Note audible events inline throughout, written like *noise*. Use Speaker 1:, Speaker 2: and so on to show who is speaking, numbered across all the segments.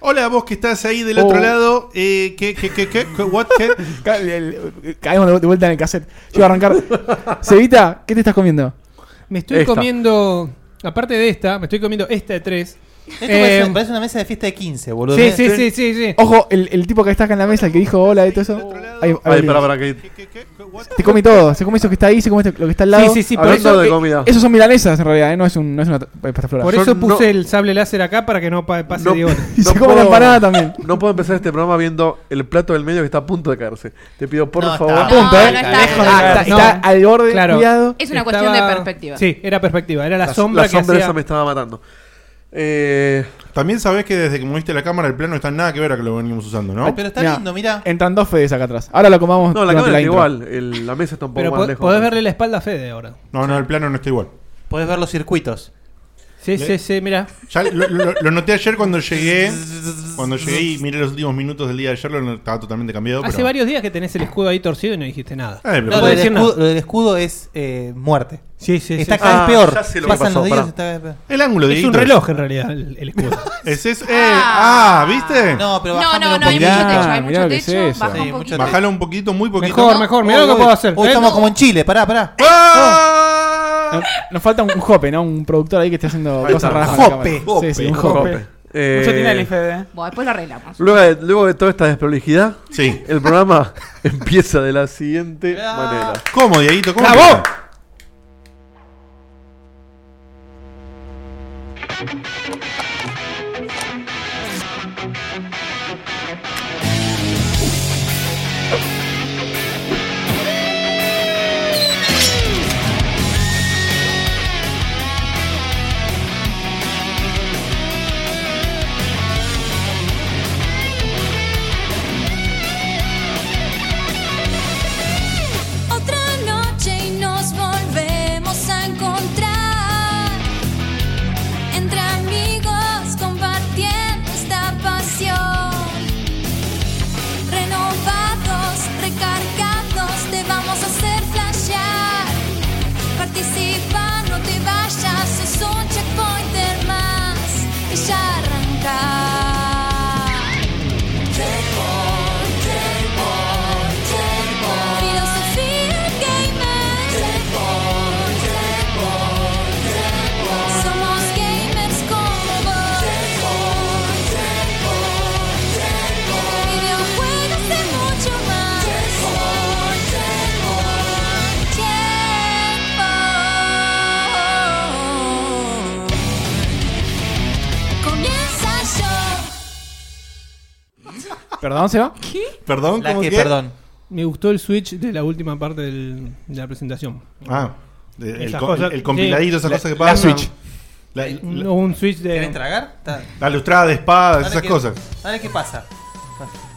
Speaker 1: Hola, vos que estás ahí del otro
Speaker 2: Oh.
Speaker 1: lado. Eh, ¿Qué, qué, qué, qué? ¿Qué? ¿What?
Speaker 3: *laughs*
Speaker 1: ¿Qué?
Speaker 2: Ca- el- el- Caemos de vu- de vuelta en el cassette. Yo iba a arrancar. Cevita, ¿qué te estás comiendo?
Speaker 4: Me estoy
Speaker 2: Esta.
Speaker 4: comiendo, aparte de esta, me estoy comiendo esta de tres.
Speaker 3: Esto
Speaker 4: Eh,
Speaker 3: parece, parece una mesa de fiesta de 15, boludo.
Speaker 4: sí,
Speaker 3: Me-
Speaker 4: sí, sí, sí, sí.
Speaker 2: Ojo, el, el tipo que está acá en la mesa, el que dijo hola y todo eso. Ahí- ahí
Speaker 5: Ay,
Speaker 2: volvimos.
Speaker 5: para, para que.
Speaker 2: Te come todo. Se come eso que está ahí, se come esto- lo que está al lado.
Speaker 4: Sí, sí, sí, por
Speaker 5: Hablando
Speaker 4: eso,
Speaker 5: de
Speaker 4: eh,
Speaker 5: comida.
Speaker 2: Esos son milanesas en realidad, ¿eh? no, es un, no es una t- pasta flora.
Speaker 4: por
Speaker 5: Yo
Speaker 4: eso puse
Speaker 5: no-
Speaker 4: el sable láser acá para que no pa- pase
Speaker 5: No-
Speaker 4: de
Speaker 2: *laughs*
Speaker 4: hora.
Speaker 3: *laughs*
Speaker 2: Y se
Speaker 5: no
Speaker 2: come la
Speaker 5: puedo-
Speaker 2: empanada también.
Speaker 5: No puedo empezar este programa viendo el plato del medio que está a punto de caerse. Te pido por
Speaker 3: No,
Speaker 5: favor.
Speaker 3: está-
Speaker 2: Punto,
Speaker 6: no,
Speaker 2: ¿eh?
Speaker 6: no está.
Speaker 2: Lejos de
Speaker 4: Ah,
Speaker 2: caer.
Speaker 4: está- no.
Speaker 2: Está al borde,
Speaker 4: Claro.
Speaker 2: cuidado.
Speaker 6: Es una cuestión
Speaker 4: Estaba-
Speaker 6: de perspectiva.
Speaker 4: Sí, era perspectiva, era la,
Speaker 5: La
Speaker 4: sombra
Speaker 5: *laughs* la
Speaker 4: que hacía.
Speaker 5: esa me estaba matando. Eh,
Speaker 1: También sabés que desde que moviste la cámara el plano está nada que ver a que lo venimos usando, ¿no?
Speaker 3: Ay, pero está
Speaker 2: Mirá.
Speaker 3: lindo, mirá.
Speaker 2: Entran dos fedes acá atrás. Ahora lo comamos.
Speaker 5: no, la
Speaker 2: durante
Speaker 5: cámara está
Speaker 2: intro.
Speaker 5: igual. eh. el- la mesa está un poco
Speaker 4: Pero
Speaker 5: más
Speaker 4: po-
Speaker 5: lejos.
Speaker 4: podés verle la espalda a Fede ahora.
Speaker 1: No, no, el plano no está igual.
Speaker 3: Podés ver los circuitos.
Speaker 4: Sí, sí, sí, mira.
Speaker 1: Ya lo, lo- lo noté ayer cuando llegué.
Speaker 3: *laughs*
Speaker 1: Cuando llegué y miré los últimos minutos del día de ayer, lo no- estaba totalmente cambiado.
Speaker 4: Hace
Speaker 1: pero-
Speaker 4: varios días que tenés el escudo ahí torcido y no dijiste nada.
Speaker 1: Ay, pero
Speaker 3: No, lo,
Speaker 4: puedo
Speaker 3: del
Speaker 4: decir
Speaker 3: escudo,
Speaker 4: nada.
Speaker 3: lo del escudo es eh, muerte.
Speaker 4: Sí, sí, sí.
Speaker 3: está
Speaker 4: sí.
Speaker 3: cada vez
Speaker 5: Ah,
Speaker 3: peor.
Speaker 5: ya sé lo que
Speaker 3: Pasan
Speaker 5: pasó,
Speaker 3: los días,
Speaker 5: pará.
Speaker 3: está cada vez peor.
Speaker 1: El ángulo de
Speaker 4: Es un
Speaker 1: Dieguito.
Speaker 4: reloj en realidad el,
Speaker 3: *laughs*
Speaker 4: el escudo.
Speaker 1: Es eso. Eh, ah, ¿viste?
Speaker 3: No, pero
Speaker 6: No,
Speaker 3: bajándolo
Speaker 6: no,
Speaker 3: un
Speaker 6: no, hay
Speaker 1: poquito.
Speaker 6: mucho
Speaker 3: poquito.
Speaker 6: techo,
Speaker 2: Mirá
Speaker 6: hay mucho
Speaker 2: lo que es
Speaker 6: techo.
Speaker 2: eso.
Speaker 6: baja un
Speaker 3: Sí,
Speaker 6: poquito.
Speaker 3: mucho
Speaker 1: Bajalo un poquito, muy poquito.
Speaker 4: Mejor,
Speaker 6: no.
Speaker 4: mejor, mirá lo que
Speaker 3: Uy,
Speaker 4: puedo
Speaker 3: uy.
Speaker 4: hacer.
Speaker 3: Uy,
Speaker 4: Eh,
Speaker 3: estamos
Speaker 4: no.
Speaker 3: como en Chile, pará, pará.
Speaker 1: ¡Ah!
Speaker 2: No, Nos falta un jope, ¿no? Un productor ahí que esté haciendo
Speaker 5: Ahí
Speaker 2: cosas
Speaker 5: está.
Speaker 2: raras. con la
Speaker 3: Jope.
Speaker 2: cámara. Sí, sí, un
Speaker 7: Jope.
Speaker 2: jope.
Speaker 5: Eh,
Speaker 7: Mucho tiene el Fede. ¿eh?
Speaker 6: Bueno, después lo arreglamos.
Speaker 5: luego, de, luego de toda esta desprolijidad,
Speaker 1: Sí.
Speaker 5: el programa *laughs* empieza de la siguiente
Speaker 4: Ah.
Speaker 5: manera.
Speaker 1: ¿Cómo, Dieguito? ¿Cómo?
Speaker 4: ¡Bravo!
Speaker 1: empieza?
Speaker 8: Otra noche y nos volvemos a encontrar entre amigos compartiendo esta pasión. Renovados, recargados, te vamos a hacer flashear. Participa, no te vayas, es un checkpointer más y ya arrancar. Filosofía gamer. Somos gamers como vos. Videojuegos de mucho
Speaker 6: *laughs*
Speaker 8: más. Tiempo. Comienza yo.
Speaker 2: ¿Perdón, Seba?
Speaker 1: Perdón,
Speaker 3: La
Speaker 1: ¿cómo
Speaker 3: que,
Speaker 1: que?
Speaker 3: perdón.
Speaker 4: Me gustó el switch de la última parte del- de la presentación.
Speaker 1: Ah, de- el,
Speaker 4: Esas
Speaker 1: co-
Speaker 4: cosas-
Speaker 1: el compiladito,
Speaker 4: sí.
Speaker 1: esas
Speaker 4: La-
Speaker 1: cosas que pasan.
Speaker 2: la Switch.
Speaker 1: La,
Speaker 4: Un,
Speaker 1: la-
Speaker 4: un switch de...
Speaker 3: ¿Querés tragar? Ta-
Speaker 1: la lustrada de espadas,
Speaker 3: dale
Speaker 1: esas
Speaker 3: que-
Speaker 1: cosas.
Speaker 3: Dale, ¿qué pasa?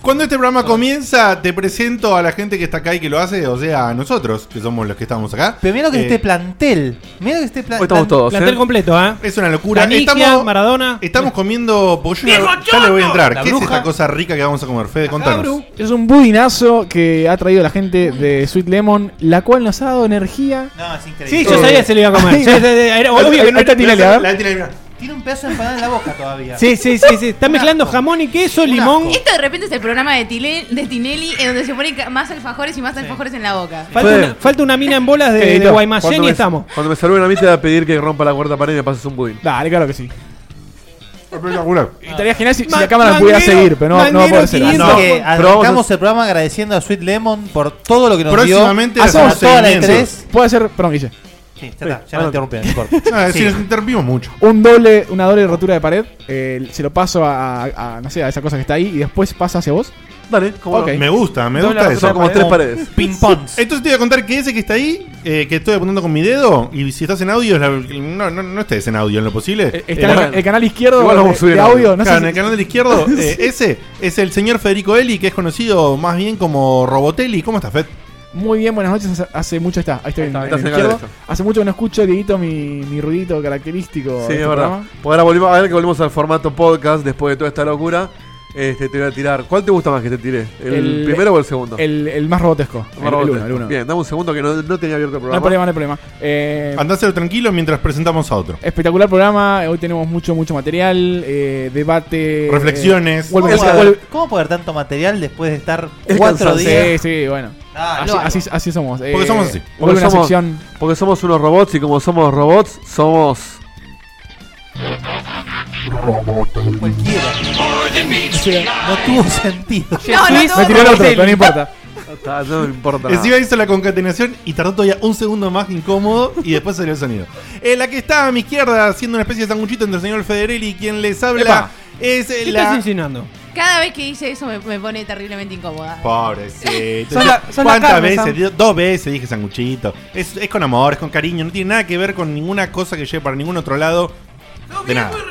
Speaker 1: Cuando este programa comienza, te presento a la gente que está acá y que lo hace, o sea, a nosotros, que somos los que estamos acá.
Speaker 3: Pero mira lo que
Speaker 1: Eh,
Speaker 3: esté plantel. Mira lo que este esté
Speaker 5: Hoy
Speaker 3: plantel.
Speaker 5: estamos todos.
Speaker 4: Plantel
Speaker 5: ¿eh?
Speaker 4: completo,
Speaker 6: ¿ah?
Speaker 4: ¿eh?
Speaker 1: Es una locura.
Speaker 4: Canigia,
Speaker 1: estamos,
Speaker 4: Maradona.
Speaker 1: estamos comiendo. porque yo no- ya le voy a entrar.
Speaker 3: La
Speaker 1: ¿Qué
Speaker 3: bruja.
Speaker 1: es esta cosa rica que vamos a comer? Fede, contanos.
Speaker 4: Abru.
Speaker 2: Es un budinazo que ha traído la gente de Sweet Lemon, la cual nos ha dado energía.
Speaker 3: No, es increíble.
Speaker 4: Sí, yo sabía que se lo iba a comer. Sí, sí, sí, era obvio que no
Speaker 2: Ahí está ¿eh? Tinelli, a ver.
Speaker 1: La de Tinelli, mirá.
Speaker 3: Tiene un pedazo de empanada en
Speaker 1: *laughs*
Speaker 3: la boca todavía.
Speaker 4: Sí, sí, sí, sí. Está mezclando jamón y queso, limón.
Speaker 6: Esto de repente es el programa de, Tile- de Tinelli en donde se ponen ca- más alfajores y más alfajores en la boca.
Speaker 4: Falta
Speaker 5: Fue.
Speaker 4: una, falta una mina en bolas de, de
Speaker 2: Querido,
Speaker 4: Guaymallén y
Speaker 5: me,
Speaker 4: estamos.
Speaker 5: cuando me saluden a mí, te voy a pedir que rompa la cuarta pared y me pases un budín.
Speaker 2: Dale, claro que sí.
Speaker 1: Espectacular.
Speaker 2: Ah. Estaría genial si, si
Speaker 4: Ma-
Speaker 2: la cámara pudiera
Speaker 4: manguero,
Speaker 2: seguir, pero no, no va a
Speaker 4: manguero
Speaker 2: poder ser.
Speaker 3: Así
Speaker 1: No,
Speaker 3: que
Speaker 5: pero vamos a-
Speaker 3: arrancamos el programa agradeciendo a Sweet Lemon por todo lo que nos dio.
Speaker 1: Próximamente
Speaker 3: hacemos
Speaker 1: hacemos
Speaker 3: toda la E
Speaker 1: seguimiento.
Speaker 3: E3.
Speaker 2: E Puede ser, perdón, Guille.
Speaker 3: Sí, ya está, ya no interrumpieron, corto.
Speaker 1: *laughs* Ah,
Speaker 3: Sí.
Speaker 1: sí, nos interrumpimos mucho.
Speaker 2: Un doble, una doble rotura de pared. eh, se lo paso a, a- a, no sé, a esa cosa que está ahí y después pasa hacia vos.
Speaker 5: Dale, como
Speaker 2: Ok.
Speaker 1: Me gusta, me
Speaker 2: Doble
Speaker 1: gusta
Speaker 2: rotura
Speaker 1: eso.
Speaker 5: Son como tres paredes.
Speaker 3: Ping-pongs.
Speaker 1: Entonces te voy a contar que ese que está ahí, eh, que estoy apuntando con mi dedo, y si estás en audio, es la- no, no, no estés en audio en lo posible.
Speaker 2: Eh,
Speaker 1: Eh,
Speaker 2: Está en el,
Speaker 5: bueno.
Speaker 2: el canal izquierdo
Speaker 5: Igual lo vamos a
Speaker 2: de,
Speaker 5: subir
Speaker 2: de
Speaker 5: en
Speaker 2: audio.
Speaker 5: audio.
Speaker 2: No
Speaker 1: claro,
Speaker 2: sé
Speaker 1: en
Speaker 2: si-
Speaker 1: el canal
Speaker 2: *laughs*
Speaker 1: del izquierdo, eh, ese es el señor Federico Eli, que es conocido más bien como Robotelli. ¿Cómo estás, Fed?
Speaker 2: Muy bien, buenas noches. Hace, hace mucho está. Ahí estoy. en-
Speaker 5: está,
Speaker 2: en el
Speaker 5: está
Speaker 2: izquierdo.
Speaker 5: cerca de
Speaker 2: Hace mucho que no escucho, Dieguito, mi, mi ruidito característico.
Speaker 5: Sí,
Speaker 2: de
Speaker 5: es
Speaker 2: este
Speaker 5: verdad.
Speaker 2: programa.
Speaker 5: Pues ahora volvimos, a ver que volvemos al formato podcast después de toda esta locura. Este, te voy a tirar. ¿Cuál te gusta más que te tiré? ¿El,
Speaker 2: El-
Speaker 5: primero o el segundo?
Speaker 2: El, el más robotesco. El,
Speaker 5: Más
Speaker 2: el
Speaker 5: robote.
Speaker 2: uno, el uno.
Speaker 5: Bien, dame un segundo que no, no tenía abierto el
Speaker 2: No hay
Speaker 5: programa.
Speaker 2: problema, no hay problema. Eh,
Speaker 1: Andáselo tranquilo mientras presentamos a otro.
Speaker 2: espectacular programa. Hoy tenemos mucho, mucho material. eh, debate.
Speaker 1: Reflexiones.
Speaker 2: eh, vuelve-
Speaker 3: ¿Cómo,
Speaker 2: vuelve-
Speaker 3: puede haber,
Speaker 2: vuelve-
Speaker 3: cómo puede haber tanto material después de estar
Speaker 5: Es
Speaker 3: cuatro
Speaker 5: cansancio.
Speaker 3: días?
Speaker 2: Sí, sí, bueno.
Speaker 3: Ah,
Speaker 2: Así,
Speaker 3: no.
Speaker 2: así- así somos. eh,
Speaker 1: Porque somos así.
Speaker 2: Vuelve
Speaker 5: Porque
Speaker 2: una
Speaker 5: somos-
Speaker 2: sección.
Speaker 5: Porque somos unos robots y como somos robots, somos.
Speaker 3: Cualquiera. No tuvo sentido.
Speaker 6: No, no,
Speaker 2: Me tiró el otro, pero no importa.
Speaker 5: Ah, No me importa. nada.
Speaker 1: Encima hizo la concatenación y tardó todavía un segundo más incómodo y después salió el sonido. Eh, la que está a mi izquierda haciendo una especie de sanguchito entre el señor Federelli y quien les habla
Speaker 2: Epa.
Speaker 1: es
Speaker 4: ¿Qué estás
Speaker 1: la...
Speaker 4: insinuando?
Speaker 6: Cada vez que dice eso me, me pone terriblemente incómoda.
Speaker 1: Pobrecito.
Speaker 4: Sos la- sos la
Speaker 1: ¿Cuántas
Speaker 4: carne,
Speaker 1: veces?
Speaker 4: Sam.
Speaker 1: Dio- Dos veces dije sanguchito. Es, es con amor, es con cariño. No tiene nada que ver con ninguna cosa que lleve para ningún otro lado. de nada. *laughs*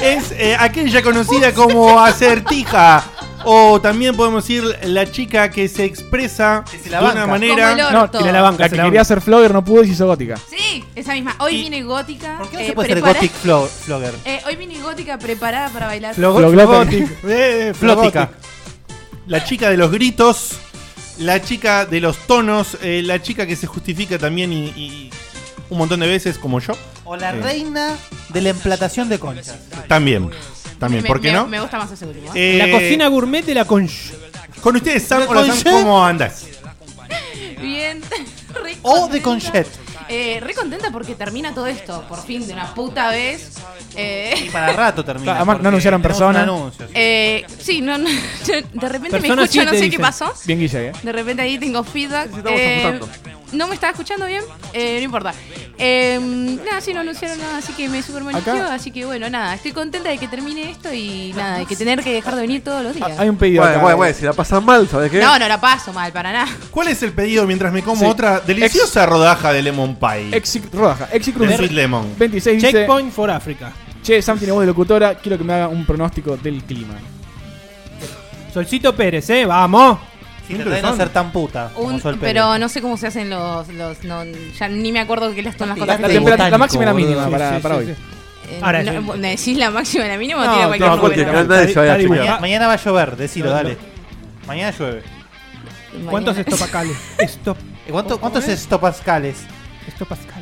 Speaker 1: es eh, aquella conocida como acertija. O también podemos decir la chica que se expresa
Speaker 3: Que se la
Speaker 1: de una
Speaker 3: banca.
Speaker 1: manera.
Speaker 6: Como el
Speaker 2: No,
Speaker 6: orto.
Speaker 2: y la banca. La que quería
Speaker 3: Eh,
Speaker 2: hacer flogger no pudo y se hizo gótica.
Speaker 6: Sí, esa misma. Hoy
Speaker 1: Y-
Speaker 6: viene gótica.
Speaker 3: ¿Por qué no
Speaker 6: eh,
Speaker 3: se puede ser
Speaker 6: prepara-
Speaker 3: Gothic Flo- Flogger?
Speaker 6: eh, hoy viene gótica preparada para bailar.
Speaker 2: Floglotic.
Speaker 1: Eh,
Speaker 3: Flótica.
Speaker 1: La chica de los gritos, la chica de los tonos, eh, la chica que se justifica también y, y un montón de veces como yo.
Speaker 3: O la
Speaker 1: Sí.
Speaker 3: reina de la emplatación de conchas.
Speaker 1: También, también,
Speaker 6: Me-
Speaker 1: ¿por qué
Speaker 6: me-
Speaker 1: no?
Speaker 6: Me gusta más ese último. ¿eh?
Speaker 1: Eh,
Speaker 4: La cocina gourmet de la conch.
Speaker 1: Con ustedes, Sam,
Speaker 3: ¿La
Speaker 1: hola, Sam,
Speaker 3: concha?
Speaker 1: ¿cómo andás?
Speaker 6: Bien. *laughs* re
Speaker 3: O de
Speaker 6: contenta.
Speaker 3: conchet.
Speaker 6: Eh, re contenta porque termina todo esto, por fin, de una puta vez. Eh,
Speaker 3: Para rato termina.
Speaker 2: Además, no
Speaker 3: porque
Speaker 2: anunciaron
Speaker 3: tenemos
Speaker 2: persona.
Speaker 3: un anuncio, así.
Speaker 6: eh, sí, no, *laughs* no, yo de repente
Speaker 4: Persona
Speaker 6: me escucho, no sé
Speaker 4: siete, dice.
Speaker 6: qué pasó.
Speaker 2: Bien, Guille, eh.
Speaker 6: De repente ahí tengo feedback.
Speaker 5: Sí, estamos
Speaker 6: Eh,
Speaker 5: ajustando.
Speaker 6: ¿No me estaba escuchando bien? Eh, no importa. Eh, nada, sí, no anunciaron nada, así que me supermaniqueó.
Speaker 2: Acá-
Speaker 6: Así que bueno, nada, estoy contenta de que termine esto y nada, de que tener que dejar de venir todos los días.
Speaker 2: Hay un pedido.
Speaker 5: Bueno,
Speaker 2: acá,
Speaker 5: bueno,
Speaker 2: eh.
Speaker 5: bueno, si la pasan mal, ¿sabes Ah, qué?
Speaker 6: No, no la paso mal, para nada.
Speaker 1: ¿Cuál es el pedido mientras me
Speaker 2: Sí.
Speaker 1: como otra deliciosa rodaja de lemon pie?
Speaker 2: Exi- rodaja. Exi
Speaker 1: de
Speaker 2: Cruz
Speaker 1: sweet lemon.
Speaker 2: 26 dice,
Speaker 4: Checkpoint for Africa.
Speaker 2: che, Sam tiene voz de locutora, quiero que me haga un pronóstico del clima.
Speaker 4: Solcito Pérez, ¿eh? Vamos.
Speaker 3: Traté de no ser tan puta. como
Speaker 6: Un-
Speaker 3: Sol Pérez.
Speaker 6: pero no sé cómo se hacen los. los no, ya ni me acuerdo qué las son las
Speaker 3: La- la
Speaker 2: La,
Speaker 6: cosas. que-
Speaker 2: temperatura- la
Speaker 3: botánico,
Speaker 2: máxima y la
Speaker 3: boludo.
Speaker 2: mínima
Speaker 3: Sí,
Speaker 2: para,
Speaker 4: sí,
Speaker 2: para
Speaker 4: sí,
Speaker 2: hoy.
Speaker 4: sí.
Speaker 6: eh,
Speaker 4: Ahora,
Speaker 6: no-
Speaker 4: sí.
Speaker 6: ¿me decís la máxima y la mínima
Speaker 4: No,
Speaker 6: o tira cualquier
Speaker 5: no, cualquier
Speaker 6: número?
Speaker 5: nadie se vaya a
Speaker 4: Está
Speaker 5: chequear.
Speaker 3: Mañana,
Speaker 4: dibujado.
Speaker 3: mañana va a llover, decilo,
Speaker 4: No, no.
Speaker 3: dale. Mañana llueve.
Speaker 4: ¿Cuántos
Speaker 6: Mañana.
Speaker 3: *laughs*
Speaker 4: estopacales? Stop,
Speaker 3: ¿Y ¿Cuánto,
Speaker 4: ¿Cómo
Speaker 3: ¿Cuántos
Speaker 4: es?
Speaker 3: estopascales?
Speaker 4: estopascales.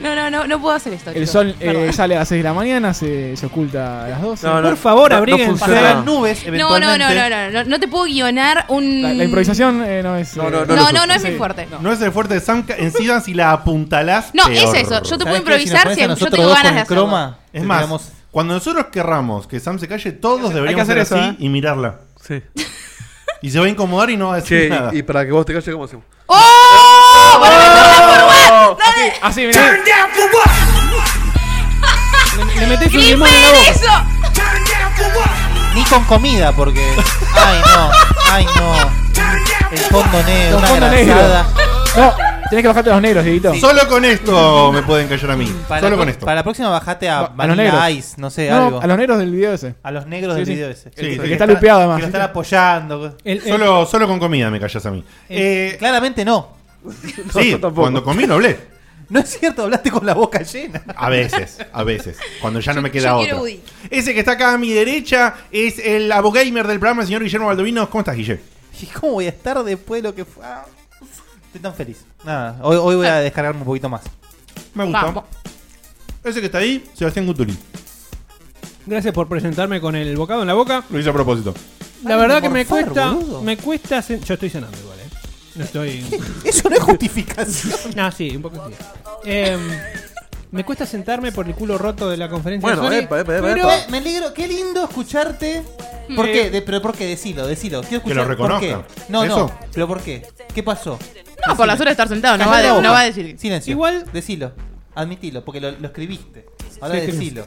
Speaker 6: No, no, no, no puedo hacer esto.
Speaker 2: El
Speaker 6: chicos.
Speaker 2: sol eh,
Speaker 6: Perdón.
Speaker 2: sale a las 6 de la mañana, se, se oculta a las 12.
Speaker 5: No, no,
Speaker 4: Por favor,
Speaker 5: no, no
Speaker 4: abríguense.
Speaker 5: funciona.
Speaker 3: Las nubes,
Speaker 6: No, no, no,
Speaker 3: eventualmente.
Speaker 6: no, no, no, no te puedo guionar un.
Speaker 2: La, la improvisación eh, no es...
Speaker 5: No,
Speaker 2: eh,
Speaker 5: no,
Speaker 6: Mm. No, no, no,
Speaker 2: sí.
Speaker 6: es mi fuerte.
Speaker 1: No es el fuerte de Sam, ca- encima si la apuntalás.
Speaker 6: No,
Speaker 1: peor.
Speaker 6: es eso. Yo
Speaker 3: ¿Sabés qué?
Speaker 6: te puedo
Speaker 3: Si nos
Speaker 6: improvisar
Speaker 3: pones
Speaker 6: si,
Speaker 3: a
Speaker 6: yo
Speaker 3: nosotros
Speaker 6: tengo
Speaker 3: dos
Speaker 6: ganas
Speaker 3: con
Speaker 6: de
Speaker 3: el
Speaker 6: hacerlo.
Speaker 3: croma,
Speaker 1: Es más,
Speaker 3: terminamos-
Speaker 1: cuando nosotros querramos que Sam se calle, todos
Speaker 2: Hay que
Speaker 1: deberíamos
Speaker 2: hacer
Speaker 1: hacer
Speaker 2: eso,
Speaker 1: así
Speaker 2: ¿eh?
Speaker 1: y mirarla.
Speaker 5: Sí.
Speaker 1: Y se va a incomodar y no va a decir
Speaker 5: Che,
Speaker 1: nada.
Speaker 5: y, y para que vos te calles, ¿cómo hacemos?
Speaker 6: ¡Oh! ¡Para meterla por what! ¡Dale!
Speaker 2: Así, mirá.
Speaker 4: Le, le metés un
Speaker 6: ¡Clipper
Speaker 4: limón en la boca.
Speaker 6: eso!
Speaker 3: Ni con comida, porque. Ay, no. Ay, no. El fondo negro,
Speaker 2: Con
Speaker 3: una
Speaker 2: fondo negro.
Speaker 3: grasada.
Speaker 2: No, tenés que bajarte a los negros, Dieguito.
Speaker 1: Solo con esto me pueden callar a mí.
Speaker 3: Para la-
Speaker 1: Solo con esto.
Speaker 3: Para la próxima bajate
Speaker 2: Va-
Speaker 3: a
Speaker 2: a los negros.
Speaker 3: Vanilla Ice, no sé,
Speaker 2: No,
Speaker 3: algo.
Speaker 2: a los negros del video ese.
Speaker 3: A los negros
Speaker 2: Sí,
Speaker 3: del
Speaker 2: sí.
Speaker 3: video ese.
Speaker 1: Sí,
Speaker 3: Que
Speaker 1: sí,
Speaker 2: que
Speaker 1: sí.
Speaker 2: está lupeado además.
Speaker 3: Que lo están apoyando.
Speaker 4: El- el-
Speaker 1: Solo, solo con comida me callas a mí. Eh,
Speaker 3: Claramente
Speaker 1: *laughs*
Speaker 3: no.
Speaker 1: sí,
Speaker 5: yo tampoco.
Speaker 1: cuando comí no hablé.
Speaker 3: No es cierto, hablaste con la boca llena.
Speaker 1: A veces, a veces. Cuando ya no
Speaker 6: Yo-
Speaker 1: me queda
Speaker 6: yo
Speaker 1: otro.
Speaker 6: quiero Woody.
Speaker 1: Ese que está acá a mi derecha es el abogamer del programa, el señor Guillermo Baldovinos. ¿Cómo estás, Guille?
Speaker 3: ¿Y cómo *laughs* voy a estar después de lo que fue? Ah, Estoy tan feliz. Nada, hoy, hoy
Speaker 4: Ah.
Speaker 3: voy a descargarme un poquito más.
Speaker 1: Me gusta.
Speaker 6: Vamos.
Speaker 1: Ese que está ahí, Sebastián Gutuli.
Speaker 4: Gracias por presentarme con el bocado en la boca.
Speaker 1: Lo hice a propósito.
Speaker 4: La
Speaker 3: Ay,
Speaker 4: verdad que me
Speaker 3: morfar,
Speaker 4: cuesta.
Speaker 3: boludo.
Speaker 4: Me cuesta. sen- Yo estoy cenando igual, ¿eh? No estoy.
Speaker 3: *laughs* Eso no es justificación.
Speaker 4: No, sí, un poco sí. Em, me cuesta sentarme por el culo roto de la conferencia.
Speaker 5: Bueno,
Speaker 4: de Sony,
Speaker 5: epa, epa, epa,
Speaker 4: pero-
Speaker 5: epa.
Speaker 3: me alegro, qué lindo escucharte. ¿Por
Speaker 1: Eh.
Speaker 3: qué? De- pero ¿por qué? Decilo, decilo. Quiero
Speaker 1: Que
Speaker 3: escuchar.
Speaker 1: lo
Speaker 3: ¿Por qué?
Speaker 1: reconozca.
Speaker 3: No,
Speaker 1: ¿Eso?
Speaker 3: no. ¿Pero por qué? ¿Qué pasó?
Speaker 6: No, por la hora de estar sentado, no
Speaker 3: Callá
Speaker 6: va, a de-
Speaker 3: la boca.
Speaker 6: no va a decir.
Speaker 3: Silencio.
Speaker 4: Igual-
Speaker 3: Decilo. Admitilo, porque lo, lo escribiste. Ahora
Speaker 4: Sí, escribí.
Speaker 3: decilo.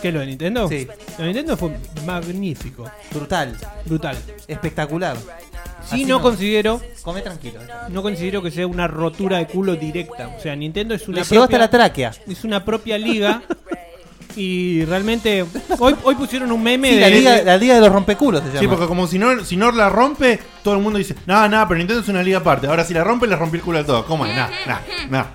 Speaker 4: ¿Qué lo de Nintendo?
Speaker 3: Sí.
Speaker 4: Lo de Nintendo fue magnífico,
Speaker 3: Brutal.
Speaker 4: brutal.
Speaker 3: Espectacular.
Speaker 4: Sí,
Speaker 3: Así
Speaker 4: no,
Speaker 3: no.
Speaker 4: considero,
Speaker 3: Come tranquilo.
Speaker 4: no considero que sea una rotura de culo directa. O sea, Nintendo es
Speaker 3: Le
Speaker 4: una
Speaker 3: llegó hasta
Speaker 4: propia,
Speaker 3: la tráquea.
Speaker 4: es una propia liga y realmente hoy, hoy pusieron un meme
Speaker 3: Sí,
Speaker 4: de
Speaker 3: la liga, la liga de los rompeculos se llama.
Speaker 1: Sí, porque como si no, si no la rompe, todo el mundo dice, nada, nada, pero Nintendo es una liga aparte. Ahora si la rompe, le rompí el culo a todo. ¿Cómo? Nada, nada, nada.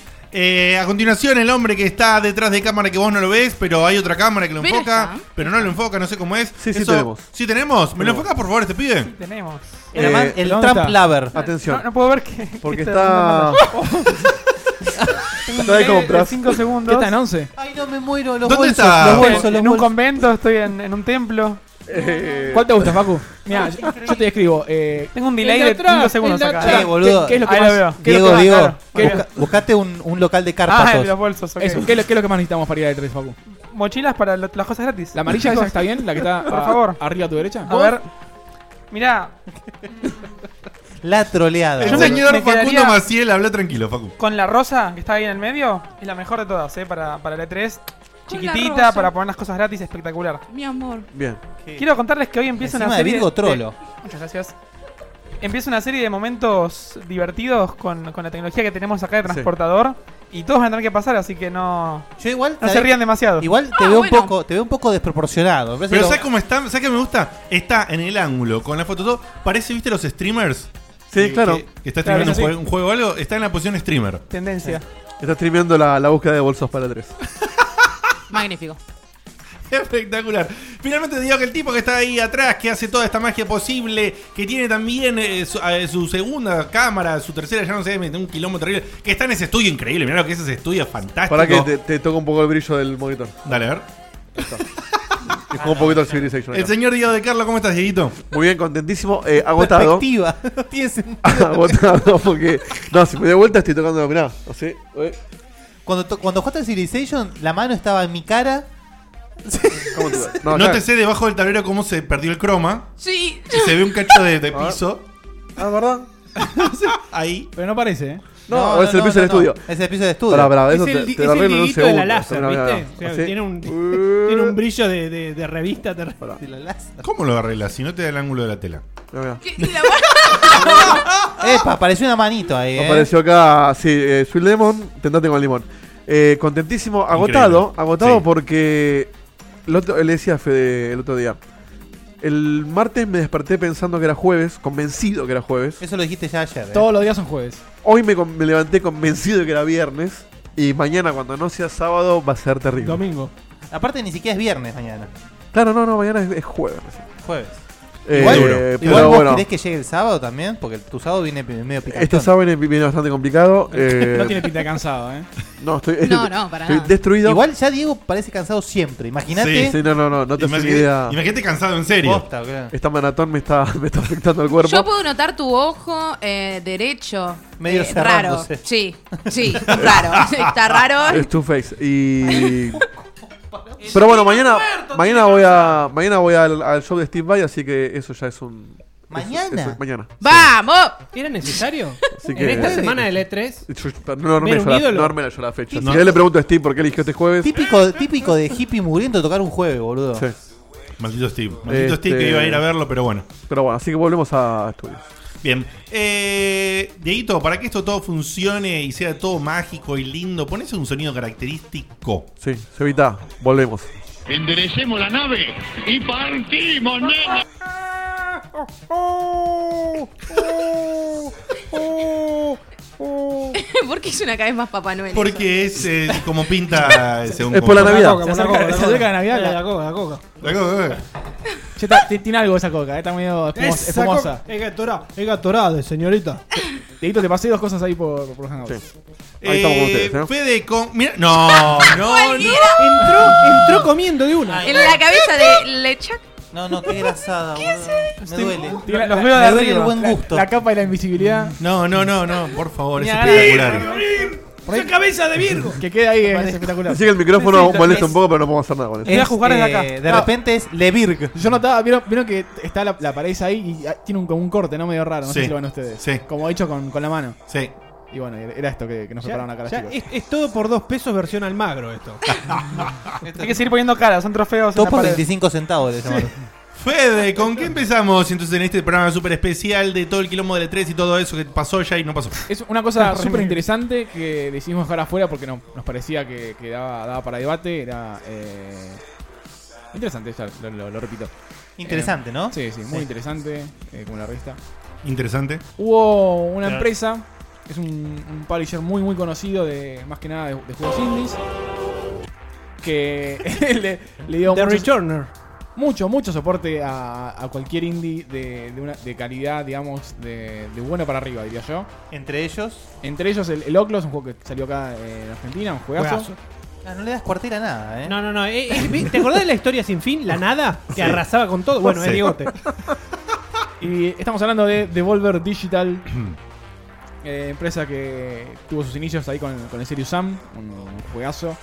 Speaker 1: Eh, a continuación, el hombre que está detrás de cámara que vos no lo ves, pero hay otra cámara que lo
Speaker 6: Pero
Speaker 1: enfoca,
Speaker 6: está.
Speaker 1: pero no lo enfoca, no sé cómo es.
Speaker 5: Sí, sí tenemos.
Speaker 1: ¿Sí tenemos? ¿Me lo
Speaker 5: Tenemos.
Speaker 1: enfocás, por favor, este pibe?
Speaker 7: Tenemos.
Speaker 3: El,
Speaker 5: Eh,
Speaker 3: ama- el
Speaker 2: ¿dónde
Speaker 3: Trump
Speaker 2: está?
Speaker 3: Lover.
Speaker 5: Atención.
Speaker 7: No, no puedo ver que.
Speaker 5: Porque
Speaker 7: *laughs* que
Speaker 5: está.
Speaker 7: *laughs*
Speaker 5: *laughs* está de
Speaker 7: Tengo un delay
Speaker 5: compras.
Speaker 7: 5
Speaker 2: ¿Qué
Speaker 7: segundos.
Speaker 2: está en 11?
Speaker 3: Ay, no me muero. Los
Speaker 1: ¿Dónde
Speaker 3: bolsos,
Speaker 1: está?
Speaker 3: los
Speaker 7: Estoy
Speaker 3: bolsos,
Speaker 7: en,
Speaker 3: los
Speaker 7: en un
Speaker 3: bolsos.
Speaker 7: convento, estoy en, en un templo.
Speaker 5: Eh,
Speaker 2: ¿Cuál te gusta, Facu? Mira, yo, yo te escribo. Eh,
Speaker 7: Tengo un
Speaker 4: El
Speaker 7: delay
Speaker 4: de
Speaker 7: de
Speaker 4: atrás,
Speaker 7: 5
Speaker 4: el
Speaker 7: segundos
Speaker 4: de
Speaker 7: acá.
Speaker 4: atrás.
Speaker 3: Sí, boludo.
Speaker 2: ¿qué, qué es lo que
Speaker 7: Ahí
Speaker 2: más,
Speaker 7: lo veo.
Speaker 2: ¿qué es lo
Speaker 3: Diego,
Speaker 2: que más-
Speaker 3: Diego,
Speaker 7: claro.
Speaker 2: ¿qué es-
Speaker 3: busca- buscate un, un local de
Speaker 7: Ah, el de
Speaker 3: Cárpatos.
Speaker 7: los bolsos. ok.
Speaker 2: eso, ¿qué es lo- qué es lo que más necesitamos para ir al 3, Facu?
Speaker 7: Mochilas para lo- las cosas gratis.
Speaker 2: ¿La amarilla esa
Speaker 7: Chicos,
Speaker 2: que está bien? ¿La que está
Speaker 7: Por
Speaker 2: a-
Speaker 7: favor.
Speaker 2: arriba a tu derecha?
Speaker 7: A ver. Mirá,
Speaker 3: *laughs* La troleada.
Speaker 1: El
Speaker 7: Yo
Speaker 3: boludo.
Speaker 7: me-
Speaker 1: señor
Speaker 7: me
Speaker 1: Facundo
Speaker 7: quedaría-
Speaker 1: Maciel, habla tranquilo, Facu.
Speaker 7: con la rosa que está ahí en el medio, es la mejor de todas, ¿eh? Para, para el E3.
Speaker 6: la rosa.
Speaker 7: Chiquitita, para poner las cosas gratis, espectacular.
Speaker 6: Mi amor.
Speaker 5: bien.
Speaker 7: Quiero contarles que hoy empieza
Speaker 3: Encima
Speaker 7: una
Speaker 3: de
Speaker 7: serie.
Speaker 3: Virgo Trolo.
Speaker 7: Muchas gracias. Empieza una serie de momentos divertidos con, con la tecnología que tenemos acá de transportador. Y todos van a tener que pasar, así que no,
Speaker 3: Yo igual.
Speaker 7: no se
Speaker 3: ¿sabés?
Speaker 7: rían demasiado.
Speaker 3: Igual te
Speaker 6: Ah,
Speaker 3: veo
Speaker 6: bueno.
Speaker 3: un poco, te veo un poco desproporcionado. Me parece
Speaker 1: Pero
Speaker 3: lo-
Speaker 1: ¿sabes cómo está? ¿Sabes qué me gusta? Está en el ángulo, con la foto todo. Parece, ¿viste los streamers?
Speaker 5: Sí,
Speaker 1: Que-
Speaker 5: claro.
Speaker 1: Que, que está
Speaker 7: Claro,
Speaker 1: streamando
Speaker 7: sí.
Speaker 1: un, juego, un juego o algo. Está en la posición streamer.
Speaker 7: Tendencia.
Speaker 5: Está streameando la, la búsqueda de bolsos para tres.
Speaker 6: Magnífico.
Speaker 1: *laughs* Espectacular. Finalmente te digo que el tipo que está ahí atrás, que hace toda esta magia posible, que tiene también eh, su, eh, su segunda cámara, su tercera, ya no sé, me- un kilómetro terrible, que está en ese estudio increíble. Mirá lo que es ese estudio fantástico.
Speaker 5: Para que te, te toque un poco el brillo del monitor.
Speaker 1: Dale, a ver.
Speaker 5: Y juego un poquito al Civilization. acá.
Speaker 1: El señor Diego de Carlos, ¿cómo estás, Dieguito?
Speaker 5: Muy bien, contentísimo. eh,
Speaker 1: *laughs*
Speaker 5: agotado.
Speaker 3: Perspectiva. *laughs* No tiene sentido.
Speaker 5: *laughs* agotado porque. No, si me doy vuelta estoy tocando. Mirá. Así. eh,
Speaker 3: Cuando, to- cuando jugaste al Civilization, la mano estaba en mi cara.
Speaker 5: ¿Cómo te va?
Speaker 1: No,
Speaker 5: acá-
Speaker 1: te sé debajo del tablero cómo se perdió el croma.
Speaker 6: Sí.
Speaker 1: y se ve un cacho de, de
Speaker 5: *laughs* ver.
Speaker 1: piso.
Speaker 5: Ah, ¿verdad?
Speaker 1: Ahí.
Speaker 2: Pero no parece, ¿eh?
Speaker 5: No, o es el piso del estudio.
Speaker 3: Es el piso del estudio.
Speaker 5: Pará, pará,
Speaker 4: Es
Speaker 5: eso
Speaker 4: el
Speaker 5: te,
Speaker 4: di-
Speaker 5: te
Speaker 4: es
Speaker 5: lo
Speaker 4: el
Speaker 5: arreglo en un
Speaker 4: diguito de la
Speaker 5: segundo.
Speaker 4: láser,
Speaker 5: Mirá, mirá,
Speaker 4: ¿viste?
Speaker 5: mirá.
Speaker 4: O sea,
Speaker 5: Así.
Speaker 4: tiene un-
Speaker 5: Uh,
Speaker 4: Tiene un brillo de, de- de revista. ter-
Speaker 5: Pará,
Speaker 3: De la láser.
Speaker 1: ¿Cómo lo arreglas si no te da el ángulo de la tela?
Speaker 5: mirá, mirá.
Speaker 6: ¿Qué? Y la mano-
Speaker 3: *laughs* Epa, apareció una manito ahí, eh.
Speaker 5: Apareció acá, sí, eh, Sweet Lemon, tentate con limón. Eh, contentísimo, agotado, agotado
Speaker 1: Sí.
Speaker 5: porque el otro, le decía a Fede el otro día. El martes me desperté pensando que era jueves, convencido que era jueves.
Speaker 3: Eso lo dijiste ya ayer. eh.
Speaker 2: Todos los días son jueves.
Speaker 5: Hoy me, con- me levanté convencido de que era viernes. Y mañana, cuando no sea sábado, va a ser terrible.
Speaker 2: Domingo.
Speaker 3: Aparte, ni siquiera es viernes mañana.
Speaker 5: Claro, no, no, mañana es, es jueves.
Speaker 3: Jueves.
Speaker 5: Eh,
Speaker 1: Igual-
Speaker 5: eh, pero
Speaker 3: Igual vos
Speaker 5: bueno,
Speaker 3: querés que llegue el sábado también, porque tu sábado viene pi- medio picante.
Speaker 6: *laughs*
Speaker 5: este sábado viene- viene bastante complicado. eh,
Speaker 2: *laughs* No tiene pinta de cansado, ¿eh?
Speaker 5: no, estoy,
Speaker 6: No, no, para
Speaker 5: estoy
Speaker 6: nada.
Speaker 5: destruido.
Speaker 3: Igual ya Diego parece cansado siempre. Imagínate.
Speaker 5: Sí, no, no, no, no te haces ni idea.
Speaker 1: Imagínate, imagínate cansado, en serio.
Speaker 3: Posta, boludo.
Speaker 5: Esta maratón me está, *laughs* me está afectando el cuerpo.
Speaker 6: Yo puedo notar tu ojo eh, derecho.
Speaker 3: Medio
Speaker 6: eh, raro.
Speaker 3: cerrándose.
Speaker 6: Sí, sí, raro. Está raro. *laughs*
Speaker 5: *laughs* Es tu face. Y. Pero bueno, mañana, mañana voy a. Mañana voy al, al show de Steve Vai, así que eso ya es un. es-
Speaker 3: ¿Mañana?
Speaker 5: es- mañana.
Speaker 6: ¡Vamos!
Speaker 4: ¿Era necesario?
Speaker 5: Así
Speaker 4: en
Speaker 5: que-
Speaker 4: esta
Speaker 5: Sí.
Speaker 4: semana del E E3.
Speaker 5: Yo- yo- no armé
Speaker 4: ¿Ver
Speaker 5: yo
Speaker 4: un
Speaker 5: la-
Speaker 4: ídolo?
Speaker 5: no armé yo la fecha.
Speaker 1: No.
Speaker 5: Si yo le pregunto a Steve por qué eligió este jueves.
Speaker 3: Típico, típico de hippie muriendo tocar un jueves, boludo.
Speaker 5: Sí.
Speaker 1: Maldito Steve. Maldito
Speaker 5: Este-
Speaker 1: Steve que iba a ir a verlo, pero bueno.
Speaker 5: Pero bueno, así que volvemos a estudios.
Speaker 1: Bien. Eh, Dieguito, para que esto todo funcione y sea todo mágico y lindo, ponés un sonido característico.
Speaker 5: Sí, Sevita, volvemos.
Speaker 9: Enderecemos la nave y partimos, nena.
Speaker 6: ¿Por qué suena cada vez más Papá Noel?
Speaker 1: Porque es eh, como pinta eh, según
Speaker 5: Es por la
Speaker 1: como-
Speaker 5: Navidad.
Speaker 4: Por la coca, por la
Speaker 2: Se
Speaker 4: coca.
Speaker 2: acerca la Navidad,
Speaker 4: Dale,
Speaker 2: la-
Speaker 4: La coca, la coca.
Speaker 1: La coca, eh.
Speaker 2: Che, está- ti- tiene algo esa coca, ¿eh? Está medio espumos-
Speaker 4: Esa coca-
Speaker 2: espumosa.
Speaker 4: Es gatorade, es gatorade, señorita.
Speaker 2: Dedito, te pasé dos cosas ahí por, por los
Speaker 5: Sí.
Speaker 2: hangouts.
Speaker 5: Ahí estamos con ustedes, ¿no?
Speaker 1: Eh, Fede con. Mira, Oh,
Speaker 2: *laughs*
Speaker 1: *laughs* no, no, no.
Speaker 4: Entró, entró comiendo de una.
Speaker 6: En la cabeza de Lechak.
Speaker 3: No, no, qué grasada, boludo. Me duele.
Speaker 2: Tiene la-
Speaker 7: Los
Speaker 2: la-
Speaker 7: veo de
Speaker 3: Me duele el
Speaker 7: arriba.
Speaker 3: buen gusto.
Speaker 2: La capa y la invisibilidad.
Speaker 1: No, no, no, no, por favor, es
Speaker 4: Ni agarra-
Speaker 1: espectacular.
Speaker 2: Por ahí-
Speaker 4: cabeza de Virgo.
Speaker 2: que queda ahí es espectacular.
Speaker 5: Así que el micrófono molesta un poco, pero no podemos hacer nada con eso.
Speaker 7: voy a jugar desde
Speaker 3: eh,
Speaker 7: acá.
Speaker 3: de
Speaker 2: No.
Speaker 3: repente es Levirg.
Speaker 2: Yo notaba, ¿vieron, vieron que está la, la pared esa ahí y ah, tiene un, como un corte, ¿no? Medio raro, no
Speaker 1: Sí,
Speaker 2: sé si lo ven ustedes.
Speaker 1: sí.
Speaker 2: Como hecho con, con la mano.
Speaker 1: Sí.
Speaker 2: Y bueno, era esto que, que nos
Speaker 4: Ya-
Speaker 2: prepararon acá las
Speaker 4: ya
Speaker 2: chicas.
Speaker 4: es, es todo por dos pesos versión *laughs* Almagro esto.
Speaker 7: Hay que seguir poniendo caras, son trofeos. en
Speaker 3: Todo
Speaker 7: la
Speaker 3: por
Speaker 7: pared.
Speaker 3: 25 centavos de ese
Speaker 1: Fede, ¿con qué empezamos entonces en este programa súper especial de todo el quilombo de E3 y todo eso que pasó ya y no pasó?
Speaker 2: Es una
Speaker 3: *laughs*
Speaker 1: *laughs*
Speaker 2: cosa súper interesante que decidimos dejar afuera porque no, nos parecía que, que daba, daba para debate. Era eh, interesante, ya lo, lo- lo repito.
Speaker 3: Interesante,
Speaker 2: Eh,
Speaker 3: ¿no?
Speaker 2: Sí, sí, muy interesante, eh, como la revista.
Speaker 1: Interesante.
Speaker 2: Hubo una empresa, es un, un publisher muy muy conocido de más que nada de, de juegos indies, que *laughs* le, le dio
Speaker 4: The
Speaker 2: mucho,
Speaker 4: Returner.
Speaker 2: mucho, mucho soporte a, a cualquier indie de, de una, de calidad, digamos, de, de bueno para arriba, diría yo.
Speaker 3: Entre ellos.
Speaker 2: Entre ellos el, el Oculus, un juego que salió acá eh, en Argentina, un juegazo.
Speaker 4: Juegazo.
Speaker 3: Ah, no le das cuartera a nada, ¿eh?
Speaker 4: No, no, no. eh, eh, ¿Te acordás de la historia sin fin? La nada, que arrasaba con todo. Bueno,
Speaker 1: Sí.
Speaker 4: es Diegote.
Speaker 2: *laughs* Y estamos hablando de Devolver Digital, *clears throat* eh, empresa que tuvo sus inicios ahí con, con el Serious Sam, un, un juegazo.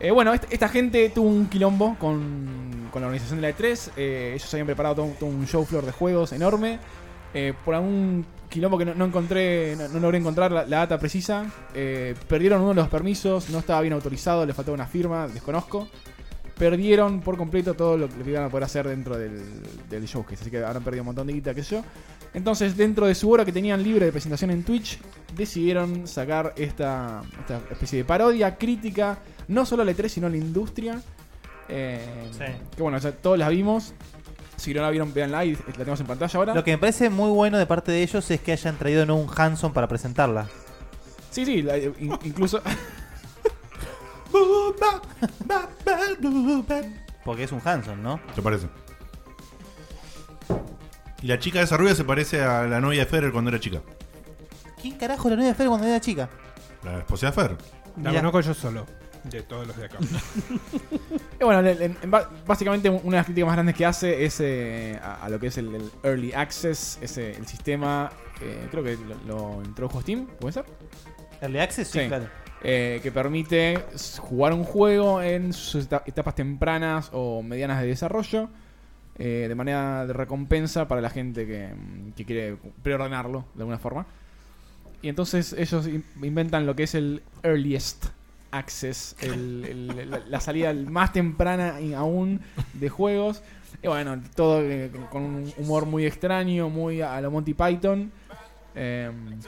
Speaker 2: Eh, bueno, est- esta, gente tuvo un quilombo con, con la organización de la E3. eh, ellos habían preparado todo, un- todo un show floor de juegos enorme. Eh, por algún quilombo que no, no encontré, no, no logré encontrar la, la data precisa, eh, perdieron uno de los permisos, no estaba bien autorizado, le faltaba una firma, desconozco perdieron por completo todo lo, lo que iban a poder hacer dentro del, del showcase. Así que habrán perdido un montón de guita, qué sé yo. Entonces, dentro de su hora que tenían libre de presentación en Twitch, decidieron sacar esta, esta especie de parodia, crítica, no solo a la E3, sino a la industria. Eh,
Speaker 3: Sí.
Speaker 2: Que bueno, ya todos la vimos. Si no la vieron, véanla y la tenemos en pantalla ahora.
Speaker 3: Lo que me parece muy bueno de parte de ellos es que hayan traído no un Hanson para presentarla.
Speaker 2: Sí, sí, la- eh, in-
Speaker 3: *laughs*
Speaker 2: incluso.
Speaker 3: Porque es un Hanson, ¿no?
Speaker 1: ¿Te parece? Y la chica de esa rubia se parece a la novia de Ferrer cuando era chica.
Speaker 3: ¿Quién carajo era la novia de Fer cuando era chica?
Speaker 1: La esposa de Ferrer.
Speaker 3: La
Speaker 4: La
Speaker 3: Mirá.
Speaker 4: conozco yo solo. De todos los de acá.
Speaker 2: Eh, bueno, en- en- en ba- básicamente una de las críticas más grandes que hace es eh, a, a lo que es el, el Early Access, ese, el sistema, eh, creo que lo, lo introdujo Steam, ¿puede ser?
Speaker 3: ¿Early Access? Sí,
Speaker 2: Sí.
Speaker 3: claro.
Speaker 2: Eh, que permite s- jugar un juego en sus eta- etapas tempranas o medianas de desarrollo, eh, de manera de recompensa para la gente que, mm, que quiere preordenarlo de alguna forma. Y entonces ellos in- inventan lo que es el earliest access, el- el- la, la salida más temprana y aún de juegos. Y bueno, todo eh, con un humor muy extraño, muy a lo Monty Python. Em,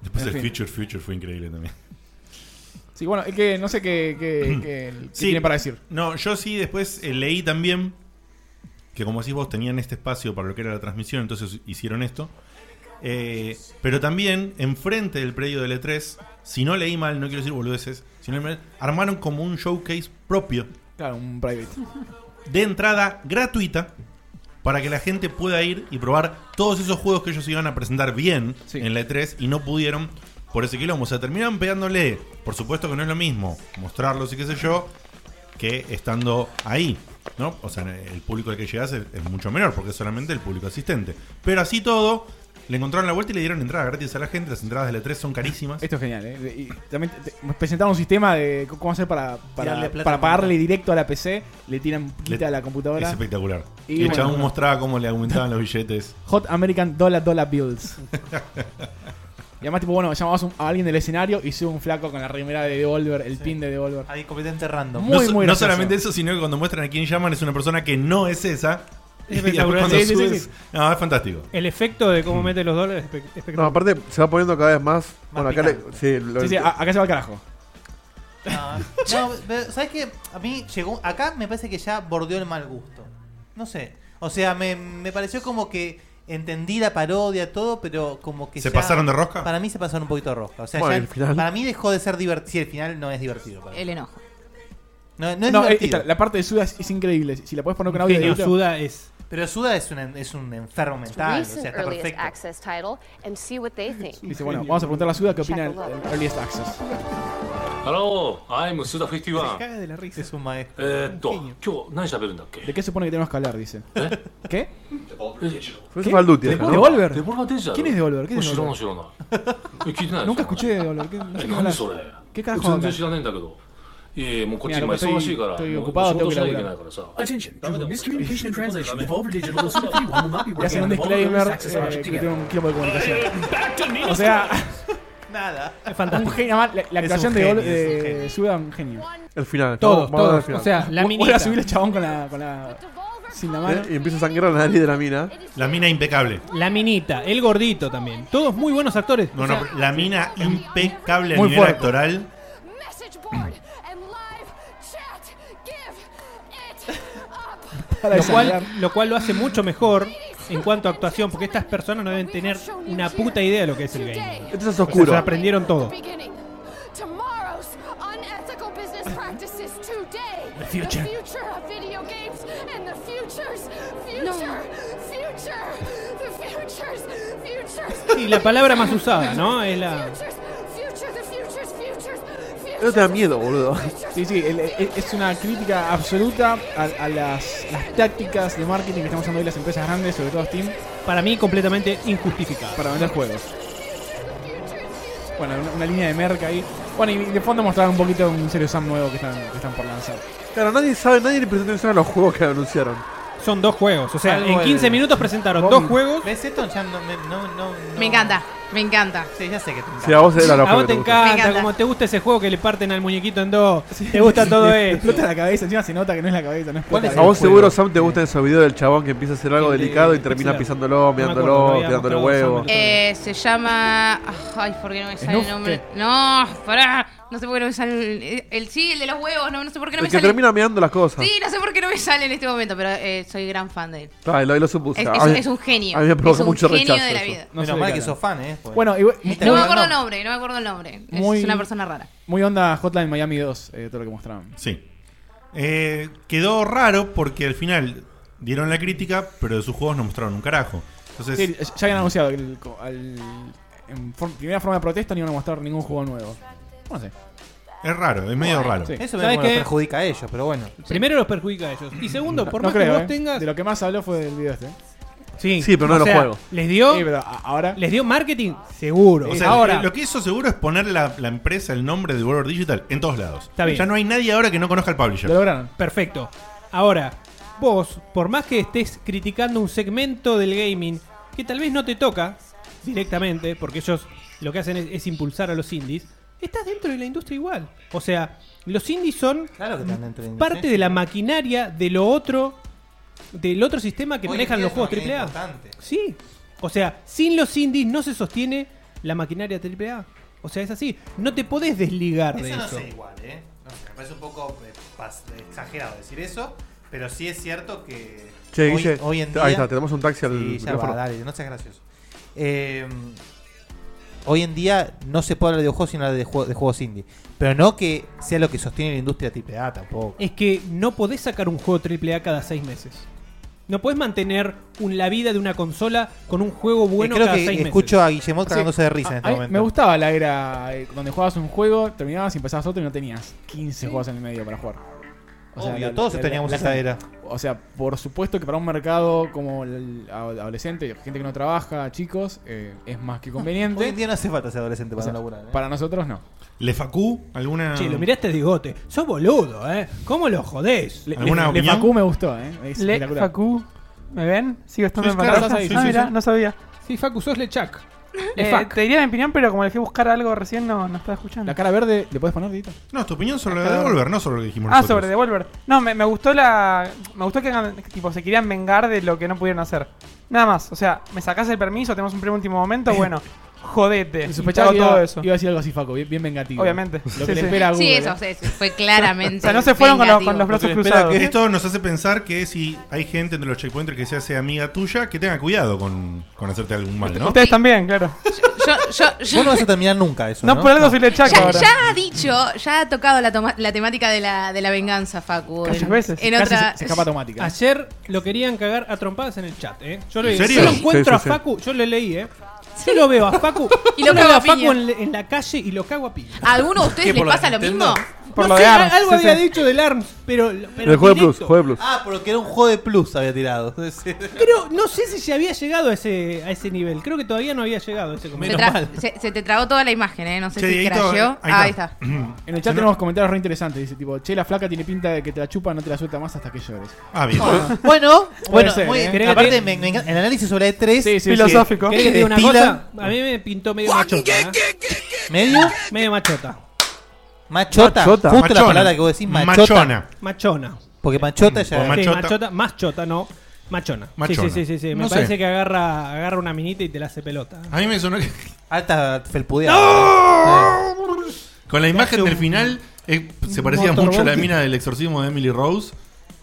Speaker 1: Después
Speaker 2: En
Speaker 1: el
Speaker 2: fin.
Speaker 1: Future Future fue increíble también.
Speaker 2: Sí, bueno, es que no sé qué, qué- qué- qué
Speaker 1: Sí.
Speaker 2: tiene para decir.
Speaker 1: No, yo sí después eh, leí también que como decís vos tenían este espacio para lo que era la transmisión, entonces hicieron esto. Eh, pero también enfrente del predio del E3, si no leí mal, no quiero decir boludeces, si no leí mal, armaron como un showcase propio
Speaker 2: Claro, un private.
Speaker 1: de entrada gratuita para que la gente pueda ir y probar todos esos juegos que ellos iban a presentar bien
Speaker 2: Sí.
Speaker 1: en la E3 y no pudieron por ese quilombo. O sea, terminaron pegándole. Por supuesto que no es lo mismo mostrarlos y qué sé yo que estando ahí. ¿no? O sea, el público al que llegas es, es mucho menor porque es solamente el público asistente. Pero así todo, le encontraron la vuelta y le dieron entrada gratis a la gente. Las entradas de la E3 son carísimas.
Speaker 2: Esto es genial, ¿eh? De- Y también te- te- presentaron un sistema de c- cómo hacer para,
Speaker 3: Tirarle
Speaker 2: para,
Speaker 3: plata
Speaker 2: para
Speaker 3: al
Speaker 2: pagarle
Speaker 3: montón.
Speaker 2: directo a la PC. Le tiran
Speaker 1: Le-
Speaker 2: quita a la
Speaker 1: Es
Speaker 2: computadora.
Speaker 1: espectacular.
Speaker 2: Y
Speaker 1: Y el
Speaker 2: bueno,
Speaker 1: chabón
Speaker 2: bueno.
Speaker 1: mostraba cómo le aumentaban
Speaker 2: *laughs*
Speaker 1: los billetes.
Speaker 2: Hot American Dollar Dollar
Speaker 1: *laughs*
Speaker 2: Bills. y además, tipo, bueno, llamabas un- a alguien del escenario y sube un flaco con la remera de Devolver, el pin de Devolver.
Speaker 3: Ahí completamente random.
Speaker 2: Muy,
Speaker 1: no, so-
Speaker 2: muy
Speaker 1: no
Speaker 2: gracioso.
Speaker 1: solamente eso, sino que cuando muestran a quién llaman es una persona que no es esa.
Speaker 4: Es
Speaker 1: *laughs* Y después
Speaker 4: espectacular.
Speaker 1: cuando
Speaker 2: Sí, sí, sí,
Speaker 1: subes-
Speaker 2: sí.
Speaker 1: No, es fantástico.
Speaker 4: El efecto de cómo mete los dólares es espe-
Speaker 5: No,
Speaker 4: espectacular.
Speaker 5: aparte se va poniendo cada vez más. bueno, acá le,
Speaker 3: picante.
Speaker 5: sí, lo-
Speaker 2: Sí, sí, a- acá se va al carajo.
Speaker 3: No, no, pero, ¿sabes qué? A mí llegó. Acá me parece que ya bordeó el mal gusto. No sé. O sea, me, me pareció como que entendí la parodia, todo, pero como que.
Speaker 1: ¿Se
Speaker 3: ya-
Speaker 1: pasaron de rosca?
Speaker 3: Para mí se pasaron un poquito de rosca. O sea,
Speaker 5: Bueno,
Speaker 3: ya
Speaker 5: el final.
Speaker 3: para mí dejó de ser divertido. Sí, el final no es divertido. para mí.
Speaker 6: El enojo.
Speaker 3: No, no es
Speaker 2: No, eh,
Speaker 3: divertido.
Speaker 2: esta- la parte de Suda es, es increíble. Si la puedes poner con
Speaker 4: Un
Speaker 2: audio.
Speaker 4: genio
Speaker 2: directo-
Speaker 4: Suda es.
Speaker 3: Pero Suda es un, es un enfermo mental. O
Speaker 10: Recent
Speaker 3: sea, está
Speaker 10: earliest
Speaker 3: perfecto.
Speaker 10: access title and see what they think.
Speaker 2: Dice, bueno, vamos a preguntarle a Suda qué opina del del Earliest Access.
Speaker 6: Ah.
Speaker 11: Hello, I'm Suda Festival.
Speaker 4: Caga de la risa.
Speaker 3: Es un maestro.
Speaker 11: えーっと、今日何喋るんだっけ
Speaker 2: ¿De qué se supone que tenemos que hablar? Dice. ¿Eh? ¿Qué?
Speaker 5: Fue ese Falduti, acá, ¿no?
Speaker 2: ¿Devolver?
Speaker 11: デボラデジタル
Speaker 2: ¿Quién es Devolver? ¿Qué
Speaker 11: これ
Speaker 2: es
Speaker 11: 知らない
Speaker 2: Devolver?
Speaker 11: 知らない。
Speaker 2: *laughs*
Speaker 11: え聞いてない
Speaker 2: Nunca
Speaker 11: その話
Speaker 2: escuché de Devolver. ¿Qué, no sé
Speaker 11: Eh,
Speaker 2: qué
Speaker 11: 何
Speaker 2: hablas?
Speaker 11: それ
Speaker 2: ¿Qué carajo
Speaker 11: 全
Speaker 2: hablas?
Speaker 11: 然知らないんだけど。いえいえもうこっち
Speaker 2: いや
Speaker 11: 今忙しいから、
Speaker 2: estoy
Speaker 11: もう
Speaker 2: ocupado,
Speaker 11: 仕事しなきゃいけな
Speaker 2: tengo que
Speaker 11: い
Speaker 2: laburar.
Speaker 11: からさ。
Speaker 2: Le hacen un disclaimer eh, que tiene un quilombo de *laughs* comunicación. O sea,
Speaker 3: *laughs* Nada.
Speaker 2: un genio. además, La, la
Speaker 3: Es
Speaker 2: actuación
Speaker 3: un
Speaker 2: de, Devolver-
Speaker 3: genio, es un
Speaker 2: de
Speaker 3: genio.
Speaker 2: Suda, un genio.
Speaker 5: El final.
Speaker 4: Todos,
Speaker 5: vamos a ver el
Speaker 4: todos.
Speaker 5: final.
Speaker 4: O sea,
Speaker 2: Vuelve
Speaker 4: la
Speaker 2: a
Speaker 4: minita.
Speaker 2: subir el chabón con la, con la, sin la mano.
Speaker 5: Eh, Y empieza a sangrar la nariz de la mina.
Speaker 1: La mina impecable.
Speaker 4: La minita, el gordito también. Todos muy buenos actores.
Speaker 1: No, no, la mina impecable a
Speaker 4: Muy
Speaker 1: nivel
Speaker 4: fuerte.
Speaker 1: actoral.
Speaker 4: lo, cual, lo cual lo hace mucho mejor en cuanto a actuación, porque estas personas no deben tener una puta idea de lo que es el gaming.
Speaker 5: Esto es oscuro.
Speaker 4: O sea, se aprendieron todo.
Speaker 12: Tomorrow's unethical
Speaker 4: *laughs*
Speaker 12: business practices today.
Speaker 4: The future.
Speaker 12: The future of video games and the futures, future, future, the futures, futures.
Speaker 4: Y la palabra más usada, ¿no? Es la.
Speaker 12: Future, the futures, futures, futures.
Speaker 5: Eso te da miedo, boludo.
Speaker 2: Sí, sí, el- el- es una crítica absoluta a, a las, las tácticas de marketing que están usando hoy las empresas grandes, sobre todo Steam.
Speaker 4: Para mí, completamente injustificada.
Speaker 2: Para vender juegos. Bueno, una, una línea de merca ahí. Bueno, y de fondo mostraron un poquito un Serious Sam nuevo que están, que están por lanzar.
Speaker 5: Claro, nadie sabe, nadie le prestó atención a los juegos que anunciaron.
Speaker 4: Son dos juegos, o sea,
Speaker 5: Algo
Speaker 4: en
Speaker 5: de-
Speaker 4: 15 minutos presentaron
Speaker 5: Bom-
Speaker 4: dos juegos.
Speaker 3: ¿Ves esto? Ya no, me- no, no, no.
Speaker 6: Me encanta, me encanta.
Speaker 3: Sí, ya sé que te encanta.
Speaker 5: Sí, a vos era lo
Speaker 4: A vos
Speaker 5: que
Speaker 4: te
Speaker 5: te gusta.
Speaker 4: encanta,
Speaker 6: Me encanta.
Speaker 4: como te gusta ese juego que le parten al muñequito en dos.
Speaker 2: *laughs*
Speaker 4: Te gusta todo
Speaker 2: Le
Speaker 4: eso.
Speaker 2: Explota la cabeza, encima se nota que no es la cabeza, no
Speaker 4: ¿Cuál
Speaker 2: explota.
Speaker 4: es
Speaker 5: A
Speaker 2: el
Speaker 5: vos
Speaker 2: juego.
Speaker 5: seguro, Sam, te gustan esos videos del chabón que empieza a hacer algo
Speaker 4: El de-
Speaker 5: delicado y
Speaker 4: el pixelar.
Speaker 5: termina pisándolo,
Speaker 4: No me acuerdo, lo
Speaker 5: mirándolo,
Speaker 4: había
Speaker 5: tirándole
Speaker 4: mostrado Sam
Speaker 5: huevo.
Speaker 4: en
Speaker 6: Eh, se llama. ah, Ay, ¿por qué no me sale el
Speaker 2: Snuff,
Speaker 6: nombre? No, pará. No sé por qué no me sale el. el- sí, el de los huevos, no, no sé por qué no
Speaker 5: El
Speaker 6: me
Speaker 5: que
Speaker 6: sale.
Speaker 5: termina meando las cosas.
Speaker 6: Sí, no sé por qué no me sale en este momento, pero eh, soy gran fan de él.
Speaker 5: Ah, lo, lo supuse.
Speaker 6: Es-
Speaker 5: A
Speaker 6: es-
Speaker 5: mí-
Speaker 6: es un genio.
Speaker 5: A mí me provoca
Speaker 6: Es un
Speaker 5: mucho
Speaker 6: genio
Speaker 5: rechazo.
Speaker 6: de la
Speaker 5: eso.
Speaker 6: vida.
Speaker 2: No se
Speaker 3: Menos
Speaker 2: le
Speaker 3: mal
Speaker 2: gana.
Speaker 3: que sos fan, ¿eh? Pues.
Speaker 2: Bueno, igual-
Speaker 3: ¿Viste?
Speaker 6: No me
Speaker 3: Bueno,
Speaker 6: acuerdo el
Speaker 3: no.
Speaker 6: nombre, no me acuerdo el nombre. Es
Speaker 2: Muy-
Speaker 6: una persona rara.
Speaker 2: muy onda Hotline Miami 2, eh, todo lo que mostraron.
Speaker 1: Sí. Eh, quedó raro porque al final dieron la crítica, pero de sus juegos no mostraron un carajo. Entonces,
Speaker 2: Sí, ya habían anunciado que el- co- al- en for- primera forma de protesta no iban a mostrar ningún juego nuevo. No sé.
Speaker 1: es raro, es medio raro.
Speaker 2: Sí.
Speaker 3: Eso
Speaker 4: ¿Sabes
Speaker 3: me
Speaker 4: qué?
Speaker 3: perjudica a ellos, pero bueno.
Speaker 4: Primero los perjudica a ellos. Y segundo, por
Speaker 2: no
Speaker 4: más que
Speaker 2: creo,
Speaker 4: vos
Speaker 2: eh.
Speaker 4: tengas.
Speaker 2: De lo que más habló fue del video este.
Speaker 3: eh.
Speaker 2: Sí,
Speaker 5: Sí, pero no
Speaker 4: o
Speaker 5: de los
Speaker 4: sea,
Speaker 5: juegos.
Speaker 4: Les dio,
Speaker 2: pero a- ahora.
Speaker 4: les dio marketing, seguro.
Speaker 1: O sea,
Speaker 4: Ahora,
Speaker 1: lo que hizo seguro es poner la, la empresa, el nombre de Devolver Digital en todos lados.
Speaker 4: Está bien.
Speaker 1: Ya no hay nadie ahora que no conozca el
Speaker 2: Lo
Speaker 1: publisher.
Speaker 2: lograron.
Speaker 4: perfecto. Ahora, vos, por más que estés criticando un segmento del gaming que tal vez no te toca directamente, porque ellos lo que hacen es, es impulsar a los indies, estás dentro de la industria igual. O sea, los indies son
Speaker 3: Claro que están dentro de la
Speaker 4: parte
Speaker 3: industria.
Speaker 4: de la maquinaria de lo otro, del otro sistema que
Speaker 3: Hoy en
Speaker 4: manejan
Speaker 3: día
Speaker 4: los
Speaker 3: es
Speaker 4: juegos
Speaker 3: una
Speaker 4: AAA.
Speaker 3: manera importante.
Speaker 4: Sí. O sea, sin los indies no se sostiene la maquinaria AAA. O sea, es así. No te podés desligar de
Speaker 3: Eso
Speaker 4: eso.
Speaker 3: no sé igual, ¿eh? No sé, me parece un poco eh, pas- exagerado decir eso, pero sí es cierto que
Speaker 5: Che,
Speaker 3: hoy,
Speaker 5: Guille,
Speaker 3: hoy en
Speaker 5: te-
Speaker 3: día...
Speaker 5: ahí está, tenemos un taxi al
Speaker 3: Sí, ya
Speaker 5: micrófono.
Speaker 3: va, dale, no seas gracioso. Eh, hoy en día no se puede hablar de videojuegos sin hablar de, jue- de juegos indie, pero no que sea lo que sostiene la industria AAA tampoco.
Speaker 4: Es que no podés sacar un juego AAA cada seis meses. No podés mantener un- la vida de una consola con un juego bueno
Speaker 3: Eh, Creo
Speaker 4: cada
Speaker 3: que
Speaker 4: seis
Speaker 3: escucho
Speaker 4: meses. Ah,
Speaker 3: a Guillemot cagándose de risa
Speaker 2: A-
Speaker 3: en
Speaker 2: a
Speaker 3: este
Speaker 2: mí
Speaker 3: momento.
Speaker 2: Me gustaba la era eh, donde jugabas un juego, terminabas y empezabas otro y no tenías 15 juegos en el medio para jugar.
Speaker 3: Obvio, todos teníamos esa era.
Speaker 2: O sea, por supuesto que para un mercado como el ado- adolescente, gente que no trabaja, chicos, eh, es más que
Speaker 3: Hoy en
Speaker 2: conveniente.
Speaker 3: día no hace falta ser adolescente para
Speaker 2: O sea,
Speaker 3: laburar. ¿eh?
Speaker 2: Para nosotros no.
Speaker 1: ¿Le Facu? ¿Alguna.?
Speaker 4: Che, lo miraste de bigote. Sos boludo, ¿eh? ¿Cómo lo jodés?
Speaker 2: Le,
Speaker 1: ¿Alguna
Speaker 2: le- le
Speaker 1: opinión?
Speaker 2: Facu me gustó, ¿eh? Es
Speaker 7: Le
Speaker 2: espectacular.
Speaker 7: Facu, ¿me ven? Sigo estando
Speaker 1: Sí,
Speaker 7: en
Speaker 1: claro,
Speaker 7: pantalla.
Speaker 2: estás ahí,
Speaker 7: ah,
Speaker 1: sí, sí,
Speaker 7: mirá,
Speaker 1: sí.
Speaker 7: no sabía.
Speaker 4: Sí, Facu, sos Lechak.
Speaker 7: Eh,
Speaker 4: Lefac.
Speaker 7: te diría mi opinión, pero como le fui a buscar algo recién, no, no estaba escuchando.
Speaker 2: La cara verde, ¿le puedes poner, Dito?
Speaker 1: No, tu opinión sobre lo de Devolver, no sobre lo que dijimos
Speaker 7: Ah,
Speaker 1: nosotros.
Speaker 7: sobre Devolver. No, me, me gustó la. Me gustó que hagan- que, tipo, se querían vengar de lo que no pudieron hacer. Nada más. O sea, me sacás el permiso, tenemos un primer último
Speaker 5: *laughs*
Speaker 7: momento, bueno, jodete.
Speaker 2: Me
Speaker 7: Y
Speaker 2: sospechaba
Speaker 7: te
Speaker 2: que
Speaker 7: hago
Speaker 2: iba,
Speaker 7: Este, todo eso.
Speaker 2: iba a decir algo así, Facu, bien, bien vengativo.
Speaker 7: Obviamente.
Speaker 2: Lo que
Speaker 7: Sí,
Speaker 2: le
Speaker 7: sí.
Speaker 2: espera a
Speaker 6: Sí,
Speaker 2: Google. ¿eh?
Speaker 6: eso, sí, sí, fue claramente.
Speaker 7: *laughs* O sea, no se fueron con los- con
Speaker 6: vengativo.
Speaker 7: los brazos
Speaker 3: Lo que le espera
Speaker 7: cruzados.
Speaker 3: que-
Speaker 1: Esto nos hace pensar que si hay gente entre los checkpointers que se hace amiga tuya, que tenga cuidado con, con hacerte algún mal, ¿no?
Speaker 7: Ustedes también, claro.
Speaker 6: Yo- yo- yo-
Speaker 3: Vos
Speaker 7: *laughs*
Speaker 3: no vas a terminar nunca eso.
Speaker 7: No,
Speaker 3: No,
Speaker 7: por algo soy lechaco
Speaker 6: ya,
Speaker 7: ahora.
Speaker 6: ya ha dicho, ya ha tocado la, toma- la temática de la, de la venganza, Facu.
Speaker 7: Muchas
Speaker 6: en,
Speaker 7: veces.
Speaker 6: En
Speaker 2: Casi
Speaker 6: otra.
Speaker 2: se, se escapa automática.
Speaker 4: Ayer lo querían cagar a trompadas en el chat, ¿eh? Yo lo,
Speaker 1: ¿En
Speaker 4: yo
Speaker 1: serio?
Speaker 4: lo
Speaker 5: Sí,
Speaker 4: encuentro
Speaker 5: sí, sí.
Speaker 4: a Facu, yo lo leí, ¿eh? Yo lo veo a Facu.
Speaker 6: *laughs* Y
Speaker 4: yo
Speaker 6: lo
Speaker 4: lo
Speaker 6: cago
Speaker 4: veo
Speaker 6: a
Speaker 4: a Facu
Speaker 6: piña.
Speaker 4: en, en la calle y lo cago a piña.
Speaker 6: ¿A alguno de ustedes
Speaker 3: ¿Qué,
Speaker 6: les
Speaker 3: por la
Speaker 6: pasa lo
Speaker 3: Nintendo?
Speaker 6: mismo?
Speaker 7: Por
Speaker 4: No
Speaker 7: lo
Speaker 4: sé,
Speaker 7: de ARMS.
Speaker 4: algo
Speaker 7: sí,
Speaker 4: había
Speaker 7: sí.
Speaker 4: dicho del ARMS, pero. pero
Speaker 5: El juego de Plus,
Speaker 4: directo.
Speaker 5: juego de Plus.
Speaker 3: Ah, porque era un juego de plus había tirado. *laughs*
Speaker 4: Creo, no sé si se había llegado a ese, a ese nivel. Creo que todavía no había llegado a ese
Speaker 6: Se,
Speaker 4: comentario.
Speaker 6: tra- se- se te tragó toda la imagen, ¿eh? No sé
Speaker 1: Che,
Speaker 6: si
Speaker 1: Dieguito,
Speaker 6: crasheó.
Speaker 1: ahí está.
Speaker 6: Ah, ahí está.
Speaker 2: En el chat tenemos comentarios re interesantes. Dice tipo, che, la flaca tiene pinta de que te la chupa, no te la suelta más hasta que llores.
Speaker 1: Ah, bien.
Speaker 3: *laughs* bueno, bueno,
Speaker 2: ser,
Speaker 3: muy-
Speaker 2: ¿eh?
Speaker 4: ¿Querés que te-
Speaker 3: aparte me, me encanta el análisis sobre E E3.
Speaker 2: Sí, sí,
Speaker 7: Filosófico.
Speaker 4: ¿Querés que te diga una
Speaker 3: Destila-
Speaker 4: cosa? A mí me pintó medio machota. ¿eh?
Speaker 3: Medio
Speaker 4: Medio machota.
Speaker 3: machota.
Speaker 5: Machota.
Speaker 3: Justo
Speaker 1: Machona.
Speaker 3: la palabra que vos decís, machota.
Speaker 1: Machona.
Speaker 4: Machona.
Speaker 3: Porque Machota ya- Por
Speaker 4: Sí,
Speaker 3: Machota.
Speaker 4: Machota- más chota, no. Machona.
Speaker 3: Machona.
Speaker 4: Sí, sí, sí, sí, sí. Me
Speaker 3: No sé.
Speaker 4: parece que agarra, agarra una minita y te la hace pelota.
Speaker 1: A mí me sonó que.
Speaker 3: Alta felpudeada.
Speaker 1: Con la
Speaker 3: Te hace
Speaker 1: imagen del
Speaker 3: un-
Speaker 1: final eh, se
Speaker 3: un
Speaker 1: parecía mucho a la
Speaker 3: motorboat.
Speaker 1: mina del exorcismo de Emily Rose.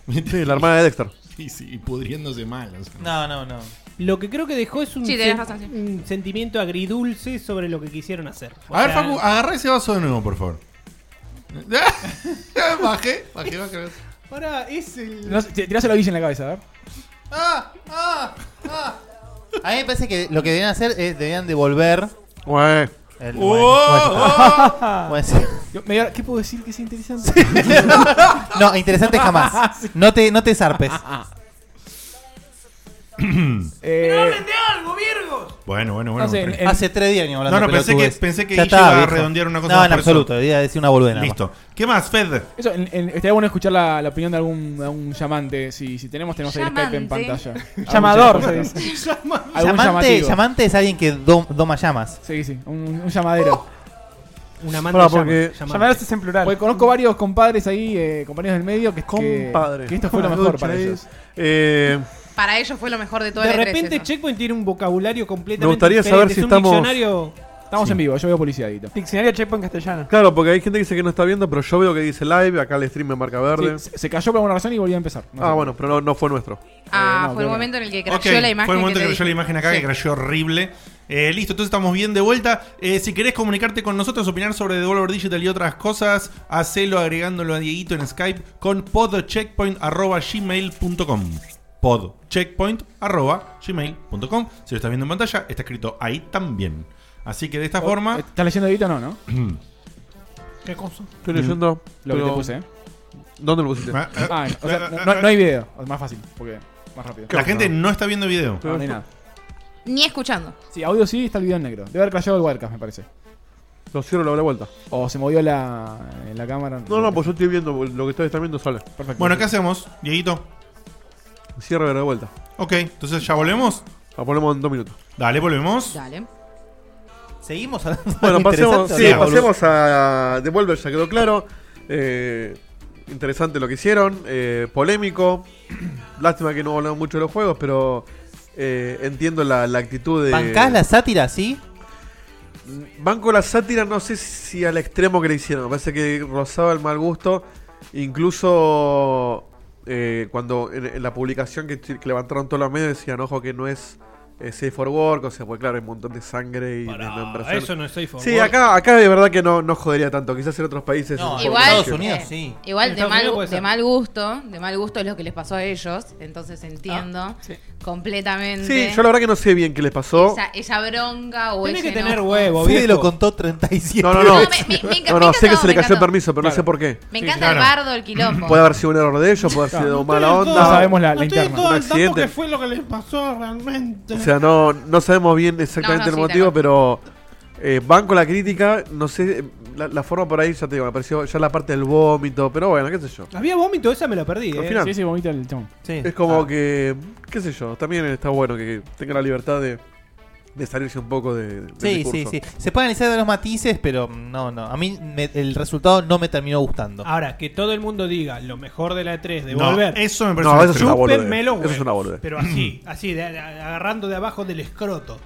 Speaker 5: Sí, la hermana de Dexter.
Speaker 1: Y sí, pudriéndose mal. o sea.
Speaker 3: No, no, no.
Speaker 4: Lo que creo que dejó es un,
Speaker 6: Sí, tenés
Speaker 4: sen-
Speaker 6: razón, sí.
Speaker 4: un sentimiento agridulce sobre lo que quisieron hacer. O
Speaker 1: A ver,
Speaker 4: sea,
Speaker 1: Facu, agarra ese vaso de nuevo, por favor. bajé, bajé, bajé.
Speaker 4: Pará, es el.
Speaker 2: No, t- tiráselo a Guille en la cabeza, a ver.
Speaker 3: ¡Ah! ¡Ah! ¡Ah! A mí me parece que lo que deberían hacer es deberían devolver.
Speaker 5: Güey.
Speaker 1: *laughs*
Speaker 3: El,
Speaker 5: Oh,
Speaker 3: bueno,
Speaker 2: *laughs* oh.
Speaker 3: bueno, sí.
Speaker 2: Yo- me diga, ¿Qué puedo decir que sea interesante?
Speaker 3: *laughs* No,
Speaker 2: *laughs*
Speaker 3: interesante jamás. No te, no te zarpes.
Speaker 2: Eh,
Speaker 1: Bueno, bueno,
Speaker 2: bueno.
Speaker 1: bueno.
Speaker 2: No sé, en- en-
Speaker 3: Hace tres días ni hablando
Speaker 1: No, no, pensé que-
Speaker 3: pelotudez.
Speaker 1: pensé que
Speaker 3: Ya
Speaker 1: Guille
Speaker 3: está,
Speaker 1: iba a
Speaker 3: viejo.
Speaker 1: redondear una cosa
Speaker 3: No, en
Speaker 1: por eso.
Speaker 3: absoluto. Iba a decir una boludena.
Speaker 1: Listo. ¿Qué más, Fed?
Speaker 2: eso, en- en- estaría bueno escuchar la, la opinión de algún, algún llamante. Si, si tenemos, tenemos ahí el Skype en
Speaker 6: Llamante.
Speaker 2: pantalla.
Speaker 7: *laughs*
Speaker 2: Algún
Speaker 7: Llamador, se
Speaker 2: *laughs* llamante.
Speaker 7: dice.
Speaker 3: *laughs*
Speaker 2: Algún
Speaker 3: Llamante,
Speaker 2: llamativo.
Speaker 3: llamante es alguien que dom- doma llamas.
Speaker 2: Sí, sí, un, un
Speaker 7: Oh.
Speaker 2: llamadero.
Speaker 4: Un amante
Speaker 5: Pará, porque-
Speaker 4: llama- llamante.
Speaker 7: Llamados es en plural.
Speaker 2: Porque conozco varios compadres ahí, eh, compañeros del medio, que, que-
Speaker 5: Compadre.
Speaker 2: que esto fue lo
Speaker 5: Una
Speaker 2: mejor
Speaker 5: lucha
Speaker 2: para
Speaker 5: ahí.
Speaker 2: ellos.
Speaker 5: Eh,
Speaker 6: Para ellos fue lo mejor de E todo
Speaker 4: De
Speaker 6: el E3
Speaker 4: repente
Speaker 6: eso.
Speaker 4: Checkpoint tiene un vocabulario completamente.
Speaker 5: Me gustaría
Speaker 4: diferente,
Speaker 5: saber si
Speaker 4: es un
Speaker 5: estamos-
Speaker 4: diccionario-
Speaker 2: Estamos en vivo, yo veo policiadito.
Speaker 7: Diccionario chepo en castellano.
Speaker 5: claro, porque hay gente que dice que no está viendo, pero yo veo que dice live, acá el stream me marca verde.
Speaker 2: Sí, se- se cayó por alguna razón y volvió a empezar. No
Speaker 5: ah,
Speaker 2: sé.
Speaker 5: bueno, pero no, no fue nuestro.
Speaker 6: Ah,
Speaker 1: Eh,
Speaker 2: no,
Speaker 6: fue el
Speaker 2: creo que
Speaker 6: momento en el que crashó
Speaker 1: Ok,
Speaker 6: la imagen.
Speaker 1: Fue el momento que,
Speaker 6: te
Speaker 1: crashó la
Speaker 6: dije.
Speaker 1: imagen acá,
Speaker 6: Sí.
Speaker 1: que crashó horrible. Eh, listo, entonces estamos bien de vuelta. Eh, si querés comunicarte con nosotros, opinar sobre Devolver Digital y otras cosas, hacelo agregándolo a Dieguito en Skype con podcheckpoint.gmail.com podcheckpoint.gmail.com Si lo estás viendo en pantalla, está escrito ahí también. Así que de esta forma...
Speaker 2: ¿Estás leyendo Edito o Oh, no,
Speaker 1: *clears throat*
Speaker 2: no?
Speaker 4: ¿Qué cosa?
Speaker 5: Estoy leyendo.
Speaker 1: Mm.
Speaker 2: Lo que
Speaker 5: pero-
Speaker 2: te puse, ¿eh?
Speaker 5: ¿Dónde lo pusiste?
Speaker 2: Ah, o sea, no, no- no hay video. Es más fácil, porque más rápido.
Speaker 1: La gente no está viendo video.
Speaker 2: No, no hay nada.
Speaker 6: Ni escuchando.
Speaker 2: Sí, audio sí, está el video en negro. Debe haber crashado el Wirecast, me parece.
Speaker 5: Lo cierro y lo doy vuelta.
Speaker 2: O se movió la, en la cámara.
Speaker 5: No, no, pues yo estoy viendo, lo que ustedes están viendo sale.
Speaker 2: Perfecto.
Speaker 1: Bueno, ¿qué hacemos, Dieguito?
Speaker 5: Cierro y lo doy vuelta.
Speaker 1: Ok, entonces ya volvemos.
Speaker 5: La ponemos en dos minutos.
Speaker 1: Dale, volvemos.
Speaker 6: Dale.
Speaker 3: Seguimos *laughs* hablando.
Speaker 5: Bueno,
Speaker 3: de
Speaker 5: pasemos,
Speaker 3: interesante,
Speaker 5: sí,
Speaker 3: ¿no?
Speaker 5: pasemos a Devolver, ya quedó claro. Eh, interesante lo que hicieron, eh, polémico. *clears throat* Lástima que no hablamos mucho de los juegos, pero eh, entiendo la, la actitud de...
Speaker 3: ¿Bancás la sátira, sí?
Speaker 5: Banco la sátira, no sé si al extremo que le hicieron. Me parece que rozaba el mal gusto. Incluso eh, cuando en, en la publicación que, que levantaron todos los medios decían, ojo, que no es... eh, Safe for Work, o sea, pues claro, hay un montón de sangre y
Speaker 4: Pará,
Speaker 5: desmembración.
Speaker 4: eso no es safe for
Speaker 5: Sí,
Speaker 4: work.
Speaker 5: acá, acá de verdad que no, no jodería tanto. Quizás en otros países.
Speaker 3: No,
Speaker 5: un poco
Speaker 6: Igual,
Speaker 5: más
Speaker 3: Estados
Speaker 5: que-
Speaker 3: Unidos,
Speaker 6: eh,
Speaker 3: sí.
Speaker 6: Igual
Speaker 4: En
Speaker 6: de
Speaker 4: Estados
Speaker 6: mal,
Speaker 4: Unidos puede
Speaker 6: de
Speaker 4: ser.
Speaker 6: mal gusto, de mal gusto es lo que les pasó a ellos, entonces
Speaker 4: Ah,
Speaker 6: entiendo
Speaker 7: sí.
Speaker 6: completamente
Speaker 5: Sí, yo la verdad que no sé bien qué les pasó.
Speaker 6: esa, esa bronca o
Speaker 4: Tenés
Speaker 6: ese
Speaker 4: que tener
Speaker 6: enojo.
Speaker 4: huevo,
Speaker 3: Fede
Speaker 4: viejo.
Speaker 3: lo contó 37
Speaker 5: No, no,
Speaker 6: No,
Speaker 5: no.
Speaker 6: me, me- me enca-
Speaker 5: No,
Speaker 6: me
Speaker 5: no, sé
Speaker 6: encantó,
Speaker 5: que se le
Speaker 6: me
Speaker 5: cayó el
Speaker 6: encantó.
Speaker 5: permiso, pero no sé por qué.
Speaker 6: Me
Speaker 1: Sí,
Speaker 6: encanta
Speaker 1: claro.
Speaker 6: el bardo, el quilombo.
Speaker 5: Puede haber sido un error de ellos, puede haber sido mala onda.
Speaker 2: No sabemos la,
Speaker 4: No
Speaker 2: la
Speaker 4: estoy
Speaker 2: interna.
Speaker 4: todo
Speaker 5: Un
Speaker 4: al tanto
Speaker 5: accidente.
Speaker 4: que fue lo que les pasó realmente.
Speaker 5: O sea, no, no sabemos bien exactamente
Speaker 6: No, no,
Speaker 5: el
Speaker 6: sí,
Speaker 5: motivo, pero eh, van con la crítica. No sé, eh, la, la forma por ahí ya te digo, me pareció ya la parte del vómito, pero bueno, qué sé yo.
Speaker 4: Había vómito, esa me la perdí.
Speaker 5: Al
Speaker 4: eh. Ah.
Speaker 5: final,
Speaker 2: Sí, sí, vomita el chabón.
Speaker 4: Sí.
Speaker 5: Es como que, qué sé yo, también está bueno que tenga la libertad de, de salirse un poco de, del
Speaker 3: Sí, sí,
Speaker 5: discurso.
Speaker 3: sí. Se pueden analizar de los matices, pero mm, no, no. A mí me- el resultado no me terminó gustando.
Speaker 4: Ahora, que todo el mundo diga lo mejor de la E3 de
Speaker 1: No,
Speaker 4: volver.
Speaker 1: eso me parece
Speaker 5: No,
Speaker 1: un
Speaker 5: eso es
Speaker 1: extremo.
Speaker 5: una boludez.
Speaker 4: Chúpenme los
Speaker 5: Eso es una
Speaker 4: huevos.
Speaker 5: boludez.
Speaker 4: Pero *clears throat* así, así, de- de- agarrando de abajo
Speaker 2: *laughs*
Speaker 4: del escroto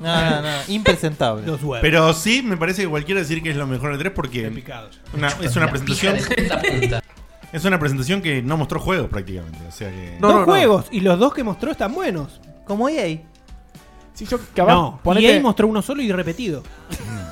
Speaker 3: No, no, no. Impresentable.
Speaker 4: los huevos.
Speaker 1: Pero sí, me parece que cualquiera decir que es lo mejor de tres porque
Speaker 4: Qué picado.
Speaker 1: una- es una presentación. *laughs* Es una presentación que no mostró juegos prácticamente. O sea que.
Speaker 5: No,
Speaker 4: dos
Speaker 5: no, no.
Speaker 4: juegos, y los dos que mostró están buenos.
Speaker 3: Como
Speaker 2: E
Speaker 3: EA.
Speaker 2: Sí, yo capaz.
Speaker 4: no, y
Speaker 2: ponete,
Speaker 4: ahí mostró uno solo y repetido.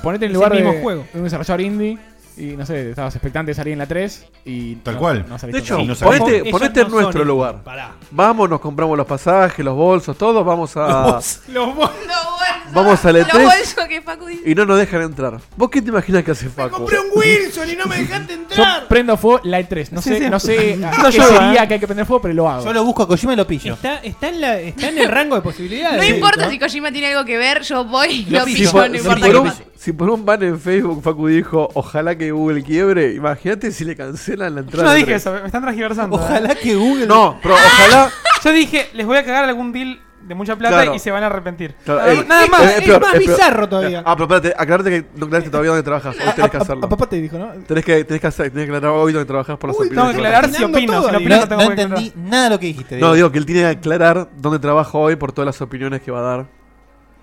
Speaker 2: ponete en
Speaker 4: es
Speaker 2: lugar
Speaker 4: el mismo
Speaker 2: de,
Speaker 4: juego.
Speaker 2: de un desarrollador indie. Y no sé, estabas expectante de salir en la 3. Y
Speaker 1: Tal
Speaker 2: no-
Speaker 1: cual.
Speaker 2: no saliste
Speaker 5: De hecho,
Speaker 1: Sí, no
Speaker 2: tampoco.
Speaker 1: sabemos.
Speaker 5: ponete,
Speaker 4: Ellos
Speaker 5: ponete en
Speaker 4: no son
Speaker 5: nuestro
Speaker 4: indie.
Speaker 5: lugar.
Speaker 4: Pará.
Speaker 5: Vamos, nos compramos los pasajes, los bolsos, todos, vamos a...
Speaker 4: *laughs* Los bo-
Speaker 6: Lo bolso-
Speaker 5: Vamos E al E3.
Speaker 6: Lo bolso que Facu dice.
Speaker 5: y no nos dejan entrar. ¿Vos qué te imaginas que hace Facu?
Speaker 4: Wilson y no me dejaste
Speaker 2: Yo prendo fuego la E3. No
Speaker 7: Sí,
Speaker 2: sé,
Speaker 7: sí.
Speaker 2: No sé a
Speaker 7: No
Speaker 2: qué
Speaker 7: llueva,
Speaker 2: sería
Speaker 7: ¿eh?
Speaker 2: que hay que prender fuego, pero lo hago.
Speaker 3: Yo lo busco a Kojima y lo pillo.
Speaker 4: Está, está, en la, está en el rango de posibilidades.
Speaker 6: No
Speaker 4: Sí,
Speaker 6: importa
Speaker 4: ¿no?
Speaker 6: si Kojima tiene algo que ver, yo voy y
Speaker 3: Lo
Speaker 6: lo
Speaker 3: pillo,
Speaker 5: Si
Speaker 6: pillo,
Speaker 5: por,
Speaker 6: no
Speaker 5: si
Speaker 6: importa
Speaker 5: por
Speaker 6: qué
Speaker 5: un,
Speaker 6: pase.
Speaker 5: si por un ban en Facebook Facu dijo, ojalá que Google quiebre, imagínate si le cancelan la
Speaker 7: Yo
Speaker 5: entrada.
Speaker 7: no
Speaker 5: de
Speaker 7: dije
Speaker 5: tres.
Speaker 7: eso, me están transgiversando. eh.
Speaker 3: Ojalá que Google.
Speaker 7: *laughs*
Speaker 5: No, pero ojalá...
Speaker 7: Yo dije, les voy a cagar algún deal de mucha plata
Speaker 5: Claro.
Speaker 7: y se van a arrepentir.
Speaker 5: Claro,
Speaker 7: Nada-
Speaker 5: eh,
Speaker 7: Nada
Speaker 5: eh,
Speaker 7: más.
Speaker 5: eh, peor, eh, peor. Ah, pero espérate, aclarate que no aclaraste todavía dónde trabajas. Hoy tenés que hacerlo.
Speaker 2: papá te dijo, ¿no?
Speaker 5: Tenés que, tenés que, hacer, tenés que aclarar hoy dónde trabajas por las
Speaker 2: Uy,
Speaker 5: opiniones
Speaker 2: tengo
Speaker 5: que
Speaker 2: que aclarar
Speaker 5: das.
Speaker 2: si opino, si no opino,
Speaker 3: No, no entendí nada de lo que dijiste.
Speaker 5: No, digo que él tiene que aclarar dónde trabaja hoy por todas las opiniones que va a dar.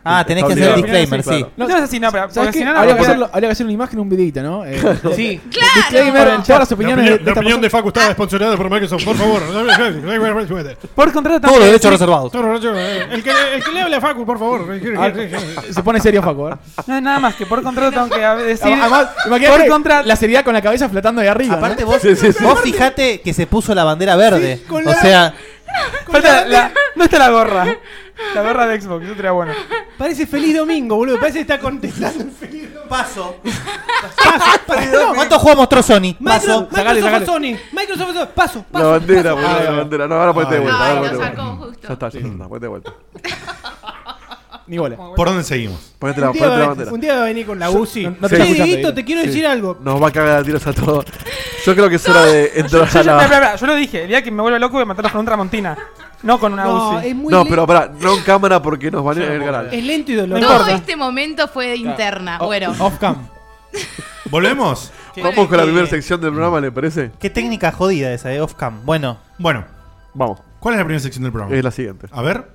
Speaker 5: Este,
Speaker 3: Ah, tenés que hacer el disclaimer, sí.
Speaker 7: No, no sé si no, pero-
Speaker 2: ¿Sabes
Speaker 7: porque
Speaker 2: qué?
Speaker 7: si no, no
Speaker 2: habría, que
Speaker 7: lo voy a-
Speaker 2: hacerlo- habría que hacer una imagen o un videito, ¿no? Eh,
Speaker 3: Sí.
Speaker 2: Disclaimer, todas las opiniones
Speaker 13: La
Speaker 2: de esta Ah.
Speaker 13: opinión de Facu estaba esponsorada por Microsoft, por favor.
Speaker 2: *laughs*
Speaker 7: Por contrato
Speaker 2: Todos los derechos reservados.
Speaker 13: Todos los derechos reservados. El que, el que le hable a Facu, por
Speaker 7: *laughs*
Speaker 13: favor.
Speaker 2: persona- Se pone serio, Facu. ¿eh?
Speaker 7: Ah, No, nada más que por contrato tengo
Speaker 13: *laughs*
Speaker 7: que a- decir.
Speaker 2: Además, imagínate
Speaker 7: por contrato.
Speaker 2: la seriedad con la cabeza flotando de arriba.
Speaker 3: Aparte
Speaker 2: ¿no? *laughs*
Speaker 3: vos, vos fijate que se puso la bandera verde.
Speaker 2: con
Speaker 3: o
Speaker 2: la-
Speaker 3: sea,
Speaker 7: Falta la- no está la gorra. La gorra de Xbox, eso estaría bueno.
Speaker 4: Parece feliz domingo, boludo. Parece que está contestando.
Speaker 3: paso.
Speaker 4: Paso.
Speaker 3: ¿Cuánto juego mostró Sony? Paso.
Speaker 4: Microsoft, Microsoft Sony. Microsoft Sony. Paso.
Speaker 5: La bandera, boludo, la bandera. No, ahora ponete de
Speaker 1: Ay,
Speaker 5: vuelta.
Speaker 1: lo
Speaker 5: ahora ponete de
Speaker 1: sacó
Speaker 5: vuelta. Ya está, ya está. Ponete de vuelta.
Speaker 2: Ni bola.
Speaker 1: ¿Por dónde seguimos?
Speaker 5: Ponete la,
Speaker 4: Un día,
Speaker 5: ponete la
Speaker 4: va,
Speaker 5: bandera.
Speaker 4: un día va a venir con la
Speaker 2: Yo-
Speaker 4: UCI.
Speaker 2: no- no
Speaker 5: te
Speaker 4: Che,
Speaker 5: escucho,
Speaker 4: Dieguito,
Speaker 5: Dieguito.
Speaker 4: te quiero
Speaker 5: Sí.
Speaker 4: decir algo.
Speaker 5: Nos va a cagar a tiros a todos. Yo creo que es hora de entrar a
Speaker 7: Yo, yo- espera, espera,
Speaker 5: la.
Speaker 7: espera, yo lo dije, el día que me vuelva loco voy a matarlos con un Tramontina. No con una
Speaker 4: No,
Speaker 7: UCI.
Speaker 4: es muy
Speaker 5: No,
Speaker 4: le-
Speaker 5: pero pará, no en cámara porque nos van a ir ganar.
Speaker 4: Es lento y
Speaker 7: No
Speaker 4: doloroso.
Speaker 6: Todo
Speaker 7: importa.
Speaker 6: este momento fue interna.
Speaker 4: Oh,
Speaker 6: Bueno,
Speaker 2: Off cam.
Speaker 1: ¿Volvemos?
Speaker 5: Vamos con la
Speaker 3: Sí.
Speaker 5: primera sección del programa, ¿le parece?
Speaker 3: Qué técnica jodida esa de off-cam. Bueno,
Speaker 1: Bueno,
Speaker 5: Vamos,
Speaker 1: ¿cuál es la primera sección del programa?
Speaker 5: es la siguiente.
Speaker 1: A ver.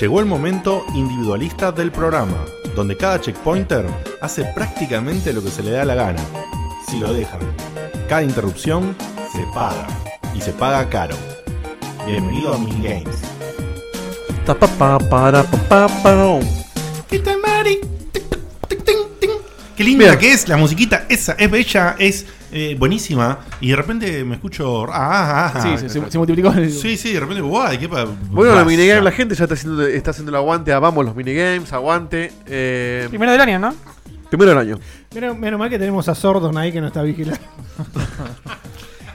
Speaker 1: Llegó el momento individualista del programa, donde cada checkpointer hace prácticamente lo que se le da la gana, si lo dejan. Cada interrupción se paga, y se paga caro. Bienvenido a Mil Games.
Speaker 5: Ta, pa, pa, para, pa, pa, pa.
Speaker 1: Qué linda
Speaker 5: Bien.
Speaker 1: que es la musiquita esa, es bella, es eh, buenísima, y de repente me escucho... Ah, ah, ah,
Speaker 2: Sí, se, se- se multiplicó. el-
Speaker 1: Sí, sí, de repente, guay, qué pa-
Speaker 5: Bueno, los
Speaker 1: pasa.
Speaker 5: minigames, la gente ya está haciendo, está haciendo el aguante. a vamos, los minigames, aguante. Eh,
Speaker 7: Primero del año, ¿no?
Speaker 5: primero del año.
Speaker 13: Menos, menos mal que tenemos a Sordon ahí que nos está vigilando.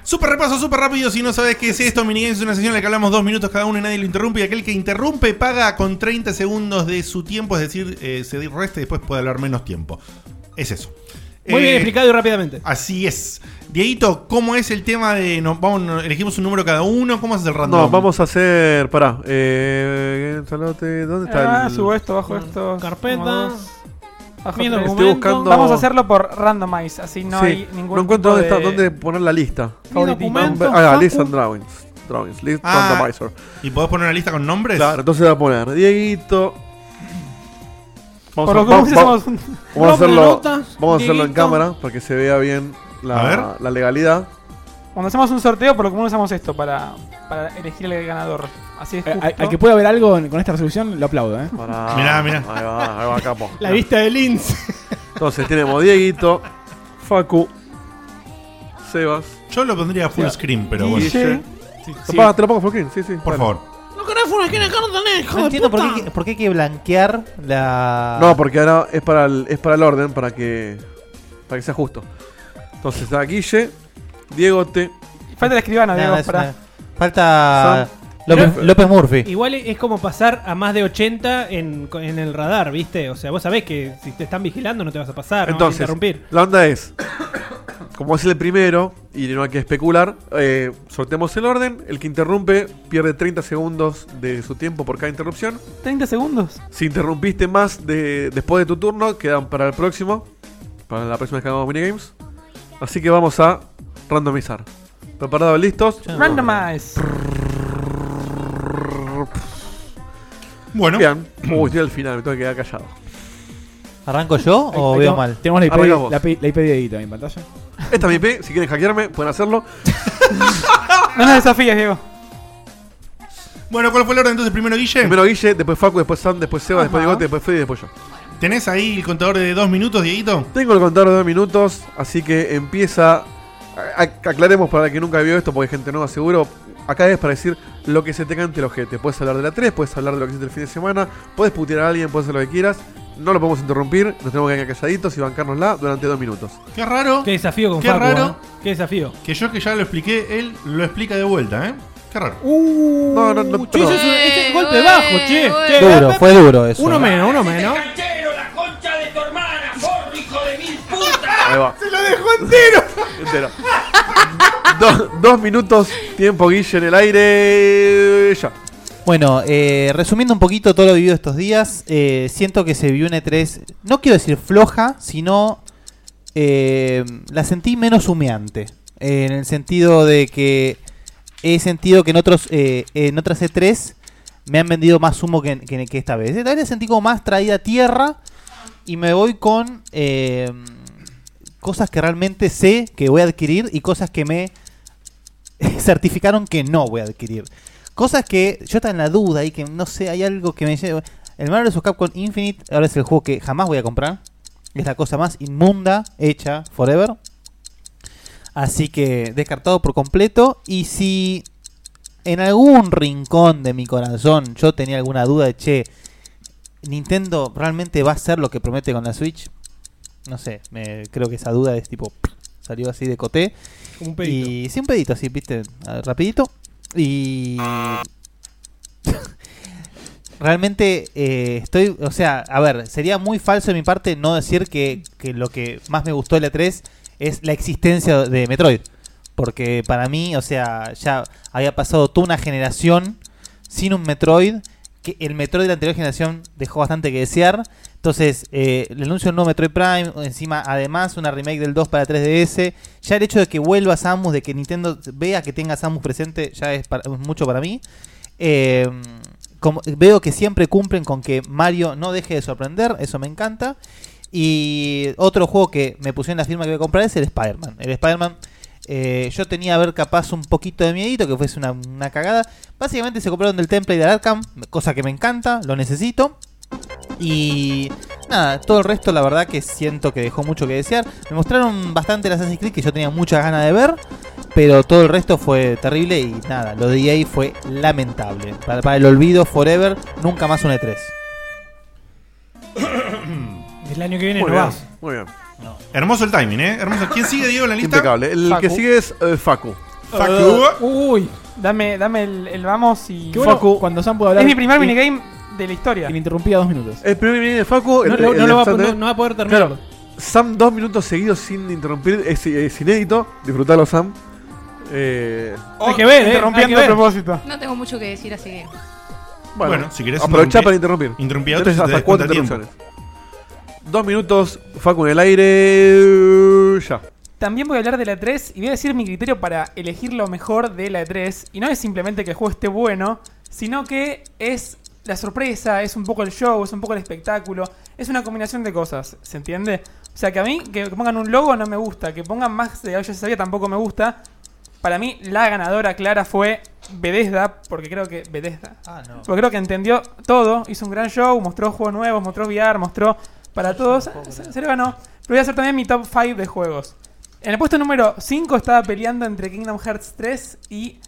Speaker 1: Super repaso, súper rápido. Si no sabes qué es esto, minigames es una sesión en la que hablamos dos minutos cada uno y nadie lo interrumpe. Y aquel que interrumpe paga con 30 segundos de su tiempo, es decir, eh, se resta y después puede hablar menos tiempo. Es eso.
Speaker 4: Muy bien
Speaker 1: Eh,
Speaker 4: explicado y rápidamente.
Speaker 1: Así es. Dieguito, ¿cómo es el tema de. no, vamos, no, elegimos un número cada uno? ¿Cómo haces el random?
Speaker 5: No, vamos a hacer. Pará. Eh, salote, ¿Dónde está
Speaker 7: Ah,
Speaker 5: el.?
Speaker 7: subo esto, bajo esto.
Speaker 4: Carpeta.
Speaker 7: como dos, bajo
Speaker 4: Viendo
Speaker 7: tres.
Speaker 4: documentos.
Speaker 5: buscando-
Speaker 7: Vamos a hacerlo por randomize, así no
Speaker 5: Sí,
Speaker 7: hay ningún.
Speaker 5: no encuentro
Speaker 7: tipo
Speaker 5: dónde, está,
Speaker 7: de-
Speaker 5: dónde poner la lista.
Speaker 4: Mi documento,
Speaker 5: Ah,
Speaker 4: Facu.
Speaker 5: list and drawings. Drawings, list
Speaker 1: Ah.
Speaker 5: randomizer.
Speaker 1: ¿Y podés poner una lista con nombres?
Speaker 5: Claro, entonces voy a poner Dieguito. Vamos
Speaker 7: Por
Speaker 5: a,
Speaker 7: lo que
Speaker 5: va-
Speaker 7: vamos,
Speaker 5: va-
Speaker 7: hacemos un-
Speaker 5: vamos a hacerlo,
Speaker 4: Nombre, notas,
Speaker 5: vamos a hacerlo en
Speaker 4: Dieguito.
Speaker 5: cámara para que se vea bien
Speaker 1: A
Speaker 5: la,
Speaker 1: ver.
Speaker 5: la legalidad.
Speaker 7: Cuando hacemos un sorteo, por lo común usamos esto para, para elegir el ganador. Así es
Speaker 2: Eh,
Speaker 7: justo.
Speaker 2: al, al que pueda ver algo en- con esta resolución, lo aplaudo, ¿eh?
Speaker 5: Pará.
Speaker 1: Mirá, mirá.
Speaker 5: Ah, Ahí va, ahí va, capo.
Speaker 4: La vista de Linz.
Speaker 5: Entonces tenemos Dieguito, Facu, Sebas.
Speaker 1: Yo lo pondría full screen, pero
Speaker 7: Y-
Speaker 1: bueno.
Speaker 5: Guille.
Speaker 7: Sí,
Speaker 5: ¿Te lo pago- te lo pago, Joaquín? Sí, sí.
Speaker 1: Por
Speaker 5: dale.
Speaker 1: favor.
Speaker 3: no entiendo por qué, por qué hay que blanquear la.
Speaker 5: No, porque ahora es para el, es para el orden, para que, para que sea justo. Entonces está Guille, Diego T.
Speaker 7: Falta el escribano,
Speaker 3: Nada,
Speaker 7: Diego,
Speaker 3: es
Speaker 7: para.
Speaker 3: una- Falta. López,
Speaker 5: Pero-
Speaker 3: López Murphy.
Speaker 4: Igual es como pasar a más de 80 en, en el radar, ¿viste? O sea, vos sabés que si te están vigilando no te vas a pasar,
Speaker 5: Entonces,
Speaker 4: no vas a interrumpir.
Speaker 5: la onda es, como es el primero y no hay que especular, eh, sorteamos el orden. El que interrumpe pierde 30 segundos de su tiempo por cada interrupción.
Speaker 7: 30 segundos.
Speaker 5: Si interrumpiste más de, después de tu turno, quedan para el próximo. Para la próxima vez que hagamos minigames. Así que vamos a randomizar. ¿Preparados, listos?
Speaker 7: Randomize.
Speaker 1: Bueno,
Speaker 5: Bien. Uy, estoy al final, me tengo que quedar callado.
Speaker 3: ¿Arranco yo o
Speaker 2: Ahí
Speaker 3: veo
Speaker 2: tenemos-
Speaker 3: mal?
Speaker 2: Tenemos la IP,
Speaker 5: Arranca vos.
Speaker 2: la, IP la IP de Edita en pantalla.
Speaker 5: Esta es mi IP, si quieren hackearme, pueden hacerlo.
Speaker 7: No nos desafíes, Diego.
Speaker 1: bueno, ¿cuál fue el orden entonces? Primero, Guille.
Speaker 5: Primero Guille, después Facu, después Sam, después Seba, después Digote, después Freddy, después yo.
Speaker 1: ¿Tenés ahí el contador de dos minutos, Dieguito?
Speaker 5: Tengo el contador de dos minutos, así que empieza. a- a- Aclaremos para el que nunca vio esto, porque hay gente nueva seguro. Acá es para decir lo que se te cante el ojete. Puedes hablar de la 3, puedes hablar de lo que hiciste el fin de semana, puedes putear a alguien, puedes hacer lo que quieras. No lo podemos interrumpir, nos tenemos que quedar calladitos y bancárnosla durante dos minutos.
Speaker 1: Qué raro.
Speaker 4: Qué desafío con
Speaker 1: Qué
Speaker 4: Facu,
Speaker 1: raro.
Speaker 4: ¿eh? Qué desafío.
Speaker 1: Que yo que ya lo expliqué, él lo explica de vuelta, ¿eh? Qué raro.
Speaker 5: No, no, no.
Speaker 4: Uh, Che, eso
Speaker 5: perdón.
Speaker 4: es un- este es
Speaker 6: Eh,
Speaker 4: golpe bajo,
Speaker 6: eh,
Speaker 4: che.
Speaker 6: eh.
Speaker 4: Che,
Speaker 3: Duro,
Speaker 4: eh,
Speaker 3: fue duro eso.
Speaker 4: Uno menos, uno
Speaker 5: *laughs*
Speaker 4: menos.
Speaker 5: Ahí va. Entero. Do- dos minutos, tiempo Guille en el aire. Ya.
Speaker 3: Bueno, eh, resumiendo un poquito todo lo vivido estos días, eh, siento que se vio una E3, no quiero decir floja, sino eh, la sentí menos humeante. eh, en el sentido de que he sentido que en otros eh, en otras E3 me han vendido más humo que, que- que esta vez. Esta vez la sentí como más traída a tierra y me voy con eh, cosas que realmente sé que voy a adquirir y cosas que me *laughs* certificaron que no voy a adquirir. Cosas que yo estaba en la duda y que no sé, hay algo que me lleva. El Marvel vs. Capcom Infinite ahora es el juego que jamás voy a comprar. Es la cosa más inmunda hecha forever. Así que descartado por completo. Y si en algún rincón de mi corazón yo tenía alguna duda de che, Nintendo realmente va a hacer lo que promete con la Switch, no sé, me, creo que esa duda es tipo *laughs* salió así de coté.
Speaker 4: Como un pedito.
Speaker 3: Y sí, un pedito así, viste, a ver, rapidito. Y realmente eh, estoy, o sea, a ver, sería muy falso de mi parte no decir que, que lo que más me gustó de la 3 es la existencia de Metroid. Porque para mí, o sea, ya había pasado toda una generación sin un Metroid, que el Metroid de la anterior generación dejó bastante que desear. Entonces, eh, el anuncio del nuevo Metroid Prime, encima además una remake del 2 para 3DS, ya el hecho de que vuelva Samus, de que Nintendo vea que tenga Samus presente, ya es, para- es mucho para mí. Eh, como, veo que siempre cumplen con que Mario no deje de sorprender, eso me encanta. Y otro juego que me pusieron la firma que voy a comprar es el Spider-Man. El Spider-Man, eh, yo tenía a ver capaz un poquito de miedito, que fuese una, una cagada. Básicamente se compraron del template de Arkham, cosa que me encanta, lo necesito. Y nada, todo el resto la verdad que siento que dejó mucho que desear. Me mostraron bastante el Assassin's Creed que yo tenía muchas ganas de ver, pero todo el resto fue terrible y nada, lo de EA fue lamentable. Para, para el olvido, forever, nunca más un E E3.
Speaker 4: El año que viene
Speaker 5: Muy
Speaker 4: no
Speaker 5: bien,
Speaker 4: vas.
Speaker 5: muy bien.
Speaker 1: Hermoso el timing, ¿eh? Hermoso. ¿Quién sigue, Diego, en la lista?
Speaker 5: Impecable. El que sigue es eh, Facu.
Speaker 4: Eh,
Speaker 7: Uy. Dame, dame el, el vamos y.
Speaker 2: Qué bueno cuando Sam pudo hablar.
Speaker 7: Es mi primer
Speaker 2: y-
Speaker 7: minigame de la historia.
Speaker 2: Ininterrumpida dos minutos.
Speaker 5: El primer minigame de Facu.
Speaker 7: No
Speaker 5: el-
Speaker 7: lo-
Speaker 5: el
Speaker 7: no lo va a
Speaker 5: Santa-
Speaker 7: poder- no va a poder terminarlo.
Speaker 5: Claro, Sam, dos minutos seguidos sin interrumpir. Es, es inédito. Disfrutalo, Sam. Eh,
Speaker 7: Hay que ver, eh,
Speaker 5: interrumpiendo
Speaker 7: hay que ver.
Speaker 5: a propósito.
Speaker 6: No tengo mucho que decir, así que.
Speaker 5: Bueno,
Speaker 1: Bueno, si querés
Speaker 5: aprovechá
Speaker 1: interrumpir-
Speaker 5: para interrumpir.
Speaker 1: interrumpí a
Speaker 5: Tenés
Speaker 1: otros y te
Speaker 5: hasta
Speaker 1: das
Speaker 5: cuatro
Speaker 1: cuenta a
Speaker 5: interrupciones. Dos minutos, Facu en el aire. Ya.
Speaker 7: También voy a hablar de la 3 y voy a decir mi criterio para elegir lo mejor de la 3. Y no es simplemente que el juego esté bueno, sino que es la sorpresa, es un poco el show, es un poco el espectáculo. Es una combinación de cosas, ¿se entiende? O sea, que a mí que pongan un logo no me gusta, que pongan más de algo ya se sabía tampoco me gusta. Para mí la ganadora clara fue Bethesda, porque creo que Bethesda. Porque creo que entendió todo, hizo un gran show, mostró juegos nuevos, mostró VR, mostró para todos. Se, se lo ganó. Pero voy a hacer también mi top 5 de juegos. En el puesto número 5 estaba peleando entre Kingdom Hearts 3 y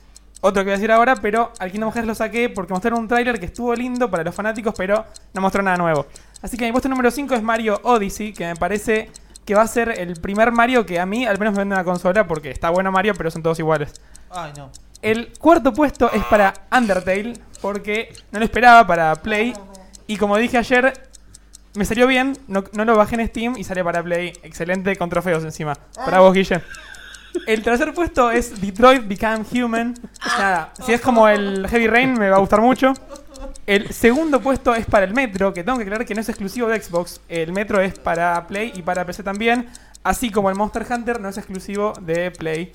Speaker 7: otro que voy a decir ahora, pero al Kingdom Hearts lo saqué porque mostraron un tráiler que estuvo lindo para los fanáticos, pero no mostró nada nuevo. Así que mi puesto número 5 es Mario Odyssey, que me parece que va a ser el primer Mario que a mí al menos me vende una consola porque está bueno Mario, pero son todos iguales.
Speaker 3: Ay, no.
Speaker 7: El cuarto puesto es para Undertale, porque no lo esperaba para Play. Y como dije ayer, me salió bien, no, no lo bajé en Steam y sale para Play. Excelente, con trofeos encima. Para vos, Guille. El tercer puesto es Detroit Become Human. Nada, si es como el Heavy Rain, me va a gustar mucho. El segundo puesto es para el Metro, que tengo que aclarar que no es exclusivo de Xbox. El Metro es para Play y para PC también. Así como el Monster Hunter no es exclusivo de Play.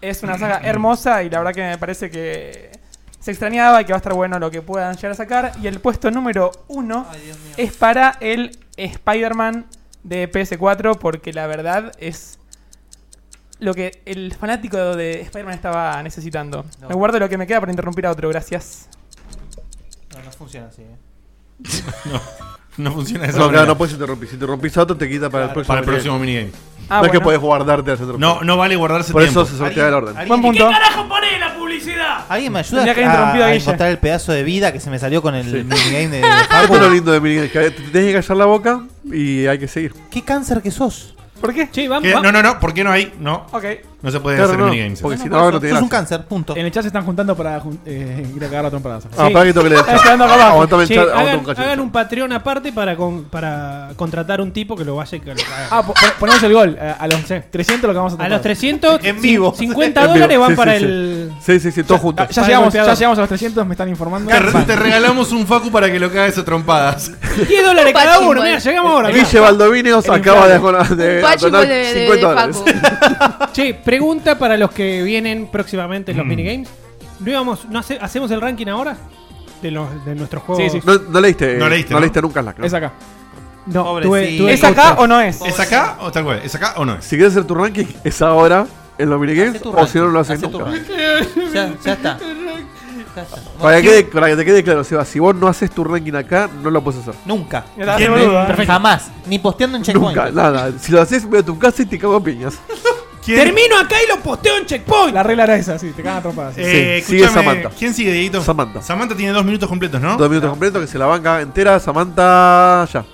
Speaker 7: Es una saga hermosa y la verdad que me parece que se extrañaba y que va a estar bueno lo que puedan llegar a sacar. Y el puesto número uno es para el Spider-Man de PS4, porque la verdad es lo que el fanático de Spider-Man estaba necesitando.
Speaker 3: No.
Speaker 7: Me guardo lo que me queda para interrumpir a otro, gracias.
Speaker 3: No, no funciona así. ¿eh?
Speaker 1: *laughs* No funciona de esa
Speaker 5: No,
Speaker 1: manera.
Speaker 5: claro, no puedes interrumpir. Si interrumpís a otro, te quita para el próximo
Speaker 1: Para el próximo minigame.
Speaker 7: Ah,
Speaker 5: no es que
Speaker 7: bueno.
Speaker 5: puedes guardarte ese otro.
Speaker 1: No, no vale guardarse
Speaker 5: Por
Speaker 1: tiempo.
Speaker 5: eso se sortea el orden.
Speaker 7: Buen punto.
Speaker 3: ¿Alguien me ayuda
Speaker 7: Tendría que
Speaker 3: a,
Speaker 7: haber interrumpido a
Speaker 3: Ah, a
Speaker 7: Guille.
Speaker 3: encontrar el pedazo de vida que se me salió con el minigame
Speaker 5: *laughs*
Speaker 3: de, de
Speaker 5: Esto
Speaker 3: Facu?
Speaker 5: es lo lindo de minigame. que Te tenés que callar la boca y hay que seguir.
Speaker 3: ¿Qué cáncer que sos?
Speaker 7: ¿Por qué?
Speaker 4: Che, vamos.
Speaker 1: ¿Qué? No, no, no. ¿Por qué no hay? No.
Speaker 7: Ok.
Speaker 1: No se puede
Speaker 5: Claro,
Speaker 1: hacer
Speaker 5: no,
Speaker 1: minigames.
Speaker 5: porque si no, no tiene Sos un gracia.
Speaker 3: cáncer, punto.
Speaker 2: En el chat se están juntando para jun- eh, *laughs* ir a cagar la trompada.
Speaker 5: Ah, para que
Speaker 4: *laughs*
Speaker 5: toque el-
Speaker 2: Están esperando acá abajo.
Speaker 5: Aguantame el
Speaker 4: Che,
Speaker 5: chat, aguantame
Speaker 4: hagan,
Speaker 5: un cachito.
Speaker 4: hagan un Patreon aparte para, con- para contratar un tipo que lo vaya y que lo haga.
Speaker 2: Ah, po- po- ponemos el gol. eh, A los 300 lo que vamos a
Speaker 4: A
Speaker 2: tratar.
Speaker 4: los 300,
Speaker 2: En
Speaker 4: cin-
Speaker 2: vivo.
Speaker 4: 50
Speaker 5: *laughs*
Speaker 2: En vivo,
Speaker 4: dólares van
Speaker 2: sí,
Speaker 4: para
Speaker 2: sí,
Speaker 4: el.
Speaker 5: Sí, sí, sí, todos juntos.
Speaker 2: Ah, Ya llegamos, ya llegamos a los 300, me están informando.
Speaker 1: Te, te regalamos un Facu para que lo cagues a trompadas.
Speaker 4: 10 dólares cada uno, mira, llegamos ahora. mirá.
Speaker 5: Guille Baldovinos
Speaker 4: El
Speaker 5: acaba de,
Speaker 4: inflable.
Speaker 5: de
Speaker 4: Pachi
Speaker 5: donar
Speaker 4: de- de-
Speaker 5: 50
Speaker 4: de
Speaker 5: dólares.
Speaker 4: *laughs*
Speaker 5: Mm.
Speaker 4: Che, pregunta para los que vienen próximamente en los minigames. ¿No, íbamos, no hace- ¿Hacemos el ranking ahora? De, los, de nuestros juegos.
Speaker 5: No, no leíste,
Speaker 1: No
Speaker 5: no
Speaker 1: leíste,
Speaker 5: leíste,
Speaker 1: ¿no?
Speaker 5: nunca la
Speaker 1: Es
Speaker 2: acá.
Speaker 4: No,
Speaker 5: tuve- tuve
Speaker 7: ¿Es acá
Speaker 5: escuchas.
Speaker 7: o no es?
Speaker 1: ¿Es acá o tal cual? ¿Es acá o no es?
Speaker 5: Si quieres hacer tu ranking, es ahora en los minigames o si no no lo haces nunca.
Speaker 3: Ya, ya
Speaker 4: *laughs*
Speaker 3: está. Ya está.
Speaker 5: Para que, quede- para que te quede claro, Seba, si vos no haces tu ranking acá, no lo puedes hacer.
Speaker 3: Nunca.
Speaker 5: Nunca,
Speaker 3: Perfecto. Jamás. Ni posteando en checkpoint.
Speaker 5: nada. Si lo haces, voy a tu casa y te cago a piñas.
Speaker 4: Termino acá y lo posteo en checkpoint.
Speaker 2: La regla era esa, sí, te cagan a trompadas. sí.
Speaker 1: Eh,
Speaker 5: sigue
Speaker 1: escúchame,
Speaker 5: Samantha.
Speaker 1: ¿Quién sigue, Dieguito?
Speaker 5: Samantha.
Speaker 1: Samantha tiene dos minutos completos, ¿no?
Speaker 5: Dos minutos completos, que se la banca entera, Samantha, ya.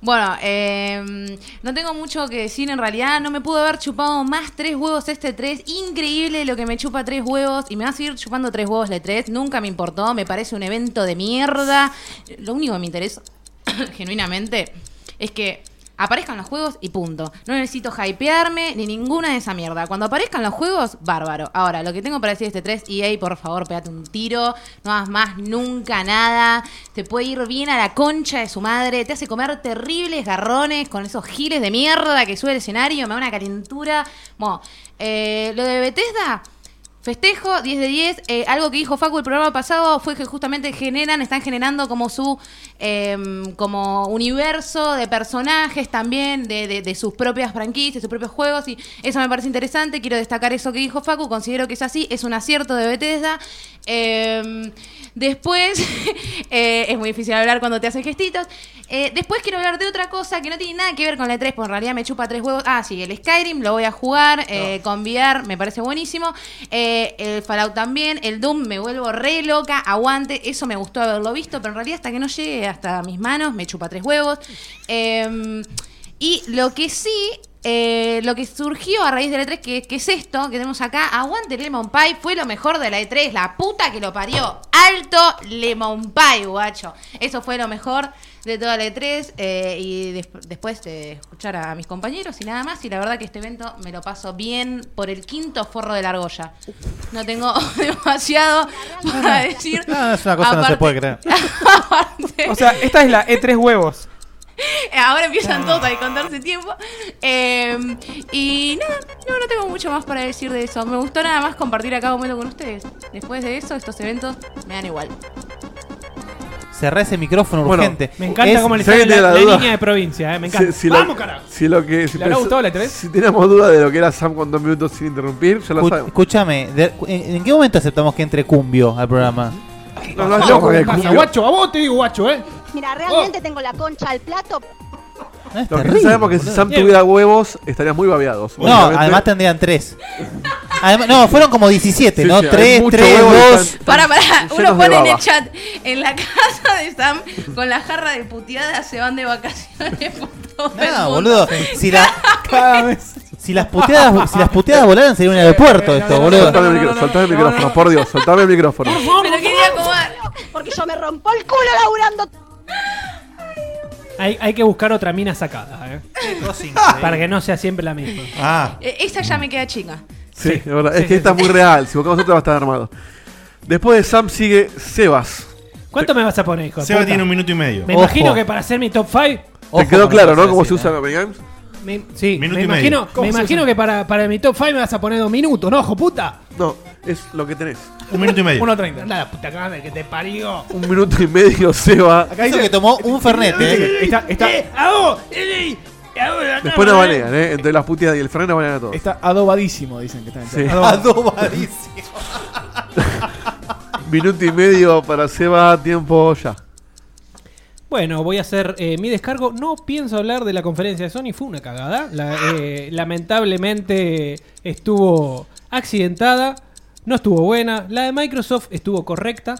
Speaker 6: Bueno, eh, no tengo mucho que decir en realidad. No me pudo haber chupado más tres huevos este 3. Increíble lo que me chupa tres huevos. Y me va a seguir chupando tres huevos la 3. Nunca me importó. Me parece un evento de mierda. Lo único que me interesa, *coughs* genuinamente, es que aparezcan los juegos y punto. No necesito hypearme ni ninguna de esa mierda. Cuando aparezcan los juegos, bárbaro. Ahora, lo que tengo para decir de este 3, EA, por favor, pegate un tiro. No hagas más nunca nada. Te puede ir bien a la concha de su madre. Te hace comer terribles garrones con esos giles de mierda que sube el escenario. Me da una calentura. Bueno, eh, lo de Bethesda... Festejo, 10 de 10. Eh, algo que dijo Facu el programa pasado fue que justamente generan, están generando como su em, como universo de personajes también, de, de- de sus propias franquicias, sus propios juegos, y eso me parece interesante. Quiero destacar eso que dijo Facu, considero que es así, es un acierto de Bethesda. Em, después, *laughs* eh, es muy difícil hablar cuando te hacen gestitos. Eh, después quiero hablar de otra cosa que no tiene nada que ver con la E3, porque en realidad me chupa tres huevos. Ah, sí, el Skyrim lo voy a jugar eh, con VR, me parece buenísimo. Eh, el Fallout también, el Doom me vuelvo re loca, aguante, eso me gustó haberlo visto, pero en realidad hasta que no llegue hasta mis manos me chupa tres huevos. Eh, y lo que sí, eh, lo que surgió a raíz de la E3, que, que es esto que tenemos acá, aguante Lemon Pie, fue lo mejor de la E3, la puta que lo parió. Alto Lemon Pie, guacho. Eso fue lo mejor de toda la E3 eh, y des- después de escuchar a mis compañeros y nada más. Y la verdad que este evento me lo paso bien por el quinto forro de la argolla. No tengo *laughs* demasiado para decir.
Speaker 3: Ah, es una cosa que no se
Speaker 6: Aparte-
Speaker 3: puede creer.
Speaker 7: O sea, esta es la E3 huevos.
Speaker 6: Eh, *laughs* Ahora
Speaker 3: Ah.
Speaker 6: empiezan todos a contarse tiempo. Eh, y nada, no, no tengo mucho más para decir de eso. Me gustó nada más compartir a cada momento con ustedes. Después de eso, estos eventos me dan igual.
Speaker 3: Cerrá ese micrófono
Speaker 5: Bueno,
Speaker 3: urgente.
Speaker 4: me encanta cómo le
Speaker 5: si alguien
Speaker 4: sale
Speaker 5: tiene
Speaker 4: la,
Speaker 5: la
Speaker 4: la
Speaker 5: duda-
Speaker 4: niña de provincia, eh, me encanta.
Speaker 5: Si- si lo-
Speaker 4: Vamos, carajo.
Speaker 5: Si lo que. Si
Speaker 2: ¿Le habrá
Speaker 5: pens-
Speaker 2: gustado la E3?
Speaker 5: Si teníamos duda de lo que era Sam con dos minutos sin interrumpir, ya lo
Speaker 3: Escu-
Speaker 5: sabemos.
Speaker 3: Escúchame, de- ¿en, en qué momento aceptamos que entre cumbio al programa?
Speaker 5: No, no, es loco que
Speaker 13: pasa,
Speaker 5: cumbio.
Speaker 13: guacho? A vos te digo guacho, ¿eh?
Speaker 14: Mira, realmente
Speaker 3: Oh.
Speaker 14: tengo la concha al plato.
Speaker 5: Lo que sí
Speaker 3: terrible,
Speaker 5: sabemos es que si
Speaker 3: boludo.
Speaker 5: Sam tuviera huevos, estarían muy babeados.
Speaker 3: No, además tendrían tres. Además- no, fueron como 17,
Speaker 5: Sí,
Speaker 3: ¿no?
Speaker 5: sí, hay
Speaker 3: 3,
Speaker 5: mucho
Speaker 3: 3,
Speaker 5: huevo y
Speaker 3: 2.
Speaker 6: Para, para,
Speaker 3: Llenos
Speaker 6: uno
Speaker 3: de
Speaker 6: pone en
Speaker 3: baba.
Speaker 6: el chat. En la *laughs* casa de Sam, con la jarra de puteadas, se van de vacaciones por todo el
Speaker 3: Ah,
Speaker 6: mundo.
Speaker 3: boludo. Si, la- si las puteadas, si las puteadas volaran sería un aeropuerto esto, boludo.
Speaker 5: Soltame el micrófono, soltame el micrófono, por Dios, soltame el micrófono.
Speaker 6: Me lo quería acomodar.
Speaker 14: Porque yo me rompo el culo laburando.
Speaker 4: Hay, hay que buscar otra mina sacada, eh.
Speaker 6: *laughs*
Speaker 4: Para que no sea siempre la misma.
Speaker 1: Ah.
Speaker 6: Eh, Esta ya me queda chica.
Speaker 5: Sí, es verdad. es que esta es muy real. Si buscamos otra, va a estar armado. Después de Sam sigue Sebas.
Speaker 4: ¿Cuánto me vas a poner, hijo? de
Speaker 5: Seba
Speaker 4: puta?
Speaker 5: tiene un minuto y medio.
Speaker 4: Me
Speaker 5: Ojo.
Speaker 4: imagino que para hacer mi top 5.
Speaker 5: Te quedó claro, ¿no? Cómo se usa los Megames.
Speaker 4: Me, sí,
Speaker 5: Minuto
Speaker 4: me
Speaker 5: y medio.
Speaker 4: imagino,
Speaker 5: ¿Cómo
Speaker 4: me
Speaker 5: se
Speaker 4: imagino que para, para mi top 5 me vas a poner dos minutos, ¿no, hijo puta?
Speaker 5: No, es lo que tenés.
Speaker 1: Un minuto y medio.
Speaker 4: 1.30. Anda la puta madre que te parió.
Speaker 5: Un minuto y medio, Seba.
Speaker 3: Acá dice que tomó un Fernet, eh.
Speaker 2: Está, está,
Speaker 4: ¡Eh! ¡A vos! ¡Eh! ¡A vos! acá,
Speaker 5: Después nos
Speaker 4: madre!
Speaker 5: banean, ¿eh? Entre las puteadas y el Fernet nos banean a todos.
Speaker 2: Está adobadísimo, dicen que está en
Speaker 5: Sí. *laughs*
Speaker 2: *laughs*
Speaker 3: Adobadísimo.
Speaker 5: Minuto y medio para Seba, tiempo ya.
Speaker 4: Bueno, voy a hacer eh, mi descargo. No pienso hablar de la conferencia de Sony, fue una cagada. La- eh, lamentablemente estuvo accidentada, no estuvo buena. La de Microsoft estuvo correcta.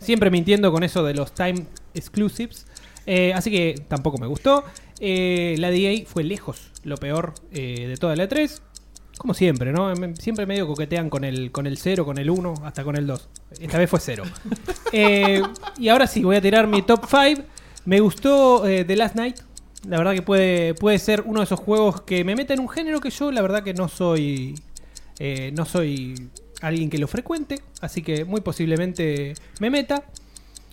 Speaker 4: Siempre mintiendo con eso de los time exclusives. Eh, así que E tampoco me gustó. Eh, la DA fue lejos lo peor eh, de toda la E3. Como siempre, ¿no? Em- Siempre medio coquetean con el, con el 0, con el 1, hasta con el 2. Esta vez fue 0.
Speaker 2: Eh,
Speaker 4: y ahora sí, voy a tirar mi top 5. Me gustó eh, The Last Night. La verdad que puede, puede ser uno de esos juegos que me mete en un género que yo, la verdad que no soy. eh, no soy alguien que lo frecuente. Así que muy posiblemente me meta.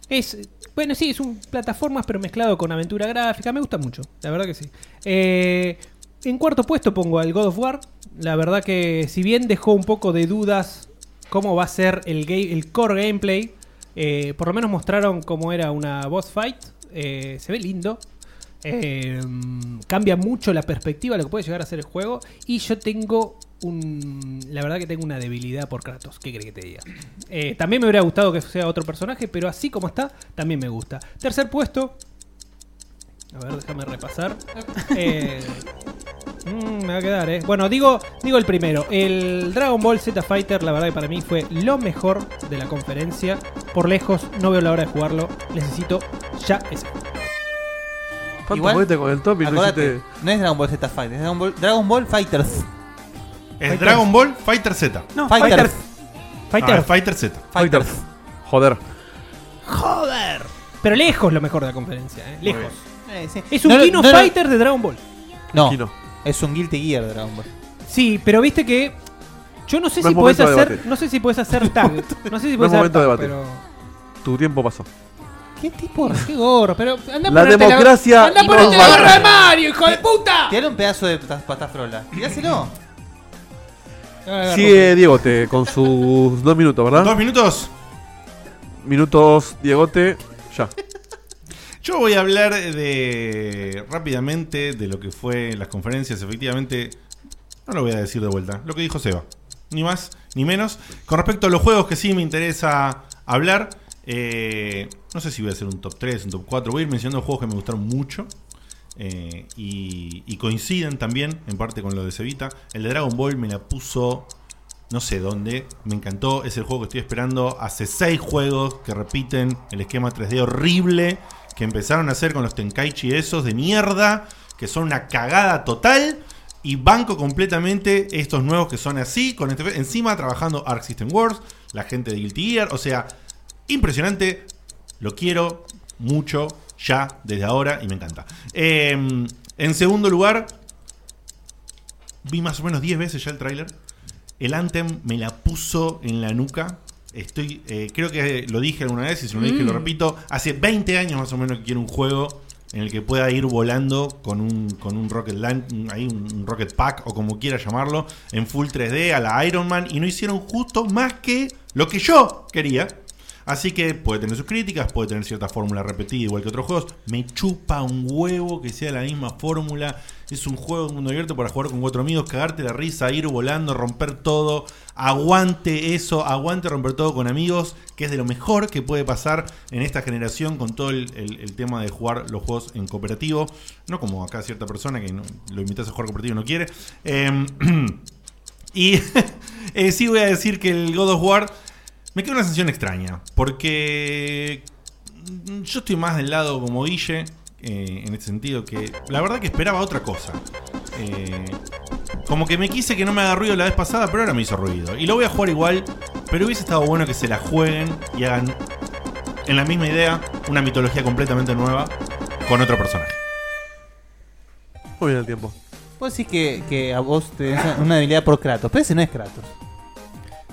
Speaker 4: Es, bueno, sí, es un plataformas, pero mezclado con aventura gráfica. Me gusta mucho, la verdad que sí. Eh, en cuarto puesto pongo al God of War. La verdad que, si bien dejó un poco de dudas cómo va a ser el, game, el core gameplay, eh, por lo menos mostraron cómo era una boss fight. Eh, se ve lindo. Eh, cambia mucho la perspectiva de lo que puede llegar a ser el juego. Y yo tengo un. La verdad que tengo una debilidad por Kratos. ¿Qué crees que te diga? Eh, también me hubiera gustado que sea otro personaje, pero así como está, también me gusta. Tercer puesto. A ver, déjame repasar. Eh, mm, me va a quedar, ¿eh? Bueno, digo, digo el primero. El Dragon Ball Z Fighter, la verdad que para mí fue lo mejor de la conferencia. Por lejos, no veo la hora de jugarlo. Necesito ya ese.
Speaker 5: Tanto movete con el top y no
Speaker 3: acordate,
Speaker 5: hiciste-
Speaker 3: no es Dragon Ball Z Fighter, es Dragon Ball, Dragon Ball Fighters.
Speaker 1: Es Dragon Ball Fighter Z.
Speaker 3: No, Fighters.
Speaker 1: Fighter. Ah, Fighter Z.
Speaker 5: Fighters. Joder.
Speaker 4: ¡Joder! Pero lejos lo mejor de la conferencia, ¿eh?
Speaker 3: Muy
Speaker 4: Lejos.
Speaker 3: bien. Eh, sí.
Speaker 4: Es un
Speaker 3: No, no,
Speaker 4: Kino
Speaker 3: no, no.
Speaker 4: Fighter de Dragon Ball.
Speaker 3: No, es un Guilty Gear de Dragon Ball.
Speaker 4: Sí, pero viste que. Yo no sé
Speaker 3: No
Speaker 4: si
Speaker 3: es
Speaker 4: podés
Speaker 3: momento de
Speaker 4: hacer.
Speaker 3: debatir.
Speaker 4: No sé si podés hacer
Speaker 5: *laughs*
Speaker 4: tag. No sé si
Speaker 5: no es
Speaker 4: podés hacer
Speaker 5: momento de
Speaker 4: tag,
Speaker 5: debate.
Speaker 4: pero.
Speaker 5: Tu tiempo pasó.
Speaker 4: ¿Qué *laughs* tipo? ¿Qué gorro? Pero anda a
Speaker 5: La
Speaker 4: ponerte
Speaker 5: democracia
Speaker 4: Anda a
Speaker 5: no
Speaker 4: ponerte la
Speaker 5: vale.
Speaker 4: gorra de Mario, hijo de puta.
Speaker 3: Tirale un pedazo de pata- patafrola. Tiráselo.
Speaker 5: Sí, eh, Diegote,
Speaker 1: *laughs*
Speaker 5: con sus dos minutos, ¿verdad?
Speaker 1: Dos minutos.
Speaker 5: Minutos, Diegote, ya.
Speaker 1: Yo voy a hablar de rápidamente de lo que fue las conferencias. Efectivamente, no lo voy a decir de vuelta. Lo que dijo Seba. Ni más ni menos. Con respecto a los juegos que sí me interesa hablar, eh, no sé si voy a hacer un top 3, un top 4. Voy a ir mencionando juegos que me gustaron mucho. eh, y, y coinciden también, en parte, con lo de Cevita. El de Dragon Ball me la puso no sé dónde. Me encantó. Es el juego que estoy esperando. Hace seis juegos que repiten el esquema 3D horrible que empezaron a hacer con los Tenkaichi esos de mierda, que son una cagada total. Y banco completamente estos nuevos que son así, con este, encima trabajando Arc System Wars, la gente de Guilty Gear, o sea, impresionante, lo quiero mucho ya desde ahora y me encanta. Eh, en segundo lugar, vi más o menos 10 veces ya el tráiler. El Anthem me la puso en la nuca. Estoy, eh, creo que lo dije alguna vez, y si no lo dije
Speaker 11: Mm.
Speaker 1: lo repito. Hace 20 años más o menos que quiero un juego en el que pueda ir volando con un, con un Rocket Land, ahí un, un Rocket Pack o como quiera llamarlo, en full 3D a la Iron Man. Y no hicieron justo más que lo que yo quería. Así que puede tener sus críticas, puede tener cierta fórmula repetida, igual que otros juegos. Me chupa un huevo que sea la misma fórmula. Es un juego de mundo abierto para jugar con cuatro amigos, cagarte la risa, ir volando, romper todo. Aguante eso, aguante romper todo con amigos, que es de lo mejor que puede pasar en esta generación con todo el, el- el tema de jugar los juegos en cooperativo. No como acá cierta persona que no- lo invitas a jugar cooperativo y no quiere. Em, *clears throat* y *laughs* eh, sí voy a decir que el God of War me queda una sensación extraña. Porque mm, yo estoy más del lado como Guille. eh, en este sentido que la verdad que esperaba otra cosa. Eh, como que me quise que no me haga ruido la vez pasada, pero ahora me hizo ruido. Y lo voy a jugar igual, pero hubiese estado bueno que se la jueguen y hagan en la misma idea una mitología completamente nueva con otro personaje.
Speaker 5: Muy bien el tiempo.
Speaker 3: Vos decís que, que a vos te tenés una debilidad por Kratos, pero ese no es Kratos.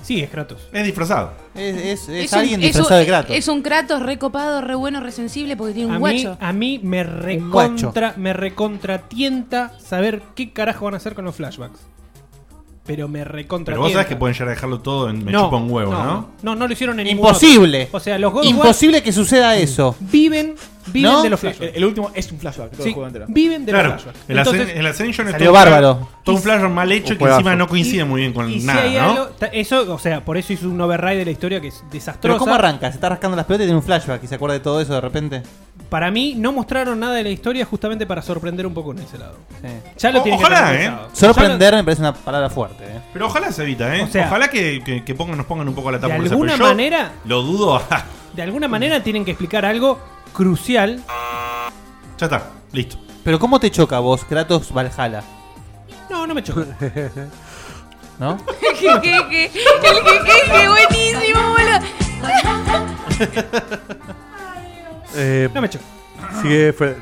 Speaker 4: Sí, es Kratos.
Speaker 1: Es disfrazado.
Speaker 3: Es, es, es
Speaker 6: Es un-
Speaker 3: alguien
Speaker 6: es un-
Speaker 3: disfrazado de Kratos.
Speaker 6: Es un Kratos recopado, re bueno, re sensible porque tiene un
Speaker 4: A mí,
Speaker 6: guacho.
Speaker 4: a mí me recontra, me recontratienta saber qué carajo van a hacer con los flashbacks. Pero me recontra.
Speaker 1: Pero vos sabés que pueden llegar a dejarlo todo en me chupa un huevo, ¿no?
Speaker 4: No, no lo hicieron en ningún
Speaker 3: Imposible.
Speaker 4: otro. O sea, los God of War
Speaker 3: Imposible que suceda eso.
Speaker 4: viven, viven
Speaker 3: ¿No?
Speaker 4: de los
Speaker 3: Sí,
Speaker 4: flashbacks.
Speaker 2: el último es un flashback, todo el juego entero.
Speaker 4: Viven de
Speaker 1: Claro,
Speaker 4: los flashbacks.
Speaker 1: el,
Speaker 4: Entonces-
Speaker 1: Ascen- el Ascension es
Speaker 3: Salió
Speaker 1: todo un
Speaker 3: bárbaro.
Speaker 1: flash- Todo un flash mal hecho
Speaker 3: Un
Speaker 1: que encima
Speaker 3: juegazo.
Speaker 1: no coincide
Speaker 4: Y-
Speaker 1: muy bien con
Speaker 4: y si
Speaker 1: nada,
Speaker 4: hay
Speaker 1: ¿no?
Speaker 4: algo- ta- eso, o sea, por eso hizo un override de la historia que es desastrosa.
Speaker 3: Pero ¿cómo arranca? Se está rascando las pelotas y tiene un flashback y se acuerda de todo eso de repente.
Speaker 4: Para mí no mostraron nada de la historia justamente para sorprender un poco en ese lado. Ya lo
Speaker 1: O-
Speaker 4: tienen que
Speaker 1: ojalá,
Speaker 4: tener
Speaker 1: ¿eh?
Speaker 4: pensado.
Speaker 3: Sorprender me parece una palabra fuerte. ¿eh?
Speaker 1: Pero ojalá se evita, ¿eh?
Speaker 4: O sea-
Speaker 1: ojalá que, que- que pongan, nos pongan un poco la tapa
Speaker 4: De
Speaker 1: por esa,
Speaker 4: alguna
Speaker 1: pero yo
Speaker 4: manera-
Speaker 1: Lo dudo. *laughs* ya
Speaker 4: De alguna manera tienen que explicar algo crucial.
Speaker 1: está, listo.
Speaker 3: *laughs* Pero ¿cómo te choca a vos, Kratos Valhalla?
Speaker 4: No, no me choca.
Speaker 15: ¿no?
Speaker 6: que, que, que, el que, que, que, buenísimo, boludo.
Speaker 5: Eh,
Speaker 4: No me choques.
Speaker 5: Sigue Fede.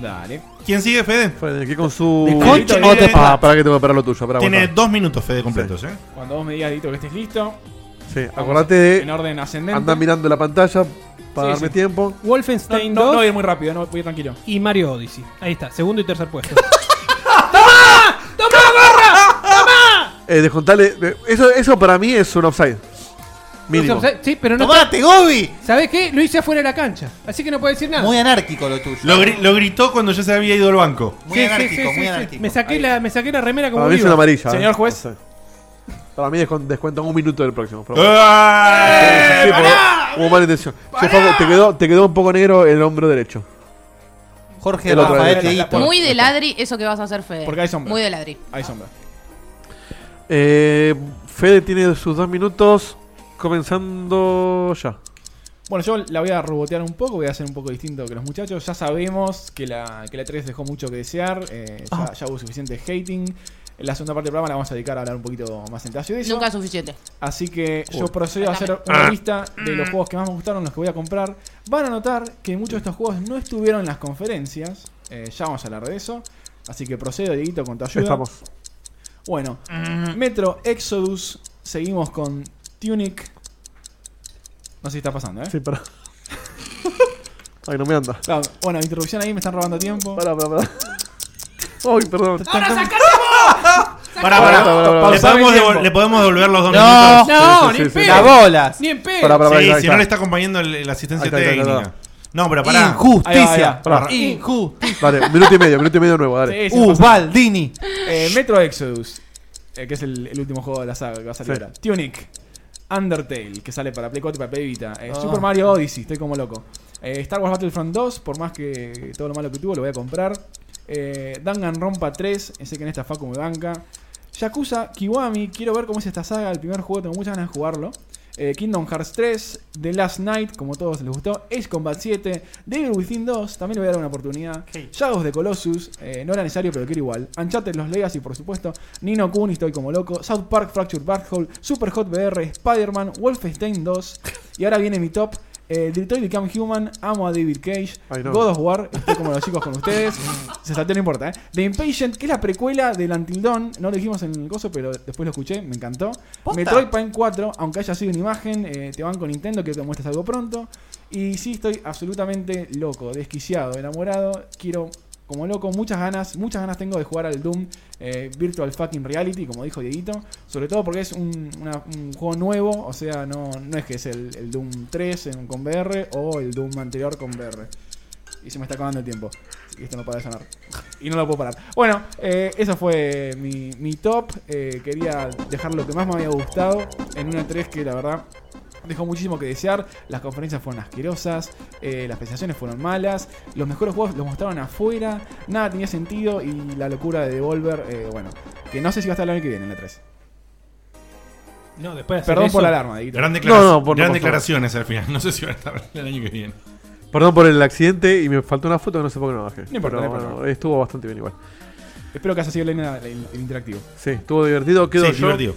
Speaker 2: Dale.
Speaker 1: ¿Quién sigue, Fede?
Speaker 5: Fede, que con su.
Speaker 1: De concha
Speaker 5: No te
Speaker 1: de-
Speaker 5: pa- Pará que tengo que parar lo tuyo. pará,
Speaker 1: Tiene
Speaker 5: aguantá.
Speaker 1: dos minutos, Fede, completos, ¿eh?
Speaker 2: Cuando vos me digas, Dito, que estés listo.
Speaker 5: Sí, acordate de.
Speaker 2: En orden ascendente.
Speaker 5: Andá mirando la pantalla para
Speaker 2: Sí,
Speaker 5: darme
Speaker 2: sí.
Speaker 5: tiempo.
Speaker 4: Wolfenstein
Speaker 2: No, no,
Speaker 4: 2.
Speaker 2: no voy a ir muy rápido, no voy a ir tranquilo.
Speaker 4: Y Mario Odyssey. Ahí está, segundo y tercer
Speaker 3: *laughs*
Speaker 4: puesto.
Speaker 5: Eh, descontale. eh, Eso, eso para mí es un offside. Mínimo.
Speaker 15: O sea, Sí, pero no.
Speaker 5: Tomate,
Speaker 3: Gobi!
Speaker 15: ¿Sabés qué? Lo hice afuera de la cancha. Así que no puedo decir nada.
Speaker 3: Muy anárquico lo tuyo.
Speaker 1: Lo, gri- lo gritó cuando ya se había ido al banco.
Speaker 3: Muy anárquico, muy anárquico.
Speaker 4: Me saqué, la, me saqué la remera como
Speaker 5: Para mí es
Speaker 4: viva.
Speaker 5: una amarilla.
Speaker 4: Señor
Speaker 5: eh.
Speaker 4: juez.
Speaker 5: No sé. Para mí descon- descuentan un minuto del próximo. pero bueno.
Speaker 1: ¡Eh!
Speaker 5: Sí, sí, porque
Speaker 1: ¡Pará!
Speaker 5: Hubo mala intención. Che, Facu, te quedó, te quedó un poco negro el hombro derecho.
Speaker 3: Jorge
Speaker 5: El otro
Speaker 3: Rafael
Speaker 5: derecho.
Speaker 3: Leito.
Speaker 6: Muy de ladri eso que vas a hacer, Fede.
Speaker 5: Porque hay sombra.
Speaker 6: Muy de ladri.
Speaker 2: Hay sombra.
Speaker 5: Eh, Fede tiene sus dos minutos. Comenzando ya.
Speaker 2: Bueno, yo la voy a robotear un poco, voy a hacer un poco distinto que los muchachos. Ya sabemos que la, que la 3 dejó mucho que desear, eh, ya,
Speaker 6: Ah.
Speaker 2: ya hubo suficiente hating. La segunda parte del programa la vamos a dedicar a hablar un poquito más en detalle de eso.
Speaker 6: Nunca es suficiente.
Speaker 2: Así que yo
Speaker 6: Uy.
Speaker 2: procedo a hacer
Speaker 6: Tratame.
Speaker 2: una
Speaker 6: Ah.
Speaker 2: lista de los juegos que más me gustaron, los que voy a comprar. Van a notar que muchos de estos juegos no estuvieron en las conferencias. Eh, ya vamos a hablar de eso. Así que procedo, Dieguito, con tu ayuda.
Speaker 5: Estamos.
Speaker 2: Bueno,
Speaker 6: Mm.
Speaker 2: Metro Exodus. Seguimos con Tunic. No sé si está pasando, ¿eh?
Speaker 5: Sí, pará. Ay, no me anda.
Speaker 2: Claro, bueno, interrupción ahí, me están robando tiempo.
Speaker 5: Pará, pará, pará. Ay, perdón.
Speaker 1: Pará, pará. ¿Le, podemos devol- le podemos devolver los dos
Speaker 3: No,
Speaker 1: minutos?
Speaker 3: no, Sí, sí, ni en sí, sí. pedo. Las bolas. Ni en pedo. Pará, pará,
Speaker 1: Sí,
Speaker 3: ahí está, ahí
Speaker 1: si
Speaker 3: está.
Speaker 1: no le está acompañando el- la asistencia
Speaker 5: Ahí está, ahí está, ahí está.
Speaker 1: técnica. No, pero pará.
Speaker 3: Injusticia.
Speaker 1: Ah, Ahí va, ahí va.
Speaker 5: Pará.
Speaker 1: Pará. Uh,
Speaker 5: Injusticia. Dale, un minuto y medio, un minuto y medio nuevo, dale.
Speaker 2: Sí, sí, no pasa nada.
Speaker 3: Baldini.
Speaker 2: Eh, Metro Exodus, eh, que es el, el último juego de la saga que va a salir
Speaker 5: Sí.
Speaker 2: ahora. Tunic. Undertale, que sale para Play 4 y para Play Vita. Eh,
Speaker 5: Ah.
Speaker 2: Super Mario Odyssey, estoy como loco. Eh, Star Wars Battlefront 2, por más que todo lo malo que tuvo, lo voy a comprar. Eh, Danganronpa 3, sé que en esta Facu me banca. Yakuza Kiwami, quiero ver cómo es esta saga, el primer juego, tengo muchas ganas de jugarlo. Eh, Kingdom Hearts 3, The Last Night, como a todos les gustó, Ace Combat 7, Devil Within 2, también le voy a dar una oportunidad. Shadows de Colossus, eh, no era necesario, pero quiero igual. Uncharted Los Legacy, por supuesto. Nino Kun, estoy como loco. South Park Fractured Butthole, Super Hot BR, Spider-Man, Wolfenstein 2. Y ahora viene mi top. eh, Detroit Become Human, amo a David Cage,
Speaker 5: know.
Speaker 2: God of War, estoy como los chicos con ustedes. Se saltó, no importa, ¿eh? The Impatient, que es la precuela del Until Dawn. No lo dijimos en el coso, pero después lo escuché, me encantó. Metroid Prime 4, aunque haya sido una imagen, eh, te van con Nintendo, que te muestres algo pronto. Y sí, estoy absolutamente loco, desquiciado, enamorado. Quiero, como loco, muchas ganas, muchas ganas tengo de jugar al Doom eh, Virtual Fucking Reality, como dijo Dieguito. Sobre todo porque es un, una- un juego nuevo, o sea, no, no es que es el, el Doom 3 en- con VR o el Doom anterior con VR. Y se me está acabando el tiempo. Y esto no para de sonar. Y no lo puedo parar. Bueno, eh, eso fue mi, mi top. Eh, quería dejar lo que más me había gustado en una 3 que la verdad dejó muchísimo que desear. Las conferencias fueron asquerosas, eh, las presentaciones fueron malas, los mejores juegos los mostraron afuera, nada tenía sentido y la locura de Devolver, eh, bueno, que no sé si va a estar el año que viene en la 3.
Speaker 4: No, después de hacer
Speaker 2: Perdón
Speaker 4: eso-
Speaker 2: por la alarma, Dieguito.
Speaker 1: Gran,
Speaker 5: No,
Speaker 1: declara- gran
Speaker 5: no, por- no, por favor.
Speaker 1: declaraciones al final. *laughs* No sé si va a estar el año que viene.
Speaker 5: Perdón por el accidente y me faltó una foto, no sé por qué no la bajé.
Speaker 2: No importa,
Speaker 5: Pero,
Speaker 2: no importa.
Speaker 5: bueno, estuvo bastante bien igual.
Speaker 2: Espero que haya sido el, el- el interactivo.
Speaker 5: Sí, estuvo divertido. Quedó
Speaker 1: Sí,
Speaker 5: yo.
Speaker 1: divertido.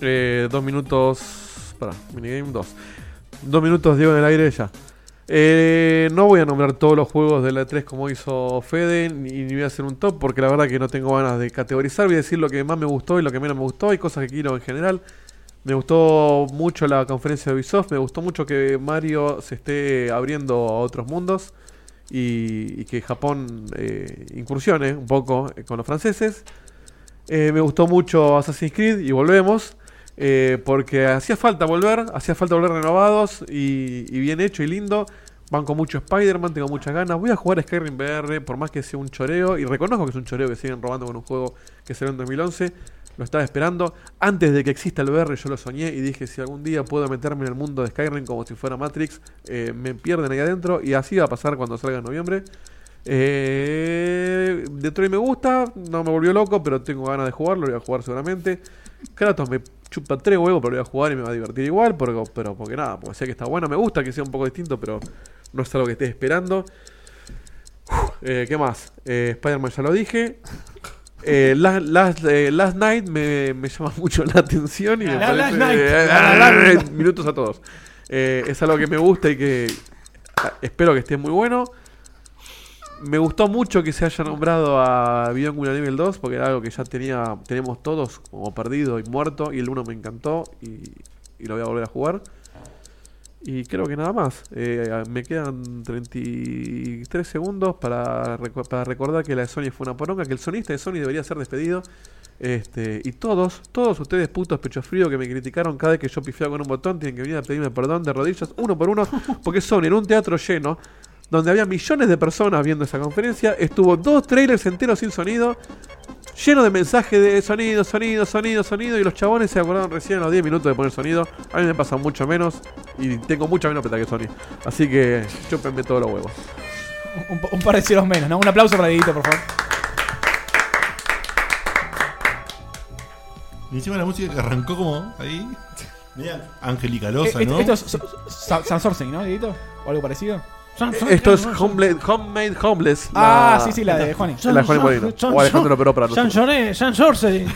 Speaker 5: Eh, dos minutos. Pará, minigame dos. Dos minutos, Diego, en el aire ya. Eh, no voy a nombrar todos los juegos de la E3 como hizo Fede, ni, ni voy a hacer un top, porque la verdad que no tengo ganas de categorizar. Voy a decir lo que más me gustó y lo que menos me gustó y cosas que quiero en general. Me gustó mucho la conferencia de Ubisoft, me gustó mucho que Mario se esté abriendo a otros mundos y, y que Japón eh, incursione un poco eh, con los franceses. Eh, me gustó mucho Assassin's Creed y volvemos. eh, porque hacía falta volver, hacía falta volver renovados y, y bien hecho y lindo. Van con mucho Spider-Man, tengo muchas ganas. Voy a jugar a Skyrim VR, por más que sea un choreo. Y reconozco que es un choreo que siguen robando con un juego que salió en 2011. Lo estaba esperando. Antes de que exista el VR, yo lo soñé y dije: si algún día puedo meterme en el mundo de Skyrim como si fuera Matrix, eh, me pierden ahí adentro. Y así va a pasar cuando salga en noviembre. Eh, Detroit me gusta, no me volvió loco, pero tengo ganas de jugarlo, lo voy a jugar seguramente. Kratos me chupa tres huevos, pero lo voy a jugar y me va a divertir igual, porque, pero porque nada, porque sé que está bueno, me gusta que sea un poco distinto, pero no es algo que esté esperando. Uf, eh, ¿Qué más? Eh, Spider-Man ya lo dije. Eh, last, Last, eh, Last Night me, me llama *laughs* mucho la atención y me
Speaker 13: La- Last
Speaker 5: parece-
Speaker 13: Night.
Speaker 5: eh,
Speaker 13: La- la- la-
Speaker 5: minutos a todos. Eh, es algo que me gusta y que ah, espero que esté muy bueno. Me gustó mucho que se haya nombrado a Beyond Good and Evil 2 porque era algo que ya tenía tenemos todos como perdido y muerto y el 1 me encantó y, y lo voy a volver a jugar. Y creo que nada más. Eh, me quedan 33 segundos para, recu- para recordar que la de Sony fue una poronga, que el sonista de Sony debería ser despedido. Este, y todos, todos ustedes putos pecho frío que me criticaron cada vez que yo pifiaba con un botón, tienen que venir a pedirme perdón de rodillas, uno por uno, porque Sony en un teatro lleno, donde había millones de personas viendo esa conferencia, estuvo dos trailers enteros sin sonido, lleno de mensajes de sonido, sonido, sonido, sonido. Y los chabones se acordaron recién a los 10 minutos de poner sonido. A mí me pasa mucho menos y tengo mucha menos plata que Sony. Así que chúpenme todos los huevos.
Speaker 2: Un, un par de cielos menos, ¿no? Un aplauso para Didito, por favor.
Speaker 1: Y encima la música que arrancó como ahí. Mira, angelicalosa,
Speaker 2: Eh, esto-
Speaker 1: ¿no?
Speaker 2: Esto es so- so- Sun Sourcing, ¿no, Didito? ¿O algo parecido?
Speaker 5: Eh, Esto es Homemade, homemade Homeless.
Speaker 2: Ah, sí, sí, la de Juani.
Speaker 5: La de Juani Molino. O Alejandro Pero para
Speaker 13: San
Speaker 5: nosotros.
Speaker 13: Lloré, eh. San Sorcery.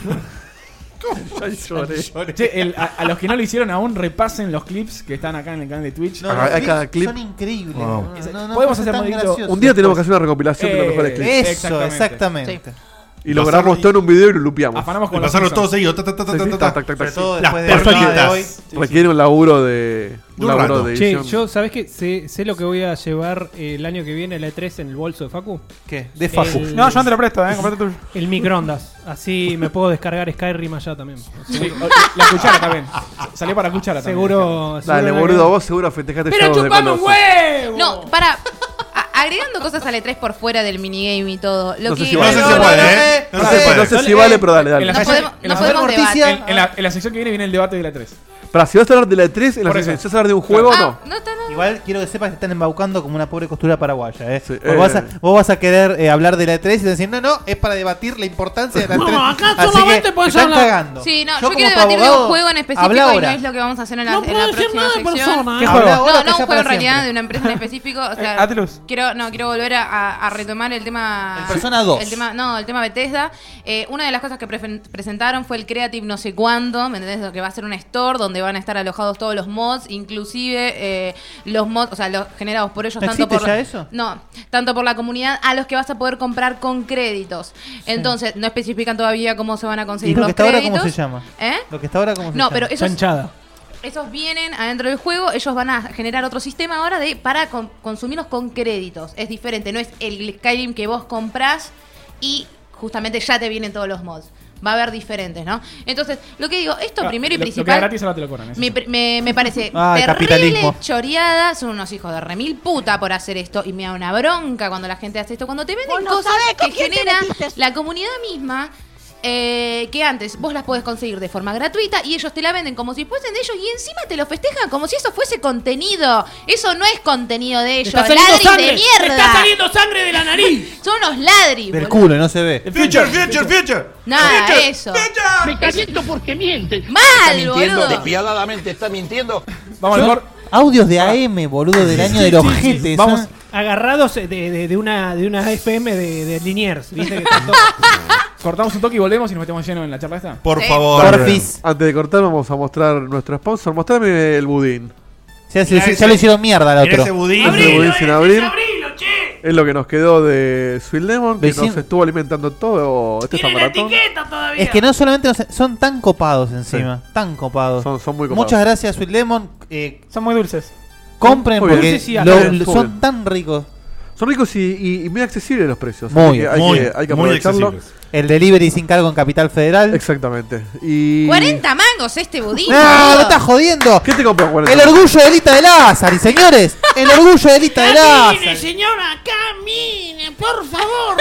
Speaker 2: Che, el- a, a los que no lo hicieron aún, repasen los clips que están acá en el canal de Twitch.
Speaker 5: No, Acá- los acá clips cada clip. son
Speaker 3: increíbles.
Speaker 5: Wow.
Speaker 3: No, no, no,
Speaker 2: Podemos
Speaker 3: son
Speaker 2: hacer
Speaker 3: tan
Speaker 2: modito-
Speaker 3: graciosos.
Speaker 5: Un día tenemos que hacer una recopilación de los
Speaker 2: Eh,
Speaker 5: mejores clips.
Speaker 3: eso, exactamente. exactamente.
Speaker 5: Y lo grabamos todo en un video y lo lupeamos.
Speaker 2: Afanamos con
Speaker 1: Y los pasarlos clips. todos seguidos, *laughs* ta, ta, ta, ta, ta, ta. Sobre todo Las después del programa de
Speaker 5: personas
Speaker 1: personas. hoy.
Speaker 5: Requiere un laburo de. Un
Speaker 1: Un
Speaker 5: laburo
Speaker 1: rato.
Speaker 5: de
Speaker 13: Che,
Speaker 5: edición.
Speaker 13: yo, ¿sabés qué? Sé, sé lo que voy a llevar eh, el año que viene, la E3, en el bolso de Facu.
Speaker 3: ¿Qué?
Speaker 7: De Facu. No, yo no te lo presto, eh, comprate tuyo.
Speaker 13: El microondas. Así me puedo descargar Skyrim allá también.
Speaker 2: Sí, o- la cuchara también. Salió para cuchara también.
Speaker 13: Seguro.
Speaker 5: Dale,
Speaker 13: seguro-
Speaker 5: boludo, vos seguro festejaste
Speaker 2: Pero
Speaker 5: Shadow de
Speaker 2: chupame un
Speaker 5: Colossus.
Speaker 6: No, para. a- Agregando cosas al E3 por fuera del minigame y todo. Lo
Speaker 5: No
Speaker 6: que
Speaker 5: sé si vale. No sé si vale, ¿eh? No
Speaker 2: Pará,
Speaker 5: sé si-
Speaker 2: pará.
Speaker 5: no sé si vale, pero dale, dale.
Speaker 2: En la,
Speaker 5: No
Speaker 2: calle-
Speaker 6: podemos-
Speaker 2: en la-
Speaker 6: no podemos
Speaker 2: en-
Speaker 6: debatir.
Speaker 2: en la- en la sección que viene viene el debate de la 3.
Speaker 5: Para si vas a hablar de la E3, en la
Speaker 2: Por
Speaker 5: sección,
Speaker 2: eso.
Speaker 5: si vas a hablar de un juego,
Speaker 6: Ah,
Speaker 5: no.
Speaker 3: Igual quiero que sepas que están embaucando como una pobre costura paraguaya. ¿eh? vos,
Speaker 5: eh.
Speaker 3: Vas a, vos vas a querer eh, hablar de la E3 y decir, no, no, es para debatir la importancia de la E3.
Speaker 6: No,
Speaker 14: acá
Speaker 3: Así
Speaker 14: solamente
Speaker 3: que
Speaker 14: podés
Speaker 3: están
Speaker 14: hablar.
Speaker 3: cagando.
Speaker 6: Sí, no,
Speaker 3: Yo
Speaker 6: yo,
Speaker 3: como
Speaker 6: quiero
Speaker 3: tu
Speaker 6: debatir de
Speaker 3: abogado,
Speaker 6: un juego en específico y
Speaker 3: habla
Speaker 6: no
Speaker 3: ahora.
Speaker 6: es lo que vamos a hacer en la,
Speaker 14: No
Speaker 6: en
Speaker 14: puedo
Speaker 6: la
Speaker 14: decir
Speaker 6: próxima
Speaker 14: nada de
Speaker 6: sección.
Speaker 14: persona, ¿eh? ¿Qué
Speaker 6: No,
Speaker 14: juego? Ahora
Speaker 6: No, no,
Speaker 14: que ya
Speaker 6: un juego en
Speaker 14: para
Speaker 6: realidad
Speaker 14: siempre.
Speaker 6: de una empresa en específico.
Speaker 3: *laughs*
Speaker 6: O sea,
Speaker 7: Eh, Atlus.
Speaker 6: Quiero, no, quiero volver a, a- a retomar el tema.
Speaker 3: El Persona 2.
Speaker 6: El tema, no, el tema Bethesda. Eh, una de las cosas que prefen- presentaron fue el Creative no sé cuándo, ¿me entendés? Lo que va a ser un store donde van a estar alojados todos los mods, inclusive eh, los mods, o sea, los generados por ellos.
Speaker 3: ¿No
Speaker 6: tanto
Speaker 3: existe
Speaker 6: por,
Speaker 3: ya eso?
Speaker 6: No, tanto por la comunidad a los que vas a poder comprar con créditos. Entonces, no especifican todavía cómo se van a
Speaker 3: ¿Y
Speaker 6: conseguir
Speaker 3: lo
Speaker 6: los
Speaker 3: que está ahora
Speaker 6: créditos.
Speaker 3: cómo se llama?
Speaker 6: ¿Eh?
Speaker 3: Lo que está ahora cómo se
Speaker 6: No,
Speaker 3: llama.
Speaker 6: pero eso es- Chanchada. Esos vienen adentro del juego, ellos van a generar otro sistema ahora de para con- consumirlos con créditos. Es diferente, no es el Skyrim que vos comprás y justamente ya te vienen todos los mods. Va a haber diferentes, ¿no? Entonces, lo que digo, esto primero y
Speaker 2: Ah, Lo- Lo que es
Speaker 6: principal.
Speaker 2: gratis ahora te lo cobran. eso.
Speaker 6: Me, pre- me- me parece
Speaker 2: Ah, el
Speaker 6: terrible
Speaker 2: capitalismo.
Speaker 6: choreada. Son unos hijos de remil puta por hacer esto. Y me da una bronca cuando la gente hace esto. Cuando te venden
Speaker 14: no
Speaker 6: cosas
Speaker 14: sabés con
Speaker 6: que
Speaker 14: quién te
Speaker 6: genera
Speaker 14: metiste.
Speaker 6: la comunidad misma. eh, que antes vos las podés conseguir de forma gratuita y ellos te la venden como si fuesen de ellos y encima te lo festejan como si eso fuese contenido. Eso no es contenido de ellos.
Speaker 14: está saliendo
Speaker 6: Ladris
Speaker 14: sangre!
Speaker 6: de mierda.
Speaker 14: ¡Me está saliendo sangre de la nariz!
Speaker 6: *clears throat* Son unos ladris.
Speaker 3: Del
Speaker 6: boludo.
Speaker 3: culo, no se ve.
Speaker 1: Future, future, future.
Speaker 6: Nada,
Speaker 1: Fecha,
Speaker 6: eso.
Speaker 16: Me caliento porque miente.
Speaker 6: Mal,
Speaker 16: mintiendo,
Speaker 6: boludo.
Speaker 16: despiadadamente está mintiendo.
Speaker 2: Vamos
Speaker 3: Yo- Audios de AM, boludo, del año de los
Speaker 2: ¿eh?
Speaker 3: ¿eh? jetes.
Speaker 13: Vamos agarrados de, de- de una, de una FM de, de Liniers. ¿viste? Que están todos-
Speaker 2: *laughs* Cortamos un toque y volvemos y nos metemos lleno en la charla esta.
Speaker 1: Por favor.
Speaker 5: Antes de cortar, vamos a mostrar nuestro sponsor. Mostrame el budín.
Speaker 3: Ya, se- Mirá ya ese- lo hicieron mierda al mirá otro. ese budín.
Speaker 5: Ese
Speaker 3: Abrilo, eh,
Speaker 5: budín sin abrir. Es lo que nos quedó de Sweet Lemon, que
Speaker 3: Vecino-
Speaker 5: nos estuvo alimentando todo. Este está maratón.
Speaker 3: Es que no solamente nos- son tan copados encima. Tan copados.
Speaker 5: Son, son muy copados.
Speaker 3: Muchas gracias, Sweet Lemon. eh,
Speaker 7: Son muy dulces.
Speaker 3: compren
Speaker 5: Muy bien.
Speaker 3: porque
Speaker 5: Sí, sí,
Speaker 3: lo-
Speaker 5: acá-
Speaker 3: lo-
Speaker 5: Muy
Speaker 3: son
Speaker 5: bien.
Speaker 3: tan ricos.
Speaker 5: Son ricos y, y- y muy accesibles los precios.
Speaker 3: Muy,
Speaker 5: Así que hay,
Speaker 3: muy,
Speaker 5: que, hay que
Speaker 3: muy
Speaker 5: aprovecharlo.
Speaker 3: accesibles. El delivery sin cargo en Capital Federal.
Speaker 5: Exactamente. Y...
Speaker 6: 40 mangos este budín.
Speaker 3: ¡No! ¡Me
Speaker 6: boludo.
Speaker 3: estás jodiendo!
Speaker 5: ¿Qué te compró 40?
Speaker 3: El orgullo de Lita de Lázaro, y señores. El orgullo de
Speaker 10: *laughs*
Speaker 3: Lita de
Speaker 16: Camine,
Speaker 3: Lázaro.
Speaker 16: señora, camine, por favor,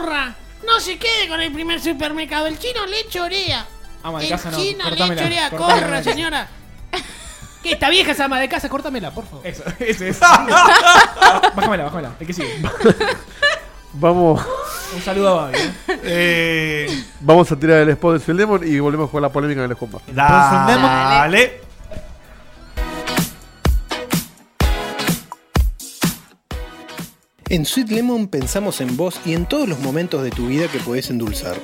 Speaker 16: corra. No se quede con el primer supermercado. El chino le chorea.
Speaker 2: Ama de
Speaker 16: el
Speaker 2: casa no,
Speaker 16: chino le
Speaker 2: cortámela,
Speaker 16: chorea,
Speaker 2: cortámela.
Speaker 16: corra,
Speaker 2: *laughs*
Speaker 16: señora.
Speaker 15: Que esta vieja es ama de casa, córtamela, por favor.
Speaker 2: Eso,
Speaker 15: *laughs*
Speaker 2: ese es. bájamela, bájamela. El que *laughs* sigue. Oh.
Speaker 5: Vamos.
Speaker 2: Un saludo a Babi. ¿eh?
Speaker 5: Eh, Vamos a tirar el spot de Sweet Lemon y volvemos con la polémica del escumba.
Speaker 1: Dale.
Speaker 17: En Sweet Lemon pensamos en vos y en todos los momentos de tu vida que podés endulzar.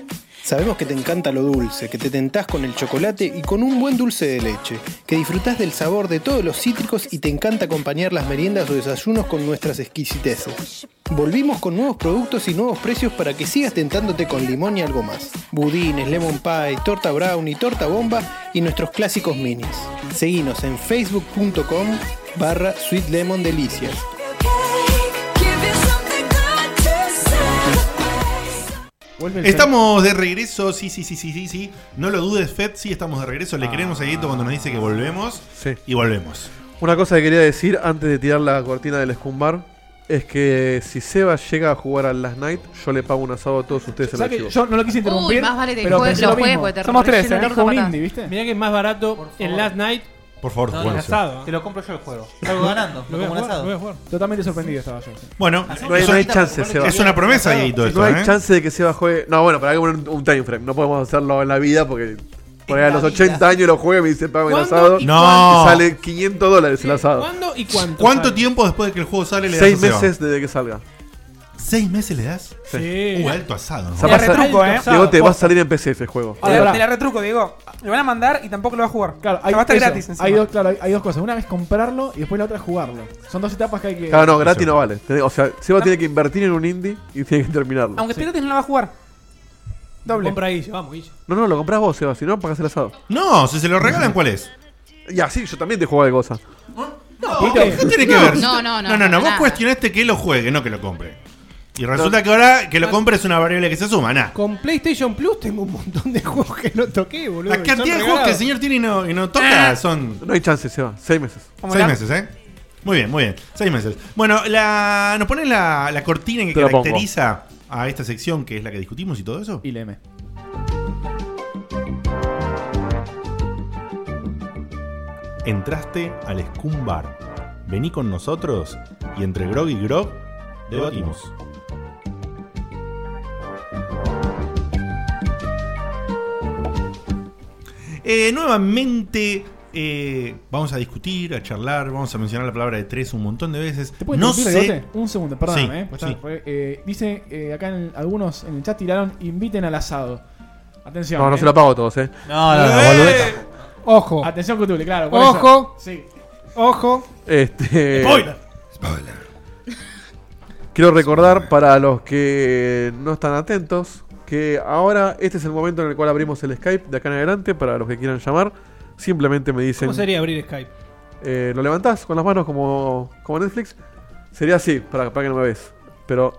Speaker 17: Sabemos que te encanta lo dulce, que te tentás con el chocolate y con un buen dulce de leche, que disfrutás del sabor de todos los cítricos y te encanta acompañar las meriendas o desayunos con nuestras exquisiteces. Volvimos con nuevos productos y nuevos precios para que sigas tentándote con limón y algo más. Budines, lemon pie, torta brownie, torta bomba y nuestros clásicos minis. Seguinos en facebook.com barra Sweet Lemon Delicias
Speaker 13: Vuelve el
Speaker 1: Estamos de regreso, sí, sí, sí, sí, sí, sí. No lo dudes, Fed, sí estamos de regreso. Le queremos a Dieto cuando nos dice que volvemos. Y volvemos.
Speaker 5: Una cosa que quería decir antes de tirar la cortina del escumbar es que si Seba llega a jugar al Last Night, yo le pago un asado a todos ustedes en el
Speaker 2: ¿Sabes que
Speaker 5: archivo.
Speaker 2: yo no lo quise interrumpir?
Speaker 6: Uy, más vale que
Speaker 2: pero
Speaker 6: juegue-
Speaker 2: pensé
Speaker 6: lo
Speaker 2: lo mismo.
Speaker 6: juegue porque te
Speaker 2: Somos tres,
Speaker 6: relleno el
Speaker 2: ¿eh?
Speaker 6: orto a
Speaker 2: Juego
Speaker 6: patadas.
Speaker 2: indie, ¿viste?
Speaker 4: Mirá que es más barato en Last Night.
Speaker 1: Por favor,
Speaker 3: No,
Speaker 1: jueguense.
Speaker 4: ¿eh?
Speaker 3: asado. Te lo compro yo el juego. Salgo ganando.
Speaker 2: Lo voy a
Speaker 3: como un
Speaker 2: jugar,
Speaker 3: asado.
Speaker 2: lo voy a jugar. Totalmente sorprendido estaba yo. sí.
Speaker 1: Bueno,
Speaker 5: no hay, no hay chance, Seba.
Speaker 1: Es una promesa, Dieguito,
Speaker 5: No
Speaker 1: esto,
Speaker 5: hay
Speaker 1: ¿eh?
Speaker 5: chance de que Seba juegue. No, bueno, para que poner un, un time frame. No podemos hacerlo en la vida porque. Por ahí a los 80 años lo juega y me dice, pago el
Speaker 1: ¿Cuándo
Speaker 5: asado.
Speaker 1: y cuándo?
Speaker 5: Y sale 500 dólares el asado.
Speaker 4: ¿Cuándo y cuánto?
Speaker 1: ¿Cuánto tiempo después de que el juego sale le das
Speaker 5: Seis
Speaker 1: a Seba?
Speaker 5: meses desde que salga.
Speaker 1: ¿Seis meses le das?
Speaker 5: Sí.
Speaker 1: Uh, alto asado. ¿no?
Speaker 5: Ya va a sal- Diego, te va a salir en PC ese juego.
Speaker 7: Ahora, ¿eh? te la retruco, Diego. Lo van a mandar y tampoco lo va a jugar. Claro,
Speaker 2: Hay,
Speaker 7: va a estar
Speaker 2: eso,
Speaker 7: gratis. encima.
Speaker 2: hay dos, claro, hay- hay dos cosas. Una vez comprarlo y después la otra es jugarlo. Son dos etapas que hay que.
Speaker 5: Claro, no, gratis no vale. Tenés- O sea, Seba tiene que invertir en un indie y tiene que terminarlo.
Speaker 7: Aunque esté gratis, no lo va a jugar. Doble.
Speaker 4: Compra Guille, vamos, Guille.
Speaker 5: No, no, lo compras vos, Seba, si no, pagás el asado.
Speaker 1: No, si se lo regalan, ¿cuál es?
Speaker 5: Ya, sí, yo también te juego de cosas.
Speaker 1: No, ¿Qué tiene que ver?
Speaker 6: No, no, no,
Speaker 1: No,
Speaker 6: no,
Speaker 1: vos
Speaker 6: nada.
Speaker 1: cuestionaste que lo juegue, no que lo compre. Y resulta que ahora que lo compre es una variable que se suma, nah.
Speaker 4: Con PlayStation Plus tengo un montón de *laughs* juegos que no toqué, boludo.
Speaker 1: La cantidad de juegos que el señor tiene y no, y no toca Ah, son.
Speaker 5: No hay chance, Seba. Seis meses.
Speaker 1: Seis meses, ¿eh? Muy bien, muy bien. Seis meses. Bueno, la, ¿nos ponen la, la cortina que
Speaker 5: Te la pongo.
Speaker 1: caracteriza a esta sección que es la que discutimos y todo eso?
Speaker 2: Y M.
Speaker 1: Entraste al Scumbar. Vení con nosotros y entre Grog y Grog debatimos. Eh, nuevamente eh, vamos a discutir, a charlar, vamos a mencionar la palabra de tres un montón de veces.
Speaker 2: ¿Puedes
Speaker 1: No
Speaker 2: interrumpir,
Speaker 1: sé.
Speaker 2: Diegote? Un segundo, perdóname.
Speaker 1: Sí,
Speaker 2: eh, pues está,
Speaker 1: sí.
Speaker 2: fue- eh, dice eh, acá en, algunos en el chat tiraron: inviten al asado. Atención.
Speaker 5: No, no
Speaker 2: eh.
Speaker 5: se lo pago a todos, eh.
Speaker 3: No, no, no,
Speaker 2: ¡Eh!
Speaker 4: Ojo.
Speaker 2: Atención, Cutule, claro. por eso.
Speaker 4: Ojo.
Speaker 2: Sí.
Speaker 4: Ojo.
Speaker 5: Este. Quiero recordar para los que no están atentos que ahora este es el momento en el cual abrimos el Skype de acá en adelante para los que quieran llamar. Simplemente me dicen.
Speaker 4: ¿Cómo sería abrir Skype?
Speaker 5: Eh, lo levantás con las manos como, como Netflix. Sería así, para, para que no me ves. Pero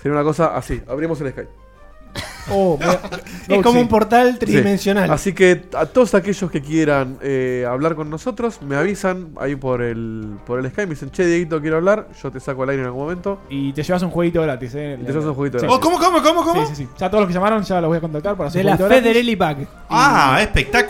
Speaker 5: sería una cosa así. Abrimos el Skype.
Speaker 2: Oh, mira.
Speaker 4: Es como un portal
Speaker 5: Sí.
Speaker 4: tridimensional.
Speaker 5: Así que a todos aquellos que quieran eh, hablar con nosotros, me avisan ahí por el, por el Skype. Me dicen, che, Dieguito, quiero hablar. Yo te saco al aire en algún momento.
Speaker 2: Y te llevas un jueguito gratis, eh.
Speaker 5: te llevas un jueguito
Speaker 2: Sí.
Speaker 5: gratis. Oh, ¿cómo,
Speaker 1: cómo, cómo?
Speaker 2: Sí, sí, sí. Ya todos los que llamaron ya los voy a contactar para hacer
Speaker 4: De
Speaker 2: un
Speaker 4: la
Speaker 2: jueguito gratis.
Speaker 4: Federelli Bag.
Speaker 1: ¡Ah,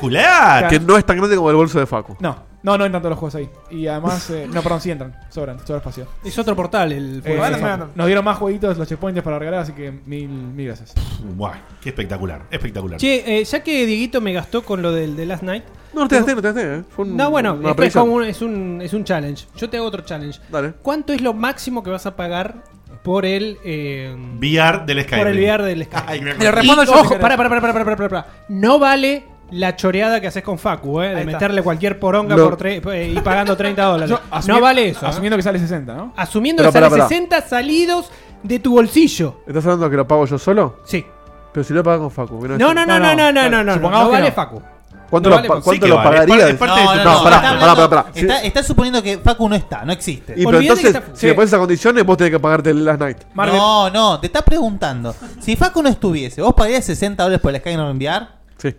Speaker 1: espectacular!
Speaker 5: Que no es tan grande como el bolso de Facu.
Speaker 2: No, no, no entran todos los juegos ahí. Y además, eh, no, perdón, sí entran, sobran, sobra espacio.
Speaker 4: Es otro portal el
Speaker 2: Eh,
Speaker 4: juego.
Speaker 2: nos dieron más jueguitos, los checkpoints para regalar, así que mil, mil gracias.
Speaker 1: Buah, qué espectacular, espectacular.
Speaker 4: Che, eh, ya que Dieguito me gastó con lo del de Last Night.
Speaker 5: No, no te gasté, no te gasté. eh. Fue un-
Speaker 4: No, bueno,
Speaker 5: una
Speaker 4: esto es,
Speaker 5: predicción.
Speaker 4: como un, es, un, es un challenge. Yo te hago otro challenge.
Speaker 5: Dale.
Speaker 4: ¿Cuánto es lo máximo que vas a pagar por el. eh,
Speaker 1: VR del Skype.
Speaker 4: Por el VR del Skype.
Speaker 1: *laughs* Ay, me-
Speaker 4: Y,
Speaker 1: Lo respondo yo, si
Speaker 4: Ojo,
Speaker 1: querés.
Speaker 4: para, para, para, para, para, para, para. No vale la choreada que haces con Facu, ¿eh? De
Speaker 2: Ahí está.
Speaker 4: meterle cualquier poronga
Speaker 2: No.
Speaker 4: por tre- eh, y pagando 30 dólares.
Speaker 2: Yo,
Speaker 4: no
Speaker 2: asumi-
Speaker 4: vale eso. ¿eh?
Speaker 2: Asumiendo que sale 60, ¿no?
Speaker 4: Asumiendo
Speaker 5: Pero
Speaker 4: que sale
Speaker 5: pará, pará.
Speaker 4: 60 salidos de tu bolsillo.
Speaker 5: ¿Estás hablando de que lo pago yo solo?
Speaker 4: Sí.
Speaker 5: Pero si lo pago con Facu. que
Speaker 4: No, no, no, no, no, no, no, no.
Speaker 5: Supongamos
Speaker 4: No
Speaker 5: que
Speaker 4: vale
Speaker 5: no.
Speaker 4: Facu.
Speaker 5: ¿Cuánto
Speaker 4: No
Speaker 5: lo,
Speaker 4: vale
Speaker 5: pa-
Speaker 4: Facu.
Speaker 5: cuánto
Speaker 3: Sí que
Speaker 5: lo
Speaker 3: vale,
Speaker 5: pagarías?
Speaker 3: es ¿eh? parte- es parte de tu-
Speaker 5: no,
Speaker 3: no,
Speaker 5: pará,
Speaker 3: está
Speaker 5: pará, pará,
Speaker 3: hablando-
Speaker 5: pará.
Speaker 3: Está,
Speaker 5: Sí.
Speaker 3: está suponiendo que Facu no está, no existe.
Speaker 5: Y pero entonces, si me pones esas condiciones, vos tenés que pagarte el last night.
Speaker 3: No, no, te estás preguntando. Si Facu no estuviese, ¿vos pagarías 60 dólares por el Skype no enviar?
Speaker 5: Sí.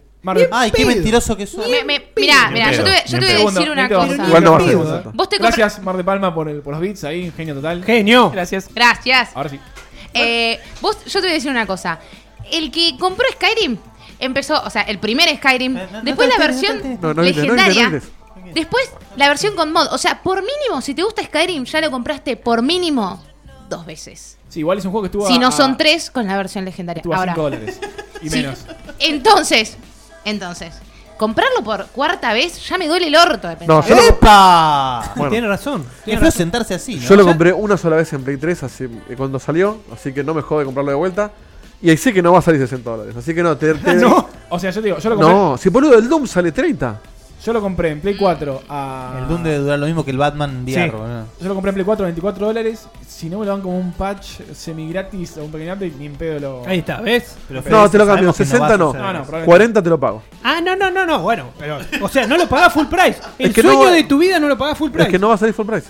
Speaker 3: Ay, qué mentiroso que sos.
Speaker 6: Me- me- mirá, mirá, yo te, voy- yo te voy a decir una cosa.
Speaker 5: Igual no va a ser
Speaker 6: Vos te compras-
Speaker 2: Gracias, Mar de Palma, por, el- por los bits ahí, genio total.
Speaker 4: Genio.
Speaker 7: Gracias.
Speaker 6: Gracias.
Speaker 2: Ahora sí.
Speaker 6: Eh, vos, yo te voy a decir una cosa. El que compró Skyrim empezó, o sea, el primer Skyrim, después
Speaker 12: saltes,
Speaker 6: la
Speaker 12: no
Speaker 6: versión
Speaker 12: saltes.
Speaker 5: No, no grites, no grites,
Speaker 6: legendaria,
Speaker 5: no grites.
Speaker 6: después la versión con mod. O sea, por mínimo, si te gusta Skyrim, ya lo compraste por mínimo dos veces.
Speaker 2: Sí, igual es un juego que estuvo.
Speaker 6: Si
Speaker 2: a-
Speaker 6: no son
Speaker 2: a-
Speaker 6: tres con la versión legendaria.
Speaker 2: Estuvo a
Speaker 6: Ahora.
Speaker 1: *laughs*
Speaker 2: 5 dólares. Y
Speaker 6: Sí.
Speaker 2: menos.
Speaker 6: Entonces, entonces, comprarlo por cuarta vez ya me duele el orto de pensar.
Speaker 5: No, yo lo-
Speaker 3: ¡Epa!
Speaker 5: Bueno.
Speaker 3: Tiene razón.
Speaker 5: Tiene
Speaker 3: Es feo
Speaker 5: razón.
Speaker 3: sentarse así. ¿no?
Speaker 5: Yo lo compré una sola vez en Play 3 así, eh, cuando salió, así que no me jode comprarlo de vuelta. Y ahí sé que no va a salir 60 dólares, así que no,
Speaker 4: *laughs*
Speaker 5: te, te- *laughs*
Speaker 2: No, o sea, yo te digo, yo lo compré,
Speaker 5: No, si boludo, el Doom sale 30.
Speaker 2: yo lo compré en Play 4 a.
Speaker 3: El Doom debe durar lo mismo que el Batman
Speaker 2: Sí.
Speaker 3: Diarro. ¿no?
Speaker 2: Yo lo compré en Play 4 24 dólares. Si no me lo dan como un patch semi-gratis o un pequeño update, ni en pedo lo. Ah,
Speaker 4: Ahí está, ¿ves?
Speaker 5: No,
Speaker 4: Pero
Speaker 5: te lo cambio,
Speaker 4: sabemos que no
Speaker 5: 60
Speaker 4: vas a
Speaker 5: no,
Speaker 4: usar eso.
Speaker 5: 40 te lo pago.
Speaker 4: Ah, no, no, no, no. Bueno, pero. O sea, no lo pagás full price. El
Speaker 5: *laughs* Es que
Speaker 4: sueño
Speaker 5: no-
Speaker 4: de tu vida no lo pagás full
Speaker 5: Es
Speaker 4: price.
Speaker 5: que no va a salir full price.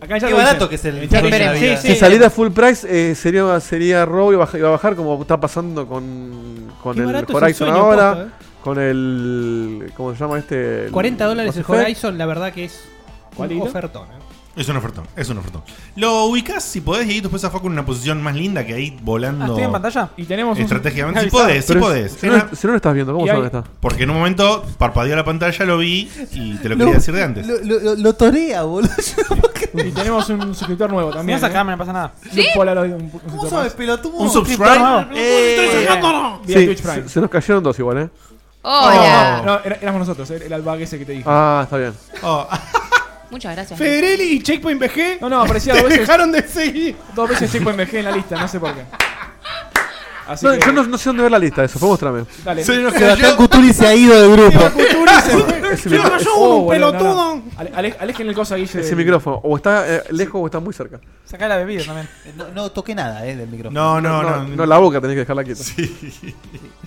Speaker 2: Acá ya
Speaker 3: Qué
Speaker 2: lo
Speaker 3: barato
Speaker 2: dicen.
Speaker 3: que es el-
Speaker 4: Eh,
Speaker 2: Ya lo
Speaker 3: Esperemos.
Speaker 2: dicen.
Speaker 3: Sí, sí.
Speaker 5: Si saliera full price eh, sería, sería robo y baja- iba a bajar como está pasando con, con
Speaker 4: Qué
Speaker 5: el
Speaker 4: barato es el
Speaker 5: Horizon
Speaker 4: sueño,
Speaker 5: ahora,
Speaker 4: posta, eh.
Speaker 5: con el... ¿Cómo se llama este? El
Speaker 4: 40 dólares
Speaker 5: Mass
Speaker 4: el
Speaker 5: Effect.
Speaker 4: Horizon, la verdad que es.
Speaker 2: ¿Cuál,
Speaker 4: un
Speaker 2: Guido?
Speaker 4: ofertón. ¿eh?
Speaker 1: Es un ofertón, es un ofertón. Lo ubicás si podés y ahí después zafás con una posición más linda que ahí volando.
Speaker 7: Ah, estoy en pantalla.
Speaker 2: Y tenemos un-
Speaker 1: Estratégicamente, si
Speaker 2: Avisado.
Speaker 1: podés, si
Speaker 5: Pero es-
Speaker 1: podés.
Speaker 5: si no-
Speaker 1: Era-
Speaker 5: si no lo estás viendo, ¿cómo
Speaker 2: Y
Speaker 5: sabes
Speaker 2: ahí-
Speaker 5: que está?
Speaker 1: Porque en un momento parpadeó la pantalla, lo vi y te lo
Speaker 3: Lo-
Speaker 1: quería decir de antes.
Speaker 3: Lo, lo, lo- lo torea, boludo.
Speaker 2: Y tenemos un suscriptor nuevo también.
Speaker 7: vas a
Speaker 2: ¿eh?
Speaker 7: cámara, no pasa nada.
Speaker 2: Un Polaroid, un- un
Speaker 3: ¿Cómo
Speaker 2: suscriptor
Speaker 3: sabes,
Speaker 2: más.
Speaker 3: pelotudo?
Speaker 1: Un subscribe. Eh,
Speaker 2: Vía
Speaker 5: Sí,
Speaker 2: Twitch
Speaker 5: se,
Speaker 2: Prime.
Speaker 5: se nos cayeron dos igual, ¿eh?
Speaker 6: Hola.
Speaker 2: No, era- éramos nosotros, el, el albague ese que te dije.
Speaker 5: Ah, está bien.
Speaker 2: *laughs*
Speaker 1: Oh,
Speaker 6: Muchas gracias.
Speaker 13: Federelli y Checkpoint BG.
Speaker 2: No, no, aparecía
Speaker 13: te
Speaker 2: dos veces,
Speaker 13: dejaron de seguir.
Speaker 2: dos veces Checo MG en la lista, no sé por qué. Así
Speaker 5: Oh. No,
Speaker 2: que,
Speaker 5: yo no, no sé dónde ver la lista, eso, fue mostrame.
Speaker 2: dale.
Speaker 1: Se nos
Speaker 3: Sebastián
Speaker 1: cayó.
Speaker 3: Cutuli se ha ido del grupo.
Speaker 2: *laughs*
Speaker 5: Ese, micro-
Speaker 2: Oh, boludo, no,
Speaker 13: pelotudo.
Speaker 2: no. Ale- ale- Alejen el coso a Guille.
Speaker 5: ese micrófono, o está eh, lejos o está muy cerca.
Speaker 7: Sacá la bebida también.
Speaker 3: No, no toqué nada eh, del micrófono.
Speaker 1: No, no, no.
Speaker 5: no, la boca tenés que dejarla quieta.
Speaker 3: Sí,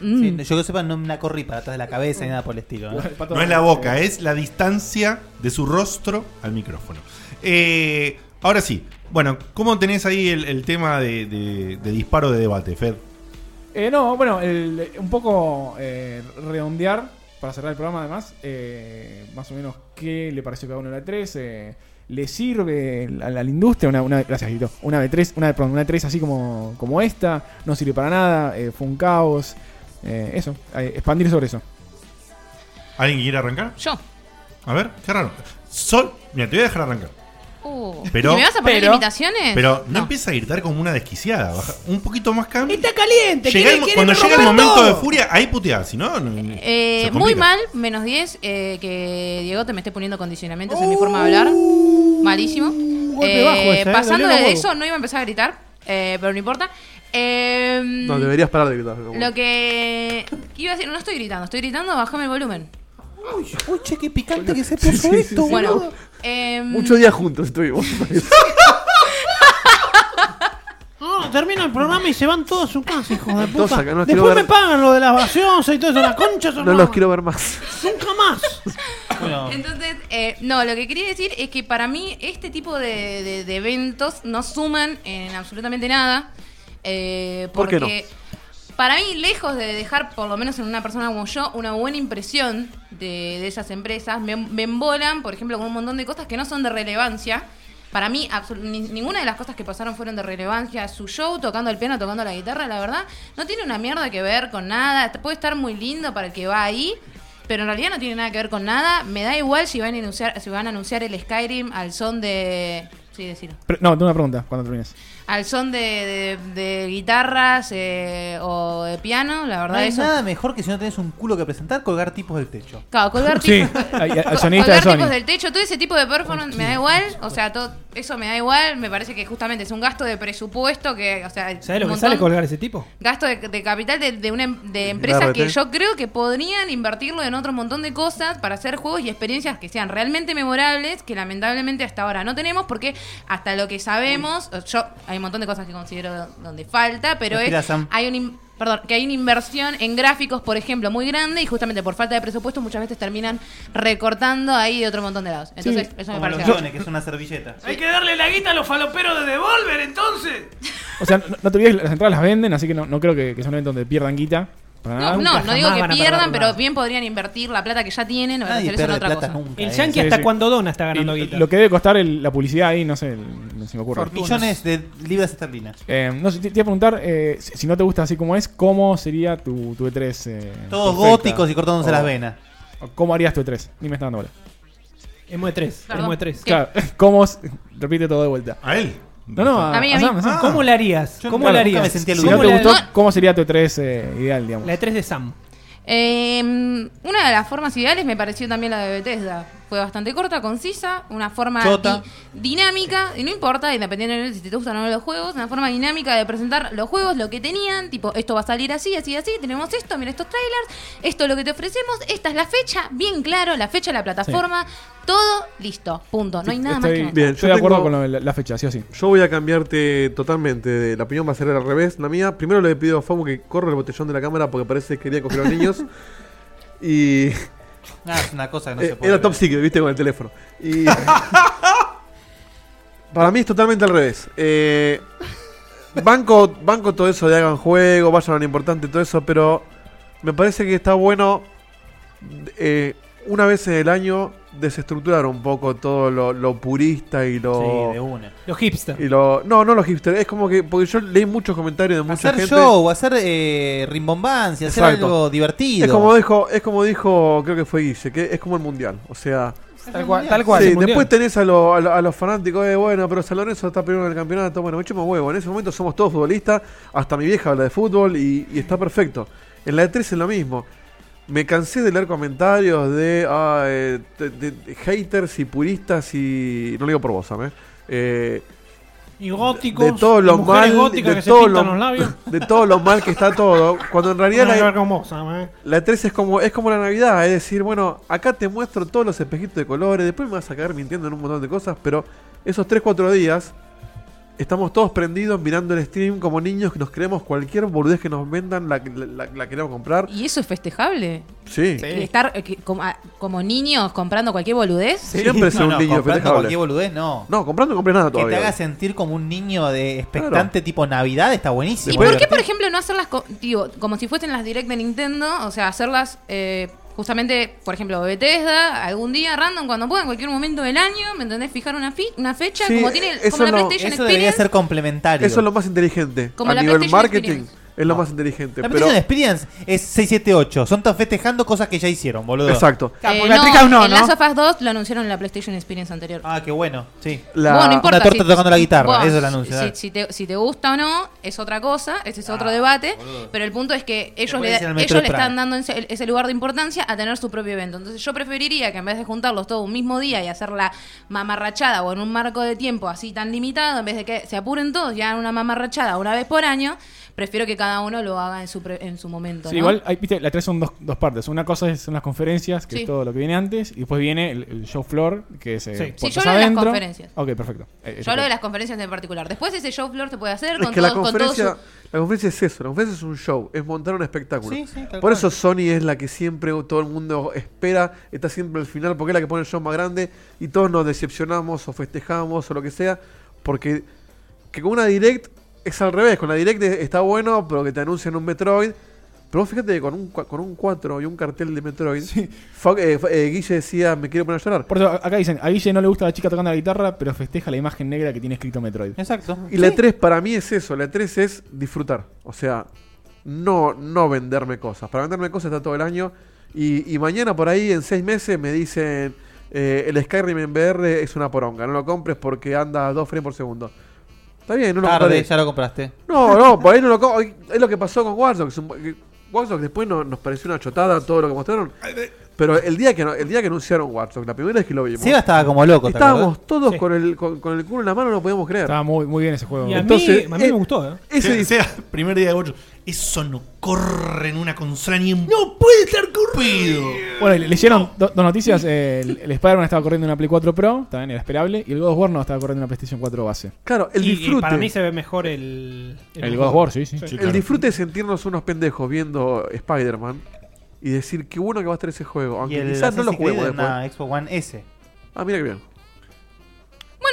Speaker 6: Mm.
Speaker 3: yo que sepa, no me la corrí para atrás de la cabeza ni nada por el estilo.
Speaker 1: *laughs*
Speaker 3: ¿no?
Speaker 1: No es la boca, eh. es la distancia de su rostro al micrófono. Eh, ahora sí, bueno, ¿cómo tenés ahí el, el tema de, de- de disparo de debate, Fed?
Speaker 2: Eh, no, bueno, el- un poco eh, redondear para cerrar el programa además. eh, más o menos qué le pareció cada uno de la 3. ¿Le sirve a la, a la industria una, una- gracias, Guito, una de 3 una, perdón, una 3 así como, como esta? No sirve para nada, eh, fue un caos. eh, eso, eh, expandir sobre eso.
Speaker 1: ¿Alguien quiere arrancar?
Speaker 6: Yo.
Speaker 1: A ver, qué raro. Sol, mira, te voy a dejar arrancar.
Speaker 6: Uh.
Speaker 1: Pero-
Speaker 6: ¿Y ¿Me vas a poner
Speaker 7: pero-
Speaker 6: limitaciones?
Speaker 1: Pero no, empieza a gritar como una desquiciada. baja un poquito más cambio.
Speaker 14: Está caliente,
Speaker 1: Llega
Speaker 14: quiere,
Speaker 1: el mo-
Speaker 14: quiere
Speaker 1: cuando
Speaker 14: me
Speaker 1: llega el
Speaker 14: romper
Speaker 1: momento
Speaker 14: todo.
Speaker 1: de furia, ahí puteás, si no. no-
Speaker 6: Eh,
Speaker 1: se complica.
Speaker 6: muy mal, menos 10, eh, que Diego te me esté poniendo condicionamientos en mi forma de hablar. Malísimo.
Speaker 4: golpe
Speaker 6: Eh,
Speaker 4: bajo ese, eh,
Speaker 6: pasando
Speaker 4: dolió
Speaker 6: de
Speaker 4: los huevos.
Speaker 6: eso, no iba a empezar a gritar, eh, pero no importa. Eh,
Speaker 5: No, deberías parar de gritar.
Speaker 6: Lo que iba a decir, no estoy gritando, estoy gritando, bájame el volumen.
Speaker 3: Uy, uy, che, qué picante que se puso esto, boludo.
Speaker 6: Bueno, eh,
Speaker 5: Muchos días juntos estuvimos.
Speaker 13: No, termina el programa y se van todos a su casa, hijo de
Speaker 5: Todos
Speaker 13: puta.
Speaker 5: acá, no los quiero
Speaker 13: Después
Speaker 5: ver.
Speaker 13: me pagan lo de las vacaciones y todo eso, la concha de su
Speaker 5: no
Speaker 13: hermana.
Speaker 5: los quiero ver más.
Speaker 13: Nunca más.
Speaker 3: Bueno,
Speaker 6: Entonces, eh, no, lo que quería decir es que para mí este tipo de, de- de eventos no suman en absolutamente nada. eh,
Speaker 5: ¿Por qué
Speaker 6: porque para mí, lejos de dejar, por lo menos en una persona como yo, una buena impresión de, de esas empresas, me, me embolan, por ejemplo, con un montón de cosas que no son de relevancia. Para mí, absolu- ni- ninguna de las cosas que pasaron fueron de relevancia. Su show tocando el piano, tocando la guitarra, la verdad, no tiene una mierda que ver con nada. Puede estar muy lindo para el que va ahí, pero en realidad no tiene nada que ver con nada. Me da igual si van a anunciar, si van a anunciar el Skyrim al son de. Sí, decirlo.
Speaker 2: Pero- no, tengo una pregunta cuando termines.
Speaker 6: Al son de, de- de guitarras eh, o de piano, la
Speaker 3: no
Speaker 6: verdad,
Speaker 3: hay
Speaker 6: eso.
Speaker 3: nada mejor que si no tenés un culo que presentar, colgar tipos del techo.
Speaker 6: Claro, colgar
Speaker 2: Sí,
Speaker 6: *laughs* tipos,
Speaker 2: al- al
Speaker 6: col-
Speaker 2: sonidista
Speaker 6: colgar
Speaker 2: de Sony.
Speaker 6: tipos del techo, todo ese tipo de performance me da igual. O sea, todo eso me da igual. Me parece que justamente es un gasto de presupuesto que, o sea,
Speaker 4: ¿Sabes lo
Speaker 6: un
Speaker 4: que sale
Speaker 6: montón-
Speaker 4: colgar ese tipo?
Speaker 6: gasto de, de capital de, de una em- de empresas que
Speaker 5: RT.
Speaker 6: yo creo que podrían invertirlo en otro montón de cosas para hacer juegos y experiencias que sean realmente memorables, que lamentablemente hasta ahora no tenemos, porque hasta lo que sabemos, yo hay un montón de cosas que considero donde falta, pero
Speaker 3: Respira,
Speaker 6: es
Speaker 3: Sam.
Speaker 6: hay un in- perdón, que hay una inversión en gráficos, por ejemplo, muy grande y justamente por falta de presupuesto muchas veces terminan recortando ahí de otro montón de lados. Entonces, eso me
Speaker 3: Como los
Speaker 6: parece
Speaker 3: guiones, que es una servilleta.
Speaker 14: Hay que darle la guita a los faloperos de Devolver, entonces.
Speaker 2: O sea, no, no te olvides, las entradas las venden, así que no, no creo que, que sea un evento donde pierdan guita. Para nada.
Speaker 6: No, no, no
Speaker 4: jamás
Speaker 6: digo que
Speaker 4: van a perder
Speaker 6: pierdan, pero
Speaker 4: nada.
Speaker 6: bien podrían invertir la plata que ya tienen o
Speaker 3: Nadie
Speaker 6: hacer eso en
Speaker 3: pierde
Speaker 6: otra
Speaker 3: plata
Speaker 6: cosa.
Speaker 3: nunca.
Speaker 4: El
Speaker 3: eh.
Speaker 4: yankee
Speaker 2: Sí,
Speaker 4: hasta
Speaker 2: sí.
Speaker 4: cuando dona está
Speaker 2: Y
Speaker 4: ganando guita.
Speaker 2: lo que debe costar el- la publicidad ahí, no sé, el- no se me ocurre.
Speaker 3: Millones de libras esterlinas.
Speaker 2: Eh, no sé, te, te iba a preguntar, eh, si, si no te gusta así como es, ¿cómo sería tu, tu E3? eh,
Speaker 3: Todos
Speaker 2: perfecta?
Speaker 3: góticos y cortándose
Speaker 2: O-
Speaker 3: las venas.
Speaker 2: o ¿Cómo harías tu E3? Ni me está dando bola.
Speaker 4: ME3,
Speaker 6: Perdón.
Speaker 3: E
Speaker 4: ME3.
Speaker 6: ¿Qué?
Speaker 2: Claro, *laughs* ¿cómo? s- Repite todo de vuelta.
Speaker 1: A él.
Speaker 2: No, no, a,
Speaker 6: A mí, a mí.
Speaker 2: Sam, Sam.
Speaker 4: ¿Cómo la harías?
Speaker 3: Yo
Speaker 4: ¿Cómo
Speaker 3: nunca-
Speaker 4: la
Speaker 3: nunca
Speaker 4: harías?
Speaker 3: me sentí
Speaker 2: Si no
Speaker 3: ¿Cómo
Speaker 2: te
Speaker 3: la-
Speaker 2: gustó,
Speaker 6: no?
Speaker 2: ¿cómo sería tu E3 eh, E ideal, digamos?
Speaker 4: La E3 de Sam.
Speaker 6: Eh, una de las formas ideales me pareció también la de Bethesda. Fue bastante corta, concisa, una forma
Speaker 3: Chota.
Speaker 6: di- dinámica, y no importa, independientemente de si te gustan o no los juegos, una forma dinámica de presentar los juegos, lo que tenían, tipo, esto va a salir así, así, así, tenemos esto, mira estos trailers, esto es lo que te ofrecemos, esta es la fecha, bien claro, la fecha, la plataforma, todo listo, punto. No hay nada más que
Speaker 2: Estoy,
Speaker 6: anotar.
Speaker 5: Bien,
Speaker 2: estoy
Speaker 5: yo
Speaker 2: de acuerdo
Speaker 5: tengo-
Speaker 2: con lo de la, la fecha, sí o sí.
Speaker 5: Yo voy a cambiarte totalmente. de- La opinión va a ser al revés. La mía, primero le pido a Famu que corra el botellón de la cámara porque parece que quería coger a los niños.
Speaker 2: *laughs*
Speaker 5: y.
Speaker 3: Ah, es una cosa que no
Speaker 5: Eh,
Speaker 3: se puede
Speaker 5: Era
Speaker 3: ver.
Speaker 5: top secret, viste, con el teléfono. Y. Para mí es totalmente al revés. Eh, banco, banco todo eso de hagan juego, vayan a lo importante, todo eso, pero me parece que está bueno eh, una vez en el año desestructurar un poco todo lo, lo purista y lo.
Speaker 3: Sí, de una.
Speaker 4: Los hipster.
Speaker 5: Y lo, no, no los hipsters. Es como que. Porque yo leí muchos comentarios de mucha
Speaker 3: Hacer
Speaker 5: gente.
Speaker 3: show, hacer eh, rimbombancia, hacer
Speaker 5: Exacto.
Speaker 3: algo divertido.
Speaker 5: Es como dijo, es como dijo, creo que fue Guille, que es como el mundial. O sea.
Speaker 7: Tal cual, tal cual.
Speaker 5: Sí,
Speaker 7: El mundial.
Speaker 5: después tenés a, lo- a lo- a los fanáticos, eh, bueno, pero San Lorenzo está primero en el campeonato, bueno, me chupa un huevo. En ese momento somos todos futbolistas, hasta mi vieja habla de fútbol y, y está perfecto. En la E3 es lo mismo. Me cansé de leer comentarios de, ah, eh, de- de- de haters y puristas y. No lo digo por vos, ¿sabes? Eh,
Speaker 4: Y góticos.
Speaker 5: de todo lo
Speaker 4: y mujeres
Speaker 5: mal
Speaker 4: góticas
Speaker 5: de
Speaker 4: que
Speaker 5: todo
Speaker 4: se pintan
Speaker 5: lo-
Speaker 4: los labios.
Speaker 5: *laughs* de todo lo mal que está todo cuando en realidad
Speaker 4: Una
Speaker 5: la-
Speaker 4: verga hermosa, ¿eh?
Speaker 5: la 3 es como, es como la Navidad, es decir, bueno, acá te muestro todos los espejitos de colores, después me vas a caer mintiendo en un montón de cosas, pero esos 3-4 días estamos todos prendidos mirando el stream como niños que nos creemos cualquier boludez que nos vendan, la, la- la- la queremos comprar.
Speaker 6: ¿Y eso es festejable?
Speaker 5: Sí.
Speaker 6: Y estar eh, que- como, ah, como niños comprando cualquier boludez.
Speaker 5: Siempre es
Speaker 3: No,
Speaker 5: un
Speaker 3: no,
Speaker 5: niño
Speaker 3: comprando
Speaker 5: festejable.
Speaker 3: cualquier boludez, no.
Speaker 5: No, comprando no compré nada
Speaker 3: Que te
Speaker 5: todavía.
Speaker 3: haga sentir como un niño de expectante tipo Navidad está buenísimo.
Speaker 6: ¿Y por qué, por ejemplo, no hacerlas co- digo, como si fuesen las direct de Nintendo? O sea, hacerlas eh, justamente, por ejemplo, Bethesda, algún día random, cuando puedan, cualquier momento del año, ¿me entendés? Fijar una, fi- una fecha,
Speaker 5: Sí,
Speaker 6: como tiene
Speaker 5: eso
Speaker 6: como la
Speaker 5: no-
Speaker 6: PlayStation
Speaker 3: Eso debería
Speaker 6: Experience.
Speaker 3: ser complementario.
Speaker 5: Eso es lo más inteligente.
Speaker 6: Como
Speaker 5: a
Speaker 6: la
Speaker 5: nivel
Speaker 6: PlayStation
Speaker 5: marketing
Speaker 6: Experience.
Speaker 5: es lo más inteligente.
Speaker 3: La
Speaker 5: pero
Speaker 3: PlayStation Experience es 678. Son todos festejando cosas que ya hicieron, boludo.
Speaker 5: Exacto.
Speaker 6: Eh,
Speaker 3: porque
Speaker 6: no,
Speaker 3: la Treehouse no,
Speaker 6: en
Speaker 3: ¿no?
Speaker 6: Last of Us 2 lo anunciaron en la PlayStation Experience anterior.
Speaker 3: Ah, qué bueno. Sí.
Speaker 6: Bueno, no importa
Speaker 3: Una torta
Speaker 6: si-
Speaker 3: tocando la guitarra,
Speaker 6: vos,
Speaker 3: eso lo anuncio. Ah,
Speaker 6: Si, si te, si te gusta o no, es otra cosa, ese es otro debate. Pero el punto es que ellos,
Speaker 3: puede
Speaker 6: le,
Speaker 3: decir al
Speaker 6: ellos
Speaker 3: Metro
Speaker 6: le
Speaker 3: Prime.
Speaker 6: están dando ese, ese lugar de importancia a tener su propio evento. Entonces yo preferiría que en vez de juntarlos todo un mismo día y hacer la mamarrachada o en un marco de tiempo así tan limitado, en vez de que se apuren todos y hagan una mamarrachada una vez por año, prefiero que cada uno lo haga en su, pre- en su momento.
Speaker 2: Sí,
Speaker 6: ¿no?
Speaker 2: igual, hay, viste, la 3 son dos, dos partes. Una cosa es- son las conferencias, que
Speaker 6: Sí.
Speaker 2: es todo lo que viene antes, y después viene el, el show floor, que es eh,
Speaker 6: Sí. Sí,
Speaker 2: puertas
Speaker 6: yo hablo de las
Speaker 2: adentro.
Speaker 6: conferencias.
Speaker 2: Ok, perfecto. Eh,
Speaker 6: Yo hablo de las conferencias en particular. Después ese show floor se puede hacer
Speaker 5: Es
Speaker 6: con
Speaker 5: que la
Speaker 6: todo, con todo
Speaker 5: conferencia,
Speaker 6: su...
Speaker 5: la conferencia es eso, la conferencia es un show, es montar un espectáculo.
Speaker 6: Sí, sí, tal
Speaker 5: Por
Speaker 6: cual.
Speaker 5: eso Sony es la que siempre todo el mundo espera, está siempre al final, porque es la que pone el show más grande y todos nos decepcionamos o festejamos o lo que sea, porque que con una direct es al revés, con la direct es- está bueno, pero que te anuncian un Metroid. Pero vos fíjate que con un, cua- con un 4 y un cartel de Metroid, Fa- eh, fa- eh, Guille decía, me quiero poner a llorar.
Speaker 2: Por eso, acá dicen, a Guille no le gusta la chica tocando la guitarra, pero festeja la imagen negra que tiene escrito Metroid.
Speaker 3: Exacto.
Speaker 5: Y la 3 para mí es eso, la 3 es disfrutar. O sea, no, no venderme cosas. Para venderme cosas está todo el año. Y, y mañana por ahí, en 6 meses, me dicen, eh, el Skyrim en VR es una poronga, no lo compres porque anda a 2 frames por segundo. Está bien, no lo
Speaker 3: Tarde,
Speaker 5: compraré.
Speaker 3: ya lo compraste.
Speaker 5: No, no, por ahí no lo compro. Es lo que pasó con Watch Dogs. Un- que Watch Dogs después no- nos pareció una chotada todo lo que mostraron. Pero el día que, no- el día que anunciaron Watch Dogs, la primera vez que lo vimos.
Speaker 3: Seba estaba como loco, ¿te
Speaker 5: Estábamos
Speaker 3: acordás?
Speaker 5: todos con, el, con, con el culo en la mano, no podíamos creer.
Speaker 2: Estaba muy, muy bien ese juego.
Speaker 1: Y a mí-
Speaker 5: Entonces,
Speaker 1: a mí me
Speaker 5: eh,
Speaker 1: gustó,
Speaker 5: ¿eh?
Speaker 1: Ese
Speaker 5: Ese
Speaker 1: sea, primer día de 8. Eso no corre en una consola ni en ¡No puede estar corrido!
Speaker 2: Bueno, le- leyeron do- dos noticias. eh, el, el Spider-Man estaba corriendo una Play 4 Pro, también era esperable, y el God of War no estaba corriendo una PlayStation 4 base.
Speaker 5: Claro, el
Speaker 4: Y- y
Speaker 5: disfrute.
Speaker 4: para mí se ve mejor el.
Speaker 2: El God of War, sí, sí.
Speaker 5: el
Speaker 2: claro.
Speaker 5: disfrute de sentirnos unos pendejos viendo Spider-Man y decir qué bueno que va a estar ese juego.
Speaker 3: Y
Speaker 5: Aunque
Speaker 3: el
Speaker 5: quizás no lo
Speaker 3: Assassin's Creed
Speaker 5: juguemos
Speaker 3: en
Speaker 5: después.
Speaker 3: la Xbox One S.
Speaker 5: Ah, mira que bien.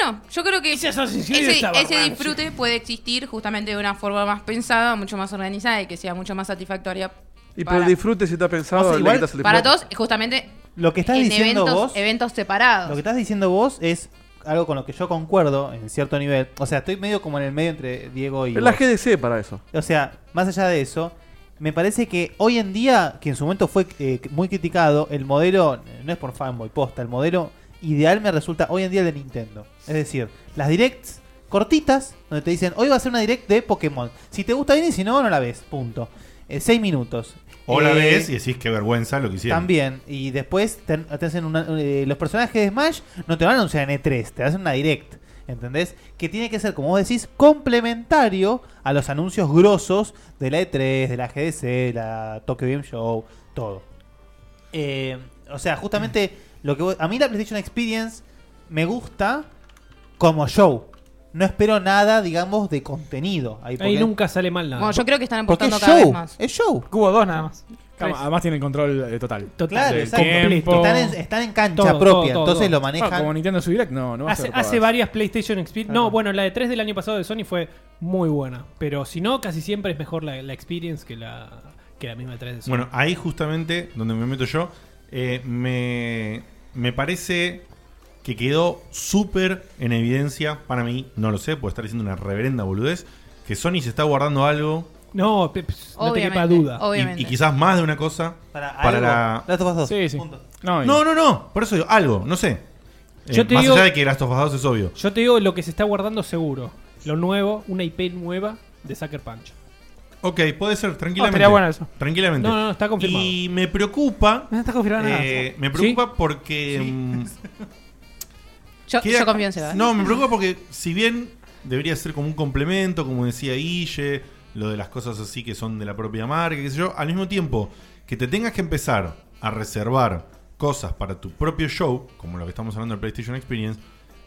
Speaker 6: Bueno, yo creo que ese,
Speaker 3: Creed
Speaker 6: ese
Speaker 3: estaba bueno,
Speaker 6: disfrute puede existir justamente de una forma más pensada, mucho más organizada y que sea mucho más satisfactoria
Speaker 5: Y
Speaker 6: para,
Speaker 5: por el disfrute, si está pensado,
Speaker 3: O sea,
Speaker 5: le
Speaker 3: igual-
Speaker 5: quitas el
Speaker 6: para
Speaker 5: disfrute.
Speaker 6: todos, justamente
Speaker 3: Lo que estás
Speaker 6: en
Speaker 3: diciendo
Speaker 6: eventos,
Speaker 3: vos-
Speaker 6: eventos separados.
Speaker 3: Lo que estás diciendo vos es algo con lo que yo concuerdo en cierto nivel. O sea, estoy medio como en el medio entre Diego y.
Speaker 5: Es la
Speaker 3: vos.
Speaker 5: GDC para eso.
Speaker 3: O sea, más allá de eso, me parece que hoy en día, que en su momento fue eh, muy criticado, el modelo, eh, no es por fanboy, posta, el modelo ideal me resulta hoy en día el de Nintendo. Es decir, las directs cortitas, donde te dicen, hoy va a ser una direct de Pokémon. Si te gusta bien y si no, no la ves, punto. eh, seis minutos.
Speaker 1: O la
Speaker 3: Eh,
Speaker 1: ves y decís qué vergüenza lo que hicieron.
Speaker 3: También. Y después te, te hacen una- eh, los personajes de Smash no te van a anunciar en E3, te hacen una direct. ¿Entendés? Que tiene que ser, como vos decís, complementario a los anuncios grosos de la E3, de la GDC, la Tokyo Game Show, todo. Eh, o sea, justamente lo que vos- a mí la PlayStation Experience me gusta como show. No espero nada, digamos, de contenido. Ahí,
Speaker 4: Ahí nunca sale mal nada.
Speaker 6: Bueno, yo creo que están
Speaker 3: Porque
Speaker 6: apostando
Speaker 3: es
Speaker 6: cada vez
Speaker 3: show,
Speaker 6: más.
Speaker 3: Es show.
Speaker 7: Hubo dos nada más.
Speaker 2: Claro, Además tienen control eh, total.
Speaker 3: Claro,
Speaker 2: Del
Speaker 3: exacto.
Speaker 2: tiempo.
Speaker 3: Están en- están en cancha propia, entonces lo manejan-
Speaker 2: Ah, como Nintendo Switch Direct, no, no va a
Speaker 4: hace,
Speaker 2: ser
Speaker 4: hace
Speaker 2: capaz.
Speaker 4: varias PlayStation Experience. No, bueno, la de 3 del año pasado de Sony fue muy buena. Pero si no, casi siempre es mejor la, la Experience que la, que la misma de 3 de Sony.
Speaker 1: Bueno, ahí justamente donde me meto yo, eh, me, me parece que quedó súper en evidencia, para mí, no lo sé, puede estar diciendo una reverenda boludez, que Sony se está guardando algo.
Speaker 4: No, pe- pe- no te
Speaker 6: Obviamente,
Speaker 4: quepa duda.
Speaker 6: obviamente.
Speaker 1: Y, y quizás más de una cosa. Para,
Speaker 3: Para algo.
Speaker 1: la...
Speaker 3: Last of Us 2. Sí, sí. Punto.
Speaker 1: No, no, no, Por eso digo, algo, no sé. Eh,
Speaker 4: Yo te
Speaker 1: más
Speaker 4: digo-
Speaker 1: allá de que Last of Us 2 es obvio.
Speaker 4: Yo te digo lo que se está guardando seguro. Lo nuevo, una IP nueva de Sucker Punch.
Speaker 1: Ok, puede ser, tranquilamente.
Speaker 4: Oh, estaría bueno eso.
Speaker 1: Tranquilamente.
Speaker 4: No, no, no, está confirmado.
Speaker 1: Y me preocupa.
Speaker 7: No está confirmado nada.
Speaker 1: eh, me preocupa porque. mm,
Speaker 6: Yo,
Speaker 1: queda-
Speaker 6: yo confío en Seba. ¿eh?
Speaker 1: No,
Speaker 10: *laughs*
Speaker 1: me preocupa porque, si bien debería ser como un complemento, como decía Guille, lo de las cosas así que son de la propia marca, qué sé yo, al mismo tiempo que te tengas que empezar a reservar cosas para tu propio show, como lo que estamos hablando del PlayStation Experience,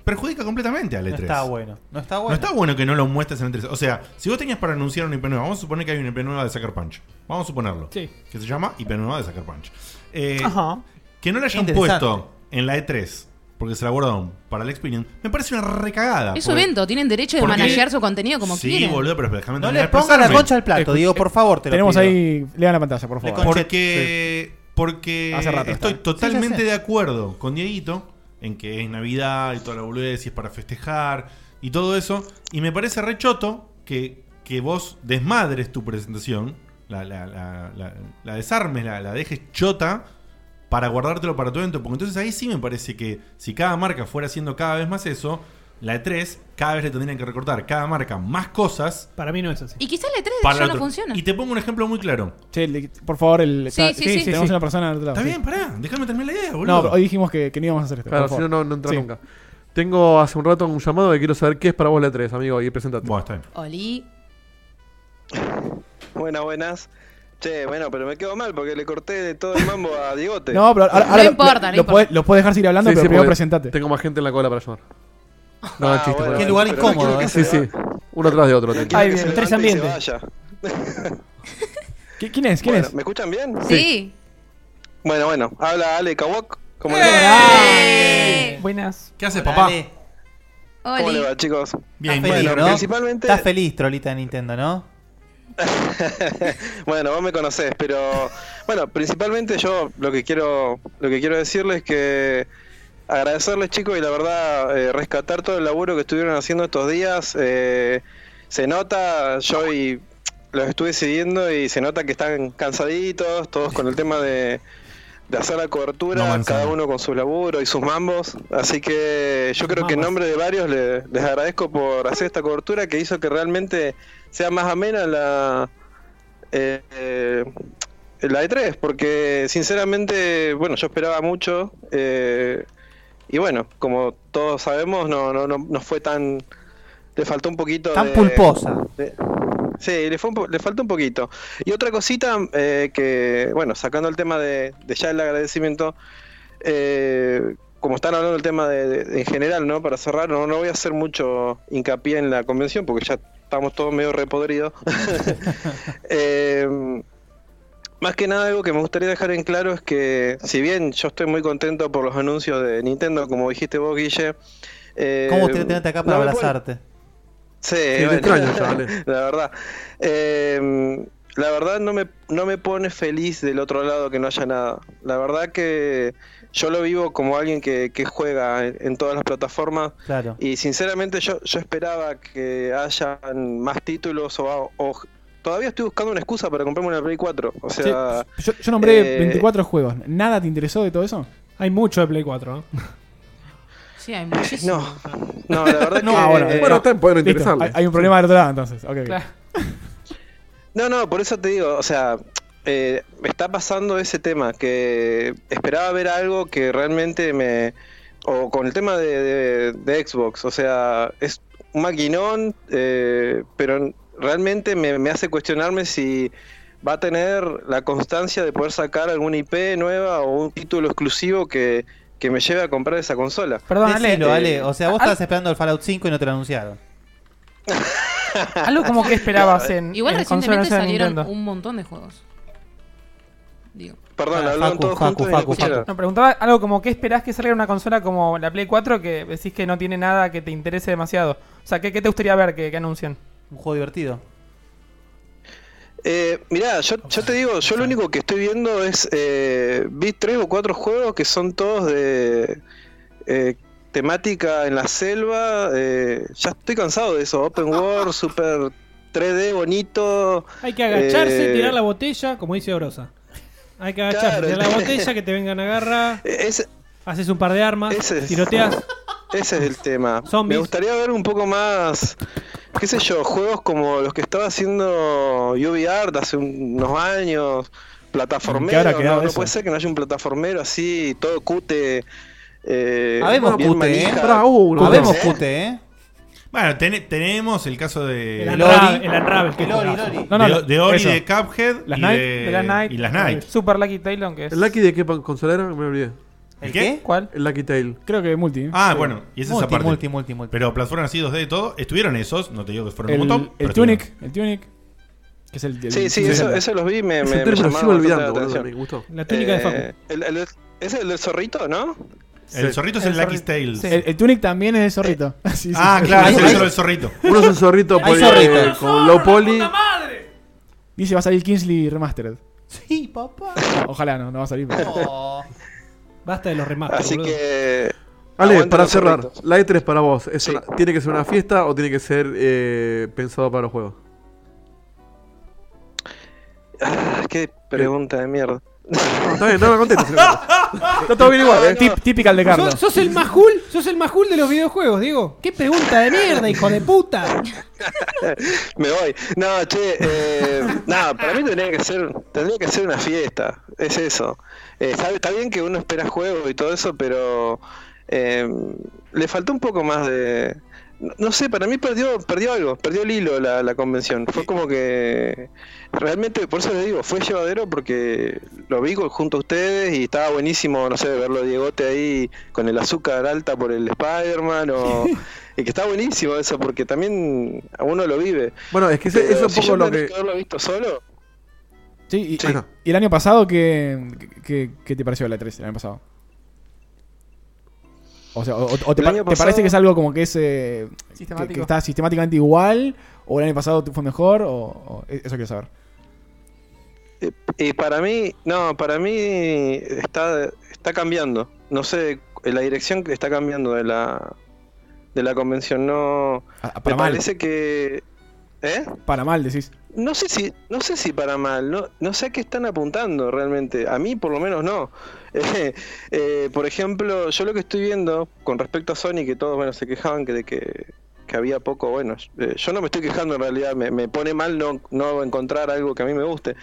Speaker 1: perjudica completamente al E
Speaker 3: No
Speaker 1: E3.
Speaker 3: está bueno. E No está bueno.
Speaker 1: No está bueno que no lo muestres en el 3. O sea, si vos tenías para anunciar una IP nueva, vamos a suponer que hay una IP nueva de Sucker Punch. Vamos a suponerlo.
Speaker 4: Sí.
Speaker 1: Que se llama IP nueva de Sucker Punch. Eh,
Speaker 7: Ajá.
Speaker 1: Que no la hayan
Speaker 3: Interesante.
Speaker 1: puesto en la E3, porque se la guardaron para la Experience, me parece una recagada.
Speaker 6: Es su
Speaker 1: porque-
Speaker 6: evento, tienen derecho de
Speaker 1: porque-
Speaker 6: manejar su contenido como
Speaker 1: sí,
Speaker 6: quieran.
Speaker 1: boludo, pero déjame
Speaker 3: No
Speaker 1: terminar
Speaker 3: le
Speaker 1: de
Speaker 3: pongas la
Speaker 1: expresarme.
Speaker 3: concha al plato,
Speaker 2: Escu-
Speaker 3: digo, por favor, te lo
Speaker 2: Tenemos
Speaker 3: pido.
Speaker 2: ahí, lean la pantalla, por favor.
Speaker 1: Porque, porque
Speaker 2: Hace rato
Speaker 1: estoy
Speaker 2: está.
Speaker 1: totalmente
Speaker 2: Sí, ya sé.
Speaker 1: de acuerdo con Dieguito en que es Navidad y toda la boludez y es para festejar y todo eso. Y me parece rechoto que, que vos desmadres tu presentación, la, la- la- la- la desarmes, la, la dejes chota para guardártelo para tu evento. Porque entonces ahí sí me parece que si cada marca fuera haciendo cada vez más eso, la E3 cada vez le tendrían que recortar cada marca más cosas.
Speaker 4: Para mí no es así.
Speaker 6: Y quizás la 3
Speaker 1: Para
Speaker 6: ya
Speaker 1: el
Speaker 6: no
Speaker 1: otro.
Speaker 6: funciona.
Speaker 1: Y te pongo un ejemplo muy claro.
Speaker 2: Che, le- por favor, el,
Speaker 6: Sí,
Speaker 2: está-
Speaker 6: sí, sí.
Speaker 2: tenemos
Speaker 6: Sí, sí.
Speaker 2: una persona del otro lado.
Speaker 1: Está
Speaker 2: sí.
Speaker 1: bien, pará, déjame terminar la idea,
Speaker 2: No,
Speaker 1: boludo.
Speaker 2: hoy dijimos que, que no íbamos a hacer esto.
Speaker 1: Claro,
Speaker 2: por
Speaker 1: si
Speaker 2: favor.
Speaker 1: no,
Speaker 5: No entra
Speaker 2: Sí.
Speaker 5: nunca. Tengo hace un rato un llamado que quiero saber qué es para vos la 3, amigo, y presentate.
Speaker 1: Bueno, está bien.
Speaker 6: Oli.
Speaker 18: Buenas, buenas. Che, bueno, pero me quedo mal porque le corté de todo el mambo a Diegote.
Speaker 2: No, pero ahora, ahora lo- lo, lo podés- lo podés dejar seguir hablando, pero primero presentate.
Speaker 5: Tengo más gente en la cola para llamar. No,
Speaker 18: Ah,
Speaker 5: chiste.
Speaker 18: bueno,
Speaker 5: pero-
Speaker 18: Qué lugar
Speaker 5: pero
Speaker 18: incómodo,
Speaker 5: quiero que
Speaker 18: eh.
Speaker 5: se Sí, sí. Uno atrás de
Speaker 18: No
Speaker 5: otro. tengo.
Speaker 18: quiero que se levante y se vaya.
Speaker 2: ¿Qui- ¿Quién es? ¿Quién
Speaker 18: Bueno,
Speaker 2: es?
Speaker 18: ¿Me escuchan bien?
Speaker 6: Sí.
Speaker 18: Bueno, bueno, habla Ale Kawok. ¿Cómo,
Speaker 7: Buenas.
Speaker 1: ¿Qué haces,
Speaker 3: papá?
Speaker 18: le, va? ¿Cómo le va, chicos?
Speaker 3: Bien,
Speaker 18: bueno,
Speaker 3: feliz, ¿no?
Speaker 18: principalmente.
Speaker 3: Estás feliz, trolita de Nintendo, ¿no?
Speaker 18: *laughs* bueno, vos me conocés, pero bueno, principalmente yo lo que quiero lo que quiero decirles es que agradecerles chicos y la verdad eh, rescatar todo el laburo que estuvieron haciendo estos días. eh, se nota, yo y los estuve siguiendo y se nota que están cansaditos, todos con el tema de, de hacer la cobertura, cada uno con su laburo y sus mambos. Así que yo creo que en nombre de varios le- les agradezco por hacer esta cobertura que hizo que realmente sea más amena la, eh, eh, la E3, porque sinceramente, bueno, yo esperaba mucho eh, y bueno, como todos sabemos, no, no, no, no fue tan... Le faltó un poquito
Speaker 3: Tan
Speaker 18: de-
Speaker 3: pulposa.
Speaker 18: de- sí, le, fue un po- le faltó un poquito. Y otra cosita eh, que, bueno, sacando el tema de, de ya el agradecimiento, eh, como están hablando del tema de, de- en general, ¿no? Para cerrar, no, no voy a hacer mucho hincapié en la convención porque ya estamos todos medio repodridos. *laughs* Eh, más que nada algo que me gustaría dejar en claro es que si bien yo estoy muy contento por los anuncios de Nintendo, como dijiste vos, Guille, eh,
Speaker 3: ¿Cómo gustaría tenerte acá para
Speaker 18: no me puedo-
Speaker 3: abrazarte?
Speaker 18: Sí,
Speaker 3: te
Speaker 18: bueno,
Speaker 3: extraño, chavales.
Speaker 18: *laughs* la verdad. Eh, la verdad no me, no me pone feliz del otro lado que no haya nada. La verdad que yo lo vivo como alguien que, que juega en, en todas las plataformas
Speaker 3: Claro.
Speaker 18: y sinceramente yo, yo esperaba que hayan más títulos o, o- Todavía estoy buscando una excusa para comprarme una Play 4. O sea,
Speaker 2: Yo, yo nombré
Speaker 18: eh,
Speaker 2: 24 juegos. ¿Nada te interesó de todo eso?
Speaker 4: Hay mucho de Play 4.
Speaker 6: Sí, hay muchísimo.
Speaker 18: No, no, la verdad
Speaker 2: *laughs* No, *laughs*
Speaker 18: que...
Speaker 2: ah, bueno,
Speaker 18: eh,
Speaker 2: Listo. Hay, hay un problema del otro lado, entonces. Ok, ok.
Speaker 18: No, no, por eso te digo, o sea, eh, me está pasando ese tema, que esperaba ver algo que realmente me... O con el tema de, de- de Xbox, o sea, es un maquinón, eh, pero realmente me, me hace cuestionarme si va a tener la constancia de poder sacar alguna IP nueva o un título exclusivo que, que me lleve a comprar esa consola. eh,
Speaker 3: Decilo, Ale. O sea, vos
Speaker 18: Al-
Speaker 3: estabas esperando el Fallout 5 y no te lo anunciaron.
Speaker 7: *laughs* Algo como que esperabas en.
Speaker 6: Igual
Speaker 7: en
Speaker 6: recientemente
Speaker 7: consolas de
Speaker 6: salieron
Speaker 7: Nintendo.
Speaker 6: un montón de juegos. Digo.
Speaker 18: Perdón,
Speaker 7: Ah,
Speaker 18: hablaron
Speaker 7: Facu,
Speaker 18: todos
Speaker 7: Facu,
Speaker 18: juntos y no
Speaker 7: Facu,
Speaker 18: escucharon.
Speaker 7: Facu. No, preguntaba algo como que esperás que salga una consola como la Play 4 que decís que no tiene nada que te interese demasiado. O sea, ¿qué, qué te gustaría ver que, que anuncien?
Speaker 3: Un juego divertido.
Speaker 18: Eh, mirá, yo, yo te digo, yo lo único que estoy viendo es. Eh, vi tres o cuatro juegos que son todos de. eh, temática en la selva. eh, ya estoy cansado de eso. Open World, super 3D, bonito.
Speaker 4: Hay que agacharse,
Speaker 18: eh,
Speaker 4: tirar la botella, como dice Orosa. Hay que agacharse,
Speaker 18: Claro. eh,
Speaker 4: tirar la botella, que te vengan a agarrar. haces un par de armas, tiroteas.
Speaker 18: Ese es el tema.
Speaker 4: Zombies.
Speaker 18: Me gustaría ver un poco más, qué sé yo, juegos como los que estaba haciendo UbiArt hace un- unos años,
Speaker 2: ¿Qué habrá
Speaker 18: plataformero.
Speaker 2: quedado
Speaker 18: No, no
Speaker 2: eso?
Speaker 18: puede ser que no haya un plataformero así, todo cute. Eh,
Speaker 3: Habemos
Speaker 18: bien
Speaker 3: cute,
Speaker 18: manija.
Speaker 3: ¿eh? Habrá uno. Habemos
Speaker 18: ¿Eh?
Speaker 3: cute, ¿eh?
Speaker 1: Bueno, ten- tenemos el caso de.
Speaker 3: El Unravel, el
Speaker 2: Unravel, que
Speaker 1: de
Speaker 2: es Lori,
Speaker 1: Ori,
Speaker 2: Lori.
Speaker 1: de,
Speaker 2: No, no,
Speaker 1: de Ori,
Speaker 2: eso.
Speaker 1: de Cuphead.
Speaker 2: Las
Speaker 1: y
Speaker 2: Knight,
Speaker 1: de-
Speaker 7: de las Knight.
Speaker 1: Y las Knight.
Speaker 7: Super Lucky Tail, que es.
Speaker 5: ¿El Lucky de qué pan- consola era? Me olvidé.
Speaker 3: ¿El qué?
Speaker 7: ¿Cuál?
Speaker 5: El Lucky Tail.
Speaker 2: Creo que multi.
Speaker 1: Ah, bueno, y esa es
Speaker 3: Multi,
Speaker 1: esa parte.
Speaker 3: multi, multi, multi.
Speaker 1: Pero plataformas así 2D y todo, estuvieron esos, no te digo que fueron
Speaker 2: El,
Speaker 1: un montón.
Speaker 2: el
Speaker 1: pero estuvieron.
Speaker 2: Tunic, el Tunic. Que es el, el-
Speaker 18: Sí, sí,
Speaker 2: el-
Speaker 18: eso, eso los vi, me,
Speaker 5: Ese
Speaker 18: me, me llamaron
Speaker 5: término sigo
Speaker 18: bastante
Speaker 5: olvidando,
Speaker 18: la
Speaker 5: boludo,
Speaker 18: atención. Eh,
Speaker 5: me gustó.
Speaker 2: La túnica de Facu.
Speaker 18: el- el- ¿Ese es el del zorrito, no?
Speaker 1: El zorrito es el, Lucky Tales.
Speaker 2: El, el Tunic también es de zorrito. *laughs* Sí, sí,
Speaker 1: Ah,
Speaker 2: sí.
Speaker 1: claro, es el solo del zorrito.
Speaker 5: Uno es un zorrito,
Speaker 1: Hay
Speaker 5: poli-
Speaker 1: zorrito.
Speaker 5: eh, con low poly.
Speaker 2: Dice va a salir Kingsley Remastered.
Speaker 3: Sí, papá.
Speaker 2: Ojalá no, no va a salir. pero-
Speaker 4: Basta de los remasters.
Speaker 18: Así
Speaker 4: boludo.
Speaker 18: que.
Speaker 5: Ale,
Speaker 18: aguante
Speaker 5: para
Speaker 18: los
Speaker 5: cerrar,
Speaker 18: zorritos.
Speaker 5: la E3 para vos, ¿es una- ¿tiene que ser una fiesta o tiene que ser eh, pensado para los juegos?
Speaker 18: Ah, qué pregunta de mierda.
Speaker 5: Está bien, no
Speaker 18: *laughs*
Speaker 5: me contestes. Está todo bien igual, eh.
Speaker 2: Tip- Típical de Carlos.
Speaker 4: ¿Sos, sos el majul, sos el majul de los videojuegos, Diego. Qué pregunta de mierda, hijo de puta.
Speaker 18: Me voy. No, che, eh, nada, para mí tendría que ser, tendría que ser una fiesta. Es eso. Eh, sabe- está bien que uno espera juegos y todo eso, pero eh, le faltó un poco más de. No, no sé, para mí perdió, perdió algo, perdió el hilo la, la convención. Fue como que realmente, por eso les digo, fue llevadero porque lo vi con- junto a ustedes y estaba buenísimo, no sé, verlo a Diegote ahí con el azúcar alta por el Spider-Man
Speaker 5: *laughs*
Speaker 18: o. Y que está buenísimo eso, porque también a uno lo vive.
Speaker 5: Bueno, es que ese-
Speaker 18: Pero
Speaker 5: eso es
Speaker 18: si
Speaker 5: un
Speaker 18: yo
Speaker 5: poco lo
Speaker 18: tendría
Speaker 5: que-
Speaker 18: haberlo visto solo?
Speaker 2: Sí, y,
Speaker 18: Sí.
Speaker 2: y- y el año pasado, ¿qué, qué, qué te pareció la 3 el año pasado? O sea, o, o te,
Speaker 18: El
Speaker 2: pa-
Speaker 18: año
Speaker 2: te
Speaker 18: pasado-
Speaker 2: parece que es algo como que es eh, que-
Speaker 7: Sistemático.
Speaker 2: Que, está sistemáticamente igual? ¿O el año pasado fue mejor? O, o- e-, eso quiero saber.
Speaker 18: Y para mí, no, para mí está, está cambiando. No sé, la dirección que está cambiando de la, de la convención. No,
Speaker 1: Ah,
Speaker 2: Ah, para
Speaker 18: me
Speaker 2: mal.
Speaker 18: parece que... ¿Eh?
Speaker 2: Para mal, decís.
Speaker 18: No sé si, no sé si para mal, no, no sé a qué están apuntando realmente. A mí por lo menos no. *laughs* Eh, eh, por ejemplo, yo lo que estoy viendo con respecto a Sony, que todos bueno se quejaban que de que, que había poco, bueno, eh, yo no me estoy quejando en realidad, me, me pone mal no, no encontrar algo que a mí me guste.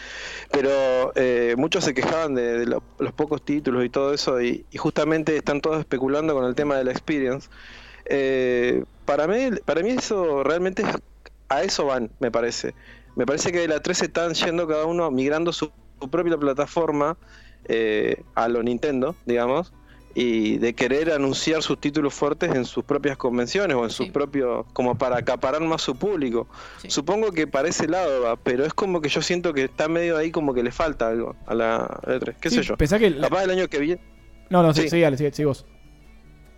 Speaker 18: Pero eh, muchos se quejaban de, de lo- los pocos títulos y todo eso, y, y justamente están todos especulando con el tema de la experience. Eh, para mí, para mí eso realmente es- a eso van, me parece. Me parece que de la 3 están yendo cada uno migrando su, su propia plataforma eh, a lo Nintendo, digamos, y de querer anunciar sus títulos fuertes en sus propias convenciones o en sus propios, como para acaparar más su público. Supongo que para ese lado va, pero es como que yo siento que está medio ahí como que le falta algo a la, a la 3, qué
Speaker 2: Sí,
Speaker 18: sé yo.
Speaker 2: pensá que la-
Speaker 18: Capaz el año que viene...
Speaker 2: No, no, sí,
Speaker 18: Sí.
Speaker 2: sí, dale, sí, sí, vos.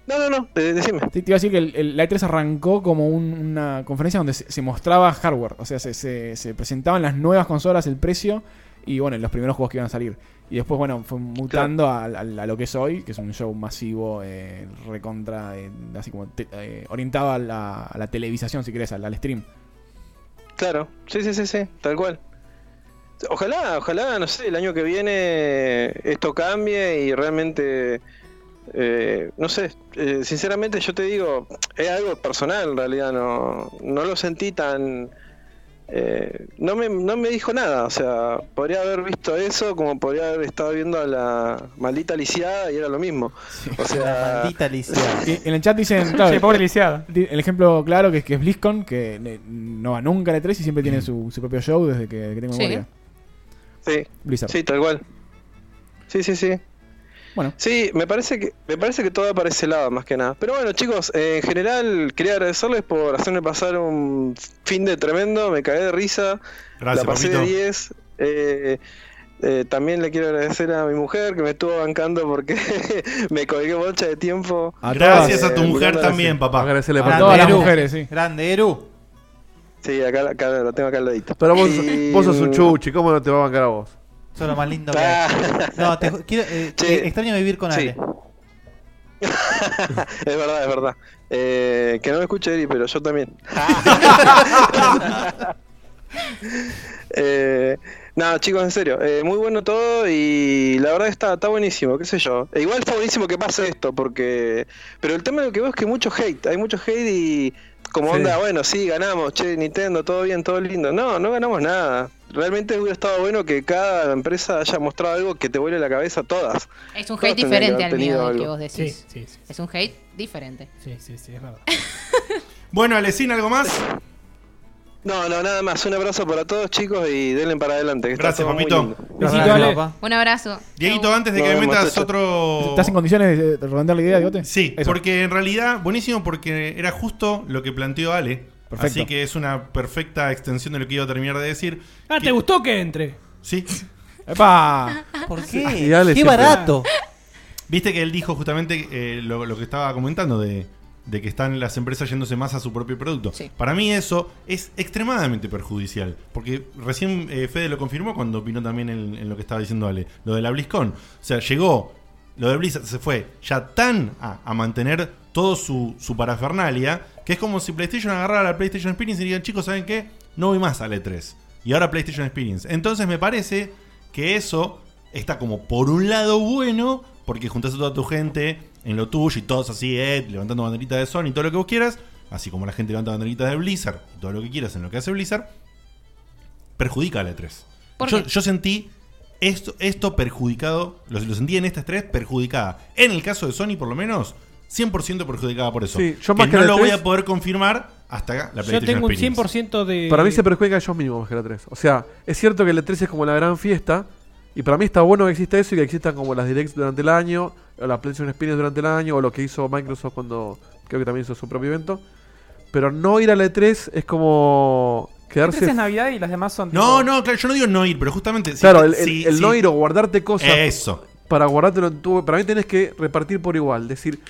Speaker 18: No, no, no, eh, decime.
Speaker 2: Te, te iba a decir que el, el- la E3 arrancó como un- una conferencia donde se, se mostraba hardware. O sea, se, se- se presentaban las nuevas consolas, el precio y, bueno, los primeros juegos que iban a salir. Y después, bueno, fue mutando a, a- a lo que es hoy, que es un show masivo, eh, recontra, eh, así como te- eh, orientado a la, a la televisación, si querés, al, al stream.
Speaker 18: Claro, sí, sí, sí, sí, tal cual. Ojalá, ojalá, no sé, el año que viene esto cambie y realmente, eh, no sé, eh, sinceramente yo te digo, es algo personal en realidad, no, no lo sentí tan, eh, no, me, no me dijo nada. O sea, podría haber visto eso como podría haber estado viendo a la maldita lisiada y era lo mismo.
Speaker 3: *laughs*
Speaker 18: O sea,
Speaker 3: maldita lisiada.
Speaker 2: Sí, En el chat
Speaker 18: *laughs*
Speaker 2: dicen, claro,
Speaker 18: Sí, pobre lisiada.
Speaker 2: di- El ejemplo claro que es que es BlizzCon, que ne- no va nunca a la 3 y siempre
Speaker 18: Mm.
Speaker 2: tiene su, su propio show desde que, que tengo
Speaker 18: Sí.
Speaker 2: memoria.
Speaker 18: Sí,
Speaker 2: Blizzard.
Speaker 18: sí, tal cual. Sí, sí, sí.
Speaker 2: Bueno.
Speaker 18: Sí, me parece que me parece que todo va para ese lado más que nada. Pero bueno, chicos, eh, en general quería agradecerles por hacerme pasar un fin de tremendo, me caí de risa.
Speaker 1: Gracias,
Speaker 18: la pasé de
Speaker 1: papito.
Speaker 18: 10. eh, eh, también le quiero agradecer a mi mujer que me estuvo bancando porque *laughs* me colgué bolcha de tiempo.
Speaker 1: Gracias a tu
Speaker 18: Eh,
Speaker 1: mujer
Speaker 18: mirándola
Speaker 1: también,
Speaker 18: así.
Speaker 1: papá.
Speaker 5: Agradecerle
Speaker 1: por
Speaker 5: por
Speaker 1: todo.
Speaker 5: todo.
Speaker 1: Eru.
Speaker 3: Grande, Eru.
Speaker 18: Sí, acá, acá lo tengo acá al ladito.
Speaker 5: Pero vos,
Speaker 18: Y-
Speaker 5: vos sos un chuchi, ¿cómo no te va a bancar a vos?
Speaker 3: Son lo más lindo que hay. No, te ju- quiero, eh,
Speaker 18: Ah. Che.
Speaker 3: eh, extraño vivir con
Speaker 18: Sí.
Speaker 3: Ale.
Speaker 18: *laughs* Es verdad, es verdad. Eh, que no me escuche Eri, pero yo también. *laughs* eh, nada, chicos, en serio. eh, muy bueno todo y la verdad está, está buenísimo, qué sé yo. E igual está buenísimo que pase esto, porque... Pero el tema de lo que veo es que mucho hate, hay mucho hate y como
Speaker 5: Sí.
Speaker 18: onda, bueno, sí, ganamos, che, Nintendo, todo bien, todo lindo. No, no ganamos nada. Realmente hubiera estado bueno que cada empresa haya mostrado algo que te vuele la cabeza a todas.
Speaker 6: Es un
Speaker 18: Todas
Speaker 6: hate
Speaker 18: tendrían que
Speaker 6: diferente
Speaker 18: haber
Speaker 6: al mío
Speaker 18: tenido
Speaker 6: del que
Speaker 18: algo.
Speaker 6: vos decís. Es un hate diferente.
Speaker 4: Sí, sí, sí, es verdad.
Speaker 1: Bueno, Alecín, ¿algo más?
Speaker 18: No, no, nada más. Un abrazo para todos, chicos, y denle para adelante. que está
Speaker 1: Gracias,
Speaker 18: todo muy
Speaker 1: papito.
Speaker 18: lindo.
Speaker 6: Un abrazo.
Speaker 1: Dieguito, antes de
Speaker 18: Nos
Speaker 1: que me
Speaker 18: vemos,
Speaker 1: metas
Speaker 18: chau,
Speaker 1: otro.
Speaker 2: ¿Estás en condiciones de de redondear la idea, Diote?
Speaker 1: Sí,
Speaker 2: Eso.
Speaker 1: porque en realidad, buenísimo, porque era justo lo que planteó Ale.
Speaker 2: Perfecto.
Speaker 1: Así que es una perfecta extensión de lo que iba a terminar de decir.
Speaker 4: Ah, ¿te gustó que entre?
Speaker 1: Sí.
Speaker 4: *laughs*
Speaker 2: ¡Epa!
Speaker 3: *laughs* ¿Por
Speaker 1: qué?
Speaker 3: qué? Ah, ¡Qué barato!
Speaker 1: Viste que él dijo justamente eh, lo, lo que estaba comentando de, de que están las empresas yéndose más a su propio producto. Para mí eso es extremadamente perjudicial. Porque recién eh, Fede lo confirmó cuando opinó también en, en lo que estaba diciendo Ale. Lo de la BlizzCon. O sea, llegó, lo de Blizzard se fue ya tan a, a mantener todo su, su parafernalia que es como si PlayStation agarrara la PlayStation Experience y digan, chicos, ¿saben qué? No voy más a la E3. Y ahora PlayStation Experience. Entonces me parece que eso está como por un lado bueno, porque juntás a toda tu gente en lo tuyo y todos así, eh, levantando banderita de Sony y todo lo que vos quieras, así como la gente levanta banderita de Blizzard y todo lo que quieras en lo que hace Blizzard, perjudica a la E3.
Speaker 6: ¿Por
Speaker 1: Yo,
Speaker 6: qué?
Speaker 1: yo sentí esto, esto perjudicado, lo, lo sentí en estas tres perjudicada. En el caso de Sony, por lo menos, 100% perjudicada por eso.
Speaker 5: Sí, yo más que
Speaker 1: no
Speaker 5: la E
Speaker 1: lo
Speaker 5: E3
Speaker 1: voy a poder confirmar hasta acá, la
Speaker 4: Yo
Speaker 1: PlayStation
Speaker 4: tengo un
Speaker 1: Experience.
Speaker 4: 100% de.
Speaker 5: Para mí se perjudica ellos mismos más que la 3. O sea, es cierto que la 3 es como la gran fiesta. Y para mí está bueno que exista eso y que existan como las directs durante el año, o la PlayStation Experience durante el año, o lo que hizo Microsoft cuando creo que también hizo su propio evento. Pero no ir a la E3 es como quedarse.
Speaker 7: Entonces es Navidad y las demás son.
Speaker 1: No, no, claro, yo no digo no ir, pero justamente. si-
Speaker 5: Claro, el, el-
Speaker 1: si-
Speaker 5: el
Speaker 1: si-
Speaker 5: no ir o guardarte cosas.
Speaker 1: Eso.
Speaker 5: Para guardártelo en tu. Para mí tenés que repartir por igual. Decir,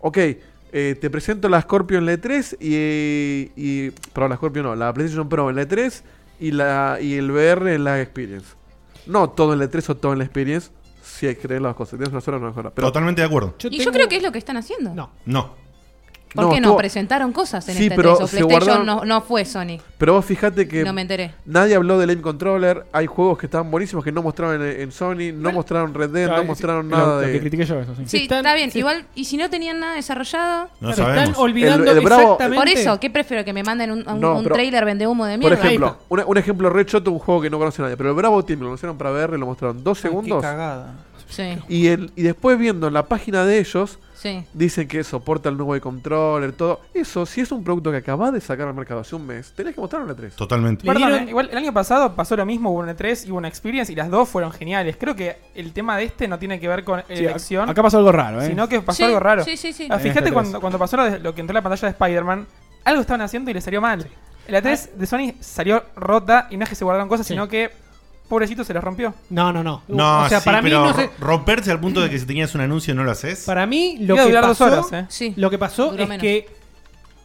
Speaker 5: ok, eh, te presento la Scorpio en la E3 y. y perdón, la Scorpio no, la PlayStation Pro en la E3 y, la, y el VR en la Experience. No todo en la E3 o todo en la Experience. Si hay que tener las dos cosas. Si Tienes una sola, no mejora. Pero,
Speaker 1: Totalmente de acuerdo.
Speaker 6: y yo creo que es lo que están haciendo. No.
Speaker 1: No.
Speaker 6: ¿Por
Speaker 5: No,
Speaker 6: qué no?
Speaker 5: estuvo-
Speaker 6: Presentaron cosas en
Speaker 5: Sí,
Speaker 6: este
Speaker 5: pero
Speaker 6: tres, o
Speaker 5: se
Speaker 6: PlayStation
Speaker 5: guardaron-
Speaker 6: no, no fue Sony.
Speaker 5: Pero vos fíjate que.
Speaker 6: No me enteré.
Speaker 5: Nadie habló del Aim Controller. Hay juegos que están buenísimos que no mostraron en, en Sony, no mostraron Red Dead,
Speaker 2: Claro,
Speaker 5: no mostraron
Speaker 2: lo-
Speaker 5: nada
Speaker 2: lo
Speaker 5: de.
Speaker 2: que critiqué yo, eso, sí.
Speaker 6: Sí, está bien. Igual, y si no tenían nada desarrollado.
Speaker 4: Claro,
Speaker 5: No
Speaker 4: están
Speaker 5: sabemos.
Speaker 4: olvidando
Speaker 5: El- el Bravo-
Speaker 4: exactamente.
Speaker 6: Por eso, ¿qué prefiero? ¿Que me manden un, un,
Speaker 5: No,
Speaker 6: un
Speaker 5: pero-
Speaker 6: trailer vende humo de
Speaker 5: Por
Speaker 6: mierda?
Speaker 5: ejemplo, una- un ejemplo re choto, un juego que no conoce nadie, pero el Bravo Team lo anunciaron para VR, lo mostraron dos segundos.
Speaker 3: cagada.
Speaker 6: Sí.
Speaker 5: Y, el, y después viendo la página de ellos,
Speaker 6: Sí.
Speaker 5: dicen que soporta el nuevo controller, todo. Eso, si es un producto que acabas de sacar al mercado hace un mes, tenés que mostrarlo en la 3.
Speaker 1: Totalmente.
Speaker 7: Perdón, eh, igual el año pasado pasó lo mismo, hubo una 3 y hubo una Experience y las dos fueron geniales. Creo que el tema de este no tiene que ver con
Speaker 2: Sí,
Speaker 7: elección.
Speaker 2: ac- acá pasó algo raro, ¿eh? Este
Speaker 7: Sino que pasó
Speaker 2: Sí,
Speaker 7: algo raro.
Speaker 2: sí, sí, sí.
Speaker 7: Ah,
Speaker 2: En esta
Speaker 7: fíjate
Speaker 2: 3.
Speaker 7: cuando, cuando pasó lo, de- lo que entró en la pantalla de Spider-Man, algo estaban haciendo y le salió mal. La 3 de Sony salió rota y no es que se guardaron cosas, sino que pobrecito se les rompió.
Speaker 4: No, no, no.
Speaker 1: No,
Speaker 4: o sea,
Speaker 1: sí,
Speaker 4: para mí
Speaker 1: pero
Speaker 4: no se-
Speaker 1: ro- romperse al punto de que si tenías un anuncio no lo haces.
Speaker 4: Para mí, lo
Speaker 7: Iba a
Speaker 4: que,
Speaker 7: durar
Speaker 4: pasó,
Speaker 7: dos horas, ¿eh?
Speaker 6: Sí,
Speaker 4: lo que pasó
Speaker 6: duró
Speaker 4: es
Speaker 6: menos.
Speaker 4: que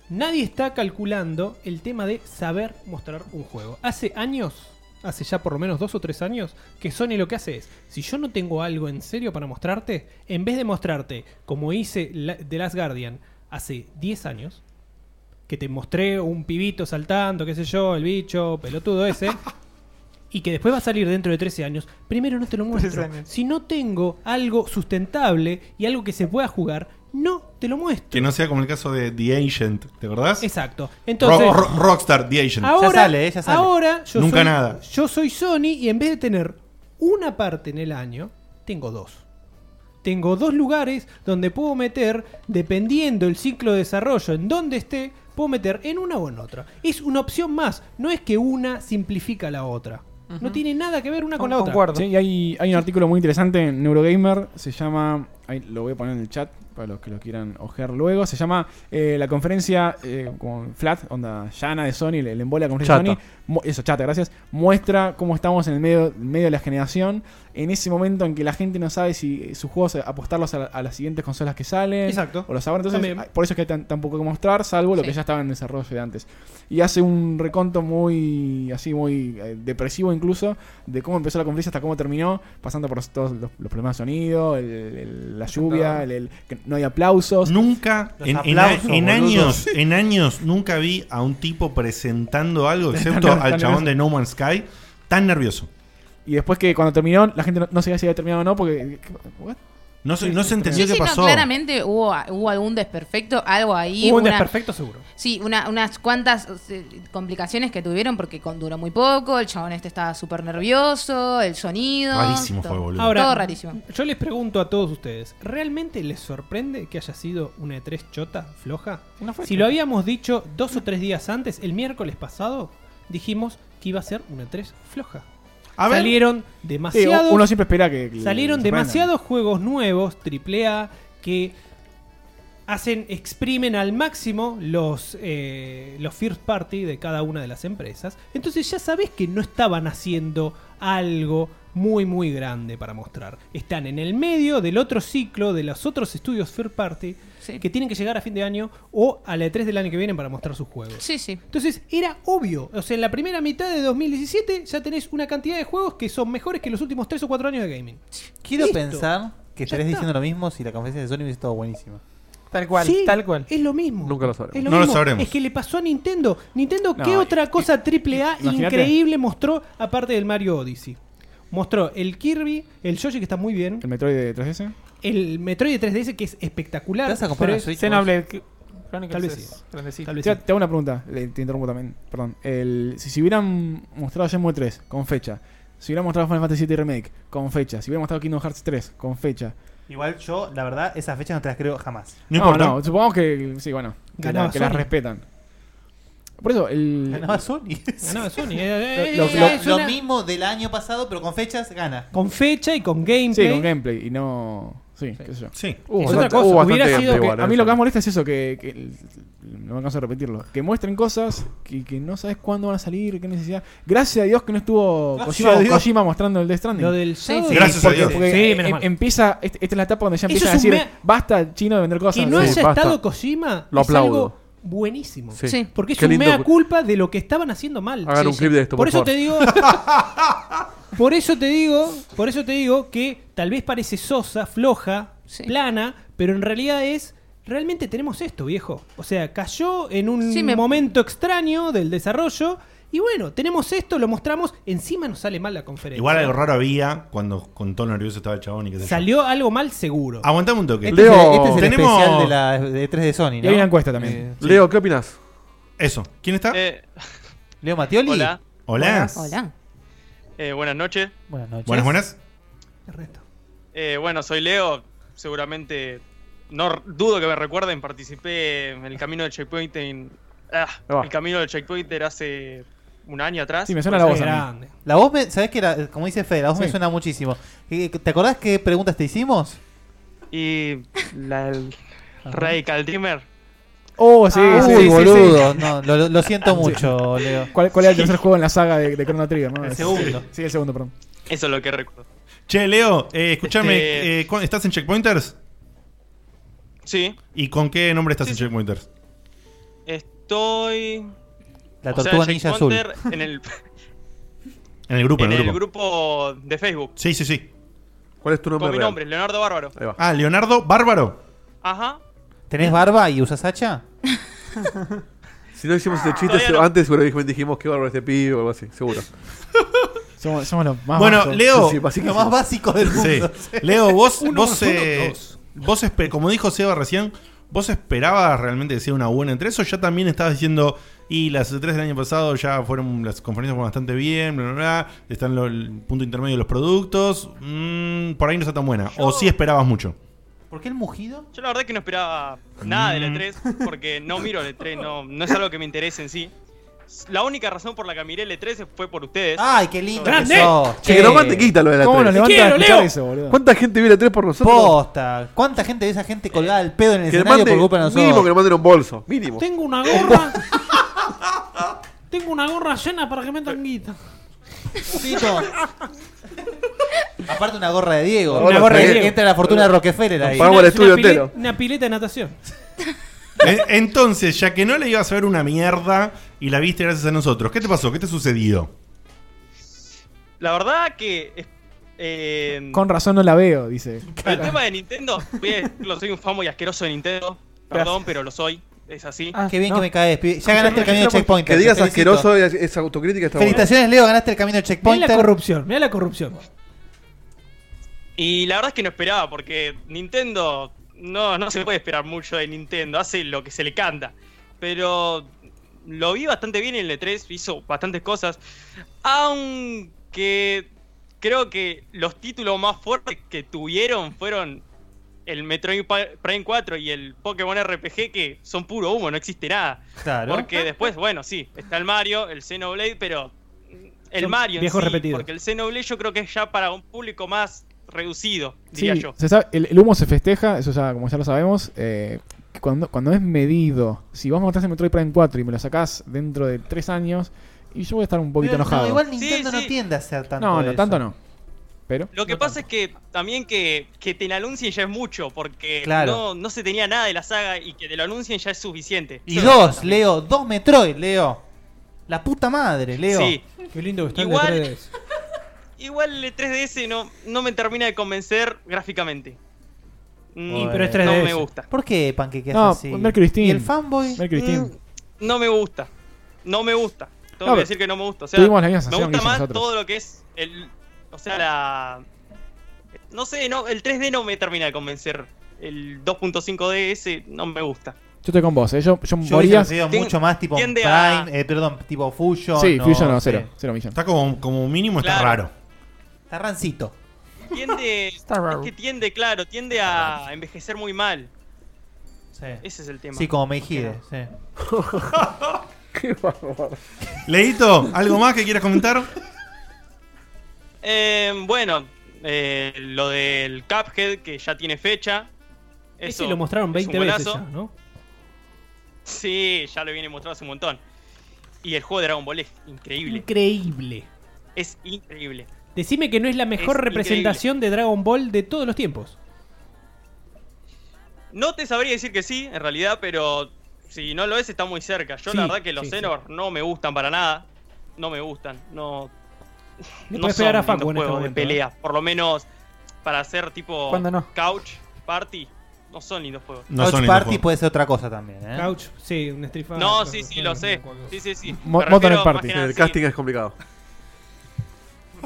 Speaker 4: nadie está calculando el tema de saber mostrar un juego. Hace años, hace ya por lo menos dos o tres años, que Sony lo que hace es, si yo no tengo algo en serio para mostrarte, en vez de mostrarte, como hice la- The Last Guardian hace 10 años, que te mostré un pibito saltando, qué sé yo, el bicho, pelotudo
Speaker 6: *laughs*
Speaker 4: ese. Y que después va a salir dentro de 13 años. Primero no te lo muestro. Si no tengo algo sustentable y algo que se pueda jugar, no te lo muestro.
Speaker 1: Que no sea como el caso de The Agent, ¿te acordás? Exacto.
Speaker 4: Entonces-
Speaker 1: Rockstar, The Agent.
Speaker 4: Ahora,
Speaker 7: eh,
Speaker 4: ahora yo
Speaker 1: eh, Nunca
Speaker 4: soy,
Speaker 1: nada.
Speaker 4: Yo soy Sony y en vez de tener una parte en el año, tengo dos. Tengo dos lugares donde puedo meter, dependiendo el ciclo de desarrollo en donde esté, puedo meter en una o en otra. Es una opción más. No es que una simplifica la otra. No tiene nada que ver una con la otra.
Speaker 2: Sí, y hay, hay un artículo muy interesante en Neurogamer, se llama, ahí lo voy a poner en el chat para los que lo quieran ojear luego, se llama eh, la conferencia eh, como flat, onda llana de Sony, le, le embola la conferencia de
Speaker 5: Chata.
Speaker 2: Sony, Mu- eso chata, gracias, muestra cómo estamos en el medio, en medio de la generación, en ese momento en que la gente no sabe si sus juegos apostarlos a, la- a las siguientes consolas que salen,
Speaker 4: Exacto.
Speaker 2: o los ahora, entonces
Speaker 4: También.
Speaker 2: hay- por eso es que hay tan, tan poco que mostrar, salvo lo que ya estaba en desarrollo de antes. Y hace un reconto muy así, muy eh, depresivo incluso, de cómo empezó la conferencia hasta cómo terminó, pasando por los- todos los, los problemas de sonido, el- el- la lluvia, el- el- que no hay aplausos.
Speaker 1: Nunca En, en- en años, en años nunca vi a un tipo presentando
Speaker 4: *laughs*
Speaker 1: algo, excepto
Speaker 2: Tan- tan
Speaker 1: al chabón
Speaker 2: nervioso.
Speaker 1: de No Man's Sky, tan nervioso.
Speaker 2: Y después que cuando terminó, la gente no, no sabía si había terminado o no, porque... ¿what?
Speaker 1: No se, no se
Speaker 6: Sí,
Speaker 1: entendió
Speaker 6: sí,
Speaker 1: qué
Speaker 6: no,
Speaker 1: pasó.
Speaker 6: claramente hubo, hubo algún desperfecto, algo ahí.
Speaker 4: Hubo un
Speaker 6: una-
Speaker 4: desperfecto seguro.
Speaker 6: Sí, una- unas cuantas eh, complicaciones que tuvieron porque con- duró muy poco, el chabón este estaba súper nervioso, el sonido. todo,
Speaker 4: Ahora,
Speaker 6: todo rarísimo.
Speaker 4: Yo les pregunto a todos ustedes, ¿realmente les sorprende que haya sido una E3 chota, floja?
Speaker 2: fue
Speaker 4: si
Speaker 2: chota.
Speaker 4: lo habíamos dicho dos o tres días antes, el miércoles pasado, dijimos que iba a ser una E3 floja.
Speaker 2: A ver.
Speaker 4: salieron
Speaker 2: Sí,
Speaker 4: demasiados.
Speaker 2: uno siempre espera que- que
Speaker 4: salieron
Speaker 2: sorprendan.
Speaker 4: demasiados juegos nuevos, AAA, que hacen, exprimen al máximo los, eh, los first party de cada una de las empresas. Entonces ya sabés que no estaban haciendo algo muy muy grande para mostrar. Están en el medio del otro ciclo de los otros estudios first party que tienen que llegar a fin de año o a la E3 del año que viene para mostrar sus juegos.
Speaker 6: Sí, sí.
Speaker 4: Entonces era obvio, o sea, en la primera mitad de 2017 ya tenés una cantidad de juegos que son mejores que los últimos 3 o 4 años de gaming.
Speaker 3: Quiero
Speaker 4: Listo.
Speaker 3: pensar que estarías
Speaker 4: está.
Speaker 3: diciendo lo mismo si la conferencia de Sony hubiese estado buenísima.
Speaker 7: Tal cual,
Speaker 4: Sí,
Speaker 7: tal cual.
Speaker 4: Es lo mismo.
Speaker 3: Nunca lo sabremos.
Speaker 4: Es lo
Speaker 3: No lo
Speaker 4: mismo.
Speaker 3: sabremos.
Speaker 4: Es que le pasó a Nintendo. Nintendo, ¿qué
Speaker 3: No,
Speaker 4: otra cosa triple A
Speaker 2: imagínate.
Speaker 4: increíble mostró aparte del Mario Odyssey? Mostró el Kirby, el Yoshi que está muy bien,
Speaker 2: ¿El Metroid de 3DS?
Speaker 4: el Metroid de 3DS que es espectacular.
Speaker 7: ¿Te vas a comprar
Speaker 4: pero
Speaker 7: una
Speaker 4: es-
Speaker 7: Switch, Xenoblade vos? Chronicles
Speaker 4: Tal vez
Speaker 7: es
Speaker 4: sí.
Speaker 7: grandecito.
Speaker 4: Tal vez
Speaker 2: Te,
Speaker 4: sí.
Speaker 2: te hago una pregunta, le- te interrumpo también, perdón. El- si, si hubieran mostrado Shenmue 3 con fecha, si hubieran mostrado Final Fantasy VII Remake con fecha, si hubieran mostrado Kingdom Hearts 3 con fecha.
Speaker 3: Igual yo, la verdad, esas fechas no te las creo jamás.
Speaker 2: no, supongamos que, sí, bueno, que, la-
Speaker 3: Ganaba
Speaker 2: que las
Speaker 3: Sony.
Speaker 2: respetan. Por eso, el...
Speaker 3: Ganaba Sony.
Speaker 4: Ganaba Sony, eh, eh,
Speaker 3: Lo,
Speaker 4: eh, es una-
Speaker 3: mismo del año pasado, pero con fechas gana.
Speaker 4: Con fecha y con gameplay.
Speaker 2: Sí, con gameplay y no... Sí, qué sé yo.
Speaker 1: Sí.
Speaker 2: Hubo
Speaker 4: Es
Speaker 2: bastante-
Speaker 4: otra cosa,
Speaker 2: Uh, hubo bastante
Speaker 4: hubiera
Speaker 2: gameplay
Speaker 4: sido que-
Speaker 2: igual, eh. a mí
Speaker 4: eso.
Speaker 2: lo que más molesta es eso, que... que- no me canso de repetirlo. Que muestren cosas que, que no sabes cuándo van a salir, qué necesidad. Gracias a Dios que no estuvo
Speaker 4: Gracias
Speaker 2: Kojima,
Speaker 4: a Dios.
Speaker 2: Kojima mostrando el Death Stranding.
Speaker 4: Lo del Shadow
Speaker 2: Sí,
Speaker 4: Gracias a
Speaker 2: porque-
Speaker 4: Dios.
Speaker 2: porque,
Speaker 4: Sí,
Speaker 2: eh,
Speaker 4: menos mal.
Speaker 2: empieza, este- esta es la etapa donde ya
Speaker 4: Eso
Speaker 2: empieza a
Speaker 4: es un
Speaker 2: decir,
Speaker 4: mea-
Speaker 2: basta chino de vender cosas.
Speaker 4: Que no haya estado Kojima
Speaker 2: Lo
Speaker 4: es
Speaker 2: aplaudo.
Speaker 4: algo buenísimo.
Speaker 2: Sí. Sí.
Speaker 4: Porque es
Speaker 2: Qué
Speaker 4: un
Speaker 2: lindo.
Speaker 4: mea culpa de lo que estaban haciendo mal.
Speaker 5: Hagan Sí, un sí. clip de esto, por
Speaker 4: eso
Speaker 5: favor.
Speaker 4: te
Speaker 5: *laughs*
Speaker 4: digo. por eso te digo. Por eso te digo que tal vez parece sosa, floja, plana, pero en realidad es. Realmente tenemos esto, viejo. O sea, cayó en un
Speaker 6: Sí, me-
Speaker 4: momento extraño del desarrollo. Y bueno, tenemos esto, lo mostramos. Encima nos sale mal la conferencia.
Speaker 1: Igual algo raro había cuando con todo nervioso estaba el chabón y qué sé yo.
Speaker 4: Salió algo mal seguro.
Speaker 1: Aguantame un toque.
Speaker 3: Este es el- este es el especial de la- de 3 de Sony, ¿no? Y hay una encuesta también. Eh, sí. Leo,
Speaker 5: ¿qué opinas?
Speaker 1: Eso. ¿Quién está?
Speaker 3: Leo Matioli.
Speaker 19: Eh, Hola.
Speaker 1: Hola.
Speaker 19: Eh, buenas noches.
Speaker 3: Buenas noches.
Speaker 1: Buenas, buenas.
Speaker 19: Eh, bueno, soy Leo. Seguramente no r- dudo que me recuerden. Participé en el camino del checkpoint en. ah,
Speaker 3: Ah.
Speaker 19: el camino del checkpointer hace un año atrás.
Speaker 3: Qué grande. La voz, me, ¿sabes que Como dice Fede, la voz me
Speaker 19: Sí.
Speaker 3: suena muchísimo. Eh, ¿Te acordás qué preguntas te hicimos?
Speaker 19: Y la el Rey Caltimer.
Speaker 2: Oh, sí,
Speaker 3: Ah,
Speaker 2: sí,
Speaker 3: uy,
Speaker 2: sí, sí,
Speaker 3: boludo.
Speaker 2: sí.
Speaker 3: No, lo- lo siento
Speaker 2: *laughs* Sí.
Speaker 3: mucho, Leo.
Speaker 2: ¿Cuál, cuál era el tercer juego en la saga de, de Chrono Trigger? ¿no?
Speaker 1: El
Speaker 2: Es-
Speaker 1: segundo.
Speaker 2: Sí, el segundo, perdón.
Speaker 19: Eso es lo que recuerdo.
Speaker 1: Che, Leo, eh, escúchame,
Speaker 19: Este-
Speaker 1: eh, ¿cu- ¿estás en Checkpointers?
Speaker 19: Sí.
Speaker 1: ¿Y con qué nombre estás en Checkpointers?
Speaker 19: Estoy.
Speaker 1: La
Speaker 19: o sea,
Speaker 1: tortuga ninja azul.
Speaker 19: Checkpointer En el,
Speaker 1: En el grupo, en el grupo.
Speaker 19: grupo de Facebook.
Speaker 1: Sí, sí, sí. ¿Cuál es tu
Speaker 19: Con mi nombre, Leonardo Bárbaro.
Speaker 1: Ah, Leonardo Bárbaro.
Speaker 19: Ajá.
Speaker 3: ¿Tenés barba y usas
Speaker 6: ¿eh?
Speaker 3: hacha?
Speaker 5: Si no hicimos este chiste
Speaker 3: Todavía
Speaker 5: se-
Speaker 3: no.
Speaker 5: antes, seguramente dijimos que bárbaro este pibe o algo así, seguro.
Speaker 2: Somos, somos los más
Speaker 1: bueno,
Speaker 2: bajos.
Speaker 1: Leo.
Speaker 2: Sí, sí, básicamente.
Speaker 3: Lo más *laughs* básico del mundo.
Speaker 1: Sí. *laughs* Leo, vos,
Speaker 3: Uno
Speaker 1: vos,
Speaker 3: más uno,
Speaker 1: eh, vos espe- como dijo Seba recién, ¿Vos esperabas realmente que sea una buena E3 o ya también estabas diciendo, y las E3 del año pasado ya fueron, las conferencias fueron bastante bien, bla, bla, bla, están lo- el punto intermedio de los productos, mm, por ahí no está tan buena? ¿O sí esperabas mucho?
Speaker 3: ¿Por qué el mugido?
Speaker 19: Yo la verdad que no esperaba nada de la
Speaker 1: Mm.
Speaker 19: 3 porque no miro la 3, no, no es algo que me interese en sí. La única razón por la que miré la 3 fue por ustedes.
Speaker 3: ¡Ay, qué lindo! ¡Grande!
Speaker 5: Che, que no mantequita lo de la
Speaker 3: ¿Cómo
Speaker 5: 3.
Speaker 3: nos levanta Te quiero, escuchar Leo. eso, boludo?
Speaker 5: ¿Cuánta gente vio la 3 por nosotros?
Speaker 3: Posta. ¿Cuánta gente de esa gente colgada el pedo en el
Speaker 5: Eh, Que le
Speaker 3: escenario
Speaker 5: mande,
Speaker 3: por culpa de nosotros?
Speaker 5: mínimo que le manden un bolso. Mínimo.
Speaker 15: Tengo una gorra.
Speaker 4: *laughs*
Speaker 15: Tengo una gorra llena para que metan guita.
Speaker 3: Tito. Aparte una gorra de Diego.
Speaker 5: Una gorra de
Speaker 3: Que
Speaker 5: Diego.
Speaker 3: Entra la fortuna de Rockefeller ahí.
Speaker 5: Pagamos el estudio
Speaker 3: pile-
Speaker 5: entero.
Speaker 4: Una pileta de natación.
Speaker 1: Eh, *laughs* Entonces, ya que no le ibas a ver una mierda y la viste gracias a nosotros, ¿qué te pasó? ¿Qué te sucedió?
Speaker 19: La verdad que... eh,
Speaker 2: Con razón no la veo,
Speaker 3: *laughs*
Speaker 2: dice.
Speaker 19: El tema de Nintendo, voy a decirlo, soy un famo y asqueroso de Nintendo. Perdón, pero lo soy. Es así.
Speaker 3: Ah, Qué
Speaker 4: Ah,
Speaker 3: bien que me caes, pibe. Ya ganaste el camino de checkpoint.
Speaker 5: Que digas asqueroso y esa autocrítica está buena.
Speaker 3: Felicitaciones, Leo, ganaste el camino de checkpoint.
Speaker 4: Mirá la corrupción, mirá la corrupción.
Speaker 19: Y la verdad es que no esperaba, porque Nintendo. No, no se puede esperar mucho de Nintendo. Hace lo que se le canta. Pero. Lo vi bastante bien en el E3. Hizo bastantes cosas. Aunque. Creo que los títulos más fuertes que tuvieron fueron. El Metroid Pa- Prime 4 y el Pokémon RPG, que son puro humo, no existe nada.
Speaker 3: Claro.
Speaker 19: Porque
Speaker 3: ah.
Speaker 19: después, bueno, sí, está el Mario, el Xenoblade, pero el
Speaker 4: Son
Speaker 19: Mario en
Speaker 4: viejos
Speaker 19: sí,
Speaker 4: repetidos.
Speaker 19: porque el Xenoblade yo creo que es ya para un público más reducido,
Speaker 2: Sí,
Speaker 19: diría yo.
Speaker 2: se sabe- el, el humo se festeja, eso ya, como ya lo sabemos. eh, que cuando, cuando es medido, si vos matás el Metroid Prime 4 y me lo sacás dentro de 3 años, y yo voy a estar un poquito
Speaker 3: Pero Eh, no,
Speaker 2: enojado.
Speaker 3: igual Nintendo no tiende a hacer tanto
Speaker 2: no, no,
Speaker 3: eso.
Speaker 2: tanto no. Pero.
Speaker 19: Lo que pasa es que también que, que te lo anuncien ya es mucho, porque
Speaker 3: Claro.
Speaker 19: no, no se tenía nada de la saga y que te lo anuncien ya es suficiente.
Speaker 3: Y dos, Leo. Dos Metroid, Leo. La puta madre, Leo.
Speaker 19: Sí.
Speaker 4: Qué lindo que está el
Speaker 19: Igual-
Speaker 4: de 3DS.
Speaker 19: Igual el 3DS no, no me termina de convencer gráficamente. Mm,
Speaker 3: Joder.
Speaker 4: pero es 3DS.
Speaker 19: No me gusta.
Speaker 3: ¿Por qué panquequeas
Speaker 2: No,
Speaker 3: así?
Speaker 2: Mercury Steam.
Speaker 3: ¿Y el fanboy? mm,
Speaker 2: Mercury Steam.
Speaker 19: No me gusta. No me gusta. Tengo
Speaker 2: No,
Speaker 19: que
Speaker 2: pero
Speaker 19: decir que no me gusta. O sea,
Speaker 2: tuvimos la misma
Speaker 19: me
Speaker 2: sensación,
Speaker 19: gusta
Speaker 2: Guille,
Speaker 19: más
Speaker 2: nosotros.
Speaker 19: todo lo que es el. O sea, la. No sé, no, el 3D no me termina de convencer. El 2.5DS no me gusta.
Speaker 2: Yo estoy con vos, eh, yo, yo
Speaker 3: Yo
Speaker 2: moría.
Speaker 3: hubiese sido mucho más tipo
Speaker 19: tiende
Speaker 3: Prime,
Speaker 19: a-
Speaker 3: eh, perdón, tipo Fusion.
Speaker 2: Sí, Fusion no,
Speaker 3: sé.
Speaker 2: cero, cero millón.
Speaker 1: Está como, como mínimo, está raro.
Speaker 3: Está rancito.
Speaker 2: *laughs*
Speaker 19: Tiende. es que tiende, claro, tiende a envejecer muy mal. Ese es el tema.
Speaker 3: Sí, como Mejide, sí. *laughs*
Speaker 5: Qué bárbaro.
Speaker 1: Leito, ¿algo más que quieras comentar?
Speaker 19: Eh, bueno, eh, lo del Cuphead que ya tiene fecha.
Speaker 4: Ese
Speaker 19: Eso
Speaker 4: lo mostraron
Speaker 19: es un
Speaker 4: 20 veces
Speaker 19: golazo.
Speaker 4: ya, ¿no?
Speaker 19: Sí, ya lo viene mostrado hace un montón. Y el juego de Dragon Ball es increíble.
Speaker 4: Increíble.
Speaker 19: Es increíble.
Speaker 4: Decime que no es la mejor
Speaker 19: Es
Speaker 4: representación de Dragon Ball de todos los tiempos.
Speaker 19: No te sabría decir que sí, en realidad, pero si no lo es, está muy cerca. Yo
Speaker 4: Sí,
Speaker 19: la verdad que los
Speaker 4: sí,
Speaker 19: Xenor no me gustan para nada. No me gustan. No.
Speaker 4: Le podés pegar a
Speaker 19: lindos
Speaker 4: Facu en este
Speaker 19: juegos
Speaker 4: momento,
Speaker 19: de pelea. Por lo menos para hacer tipo
Speaker 4: ¿Cuándo no?
Speaker 19: couch, party, no son lindos juegos.
Speaker 3: No Couch Party puede ser otra cosa también, ¿eh?
Speaker 4: Couch, sí, un Street Fighter.
Speaker 19: No, sí, sí, lo sé. Sí, sí, sí.
Speaker 5: Mo-
Speaker 19: Me refiero
Speaker 5: Motorhead
Speaker 19: más
Speaker 5: Party.
Speaker 19: que nada,
Speaker 5: El
Speaker 19: sí.
Speaker 5: casting es complicado.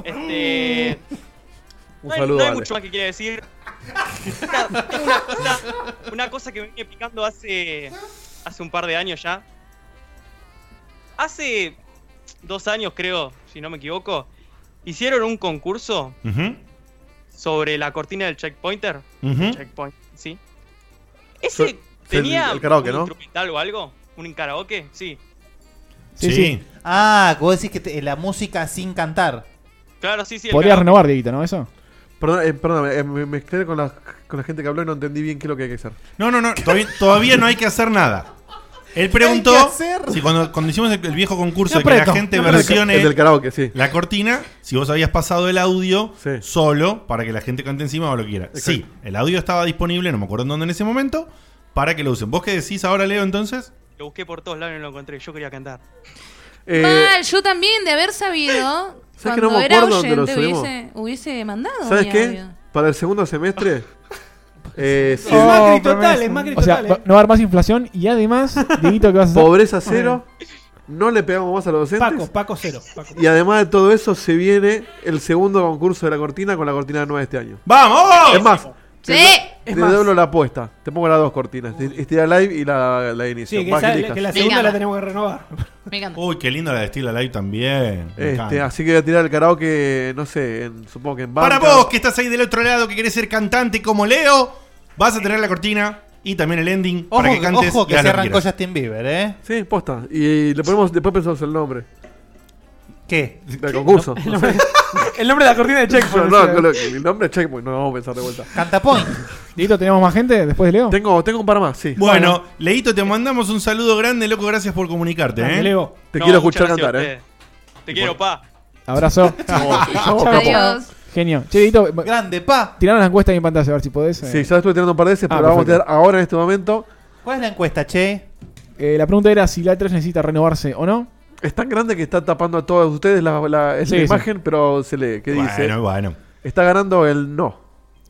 Speaker 19: Este.
Speaker 5: Un
Speaker 19: no hay,
Speaker 5: saludo,
Speaker 19: no hay
Speaker 5: Ale.
Speaker 19: mucho más que quiera decir. Nada, tengo una cosa, una cosa que me viene picando hace, hace un par de años ya. Hace dos años, creo, si no me equivoco, hicieron un concurso sobre la cortina del checkpointer.
Speaker 1: Ujú.
Speaker 19: El checkpoint, sí. Ese
Speaker 5: Fue- fue el-
Speaker 19: tenía
Speaker 5: el karaoke,
Speaker 19: un
Speaker 5: ¿no?
Speaker 19: instrumental o algo. ¿Un karaoke? Sí.
Speaker 2: Sí, sí.
Speaker 3: Ah, que vos decís que te- la música sin cantar.
Speaker 19: Claro, sí, sí. el
Speaker 2: Podrías
Speaker 19: karaoke.
Speaker 2: renovar, Dieguito, ¿no? Eso.
Speaker 5: Perdón, eh, perdóname, eh, me mezclé con la, con la gente que habló y no entendí bien qué es lo que hay que hacer.
Speaker 1: No, no, no, todavía, todavía no hay que hacer nada. Él preguntó
Speaker 5: Hay que hacer-
Speaker 1: si cuando, cuando hicimos el, el viejo concurso
Speaker 5: No
Speaker 1: de que la
Speaker 5: aprieto,
Speaker 1: gente
Speaker 5: no aprieto.
Speaker 1: versione
Speaker 5: El del karaoke, sí.
Speaker 1: la cortina, si vos habías pasado el audio solo para que la gente cante encima o lo que quiera.
Speaker 5: Exacto.
Speaker 1: Sí, el audio estaba disponible, no me acuerdo en dónde en ese momento, para que lo usen. ¿Vos qué decís ahora, Leo, entonces?
Speaker 19: Lo busqué por todos lados y no lo encontré. Yo quería cantar.
Speaker 6: Mal, yo también de haber sabido.
Speaker 5: Eh, ¿Sabes que
Speaker 6: Cuando
Speaker 5: no me
Speaker 6: era
Speaker 5: acuerdo dónde lo
Speaker 6: oyente
Speaker 5: subimos?
Speaker 6: hubiese, hubiese mandado.
Speaker 5: ¿Sabes
Speaker 6: mi
Speaker 5: qué?
Speaker 6: audio.
Speaker 5: Para el segundo semestre. eh, se-
Speaker 2: Oh, promesa. O sea,
Speaker 5: eh.
Speaker 2: va- no va a haber más inflación y además, Dieguito, ¿qué vas a hacer?
Speaker 5: Pobreza cero. No le pegamos más a los docentes.
Speaker 4: Paco, Paco cero. Paco.
Speaker 5: Y además de todo eso, se viene el segundo concurso de la cortina con la cortina nueva de este año.
Speaker 1: ¡Vamos!
Speaker 5: Es más, Te do- Te doblo la apuesta. Te pongo las dos cortinas. Estira live y la, la inicio.
Speaker 4: Sí, que,
Speaker 5: Vas,
Speaker 4: esa-
Speaker 5: elijas.
Speaker 4: que la
Speaker 6: Me
Speaker 4: segunda
Speaker 6: encanta.
Speaker 4: la tenemos que renovar.
Speaker 6: Me encanta.
Speaker 1: Uy, qué linda la de Steel Alive también. Me
Speaker 5: Este,
Speaker 1: encanta.
Speaker 5: así que voy a tirar el karaoke, no sé, en- supongo que en
Speaker 1: Para
Speaker 5: Banca.
Speaker 1: vos que estás ahí del otro lado, que querés ser cantante como Leo, vas a tener la cortina y también el ending para que cantes.
Speaker 5: ojo que
Speaker 1: y haz
Speaker 5: se
Speaker 1: lo
Speaker 5: arrancó
Speaker 1: quieras.
Speaker 3: Justin Bieber, ¿eh?
Speaker 5: Sí, posta. Y le ponemos, después pensamos el nombre.
Speaker 3: ¿Qué?
Speaker 5: Del concurso.
Speaker 3: El nombre-
Speaker 7: el nombre de la cortina de Checkpoint.
Speaker 5: No, no, lo- el nombre de Checkpoint, no lo vamos a pensar de vuelta.
Speaker 3: Cantapoint.
Speaker 2: Dito, ¿tenemos más gente después de Leo?
Speaker 5: Tengo, tengo un par más, sí.
Speaker 1: Bueno, Leito, te mandamos un saludo grande, loco. Gracias por comunicarte,
Speaker 5: Grande,
Speaker 1: ¿eh?
Speaker 5: Leo. Te No, quiero muchas escuchar gracias a cantar, ¿eh?
Speaker 19: Te quiero, pa.
Speaker 5: *laughs*
Speaker 2: Abrazo.
Speaker 5: Vamos,
Speaker 2: Chau,
Speaker 5: vamos,
Speaker 2: capo.
Speaker 5: Adiós.
Speaker 2: Genio. Che, Dito,
Speaker 3: Grande, pa.
Speaker 2: tiraron la encuesta ahí en pantalla, a ver si podés. eh.
Speaker 5: Sí, ya estuve tirando un par de veces,
Speaker 2: Ah,
Speaker 5: pero la vamos a tirar
Speaker 2: perfecto.
Speaker 5: ahora en este momento.
Speaker 3: ¿Cuál es la encuesta, che?
Speaker 2: Eh, la pregunta era si la E3 necesita renovarse o no.
Speaker 5: Es tan grande que está tapando a todos ustedes la, la- es
Speaker 2: Sí,
Speaker 5: la
Speaker 2: sí.
Speaker 5: imagen, pero se lee. ¿Qué
Speaker 1: Bueno,
Speaker 5: dice?
Speaker 1: bueno.
Speaker 5: Está ganando el no.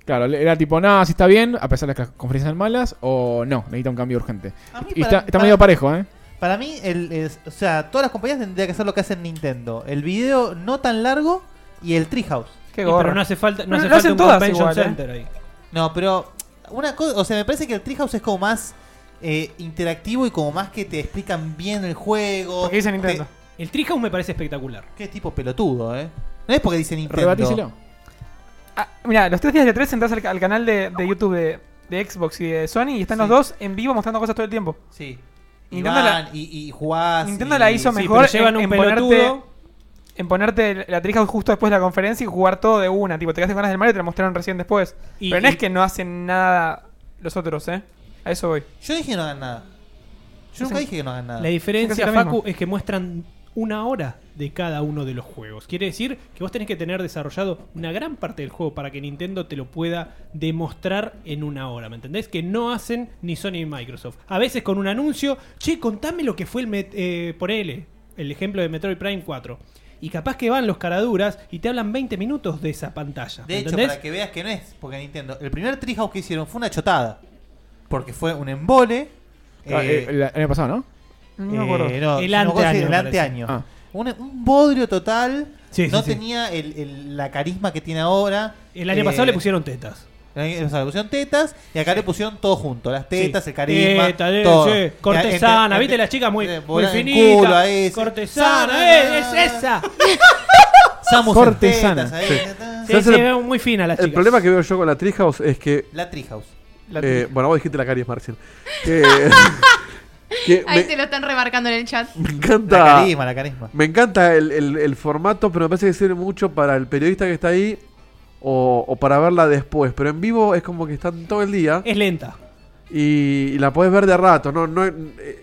Speaker 2: Claro, era tipo, nada, si está bien, a pesar de que las conferencias son malas, o no, necesita un cambio urgente. Y
Speaker 3: para-
Speaker 2: está, está
Speaker 3: para-
Speaker 2: medio parejo, ¿eh?
Speaker 3: Para mí, el, es- o sea, todas las compañías tendrían que hacer lo que hace Nintendo. El video no tan largo y el Treehouse.
Speaker 4: Qué Y, gorra. pero no hace falta- no Pero hace lo falta hacen un todas convention igual, ¿eh? center ahí.
Speaker 3: No, pero una cosa, o sea, me parece que el Treehouse es como más eh, interactivo y como más que te explican bien el juego.
Speaker 4: Porque dice Nintendo. El Treehouse me parece espectacular.
Speaker 3: Qué tipo pelotudo, ¿eh? No es porque dice Nintendo.
Speaker 4: Rebatíselo.
Speaker 7: Mira, Ah, los tres días de tres entras al, al canal de, de YouTube de, de Xbox y de Sony y están los dos en vivo mostrando cosas todo el tiempo.
Speaker 3: Sí. Y
Speaker 7: Nintendo,
Speaker 3: van,
Speaker 7: la,
Speaker 3: y, y jugás.
Speaker 7: Nintendo
Speaker 3: y-
Speaker 7: la hizo
Speaker 3: Sí,
Speaker 7: mejor
Speaker 3: pero llevan
Speaker 7: en, en
Speaker 3: un
Speaker 7: ponerte,
Speaker 3: pelotudo.
Speaker 7: en ponerte la trija justo después de la conferencia y jugar todo de una. Tipo, te quedaste con ganas del Mario y te lo mostraron recién después.
Speaker 3: Y-
Speaker 7: Pero no
Speaker 3: y-
Speaker 7: es que no hacen nada los otros, ¿eh? A eso voy.
Speaker 3: Yo dije que no hagan nada. Yo nunca dije que no hagan nada.
Speaker 4: La diferencia,
Speaker 7: Casi lo
Speaker 4: Facu,
Speaker 7: mismo.
Speaker 4: es que muestran una hora de cada uno de los juegos. Quiere decir que vos tenés que tener desarrollado una gran parte del juego para que Nintendo te lo pueda demostrar en una hora. ¿Me entendés? Que no hacen ni Sony ni Microsoft. A veces con un anuncio, che, contame lo que fue el. met- eh, ponele, el ejemplo de Metroid Prime 4. Y capaz que van los caraduras y te hablan 20 minutos de esa pantalla. ¿me
Speaker 3: De hecho,
Speaker 4: ¿entendés?
Speaker 3: para que veas que no es, porque Nintendo, el primer Treehouse que hicieron fue una chotada. Porque fue un embole.
Speaker 2: Ah, eh,
Speaker 3: eh,
Speaker 2: el año pasado, ¿no?
Speaker 3: eh, no,
Speaker 2: El
Speaker 3: no,
Speaker 2: anteaño,
Speaker 3: cosa-
Speaker 2: me
Speaker 3: el
Speaker 2: parece.
Speaker 3: anteaño.
Speaker 2: Ah.
Speaker 3: Un, un bodrio total.
Speaker 4: Sí,
Speaker 3: no
Speaker 4: sí, sí.
Speaker 3: tenía el- el- la carisma que tiene ahora.
Speaker 4: El año
Speaker 3: Eh,
Speaker 4: pasado le pusieron tetas.
Speaker 3: el año pasado le pusieron tetas y acá le pusieron todo junto. Las tetas,
Speaker 4: Sí.
Speaker 3: el carisma.
Speaker 4: Teta, eh,
Speaker 3: todo.
Speaker 4: sí, cortesana,
Speaker 3: Ente- ente-
Speaker 4: viste las chicas muy,
Speaker 3: eh,
Speaker 4: muy
Speaker 3: volá en
Speaker 4: finitas.
Speaker 3: culo ahí, sí.
Speaker 4: cortesana, eh, es esa.
Speaker 3: Samus en
Speaker 2: Cortesana.
Speaker 3: tetas ahí.
Speaker 5: Sí.
Speaker 4: Sí,
Speaker 5: ¿Sabes
Speaker 4: se
Speaker 5: el-
Speaker 4: ve muy fina la
Speaker 5: El
Speaker 4: chica.
Speaker 5: problema que veo yo con la Treehouse es que.
Speaker 3: La Treehouse.
Speaker 5: Eh, bueno, vos dijiste la
Speaker 3: *laughs*
Speaker 5: carisma recién. Que, *laughs* que
Speaker 6: Ahí
Speaker 5: me,
Speaker 6: te lo están remarcando en el chat.
Speaker 5: me encanta.
Speaker 3: La carisma, la carisma.
Speaker 5: Me encanta el, el- el formato, pero me parece que sirve mucho para el periodista que está ahí o, o para verla después. Pero en vivo es como que están todo el día.
Speaker 4: Es lenta.
Speaker 5: Y, y la podés ver de rato, ¿no? no eh,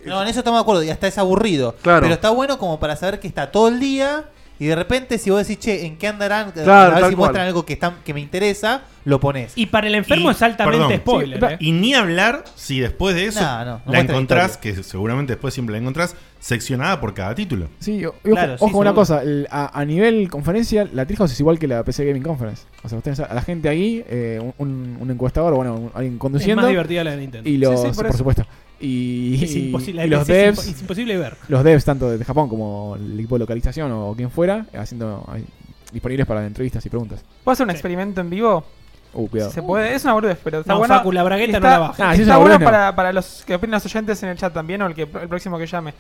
Speaker 3: No, en eso estamos de acuerdo, y hasta es aburrido.
Speaker 5: Claro.
Speaker 3: Pero está bueno como para saber que está todo el día y de repente si vos decís, che, ¿en qué andarán?
Speaker 5: Claro,
Speaker 3: a ver
Speaker 5: tal
Speaker 3: si muestran
Speaker 5: cual.
Speaker 3: algo que, están, que me interesa, lo pones.
Speaker 4: Y para el enfermo es altamente
Speaker 1: Perdón.
Speaker 4: spoiler.
Speaker 1: Sí,
Speaker 4: eh.
Speaker 1: Y ni hablar si después de eso
Speaker 4: No, no, no
Speaker 1: la
Speaker 4: muestra
Speaker 1: encontrás, que seguramente después siempre la encontrás, seccionada por cada título.
Speaker 2: Sí, o- y ojo,
Speaker 4: Claro, sí,
Speaker 2: ojo con una
Speaker 4: seguro.
Speaker 2: cosa, el- a, a nivel conferencia, la Treehouse es igual que la PC Gaming Conference. O sea, vos tenés a, a la gente ahí, eh, un- un, un encuestador, bueno, un- alguien conduciendo.
Speaker 4: más divertida la de Nintendo.
Speaker 2: Y
Speaker 4: Sí,
Speaker 2: los,
Speaker 4: sí, por
Speaker 2: por,
Speaker 4: eso.
Speaker 2: supuesto. Y,
Speaker 4: Es imposible,
Speaker 2: y
Speaker 4: es-
Speaker 2: los
Speaker 4: es
Speaker 2: devs.
Speaker 4: impo- es imposible ver.
Speaker 2: Los devs, tanto de Japón como el equipo de localización o quien fuera, haciendo ahí, disponibles para entrevistas y preguntas.
Speaker 7: ¿Puedo hacer un experimento en vivo?
Speaker 2: Uh, cuidado.
Speaker 7: Se puede, es una boludez, pero está
Speaker 4: No,
Speaker 7: bueno.
Speaker 4: Facu, la bragueta
Speaker 7: y
Speaker 4: no
Speaker 7: está,
Speaker 4: la baja.
Speaker 2: Ah, sí, es
Speaker 7: está
Speaker 2: una
Speaker 7: bueno
Speaker 2: boludez, no.
Speaker 7: para, para los que opinan los oyentes en el chat también o el, que, el próximo que llame.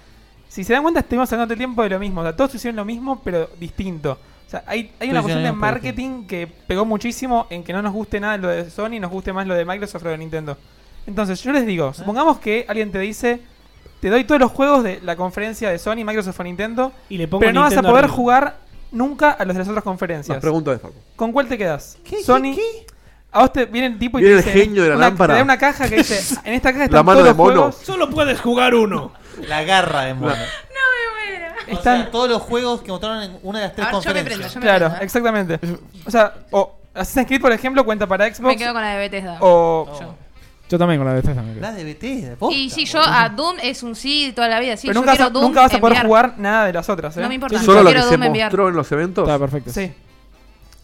Speaker 7: Si se dan cuenta, estuvimos hablando todo el tiempo de lo mismo. O sea, todos hicieron lo mismo, pero distinto. O sea, hay, hay una
Speaker 19: Todos hicieron
Speaker 7: cuestión
Speaker 19: lo
Speaker 7: de
Speaker 19: mismo, pero
Speaker 7: marketing que pegó muchísimo en que no nos guste nada lo de Sony, nos guste más lo de Microsoft o lo de Nintendo. Entonces, yo les
Speaker 4: Ah.
Speaker 7: digo, supongamos que alguien te dice, te doy todos los juegos de la conferencia de Sony, Microsoft o Nintendo,
Speaker 4: Y le pongo
Speaker 7: pero no vas a
Speaker 4: Nintendo
Speaker 7: poder
Speaker 4: arriba.
Speaker 7: jugar nunca a los de las otras conferencias.
Speaker 5: Las preguntas de Facu.
Speaker 7: ¿Con cuál te quedas? ¿Sony? A vos te viene el tipo y
Speaker 5: Viene
Speaker 7: te
Speaker 5: el
Speaker 7: dice,
Speaker 5: genio de la
Speaker 7: una-
Speaker 5: lámpara.
Speaker 7: Te da una caja que
Speaker 5: *laughs*
Speaker 7: dice, en esta caja
Speaker 5: La
Speaker 7: están
Speaker 5: mano
Speaker 7: todos
Speaker 5: de
Speaker 7: los
Speaker 5: mono.
Speaker 7: juegos.
Speaker 4: Solo puedes jugar uno.
Speaker 3: La garra de mono. O sea,
Speaker 7: Están-
Speaker 3: todos los juegos que mostraron en una de las tres
Speaker 6: A ver, yo me
Speaker 3: conferencias.
Speaker 6: prendo, yo me
Speaker 7: Claro,
Speaker 6: prendo, ¿eh?
Speaker 7: exactamente.
Speaker 5: *laughs*
Speaker 7: O sea, o Assassin's Creed, por ejemplo, cuenta para Xbox.
Speaker 6: Me quedo con la de Bethesda.
Speaker 7: O...
Speaker 6: Yo.
Speaker 2: Yo también con la de Bethesda me quedo.
Speaker 3: La de BT,
Speaker 6: y sí, yo a Doom es un sí toda la vida. Sí,
Speaker 7: pero
Speaker 6: yo
Speaker 7: nunca vas, a,
Speaker 6: quiero Doom
Speaker 7: nunca vas a poder
Speaker 6: enviar.
Speaker 7: jugar nada de las otras, ¿eh?
Speaker 6: No me importa.
Speaker 5: Solo
Speaker 6: yo
Speaker 5: lo que
Speaker 6: quiero
Speaker 5: se
Speaker 6: Doom enviar.
Speaker 5: mostró en los eventos.
Speaker 2: Está perfecto.
Speaker 7: Sí.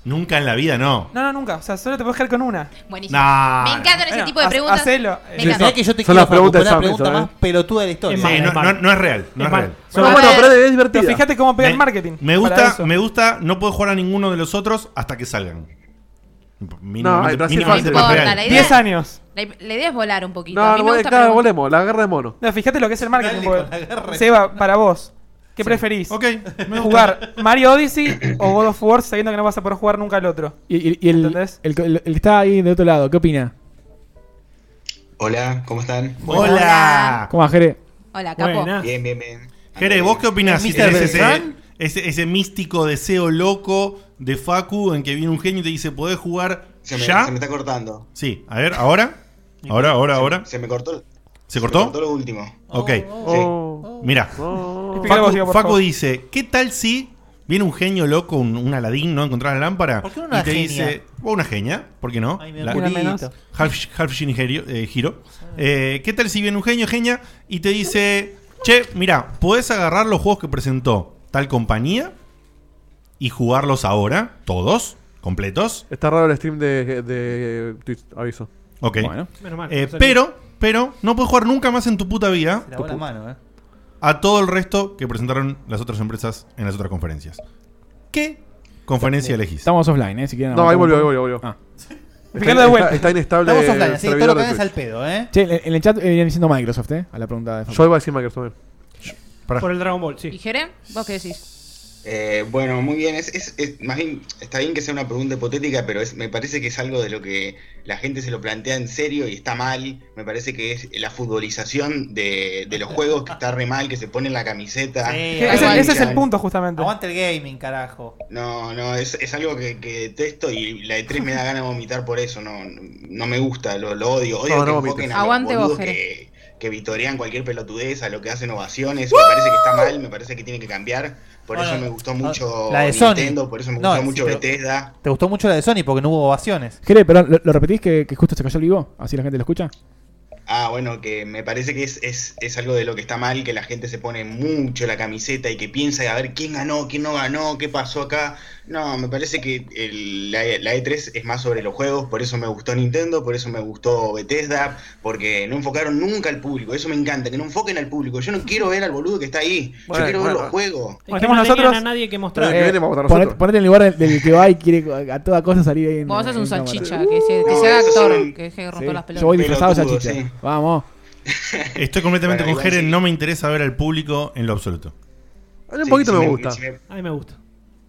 Speaker 1: Nunca en la vida, no.
Speaker 7: No, no, nunca. O sea, solo te puedes quedar con una.
Speaker 6: Buenísimo.
Speaker 1: No,
Speaker 6: me encantan ese
Speaker 7: Bueno,
Speaker 6: tipo de
Speaker 7: ha-
Speaker 6: preguntas.
Speaker 7: hacelo.
Speaker 6: Me encanta.
Speaker 3: que yo te
Speaker 5: Son
Speaker 3: quiero
Speaker 5: las preguntas
Speaker 3: Facu,
Speaker 5: de
Speaker 3: la
Speaker 5: Samus,
Speaker 3: pregunta
Speaker 5: ¿eh?
Speaker 3: más pelotuda de la historia.
Speaker 1: Sí, no, no- no es real, no es real.
Speaker 5: No, bueno, pero es divertida.
Speaker 7: Pero fíjate cómo pega
Speaker 1: Me-
Speaker 7: el marketing.
Speaker 1: Me
Speaker 7: para
Speaker 1: gusta,
Speaker 7: eso.
Speaker 1: me gusta, no puedo jugar a ninguno de los otros hasta que salgan.
Speaker 5: No,
Speaker 1: mínimamente-
Speaker 5: así es
Speaker 1: mínimamente
Speaker 5: fácil.
Speaker 1: más
Speaker 6: No
Speaker 1: real.
Speaker 6: importa, la idea- La, la idea es volar un poquito. A
Speaker 5: No,
Speaker 6: mí
Speaker 5: no,
Speaker 6: me
Speaker 5: vole-
Speaker 6: gusta
Speaker 5: claro,
Speaker 6: preguntar.
Speaker 5: volemos, la guerra de mono.
Speaker 7: No, fíjate lo que es el marketing. porque-
Speaker 3: guerra.
Speaker 7: Seba, para vos, ¿qué preferís? ¿Jugar Mario Odyssey o God of War sabiendo que no vas a poder jugar nunca al otro?
Speaker 2: Y, y- y el, el, el- el que está ahí de otro lado, ¿qué opina?
Speaker 20: Hola, ¿cómo están?
Speaker 7: Ah,
Speaker 5: Ah.
Speaker 1: Hola.
Speaker 2: ¿Cómo va, Jere?
Speaker 6: Hola,
Speaker 1: capo.
Speaker 20: Bien, bien, bien.
Speaker 1: Jere, ¿vos qué opinás?
Speaker 20: ¿Mr.
Speaker 1: Si tenés ese,
Speaker 20: Beltrán?
Speaker 1: ese, ese místico deseo loco de Facu en que viene un genio y te dice, ¿podés jugar
Speaker 20: Se me,
Speaker 1: ya?
Speaker 20: se me está cortando.
Speaker 1: Sí, a ver, ahora. Ahora, ahora, ahora.
Speaker 20: Se me cortó.
Speaker 1: ¿Se
Speaker 20: Me
Speaker 1: cortó?
Speaker 20: cortó lo último.
Speaker 1: Ok.
Speaker 20: Oh.
Speaker 1: Mira.
Speaker 20: Oh.
Speaker 1: Facu,
Speaker 20: Explica vos,
Speaker 1: Facu
Speaker 20: por favor.
Speaker 1: dice, ¿qué tal si viene un genio loco, un, un aladín, ¿no? Encontrar la lámpara.
Speaker 3: qué no una
Speaker 1: y te
Speaker 3: genia?
Speaker 1: dice, o una genia, ¿por qué no?
Speaker 3: Ay, mi
Speaker 1: La-
Speaker 3: amorito. Una menos.
Speaker 1: Half, half Shin Herio- eh, Hiro. Eh, ¿Qué tal si viene un genio, genia, y te dice, che, mira, podés agarrar los juegos que presentó tal compañía y jugarlos ahora, todos, completos?
Speaker 5: Está raro el stream de, de Twitch, aviso.
Speaker 1: Ok.
Speaker 5: Menos mal,
Speaker 1: Eh,
Speaker 5: no salió.
Speaker 1: pero, pero, no puedes jugar nunca más en tu puta vida.
Speaker 3: Se lavó la mano, eh.
Speaker 1: A todo el resto que presentaron las otras empresas en las otras conferencias. ¿Qué conferencia elegís?
Speaker 2: Estamos offline, ¿eh? Si quieren.
Speaker 5: No, ahí volvió, ahí
Speaker 2: aguantamos.
Speaker 5: volvió, ahí volvió. *laughs*
Speaker 2: Ah.
Speaker 5: Está, está- está inestable.
Speaker 3: Estamos offline,
Speaker 5: el
Speaker 3: así que todo
Speaker 5: servidor
Speaker 3: lo que
Speaker 5: de
Speaker 3: hagas
Speaker 5: Twitch.
Speaker 3: al pedo, ¿eh?
Speaker 2: Che, en- en el chat eh, viene diciendo Microsoft, ¿eh? A la pregunta de Facu.
Speaker 5: Yo iba a decir Microsoft.
Speaker 4: Por el Dragon Ball, sí.
Speaker 6: ¿Y Jere? ¿Vos qué decís?
Speaker 20: Eh, bueno, muy bien. Es, es- es- más bien, está bien que sea una pregunta hipotética, pero es- me parece que es algo de lo que la gente se lo plantea en serio y está mal. Me parece que es la futbolización de, de los juegos que está re mal, que se pone en la camiseta.
Speaker 7: ese ese es el punto, justamente.
Speaker 3: Aguanta el gaming, carajo.
Speaker 20: No, no, es, es algo que, que detesto y la de 3 me da ganas de vomitar por eso. No, no me gusta, lo, lo odio. Odio
Speaker 5: No,
Speaker 20: que
Speaker 5: no
Speaker 20: enfoquen
Speaker 5: vomites.
Speaker 20: a los
Speaker 6: Aguante vos,
Speaker 20: boludos
Speaker 6: Jere.
Speaker 20: que, que vitorean cualquier pelotudez, a lo que hacen ovaciones. Me parece que está mal, me parece que tiene que cambiar. Por
Speaker 3: No,
Speaker 20: eso
Speaker 3: no,
Speaker 20: me gustó mucho
Speaker 3: La de Sony.
Speaker 20: Nintendo, por eso me
Speaker 3: No,
Speaker 20: gustó
Speaker 3: sí,
Speaker 20: mucho
Speaker 3: pero-
Speaker 20: Bethesda.
Speaker 3: Te gustó mucho la de Sony porque no hubo ovaciones.
Speaker 2: Jere, perdón, ¿lo, lo repetís que, que justo se cayó el vivo? Así la gente lo escucha.
Speaker 20: Ah, bueno, que me parece que es, es, es algo de lo que está mal, que la gente se pone mucho la camiseta y que piensa a ver quién ganó, quién no ganó, qué pasó acá. No, me parece que el- la, la E3 es más sobre los juegos, por eso me gustó Nintendo, por eso me gustó Bethesda, porque no enfocaron nunca al público. Eso me encanta, que no enfoquen al público. Yo no quiero ver al boludo que está ahí, yo
Speaker 5: Bueno,
Speaker 20: quiero ver
Speaker 5: bueno.
Speaker 20: los juegos.
Speaker 4: Es que no tenían a nadie que mostrar.
Speaker 5: que viene vamos a votar
Speaker 2: ponete,
Speaker 5: nosotros.
Speaker 2: ponete en el lugar del, del que va y quiere a toda costa salir ahí. En,
Speaker 6: Vos sos un
Speaker 2: en cámara.
Speaker 6: salchicha, que se, que se haga actor, que deje de romper las pelotas.
Speaker 2: Yo voy disfrazado de
Speaker 20: Pelotudo,
Speaker 2: salchicha. Vamos.
Speaker 1: *laughs* Estoy completamente
Speaker 20: Bueno,
Speaker 1: con
Speaker 20: igual
Speaker 1: Jere,
Speaker 20: sí.
Speaker 1: no me interesa ver al público en lo absoluto.
Speaker 5: Un
Speaker 20: Sí,
Speaker 5: poquito
Speaker 20: si
Speaker 5: me
Speaker 20: me-
Speaker 5: gusta.
Speaker 20: si me-
Speaker 4: A mí me gusta.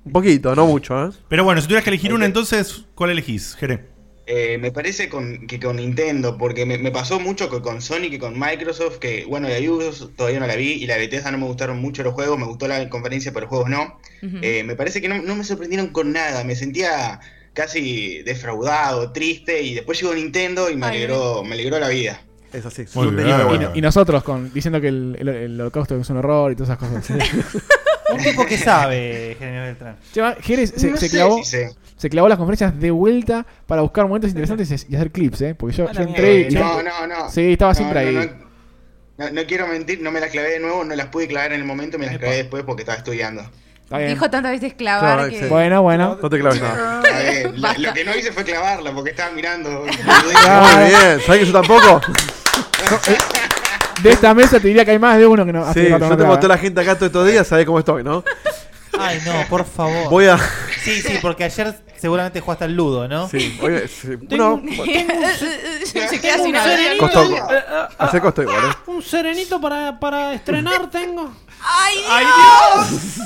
Speaker 5: Un poquito, no mucho, ¿eh?
Speaker 1: Pero bueno, si tuvieras que elegir una, entonces, ¿cuál elegís, Jere?
Speaker 20: Eh, me parece con- que con Nintendo, porque me, me pasó mucho que con Sony que con Microsoft, que bueno, la Ubisoft todavía no la vi y la Bethesda no me gustaron mucho los juegos, me gustó la conferencia, pero los juegos no. Eh, me parece que no, no me sorprendieron con nada, me sentía casi defraudado, triste y después llegó Nintendo y me
Speaker 6: Ay,
Speaker 20: alegró, me alegró la vida.
Speaker 5: Es así.
Speaker 1: Muy
Speaker 5: un
Speaker 1: bien,
Speaker 5: delirio,
Speaker 1: bueno.
Speaker 5: bueno.
Speaker 2: Y nosotros con, diciendo que el, el, el holocausto es un horror y todas esas cosas.
Speaker 3: *laughs* Un tipo que sabe, Jeremy Beltrán.
Speaker 2: Che, va, Jerez se,
Speaker 3: No
Speaker 2: se
Speaker 3: sé
Speaker 2: clavó,
Speaker 3: si sé.
Speaker 2: se clavó las conferencias de vuelta para buscar momentos interesantes y hac- y hacer clips, ¿eh? Porque yo,
Speaker 6: Ah,
Speaker 2: yo entré
Speaker 20: Eh,
Speaker 2: y.
Speaker 20: no, no, no.
Speaker 2: Sí, estaba
Speaker 20: No,
Speaker 2: siempre
Speaker 20: no,
Speaker 2: ahí.
Speaker 20: No, no- no quiero mentir, no me las clavé de nuevo, no las pude clavar en el momento, me las clavé después porque estaba estudiando.
Speaker 2: Está bien.
Speaker 6: Dijo tantas veces clavar
Speaker 5: Claro,
Speaker 6: que...
Speaker 5: sí.
Speaker 2: Bueno, bueno.
Speaker 5: No te claves nada.
Speaker 20: A ver, la-
Speaker 6: Basta.
Speaker 20: lo que no hice fue clavarla porque estaba mirando.
Speaker 5: Muy bien, ¿sabes que yo *laughs* tampoco?
Speaker 2: De esta mesa te diría que hay más de uno que no.
Speaker 5: Ah, Sí,
Speaker 2: hace
Speaker 5: yo
Speaker 2: rato no
Speaker 5: tengo
Speaker 2: graba.
Speaker 5: a toda la gente acá todos estos días, sabés cómo estoy, ¿no?
Speaker 3: *laughs* Ay, no, por favor.
Speaker 5: Voy a-
Speaker 3: Sí, sí, porque ayer seguramente jugaste al ludo, ¿no?
Speaker 5: Sí, oye, sí, bueno,
Speaker 6: *laughs* se queda sin
Speaker 15: un
Speaker 6: hablar.
Speaker 15: serenito,
Speaker 4: eh,
Speaker 5: costó, hacer costo igual, ¿eh?
Speaker 15: un serenito para, para estrenar tengo.
Speaker 6: ¡Ay, Dios!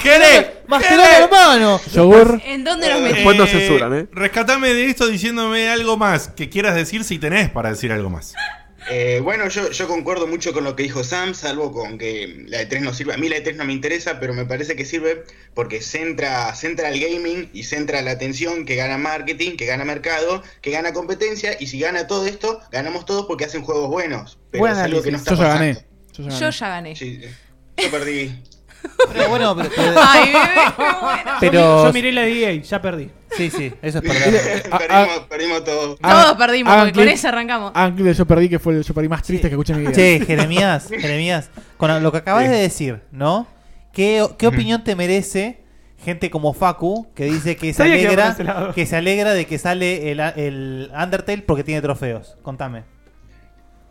Speaker 1: ¡Jere!
Speaker 3: hermano!
Speaker 2: Yogur.
Speaker 6: ¿En dónde nos metemos?
Speaker 5: Después nos censuran, ¿eh?
Speaker 1: Rescatame de esto diciéndome algo más que quieras decir si tenés para decir algo más.
Speaker 20: Eh, bueno, yo, yo concuerdo mucho con lo que dijo Sam, salvo con que la de 3 no sirve. A mí la de 3 no me interesa, pero me parece que sirve porque centra, centra el gaming y centra la atención que gana marketing, que gana mercado, que gana competencia. Y si gana todo esto, ganamos todos porque hacen juegos buenos. Pero
Speaker 2: Buen
Speaker 20: es algo que no
Speaker 2: análisis.
Speaker 20: está
Speaker 2: Yo ya
Speaker 20: pasando.
Speaker 2: gané. Yo ya
Speaker 6: Yo
Speaker 2: gané.
Speaker 6: ya gané.
Speaker 20: Sí, yo perdí.
Speaker 3: Pero bueno, pero. pero-
Speaker 6: Ay, bebé, qué bueno.
Speaker 3: pero-
Speaker 4: Yo miré la DA, ya perdí.
Speaker 3: Sí, sí, eso es perder.
Speaker 20: perdimos, perdimos todo.
Speaker 6: Todos
Speaker 2: Hagan-
Speaker 6: perdimos,
Speaker 2: hagan
Speaker 6: porque con
Speaker 2: clip-
Speaker 6: ese arrancamos.
Speaker 2: Hagan clip de yo perdí, que fue el yo perdí más triste que escuché en mi vida.
Speaker 3: Che, Jeremías, Jeremías, con lo que acabas de decir, ¿no? ¿Qué, qué opinión te merece gente como Facu que dice que se
Speaker 7: Sabía que iba por
Speaker 3: alegra
Speaker 7: ese lado.
Speaker 3: que se alegra de que sale el, el Undertale porque tiene trofeos? Contame.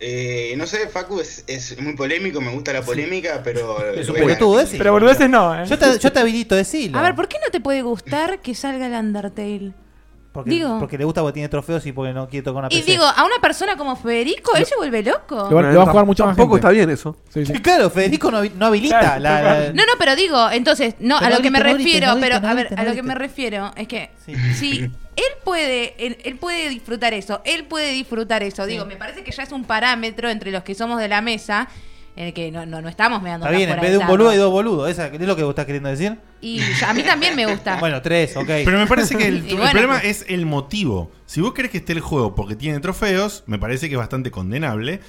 Speaker 20: Eh, no sé, Facu es, es muy polémico, me gusta la polémica, pero.
Speaker 3: Es un
Speaker 20: bueno,
Speaker 3: pelotudo, decilo.
Speaker 7: Pero boludeces no, ¿eh?
Speaker 3: Yo te, yo te habilito, decilo.
Speaker 6: A ver, ¿por qué no te puede gustar que salga el Undertale?
Speaker 3: Porque,
Speaker 6: Digo.
Speaker 3: porque le gusta porque tiene trofeos y porque no quiere tocar una
Speaker 6: Y
Speaker 3: PC.
Speaker 6: digo, a una persona como Federico, él se vuelve loco.
Speaker 5: Ah, Lo va- lo va a jugar mucho más
Speaker 3: Tampoco
Speaker 5: gente. está bien eso.
Speaker 3: Claro, Federico no, habi- no habilita
Speaker 5: Claro,
Speaker 3: la-
Speaker 5: claro.
Speaker 3: la-
Speaker 6: No, no, pero digo, entonces,
Speaker 3: Pero
Speaker 6: no, a lo que
Speaker 3: ahorita,
Speaker 6: me
Speaker 3: no ahorita,
Speaker 6: refiero,
Speaker 3: no ahorita,
Speaker 6: pero
Speaker 3: no
Speaker 6: a ver,
Speaker 3: ahorita,
Speaker 6: a
Speaker 3: no
Speaker 6: lo que me
Speaker 3: ahorita.
Speaker 6: refiero es que si él puede, él, él puede disfrutar eso, él puede disfrutar eso, digo, me parece que ya es un parámetro entre los que somos de la mesa, en el que no, no, no estamos meando
Speaker 3: Está bien, en
Speaker 6: afuera
Speaker 3: vez de un
Speaker 6: tarro.
Speaker 3: boludo hay dos boludos. ¿Esa es lo que vos estás queriendo decir?
Speaker 6: Y yo- a mí también me
Speaker 3: *laughs*
Speaker 6: gusta.
Speaker 3: Bueno, tres, ok.
Speaker 1: Pero me parece que el,
Speaker 6: *laughs* Y
Speaker 1: el
Speaker 6: bueno,
Speaker 1: problema
Speaker 6: pues-
Speaker 1: es el motivo. Si vos querés que esté el juego porque tiene trofeos, me parece que es bastante condenable.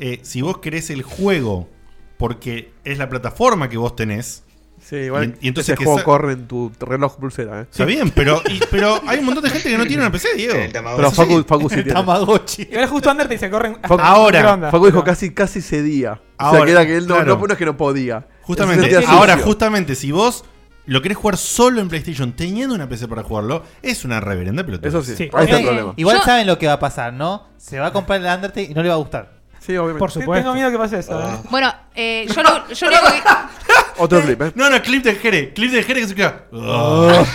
Speaker 1: Eh, si vos querés el juego porque es la plataforma que vos tenés.
Speaker 5: Sí, igual
Speaker 1: y, y entonces
Speaker 5: ese
Speaker 1: que
Speaker 5: juego
Speaker 1: sa-
Speaker 5: corre en tu reloj pulsera. ¿eh?
Speaker 1: Está bien,
Speaker 5: *laughs*
Speaker 1: pero, y-
Speaker 6: *laughs*
Speaker 1: pero hay un montón de gente que no tiene una PC, Diego.
Speaker 5: El Tamagotchi. Pero Facu- Facu sí tiene.
Speaker 3: Tamagotchi.
Speaker 7: Igual justo Ander te dice, corren hasta
Speaker 5: Facu-
Speaker 7: microondas.
Speaker 5: Facu dijo casi, casi cedía. o sea,
Speaker 1: Ahora,
Speaker 5: que era que él no,
Speaker 1: claro.
Speaker 5: no, no es que no podía. Él se
Speaker 1: Justamente,
Speaker 5: sentía
Speaker 1: ahora,
Speaker 5: sucio.
Speaker 1: justamente, si vos lo querés jugar solo en PlayStation teniendo una PC para jugarlo, es una reverenda pelotuda.
Speaker 5: Eso sí,
Speaker 3: Sí. Eh, Igual saben lo que va a pasar, ¿no? Se va a comprar el Undertale y no le va a gustar.
Speaker 5: Sí, obviamente.
Speaker 3: Por supuesto.
Speaker 7: Tengo miedo que pase eso.
Speaker 3: Ah.
Speaker 6: Bueno, eh, yo, lo,
Speaker 3: *laughs*
Speaker 6: yo lo único que-
Speaker 5: Otro clip, ¿eh?
Speaker 1: No, no, clip de Jere. Clip de Jere que se queda. *laughs*
Speaker 2: Dos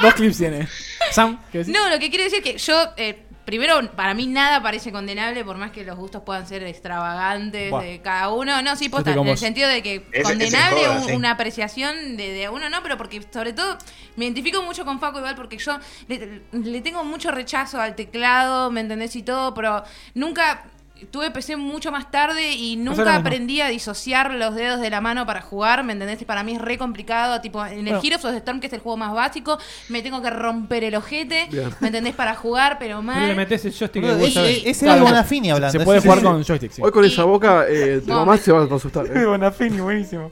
Speaker 2: Ah. clips tiene. Sam, ¿qué decís?
Speaker 6: No, lo que quiero decir es que yo, eh, primero, para mí nada parece condenable, por más que los gustos puedan ser extravagantes
Speaker 2: Buah.
Speaker 6: de cada uno. No, sí,
Speaker 2: Yo
Speaker 6: posta,
Speaker 2: estoy con
Speaker 6: en el
Speaker 2: vos.
Speaker 6: sentido de que
Speaker 2: Ese-
Speaker 6: condenable
Speaker 2: ese joda,
Speaker 6: un-
Speaker 2: sí.
Speaker 6: una apreciación de, de uno, no, pero porque sobre todo me identifico mucho con Faco igual porque yo le, le tengo mucho rechazo al teclado, ¿me entendés? Y todo, pero nunca... Tuve PC mucho más tarde y
Speaker 7: lo
Speaker 6: nunca
Speaker 7: mismo.
Speaker 6: aprendí a disociar los dedos de la mano para jugar, ¿me entendés? Para mí es re complicado, tipo, en el
Speaker 7: Bueno.
Speaker 6: Heroes of the Storm, que es el juego más básico, me tengo que romper el ojete,
Speaker 2: Bien.
Speaker 6: ¿Me entendés? Para jugar, pero
Speaker 4: No le
Speaker 6: mal.
Speaker 4: metes el joystick
Speaker 3: Boludo,
Speaker 4: vos
Speaker 3: ese-
Speaker 4: sabés.
Speaker 3: ese era Bonafini
Speaker 5: Se-
Speaker 3: hablando,
Speaker 5: se puede
Speaker 3: ese-
Speaker 5: jugar
Speaker 3: sí,
Speaker 5: con
Speaker 3: sí.
Speaker 5: joystick, sí. Hoy con esa boca, eh, tu
Speaker 6: No.
Speaker 5: mamá se va a asustar. *laughs* eh.
Speaker 7: Bonafini, buenísimo.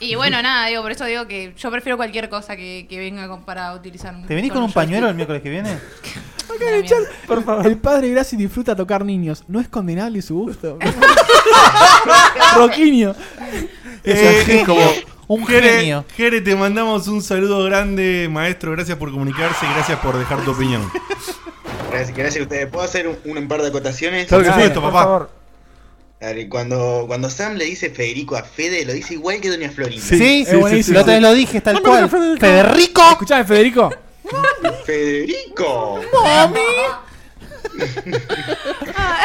Speaker 6: Y bueno, nada, digo, por eso digo que yo prefiero cualquier cosa que, que venga con- para utilizar.
Speaker 3: ¿Te venís con un pañuelo el miércoles que viene?
Speaker 2: *laughs* Acá en el chat, El padre Graci disfruta tocar niños. No es condenable su *laughs* gusto. Roquiño.
Speaker 1: Eh,
Speaker 3: un
Speaker 1: Jere,
Speaker 3: genio.
Speaker 1: Jere, te mandamos un saludo grande, maestro. Gracias por comunicarse y gracias por dejar tu opinión.
Speaker 20: Gracias, gracias a ustedes. ¿Puedo hacer un, un par de acotaciones? Ah,
Speaker 1: Claro que sí, Por papá. favor.
Speaker 20: A ver, Cuando, cuando Sam le dice Federico a Fede, lo dice igual que Doña Florinda.
Speaker 3: Sí, sí, la otra vez lo dije,
Speaker 2: Ah,
Speaker 3: tal cual. Federico.
Speaker 2: Federico. Escuchame, Federico.
Speaker 20: ¡Federico!
Speaker 2: ¡Mami!
Speaker 20: *laughs*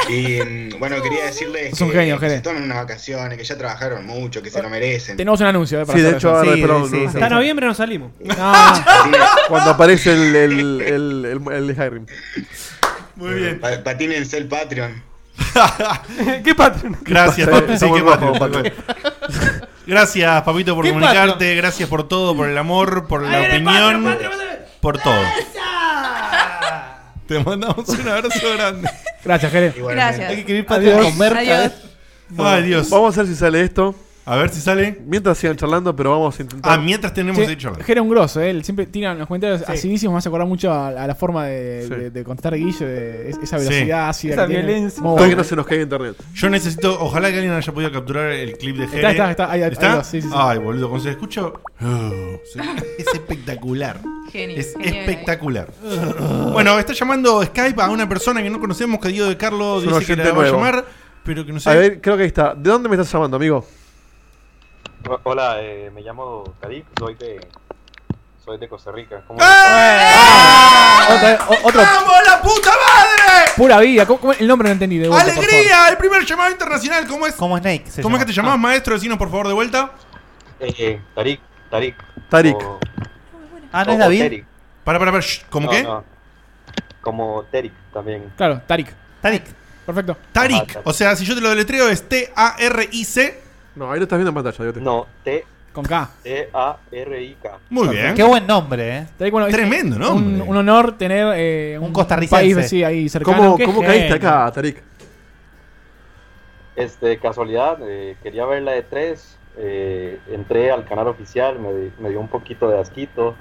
Speaker 20: Y mm, bueno, quería decirles
Speaker 2: Es un
Speaker 20: que,
Speaker 2: genio,
Speaker 20: que se
Speaker 2: Jere.
Speaker 20: tomen unas vacaciones, que ya trabajaron mucho, que se lo merecen.
Speaker 2: Tenemos un anuncio, eh, para hacer eso.
Speaker 5: ahora, espera, un- un-
Speaker 4: Hasta noviembre no salimos.
Speaker 5: Ah.
Speaker 3: *laughs*
Speaker 5: Cuando aparece el, el, el, el, el Skyrim.
Speaker 1: Muy bien.
Speaker 20: patínense el Patreon.
Speaker 7: *laughs* ¿Qué Patreon?
Speaker 1: Gracias,
Speaker 5: Sí,
Speaker 1: papi. Sí,
Speaker 5: estamos
Speaker 1: qué
Speaker 5: bajo,
Speaker 1: patrio,
Speaker 5: patrio.
Speaker 1: *laughs* Gracias, papito, por
Speaker 5: ¿Qué
Speaker 1: comunicarte. Gracias por todo, por el amor, por la opinión, por todo. Te mandamos un abrazo grande.
Speaker 2: Gracias, Jere.
Speaker 6: Gracias.
Speaker 3: Hay que escribir Patreon Adiós. con merca, Adiós. eh.
Speaker 5: Bueno,
Speaker 1: Ay, Dios.
Speaker 5: Vamos a ver si sale esto.
Speaker 1: A ver si sale.
Speaker 5: Mientras sigan charlando, pero vamos a intentar.
Speaker 1: Ah, mientras tenemos
Speaker 2: Che, Jere un grosso, eh, él siempre tira en los comentarios
Speaker 5: Sí.
Speaker 2: acidísimos, me hace acordar mucho a, a la forma de, de- de contar Guille, de es- esa
Speaker 1: Sí.
Speaker 2: velocidad ácida que tiene. Muy
Speaker 5: Para que
Speaker 2: bueno.
Speaker 5: no se nos caiga internet.
Speaker 1: Yo necesito, ojalá que alguien haya podido capturar el clip de
Speaker 2: Está,
Speaker 1: Jere.
Speaker 2: está, está, ahí, ahí, ahí va, sí, sí, sí.
Speaker 1: Ay, boludo, cuando se escucha. oh,
Speaker 5: *laughs*
Speaker 1: sí, es espectacular.
Speaker 6: Genio,
Speaker 1: es
Speaker 6: genio de
Speaker 1: espectacular. *laughs* bueno, está llamando Skype a una persona que no conocemos, que Diego de Carlos
Speaker 5: Es un
Speaker 1: dice que la
Speaker 5: oyente
Speaker 1: va a
Speaker 5: nuevo.
Speaker 1: llamar, pero que no sé.
Speaker 5: A ver, creo que ahí está. ¿De dónde me estás llamando, amigo?
Speaker 21: Hola, eh, me llamo Kadik, soy de, soy de Costa Rica. ¿Cómo
Speaker 3: Ah,
Speaker 2: Otra- o- otro-
Speaker 1: ¡Eh! ¡Vamos, la puta madre!
Speaker 2: Pura vida, ¿cómo- cómo- el nombre no entendí de vuelta, por favor.
Speaker 1: ¡Alegría! El primer llamado internacional, ¿cómo es?
Speaker 3: Como Snake.
Speaker 1: ¿Cómo es que te
Speaker 5: Ah.
Speaker 1: llamás, maestro? Decinos por favor de vuelta.
Speaker 21: Eh, Tarik, Tarik.
Speaker 5: Tarik.
Speaker 21: O-
Speaker 3: Ah,
Speaker 21: o- o Terik.
Speaker 1: Para, para, para. shh, ¿Cómo
Speaker 21: No,
Speaker 1: qué?
Speaker 21: no. Como Terik también.
Speaker 2: Claro, Tarik.
Speaker 3: Tarik.
Speaker 2: Perfecto.
Speaker 1: Tarik. O sea, si yo te lo deletreo es T-A-R-I-C.
Speaker 5: No, ahí lo estás viendo en pantalla.
Speaker 21: No, T.
Speaker 2: Con K.
Speaker 21: E T-A-R-I-K.
Speaker 1: Muy bien.
Speaker 3: Qué buen nombre, eh.
Speaker 2: Tarik, bueno, es-
Speaker 1: Tremendo, ¿no?
Speaker 2: Un, un honor tener eh, un,
Speaker 3: costarricense.
Speaker 2: país sí, ahí cercano.
Speaker 5: ¿Cómo,
Speaker 2: Qué
Speaker 5: cómo
Speaker 2: genio.
Speaker 5: caíste acá, Tarik?
Speaker 21: Este, casualidad, eh, quería ver la de tres. eh, entré al canal oficial, me, di- me dio un poquito de asquito.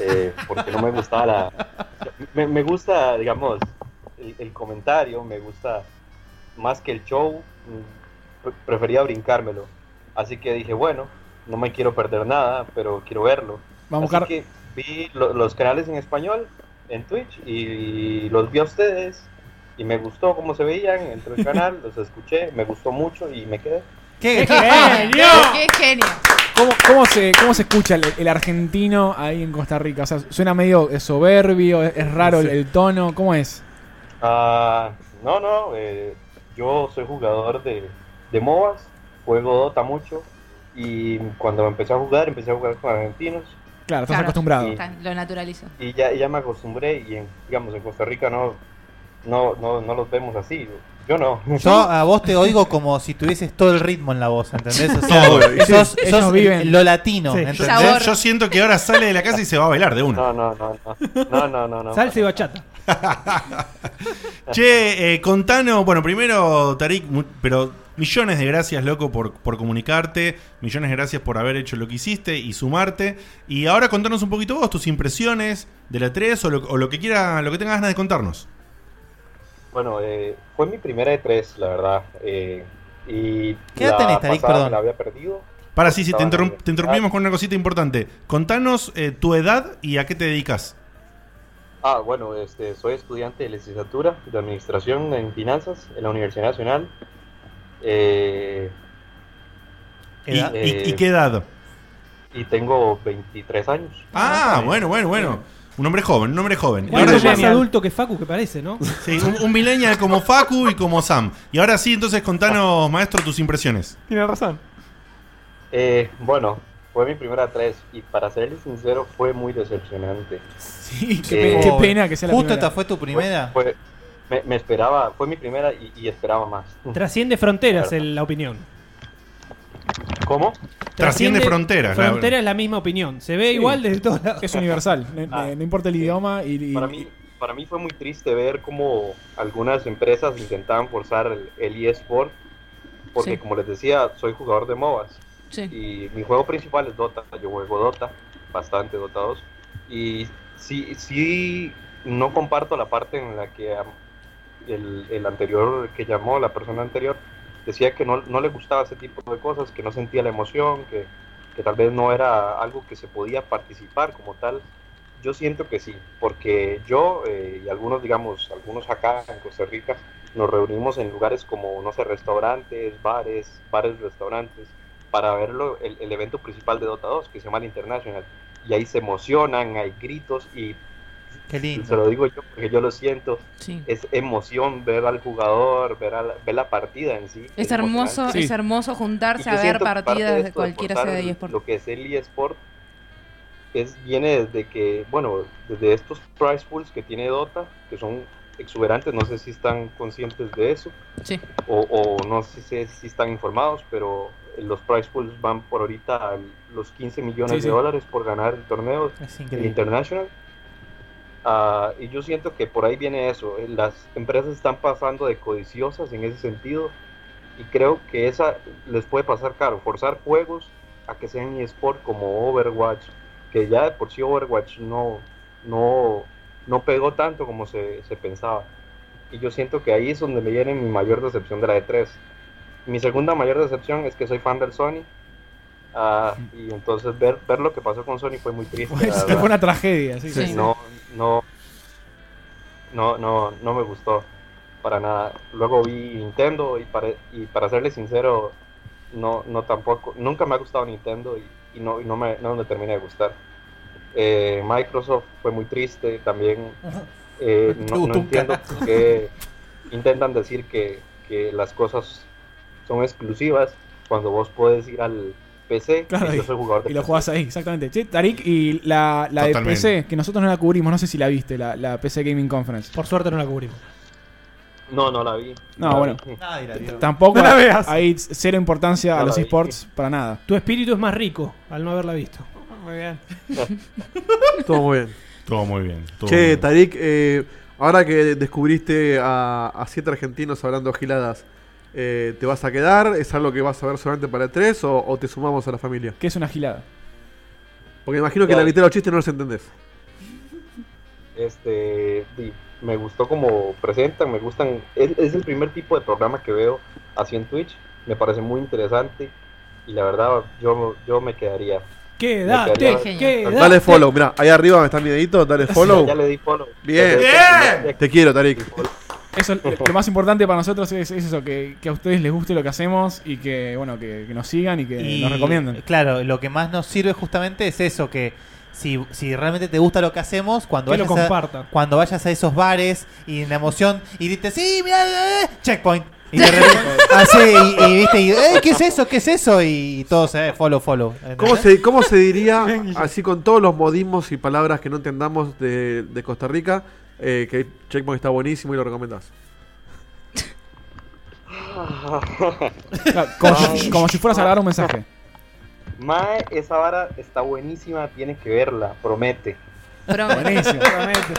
Speaker 21: eh, porque no me gustaba la. Me, me gusta, digamos, el, el comentario, me gusta más que el show. mm, pre- Prefería brincármelo. Así que dije, bueno, no me quiero perder nada, pero quiero verlo.
Speaker 2: Vamos
Speaker 21: Así que vi lo- los canales en español en Twitch y los vi a ustedes y me gustó cómo se veían entre
Speaker 6: *laughs*
Speaker 21: el canal, los escuché, me gustó mucho y me quedé.
Speaker 6: ¡Qué genio! ¡Qué genio!
Speaker 2: ¿Cómo, cómo se, cómo se escucha el, el argentino ahí en Costa Rica? O sea, suena medio eh, soberbio, es, es raro el, el tono, ¿cómo es?
Speaker 21: Ah, no, no, eh, yo soy jugador de, de MOBAs, juego Dota mucho y cuando empecé a jugar, empecé a jugar con argentinos.
Speaker 2: Claro, estás
Speaker 21: Claro.
Speaker 2: acostumbrado.
Speaker 21: Sí.
Speaker 6: Está, Lo naturalizo.
Speaker 21: y ya, y ya me acostumbré y en, digamos en Costa Rica no no, no no los vemos así yo no *laughs*
Speaker 3: Yo
Speaker 1: ah.
Speaker 3: a vos te oigo como si tuvieses todo el ritmo en la voz, ¿entendés? O
Speaker 5: *laughs*
Speaker 3: sea,
Speaker 1: Todo, sí.
Speaker 3: sos,
Speaker 1: Ellos
Speaker 3: sos
Speaker 1: viven.
Speaker 3: lo latino,
Speaker 1: Sí.
Speaker 3: ¿entendés?
Speaker 1: Yo- Yo siento que ahora sale de la casa y se va a bailar de una.
Speaker 21: no no no no no no no, no.
Speaker 4: Salsa y bachata.
Speaker 1: Che, eh, contanos, bueno, primero, Tarik, mu- pero millones de gracias, loco, por, por comunicarte, millones de gracias por haber hecho lo que hiciste y sumarte. Y ahora contanos un poquito vos, tus impresiones de la 3 o lo, o lo que quiera, lo que tengas ganas de contarnos.
Speaker 21: bueno eh, fue mi primera de tres la verdad eh, y
Speaker 1: ¿Qué edad tenés,
Speaker 21: la
Speaker 1: Tarik?
Speaker 21: pasada me
Speaker 1: Perdón.
Speaker 21: la había perdido
Speaker 1: Para, sí, sí, te,
Speaker 21: Estaba en
Speaker 1: interrum-
Speaker 21: el-
Speaker 1: te interrumpimos con una cosita importante. Contanos eh, tu edad y a qué te dedicas.
Speaker 21: Ah, bueno, este, soy estudiante de licenciatura de Administración en Finanzas en la Universidad Nacional. Eh,
Speaker 1: ¿Y, y- y qué edad?
Speaker 21: Y tengo 23 años.
Speaker 1: Ah, bueno, bueno, bueno. Un hombre joven, un hombre joven.
Speaker 21: Bueno,
Speaker 1: Ahora-
Speaker 4: Es más adulto que Facu, que parece, ¿no?
Speaker 1: Sí, un, un millennial como Facu y como Sam. Y ahora sí, entonces contanos, maestro, tus impresiones.
Speaker 21: Tienes razón. Eh, bueno, fue mi primera tres y para serles sincero fue muy decepcionante. Eh,
Speaker 2: Sí, qué pe- qué pena que sea la Justo primera. esta fue tu primera.
Speaker 21: Fue- fue- me, me esperaba, fue mi primera y, y esperaba más.
Speaker 4: Trasciende fronteras eh.
Speaker 21: Claro.
Speaker 4: el- la opinión.
Speaker 21: ¿Cómo?
Speaker 4: Frontera es la misma opinión. Se ve
Speaker 2: Sí.
Speaker 4: igual desde todos lados.
Speaker 2: Es universal, no, no- no importa el idioma y, y-
Speaker 21: Para mí, para mí fue muy triste ver cómo algunas empresas intentaban forzar el, el eSport, porque
Speaker 6: Sí.
Speaker 21: como les decía, soy jugador de MOBAs.
Speaker 6: Sí.
Speaker 21: Y mi juego principal es Dota, yo juego Dota, bastante Dota 2. Y sí, sí no comparto la parte en la que am, el, el anterior que llamó, la persona anterior, decía que no, no le gustaba ese tipo de cosas, que no sentía la emoción, que, que tal vez no era algo que se podía participar como tal. Yo siento que sí, porque yo eh, y algunos, digamos, algunos acá en Costa Rica, nos reunimos en lugares como, no sé, restaurantes, bares, bares, restaurantes, para ver lo- el, el evento principal de Dota 2, que se llama el International. Y ahí se emocionan, hay gritos y... Se lo digo yo porque yo lo siento. Es emoción ver al jugador, ver, al- ver la partida en sí.
Speaker 6: Es hermoso,
Speaker 21: emocionante.
Speaker 6: es hermoso juntarse
Speaker 21: Y yo
Speaker 6: a ver
Speaker 21: siento que parte
Speaker 6: partidas de
Speaker 21: esto
Speaker 6: cualquiera sea
Speaker 21: forzar
Speaker 6: de eSports.
Speaker 21: Lo que es el eSport es, viene desde que, bueno, desde estos price pools que tiene Dota, que son exuberantes, no sé si están conscientes de eso, o, o no sé si, si están informados, pero los price pools van por ahorita a los 15 millones
Speaker 18: Sí,
Speaker 21: de
Speaker 18: sí.
Speaker 21: dólares por ganar el torneo
Speaker 18: Es
Speaker 21: el
Speaker 18: increíble.
Speaker 21: International. Ah, y yo siento que por ahí viene eso, Eh, las empresas están pasando de codiciosas en ese sentido y creo que esa les puede pasar caro, forzar juegos a que sean eSport como Overwatch, que ya de por sí Overwatch no, no, no pegó tanto como se, se pensaba. Y yo siento que ahí es donde me viene mi mayor decepción de la E3. Mi segunda mayor decepción es que soy fan del Sony. ah, y entonces ver, ver lo que pasó con Sony fue muy triste.
Speaker 2: *laughs*
Speaker 21: la
Speaker 2: fue
Speaker 21: verdad.
Speaker 2: una tragedia, sí. Sí.
Speaker 21: No, no, no, no, no me gustó para nada. Luego vi Nintendo y para, y para serle sincero, no, no tampoco, nunca me ha gustado Nintendo y, y no, y no, me, no me termina de gustar. Eh, Microsoft fue muy triste
Speaker 2: *laughs*
Speaker 21: también. Eh, no, no
Speaker 18: Tu
Speaker 21: entiendo
Speaker 18: cara.
Speaker 21: por qué intentan decir que, que las cosas son exclusivas cuando vos puedes ir al PC
Speaker 2: Claro,
Speaker 21: y
Speaker 2: y,
Speaker 21: yo soy jugador de
Speaker 2: y lo jugás ahí, exactamente. Che, Tarik, y la, la de
Speaker 21: Totalmente.
Speaker 2: PC, que nosotros no la cubrimos, no sé si la viste, la, la PC Gaming Conference.
Speaker 4: Por suerte no la cubrimos.
Speaker 21: No, no la vi.
Speaker 2: No,
Speaker 21: la
Speaker 2: bueno.
Speaker 21: vi.
Speaker 2: T- Tampoco
Speaker 4: No la
Speaker 2: hay-
Speaker 4: veas.
Speaker 2: hay cero importancia a
Speaker 4: No la
Speaker 2: los
Speaker 4: vi.
Speaker 2: esports para nada.
Speaker 4: Tu espíritu es más rico al no haberla visto.
Speaker 7: Muy bien.
Speaker 5: Todo muy bien.
Speaker 1: Todo muy bien. todo muy
Speaker 5: Che,
Speaker 1: bien.
Speaker 5: Tarik, eh, ahora que descubriste a, a siete argentinos hablando giladas, eh, ¿te vas a quedar? ¿Es algo que vas a ver solamente para tres o, o te sumamos a la familia?
Speaker 2: ¿Qué es una gilada?
Speaker 5: Porque imagino que
Speaker 21: Ya.
Speaker 5: la mitad de los chistes no los entendés.
Speaker 21: este y me gustó como presentan, me gustan, es, es el primer tipo de programa que veo así en Twitch, me parece muy interesante y la verdad yo, yo me quedaría. Me
Speaker 4: Quédate,
Speaker 21: quedaría-
Speaker 4: quédate.
Speaker 21: *laughs*
Speaker 5: Dale follow, mira, ahí arriba está mi dedito, dale follow.
Speaker 21: Ya le di follow.
Speaker 5: Bien.
Speaker 21: Ya- ya- ya-
Speaker 5: Te quiero, Tarik.
Speaker 2: Eso, lo lo más importante para nosotros es, es eso, que, que a ustedes les guste lo que hacemos y que, bueno, que, que nos sigan y que
Speaker 3: Y,
Speaker 2: nos recomienden.
Speaker 3: Claro, lo que más nos sirve justamente es eso, que si, si realmente te gusta lo que hacemos, cuando
Speaker 4: Que lo
Speaker 3: vayas,
Speaker 4: compartan.
Speaker 3: a, cuando vayas a esos bares y en la emoción y dices, sí, mira, eh, checkpoint. Y de repente, así, y, y viste, y, "Eh, ¿qué es eso? ¿Qué es eso? Y todos, eh, follow, follow.
Speaker 5: ¿Cómo se, ¿Cómo se
Speaker 3: *laughs*
Speaker 5: diría, así con todos los modismos y palabras que no entendamos de, de Costa Rica, eh, que Checkpoint está buenísimo y lo recomendás?
Speaker 2: Claro, Ah, como, si, como si fueras a grabar un mensaje.
Speaker 21: Mae, esa vara está buenísima, tienes que verla, promete.
Speaker 6: Promete.
Speaker 2: Buenísimo.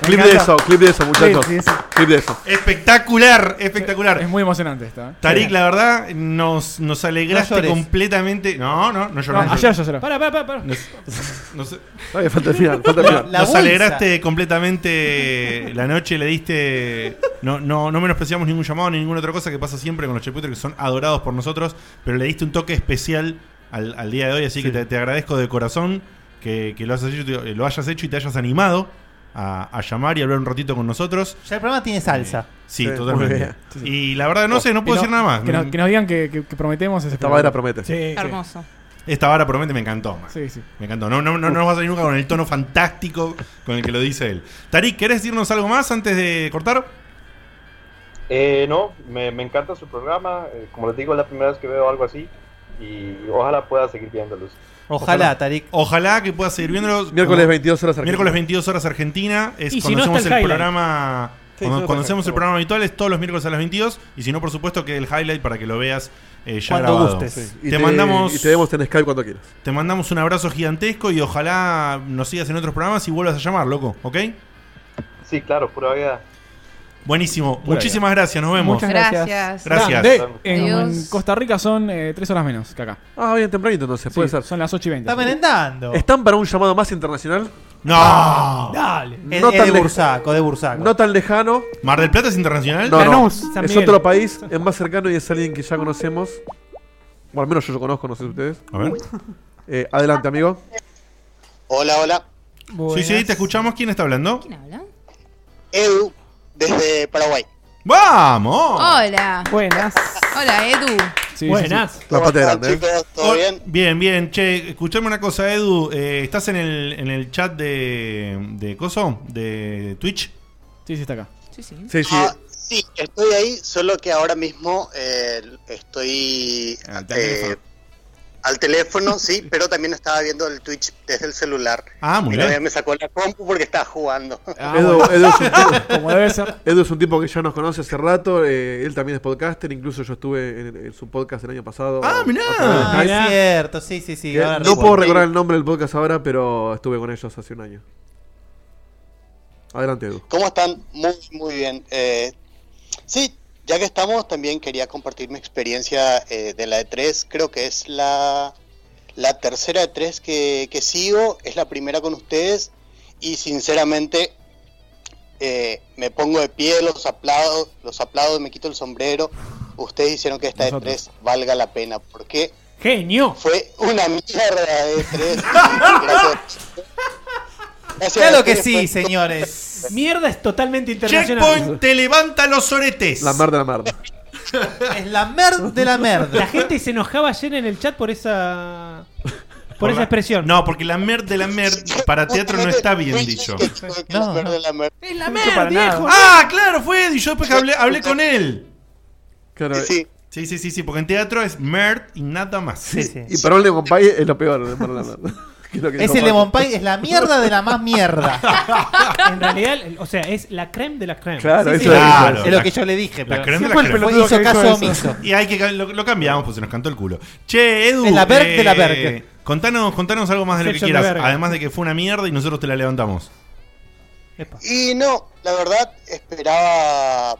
Speaker 5: Clip de eso, clip de eso, muchachos.
Speaker 2: Sí, sí, sí.
Speaker 5: Clip de eso.
Speaker 1: Espectacular, espectacular.
Speaker 2: Eh, Es muy emocionante esta. ¿eh?
Speaker 1: Tarik, la verdad, nos, nos alegraste
Speaker 2: No llores.
Speaker 1: completamente. No, no, no lloramos.
Speaker 2: No, ayer yo lloré. Pará,
Speaker 1: para
Speaker 2: pará,
Speaker 1: para
Speaker 2: pará, pará.
Speaker 5: Todavía falta el final, falta el final. La
Speaker 1: Nos
Speaker 5: bolsa.
Speaker 1: alegraste completamente la noche, le diste. No, no, no menospreciamos ningún llamado ni ninguna otra cosa que pasa siempre con los chepuitres que son adorados por nosotros, pero le diste un toque especial al, al día de hoy, así que te, te agradezco de corazón que, que lo, has hecho, eh, lo hayas hecho y te hayas animado a, a llamar y hablar un ratito con nosotros. Eh,
Speaker 3: Ya el programa tiene salsa.
Speaker 1: Sí,
Speaker 3: Sí, muy
Speaker 1: totalmente.
Speaker 3: bien.
Speaker 1: Y la verdad, no sé, no
Speaker 2: Oh, Que
Speaker 1: puedo decir nada más.
Speaker 2: Que, nos- que nos digan que, que- que prometemos. ese
Speaker 1: Esta
Speaker 2: programa.
Speaker 1: vara promete.
Speaker 2: Sí, sí.
Speaker 6: Hermoso.
Speaker 1: Esta vara promete, me encantó. man.
Speaker 2: Sí, sí.
Speaker 1: Me encantó. No, no, no, no nos va a salir nunca con el tono fantástico con el que lo dice él. Tarik, ¿querés decirnos algo más antes de cortar?
Speaker 21: Eh, no, me, me encanta su programa. eh, como les digo, es la primera vez que veo algo así. Y ojalá pueda seguir viéndolos.
Speaker 3: Tarik.
Speaker 1: Ojalá que puedas seguir viéndolos.
Speaker 5: Miércoles
Speaker 1: Como-
Speaker 5: 22 horas Argentina.
Speaker 1: Miércoles 22 horas Argentina. Es
Speaker 5: Y si
Speaker 1: cuando
Speaker 5: no,
Speaker 1: hacemos
Speaker 5: está
Speaker 1: el,
Speaker 5: el highlight.
Speaker 1: programa.
Speaker 5: Sí,
Speaker 1: cuando
Speaker 5: si no,
Speaker 1: cuando
Speaker 5: perfecto.
Speaker 1: hacemos el programa habitual es todos los miércoles a las 22. Y si no, por supuesto, que el highlight para que lo veas eh, ya
Speaker 5: Cuando
Speaker 1: grabado.
Speaker 5: gustes. Sí.
Speaker 1: Te,
Speaker 5: Y te-
Speaker 1: mandamos.
Speaker 5: y te vemos en Skype cuando quieras.
Speaker 1: Te mandamos un abrazo gigantesco y ojalá nos sigas en otros programas y vuelvas a llamar, loco, ¿ok?
Speaker 21: Sí, claro, pura vida.
Speaker 1: Buenísimo.
Speaker 2: Pura
Speaker 1: Muchísimas gracias, nos vemos.
Speaker 2: Muchas
Speaker 6: Gracias.
Speaker 1: Gracias.
Speaker 2: De-
Speaker 1: Adiós.
Speaker 2: en Costa Rica son eh, tres horas menos que acá.
Speaker 5: Ah, bien tempranito entonces,
Speaker 2: Sí,
Speaker 5: puede ser.
Speaker 2: Son las 8 y 20.
Speaker 3: Está merendando. Ah,
Speaker 5: ¿Están para un llamado más internacional?
Speaker 1: No.
Speaker 3: Dale. Es-
Speaker 5: No
Speaker 3: es
Speaker 5: tan
Speaker 3: de
Speaker 5: lej-
Speaker 3: Bursaco, de Bursaco.
Speaker 5: No tan lejano.
Speaker 1: ¿Mar del Plata es internacional?
Speaker 5: No, no.
Speaker 1: Lanús, San
Speaker 5: Es
Speaker 1: Miguel.
Speaker 5: otro país, es más cercano y es alguien que ya conocemos. O al menos yo lo conozco, no sé ustedes.
Speaker 1: A ver.
Speaker 5: Eh, adelante, amigo.
Speaker 22: Hola, hola.
Speaker 1: Sí, sí, te escuchamos. ¿Quién está hablando?
Speaker 22: Edu, desde Paraguay.
Speaker 1: ¡Vamos!
Speaker 6: Oh, Hola.
Speaker 7: Buenas.
Speaker 6: Hola, Edu.
Speaker 5: La pata grande. ¿eh?
Speaker 22: ¿Todo bien?
Speaker 1: Bien, bien. Che, escuchame una cosa, Edu. eh, ¿Estás en el, en el chat de, de Coso? ¿De Twitch?
Speaker 2: Sí, sí, está acá.
Speaker 6: Sí, sí.
Speaker 5: Sí, sí.
Speaker 22: Ah, sí, estoy ahí, solo que ahora mismo eh, estoy
Speaker 1: Al
Speaker 22: eh, al teléfono, sí, *laughs* pero también estaba viendo el Twitch desde el celular.
Speaker 1: Ah, muy
Speaker 22: Y
Speaker 1: bien. Ah,
Speaker 22: todavía me sacó la compu porque estaba jugando.
Speaker 5: Edu,
Speaker 1: *laughs*
Speaker 5: Edu es
Speaker 22: *laughs*
Speaker 5: un tipo,
Speaker 2: Como debe ser.
Speaker 5: Edu es un tipo que ya nos conoce hace rato. eh, él también es podcaster. Incluso yo estuve en, en su podcast el año pasado.
Speaker 1: Ah, mirá.
Speaker 3: Ah, es cierto, sí, sí, sí.
Speaker 5: Que
Speaker 3: ahora
Speaker 5: no
Speaker 3: recuerdo.
Speaker 5: puedo recordar el nombre del podcast ahora, pero estuve con ellos hace un año. Adelante, Edu.
Speaker 22: ¿Cómo están? Muy, muy bien. Eh, sí, ya que estamos, también quería compartir mi experiencia eh, de la E3. Creo que es la, la tercera E3 que, que sigo, es la primera con ustedes y sinceramente eh, me pongo de pie, los aplaudo, los aplaudo, me quito el sombrero. Ustedes hicieron que esta
Speaker 2: Nosotros.
Speaker 22: E3 valga la pena, porque
Speaker 2: Genio.
Speaker 22: fue una mierda de
Speaker 2: *laughs*
Speaker 22: E3. Gracias. Gracias a
Speaker 3: Claro que
Speaker 22: ustedes,
Speaker 3: sí,
Speaker 22: fue-
Speaker 3: señores. Mierda es totalmente internacional.
Speaker 1: Checkpoint te levanta los oretes.
Speaker 5: La merda, la merda.
Speaker 3: *laughs* Es la merda de la merda.
Speaker 4: La gente se enojaba ayer en el chat por esa.
Speaker 1: Por,
Speaker 4: esa
Speaker 1: expresión. No, porque la mer de la mer para teatro no está bien dicho.
Speaker 22: Pues, Es
Speaker 16: la
Speaker 1: Para
Speaker 16: merda,
Speaker 1: nada.
Speaker 16: viejo.
Speaker 1: Ah, claro, fue Edu. Yo después hablé, hablé con él.
Speaker 22: Sí.
Speaker 1: sí, sí, sí, porque en teatro es mer y nada más.
Speaker 5: Y para un Lemon Pie es lo peor. la merda, la merda. Que es lo que
Speaker 3: Es
Speaker 5: dijo
Speaker 3: el
Speaker 5: Paco.
Speaker 3: lemon pie, es la mierda de la más mierda.
Speaker 4: *laughs* En realidad, el- o sea, es la creme de la creme.
Speaker 5: Claro,
Speaker 3: Sí,
Speaker 5: eso
Speaker 3: sí,
Speaker 5: es-
Speaker 3: claro,
Speaker 5: eso
Speaker 3: es lo que yo le dije,
Speaker 1: La
Speaker 3: pero
Speaker 1: crema
Speaker 3: siempre
Speaker 1: de la
Speaker 3: el
Speaker 1: crema.
Speaker 3: pelotudo Hizo que caso dijo eso. omiso.
Speaker 1: Y hay que lo, lo cambiamos, pues se nos cantó el culo. Che, Edu. eh,
Speaker 3: Es la Berg de la Berg.
Speaker 1: Contanos, contanos algo más de lo que
Speaker 3: Exception
Speaker 1: quieras.
Speaker 3: de Berg.
Speaker 1: Además de que fue una mierda y nosotros te la levantamos.
Speaker 22: Y no, la verdad esperaba.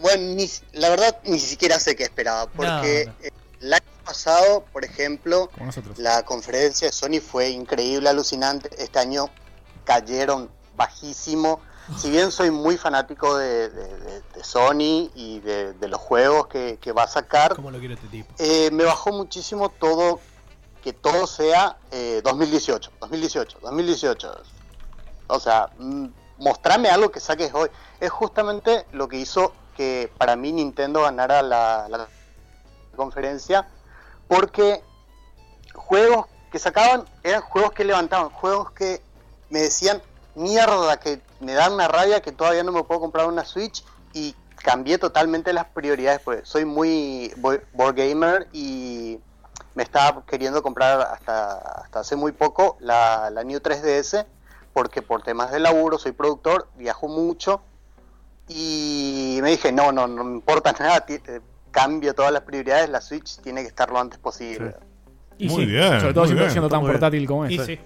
Speaker 22: Bueno, ni, la verdad ni siquiera sé qué esperaba, porque eh, el año pasado, por ejemplo,
Speaker 2: Como nosotros.
Speaker 22: la conferencia de Sony fue increíble, alucinante. Este año cayeron bajísimo. Si bien soy muy fanático de, de- de- de Sony y de, de los juegos que, que va a sacar,
Speaker 4: ¿Cómo lo quiere este tipo?
Speaker 22: eh, me bajó muchísimo todo, que todo sea eh, 2018, 2018, 2018. O sea, mm, mostrame algo que saques hoy. Es justamente lo que hizo que para mí Nintendo ganara la, la conferencia, porque juegos que sacaban eran juegos que levantaban, juegos que me decían, mierda, que me dan una rabia que todavía no me puedo comprar una Switch y cambié totalmente las prioridades, pues soy muy bo- board gamer y me estaba queriendo comprar hasta, hasta hace muy poco la, la New 3DS porque por temas de laburo soy productor, viajo mucho y me dije, no, no, no me importa *laughs* nada, ti- eh, cambio todas las prioridades, la Switch tiene que estar lo antes posible.
Speaker 2: Y Muy sí, bien, sobre todo muy siendo- bien. siendo tan
Speaker 5: Muy bien.
Speaker 2: portátil como es. Y sí.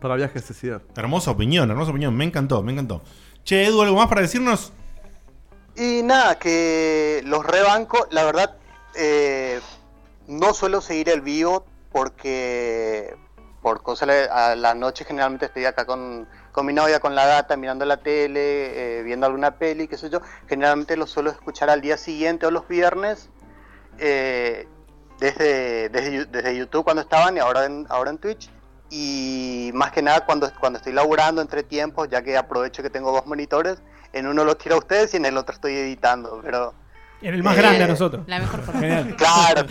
Speaker 5: Para viajes de ciudad.
Speaker 1: Hermosa opinión, hermosa opinión. Me encantó, me encantó. Che, Edu, ¿algo más para decirnos?
Speaker 22: Y nada, que los rebanco, la verdad, eh, no suelo seguir el vivo porque por cosas de- a la noche generalmente estoy acá con, con mi novia, con la gata, mirando la tele, eh, viendo alguna peli, qué sé yo. Generalmente los suelo escuchar al día siguiente o los viernes eh, desde, desde, Yu- desde YouTube cuando estaban y ahora en, ahora en Twitch. Y más que nada cuando, cuando estoy laburando entre tiempos, ya que aprovecho que tengo dos monitores, en uno los quiero a ustedes y en el otro estoy editando, pero...
Speaker 4: En el más grande a nosotros.
Speaker 6: Eh, La mejor forma.
Speaker 22: Claro.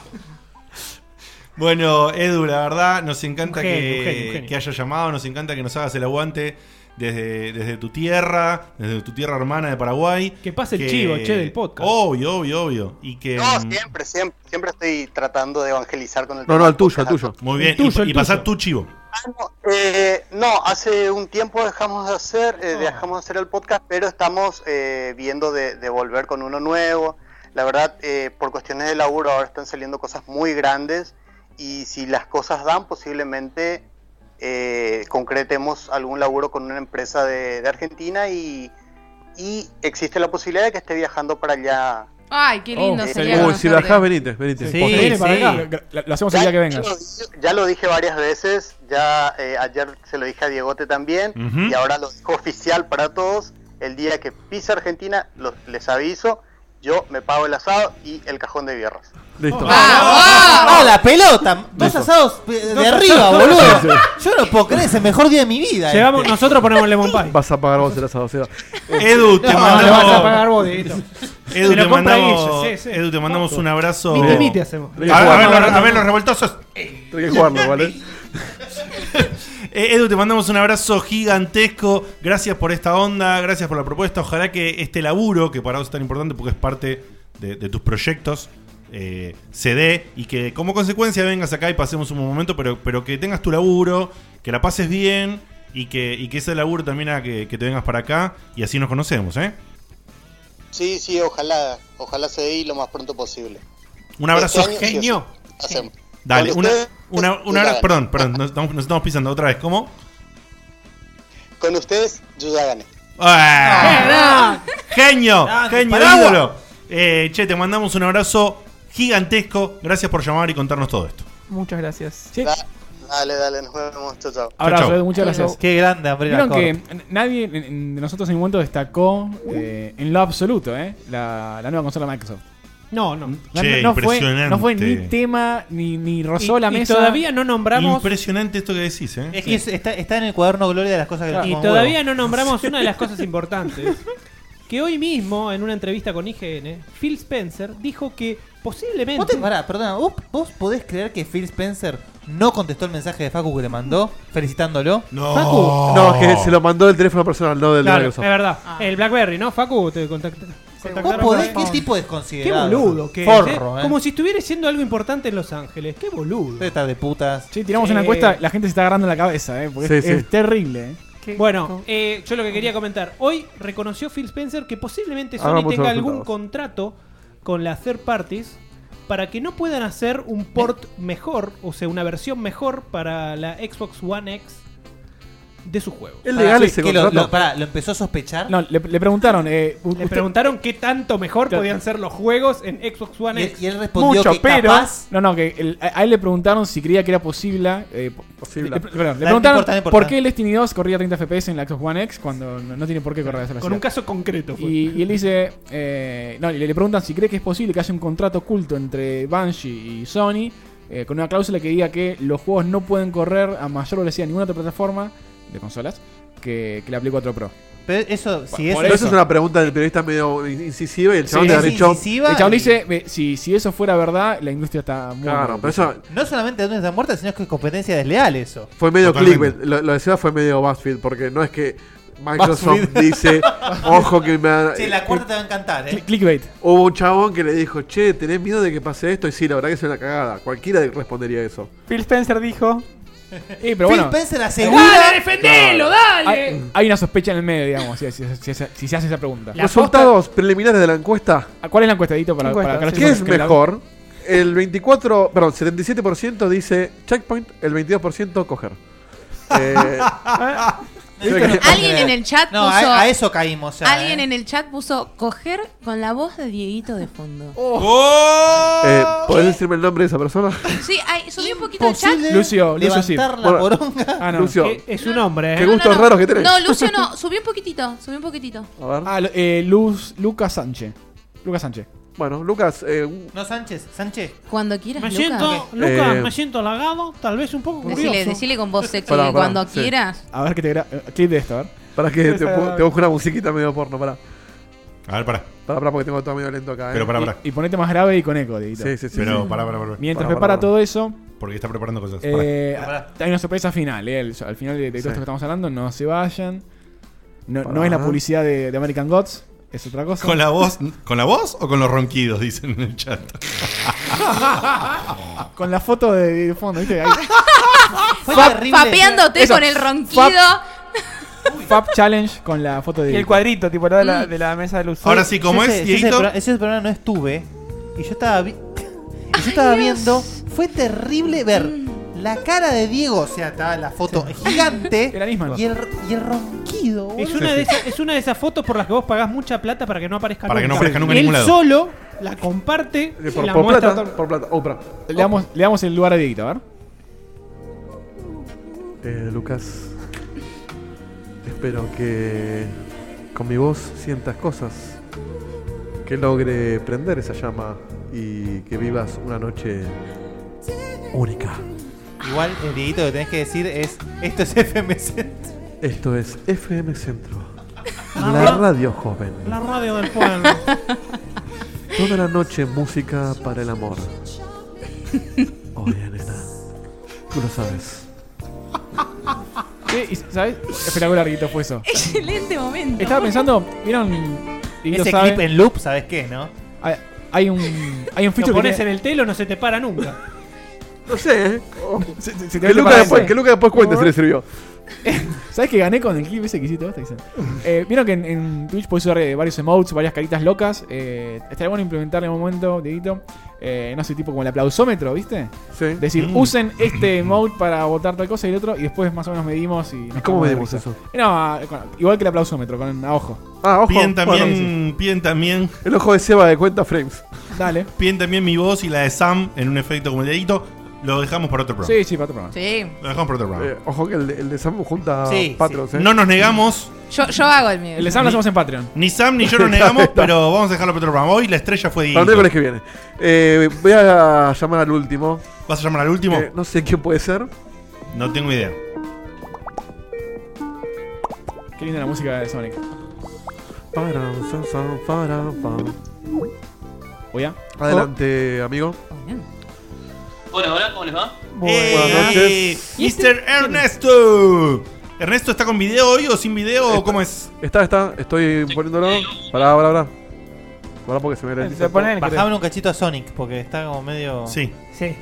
Speaker 1: *laughs* Bueno, Edu, la verdad, nos encanta
Speaker 4: Un genio,
Speaker 1: que,
Speaker 4: un genio, un genio.
Speaker 1: que hayas llamado, nos encanta que nos hagas el aguante desde, desde tu tierra, desde tu tierra hermana de Paraguay. Que
Speaker 4: pase el chivo, che, del podcast.
Speaker 1: Obvio, obvio, obvio. Y que, mm,
Speaker 22: No, siempre, siempre, siempre estoy tratando de evangelizar con el
Speaker 1: No, no, el tuyo,
Speaker 22: el tuyo.
Speaker 1: Muy bien,
Speaker 22: El tuyo,
Speaker 1: y,
Speaker 22: el
Speaker 1: y pasar tu chivo.
Speaker 22: Eh, no, hace un tiempo dejamos de hacer, eh, dejamos de hacer el podcast, pero estamos eh, viendo de, de volver con uno nuevo. La verdad, eh, por cuestiones de laburo ahora están saliendo cosas muy grandes y si las cosas dan, posiblemente eh, concretemos algún laburo con una empresa de, de Argentina y, y existe la posibilidad de que esté viajando para allá.
Speaker 6: Ay, qué lindo
Speaker 22: Oh,
Speaker 6: sería.
Speaker 5: Uy,
Speaker 6: conocer-
Speaker 5: si viajás, venite, venite.
Speaker 2: Sí,
Speaker 5: Posta.
Speaker 2: Viene para sí. acá, lo- lo hacemos el día que vengas.
Speaker 22: Ya lo, ya lo dije varias veces, ya eh, ayer se lo dije a Diegote también,
Speaker 2: Ujú.
Speaker 22: y ahora lo digo oficial para todos. El día que pise Argentina, los- les aviso, yo me pago el asado y el cajón de guerras.
Speaker 5: Listo.
Speaker 3: *laughs* ¡Ah, la pelota! Dos
Speaker 22: Listo.
Speaker 3: asados pe- de
Speaker 22: Dos
Speaker 3: arriba,
Speaker 22: asados. Sí,
Speaker 3: boludo. *laughs*
Speaker 22: sí.
Speaker 3: Yo no puedo creer, es el mejor día de mi vida. este.
Speaker 5: nosotros ponemos lemon pie. Vas a pagar vos el asado, Seba.
Speaker 1: Edu, te
Speaker 3: No,
Speaker 1: mandamos.
Speaker 3: lo vas a pagar vos, Dieguito.
Speaker 1: *laughs* Edu,
Speaker 3: Te lo
Speaker 1: te
Speaker 3: compra
Speaker 1: mandamos,
Speaker 3: Guille, sí, sí.
Speaker 1: Edu, te mandamos un abrazo. Eh,
Speaker 3: Mite, mite hacemos.
Speaker 1: A ver, a ver, los- a ver los revoltosos.
Speaker 5: Tengo que jugarlo, ¿vale?
Speaker 1: *laughs* Eh, Edu, te mandamos un abrazo gigantesco. Gracias por esta onda, gracias por la propuesta. Ojalá que este laburo, que para vos es tan importante porque es parte de, de tus proyectos, eh, se dé y que como consecuencia vengas acá y pasemos un buen momento, pero, pero que tengas tu laburo, que la pases bien y que, y que ese laburo también haga que, que te vengas para acá y así nos conocemos, ¿eh?
Speaker 22: Sí, sí, ojalá, ojalá se dé y lo más pronto posible.
Speaker 1: Un abrazo
Speaker 22: Este año sí o sí,
Speaker 1: genio.
Speaker 22: hacemos.
Speaker 1: Dale,
Speaker 22: Con
Speaker 1: una,
Speaker 22: ustedes,
Speaker 1: una, una
Speaker 22: *laughs* yo ya
Speaker 1: hora-
Speaker 22: gané.
Speaker 1: Perdón, perdón, nos estamos, nos estamos pisando otra vez. ¿Cómo?
Speaker 22: Con ustedes, yo ya gané.
Speaker 1: ¡Ah! Genio,
Speaker 22: Grande,
Speaker 1: genio,
Speaker 22: paraguas.
Speaker 1: ídolo. Eh, che, te mandamos un abrazo gigantesco. Gracias por llamar y contarnos todo esto.
Speaker 7: Muchas gracias. Ah,
Speaker 22: Da- Dale, dale, nos vemos, chao, chao.
Speaker 2: Abrazo,
Speaker 1: chau.
Speaker 2: Edu, muchas gracias.
Speaker 3: Qué grande, hombre, la
Speaker 2: Vieron que n- nadie en- en- de nosotros en ningún momento destacó eh, en lo absoluto, ¿eh? La, la nueva consola de Microsoft.
Speaker 4: No, no.
Speaker 2: No-
Speaker 1: Che,
Speaker 2: no, fue,
Speaker 1: impresionante.
Speaker 2: no fue ni tema, ni, ni rozó
Speaker 4: Y-
Speaker 2: la
Speaker 4: y
Speaker 2: mesa.
Speaker 4: todavía no nombramos-
Speaker 1: Impresionante esto que decís, ¿eh?
Speaker 3: Es que es- está, está en el cuaderno Gloria de las cosas que
Speaker 4: Y todavía no nombramos una
Speaker 3: *laughs*
Speaker 4: de las cosas importantes. Que hoy mismo, en una entrevista con IGN, Phil Spencer dijo que posiblemente.
Speaker 3: ¿Vos, te, pará, perdona, ¿vos, vos podés creer que Phil Spencer no contestó el mensaje de Facu que le mandó felicitándolo?
Speaker 1: No.
Speaker 3: Facu.
Speaker 5: No, es que se lo mandó del teléfono personal, no del de
Speaker 4: Claro, es
Speaker 5: Microsoft.
Speaker 4: verdad.
Speaker 3: Ah.
Speaker 4: El Blackberry, ¿no? Facu, te contacté.
Speaker 3: ¿Vos podés? ¿Qué tipo desconsiderado?
Speaker 4: Qué boludo que es,
Speaker 3: Forro,
Speaker 4: ¿eh?
Speaker 3: ¿eh?
Speaker 4: Como si estuviera siendo algo importante en Los Ángeles. Qué boludo.
Speaker 3: Tetas de putas.
Speaker 4: Sí,
Speaker 2: Tiramos
Speaker 3: Eh,
Speaker 2: una encuesta, la gente se está agarrando la cabeza, ¿eh? Porque
Speaker 5: Sí,
Speaker 2: es,
Speaker 5: sí.
Speaker 2: es terrible, ¿eh?
Speaker 4: Bueno, eh, yo lo que quería comentar. Hoy reconoció Phil Spencer que posiblemente Sony
Speaker 2: Ah, vamos a
Speaker 4: tenga
Speaker 2: los
Speaker 4: algún
Speaker 2: resultados.
Speaker 4: contrato con las third parties para que no puedan hacer un port mejor, o sea, una versión mejor para la Xbox One X de su juego.
Speaker 5: ¿Es legal
Speaker 4: sí,
Speaker 5: ese
Speaker 4: que lo-
Speaker 5: contrato?
Speaker 4: lo- pará,
Speaker 3: ¿Lo empezó a sospechar?
Speaker 2: No, le, le preguntaron. Eh,
Speaker 4: le preguntaron qué tanto mejor
Speaker 2: Claro.
Speaker 4: podían ser los juegos en Xbox One
Speaker 3: Y-
Speaker 4: X.
Speaker 3: y él respondió
Speaker 2: Mucho,
Speaker 3: Pues que
Speaker 2: pero.
Speaker 3: capaz-
Speaker 2: No, no, que el- a a él le preguntaron si creía que era posible. eh, po-
Speaker 5: Posible.
Speaker 2: Le, le- perdón, le
Speaker 3: Dale,
Speaker 2: preguntaron
Speaker 3: no importa, no importa.
Speaker 2: por qué el Destiny 2 corría 30 FPS en la Xbox One X cuando no, no tiene por qué correr a esa
Speaker 4: Con un caso concreto. fue.
Speaker 2: Y, y él dice. eh, no, y le, le preguntan si cree que es posible que haya un contrato oculto entre Banshee y Sony. eh, con una cláusula que diga que los juegos no pueden correr a mayor velocidad en ninguna otra plataforma de consolas. que, que la Play 4 Pro.
Speaker 3: Pero eso, si
Speaker 5: Por eso es una pregunta del periodista medio incisiva y el chabón
Speaker 2: Sí,
Speaker 5: le
Speaker 2: sí,
Speaker 5: ha dicho.
Speaker 2: incisiva El chabón dice, ve, si, si eso fuera verdad, la industria está muy...
Speaker 5: Claro, pero eso
Speaker 3: No solamente dónde están muertas, sino que es competencia desleal eso.
Speaker 5: fue medio
Speaker 3: Totalmente.
Speaker 5: clickbait. Lo, lo de Seba fue medio BuzzFeed, porque no es que Microsoft
Speaker 3: BuzzFeed.
Speaker 5: *laughs* dice, ojo que me ha-
Speaker 3: Sí, la cuarta te va a encantar, eh.
Speaker 2: Clickbait.
Speaker 5: Hubo un chabón que le dijo, che, ¿tenés miedo de que pase esto? Y sí, la verdad que es una cagada. Cualquiera respondería eso.
Speaker 7: Phil Spencer dijo.
Speaker 2: Eh, pero
Speaker 5: Phil
Speaker 2: bueno,
Speaker 5: Spencer
Speaker 7: asegura- Dale, defendelo, dale.
Speaker 2: Hay, hay una sospecha en el medio, digamos, si, si- si- si- si se hace esa pregunta.
Speaker 5: Resultados preliminares de la encuesta.
Speaker 2: Ah, ¿Cuál es la encuesta, Dito, para, para
Speaker 5: Encuesta,
Speaker 2: que los
Speaker 5: sí. ¿Qué
Speaker 2: chicos
Speaker 5: es
Speaker 2: que la-
Speaker 5: mejor? El 24, perdón, 77% dice checkpoint, el 22%
Speaker 2: *laughs*
Speaker 5: coger. Eh,
Speaker 3: Oh.
Speaker 6: *laughs* Alguien en el chat
Speaker 3: No,
Speaker 6: puso.
Speaker 3: a, a eso caímos *laughs* ¿eh? ya.
Speaker 6: Alguien en el chat puso coger con la voz de Dieguito de fondo.
Speaker 21: Oh.
Speaker 3: Oh.
Speaker 5: eh, ¿Podés decirme el nombre de esa persona?
Speaker 3: *laughs*
Speaker 6: Sí, hay, subí un poquito el chat.
Speaker 2: Lucio,
Speaker 5: Lucio sí.
Speaker 3: levantar la
Speaker 5: Bueno,
Speaker 3: poronga.
Speaker 2: Ah, no.
Speaker 5: Lucio,
Speaker 2: Eh,
Speaker 4: Es un hombre, ¿eh?
Speaker 5: qué gustos raros que tenés.
Speaker 6: No, Lucio no, subí un poquitito, subí un poquitito.
Speaker 2: Ah, lo- eh, Luz, Lucas Sánchez. Lucas Sánchez.
Speaker 5: Bueno, Lucas, eh,
Speaker 3: No, Sánchez, Sánchez.
Speaker 6: Cuando quieras,
Speaker 3: Me
Speaker 6: Lucas.
Speaker 3: siento-
Speaker 4: Lucas,
Speaker 5: Eh,
Speaker 4: me siento halagado, tal vez un poco
Speaker 6: Decile,
Speaker 4: curioso.
Speaker 6: decile con voz sexy
Speaker 5: Pará, pará,
Speaker 6: cuando
Speaker 5: sí.
Speaker 6: quieras.
Speaker 2: A ver que te gra- eh, clip de esto, a ver.
Speaker 5: Para
Speaker 2: *laughs*
Speaker 5: que te, pu- te busque una musiquita medio porno, para.
Speaker 1: A ver, para.
Speaker 5: Para, para, porque tengo todo medio lento acá. eh.
Speaker 1: Pero pará, pará.
Speaker 2: Y ponete más grave y con eco, Dieguito.
Speaker 5: Sí, sí, sí.
Speaker 1: Pero
Speaker 5: sí.
Speaker 1: pará, pará, pará.
Speaker 2: Mientras
Speaker 1: Pará,
Speaker 2: prepara
Speaker 1: pará, pará.
Speaker 2: todo eso,
Speaker 1: Porque está preparando cosas. Pará.
Speaker 2: eh, hay una sorpresa final. eh, el- al final de, de todo
Speaker 1: Sí.
Speaker 2: esto que estamos hablando, no se vayan. No,
Speaker 1: Pará.
Speaker 2: no es la publicidad de, de American Gods, es otra *laughs* cosa.
Speaker 1: ¿Con la voz? ¿Con la voz o con los ronquidos? Dicen en el chat.
Speaker 2: Ah, con la foto de, de fondo,
Speaker 7: *laughs*
Speaker 2: ¿viste? Ahí.
Speaker 3: Ah,
Speaker 6: Fue
Speaker 2: Fap-
Speaker 6: terrible. Fapeándote
Speaker 2: Eso,
Speaker 6: con el ronquido.
Speaker 2: fap- Fab Challenge con la foto de. Mm.
Speaker 7: Y el cuadrito, tipo, al lado de la, de la mesa de luz.
Speaker 3: Yo ese- yo ese pro-
Speaker 5: eh,
Speaker 3: Ese, programa no estuve. Y yo estaba, vi- *coughs* y yo estaba viendo. Fue terrible ver
Speaker 5: Mm.
Speaker 3: la cara de Diego. O sea, estaba la foto gigante. Y el, y el ronquido, boludo.
Speaker 4: Es una, de esas, es una de esas fotos por las que vos pagás mucha plata para que no aparezca
Speaker 1: Para que
Speaker 4: nunca.
Speaker 1: no aparezca nunca en
Speaker 4: Él
Speaker 1: ningún lado.
Speaker 4: solo la comparte
Speaker 5: Eh,
Speaker 4: y
Speaker 5: Por,
Speaker 4: la
Speaker 5: por
Speaker 4: muestra.
Speaker 5: plata, por plata. oh, Oprah.
Speaker 2: Le damos, le damos el lugar a Dieguito, a ver.
Speaker 5: Eh, Lucas, espero que con mi voz sientas cosas, que logre prender esa llama y que vivas una noche única.
Speaker 3: Igual el Dieguito que tenés que decir es. Esto es *laughs* FMC.
Speaker 5: Esto es FM Centro,
Speaker 3: La
Speaker 5: la
Speaker 3: ra-
Speaker 5: radio joven.
Speaker 4: La radio del pueblo.
Speaker 5: Toda la noche música para el amor. Oye, nena, tú lo sabes.
Speaker 2: Sí, y, ¿Sabes? Espectacular, Dieguito, fue eso.
Speaker 6: Excelente momento.
Speaker 2: Estaba pensando, ¿vieron? Dieguito
Speaker 3: Ese
Speaker 2: sabe-
Speaker 3: clip en loop, ¿sabes qué, no?
Speaker 2: Hay, hay un, hay un feature
Speaker 4: Lo pones
Speaker 2: que tiene-
Speaker 4: en el telo, no se te para nunca.
Speaker 5: No sé,
Speaker 4: Oh.
Speaker 2: Se- se- se te
Speaker 5: que,
Speaker 2: ve
Speaker 5: Luca
Speaker 2: para
Speaker 5: después,
Speaker 2: eso.
Speaker 5: que Luca después cuente si le sirvió.
Speaker 2: *laughs* ¿Sabes que gané con el clip ese que hiciste? vos, Tyson? Eh, Vieron que en, en Twitch podés usar eh, varios emotes, varias caritas locas. Eh, estaría bueno implementar en un momento, Dieguito. eh, no sé, tipo como el aplausómetro, ¿viste?
Speaker 5: Sí.
Speaker 2: Decir,
Speaker 5: Mm.
Speaker 2: usen este emote para votar tal cosa y el otro, y después más o menos medimos y. nos cagamos
Speaker 5: cómo
Speaker 2: de
Speaker 5: medimos
Speaker 2: risa.
Speaker 5: eso?
Speaker 2: Eh, no, a- con- igual que el aplausómetro, con a ojo.
Speaker 5: Ah, ojo.
Speaker 1: Piden también,
Speaker 5: bueno, sí.
Speaker 1: piden también.
Speaker 5: El ojo de Seba de cuenta frames.
Speaker 2: Dale.
Speaker 1: Piden también mi voz y la de Sam en un efecto como el dedito. Lo dejamos para otro programa.
Speaker 2: Sí, sí, para otro programa.
Speaker 6: Sí.
Speaker 1: Lo dejamos para otro programa.
Speaker 5: Eh, ojo que el de, el de Samu junta
Speaker 1: Sí,
Speaker 5: patros,
Speaker 1: sí.
Speaker 5: eh.
Speaker 1: No nos negamos.
Speaker 6: Yo, yo hago el mío.
Speaker 2: El de Sam lo hacemos en Patreon.
Speaker 1: Ni Sam ni yo
Speaker 5: *laughs*
Speaker 1: lo negamos, pero vamos a dejarlo para otro programa. Hoy la estrella fue
Speaker 5: Para el
Speaker 1: Dieguito.
Speaker 5: miércoles que viene. Eh, voy a llamar al último.
Speaker 1: ¿Vas a llamar al último?
Speaker 5: Eh, no sé quién puede ser.
Speaker 1: No tengo idea.
Speaker 2: Qué linda la música de Sonic.
Speaker 5: Para, sa, sa, para, pa.
Speaker 2: Voy a.
Speaker 5: Adelante,
Speaker 1: Oh.
Speaker 5: amigo.
Speaker 9: Hola, hola, ¿cómo les va?
Speaker 1: Eh,
Speaker 9: este?
Speaker 1: Mr. Ernesto. ¿Ernesto está con video hoy o sin video? o ¿Cómo es?
Speaker 5: Está, está. Estoy poniéndolo. Pará, pará, pará. Pará porque se me desliza.
Speaker 3: Bajame un cachito a Sonic, porque está como medio.
Speaker 1: Sí.
Speaker 4: Sí.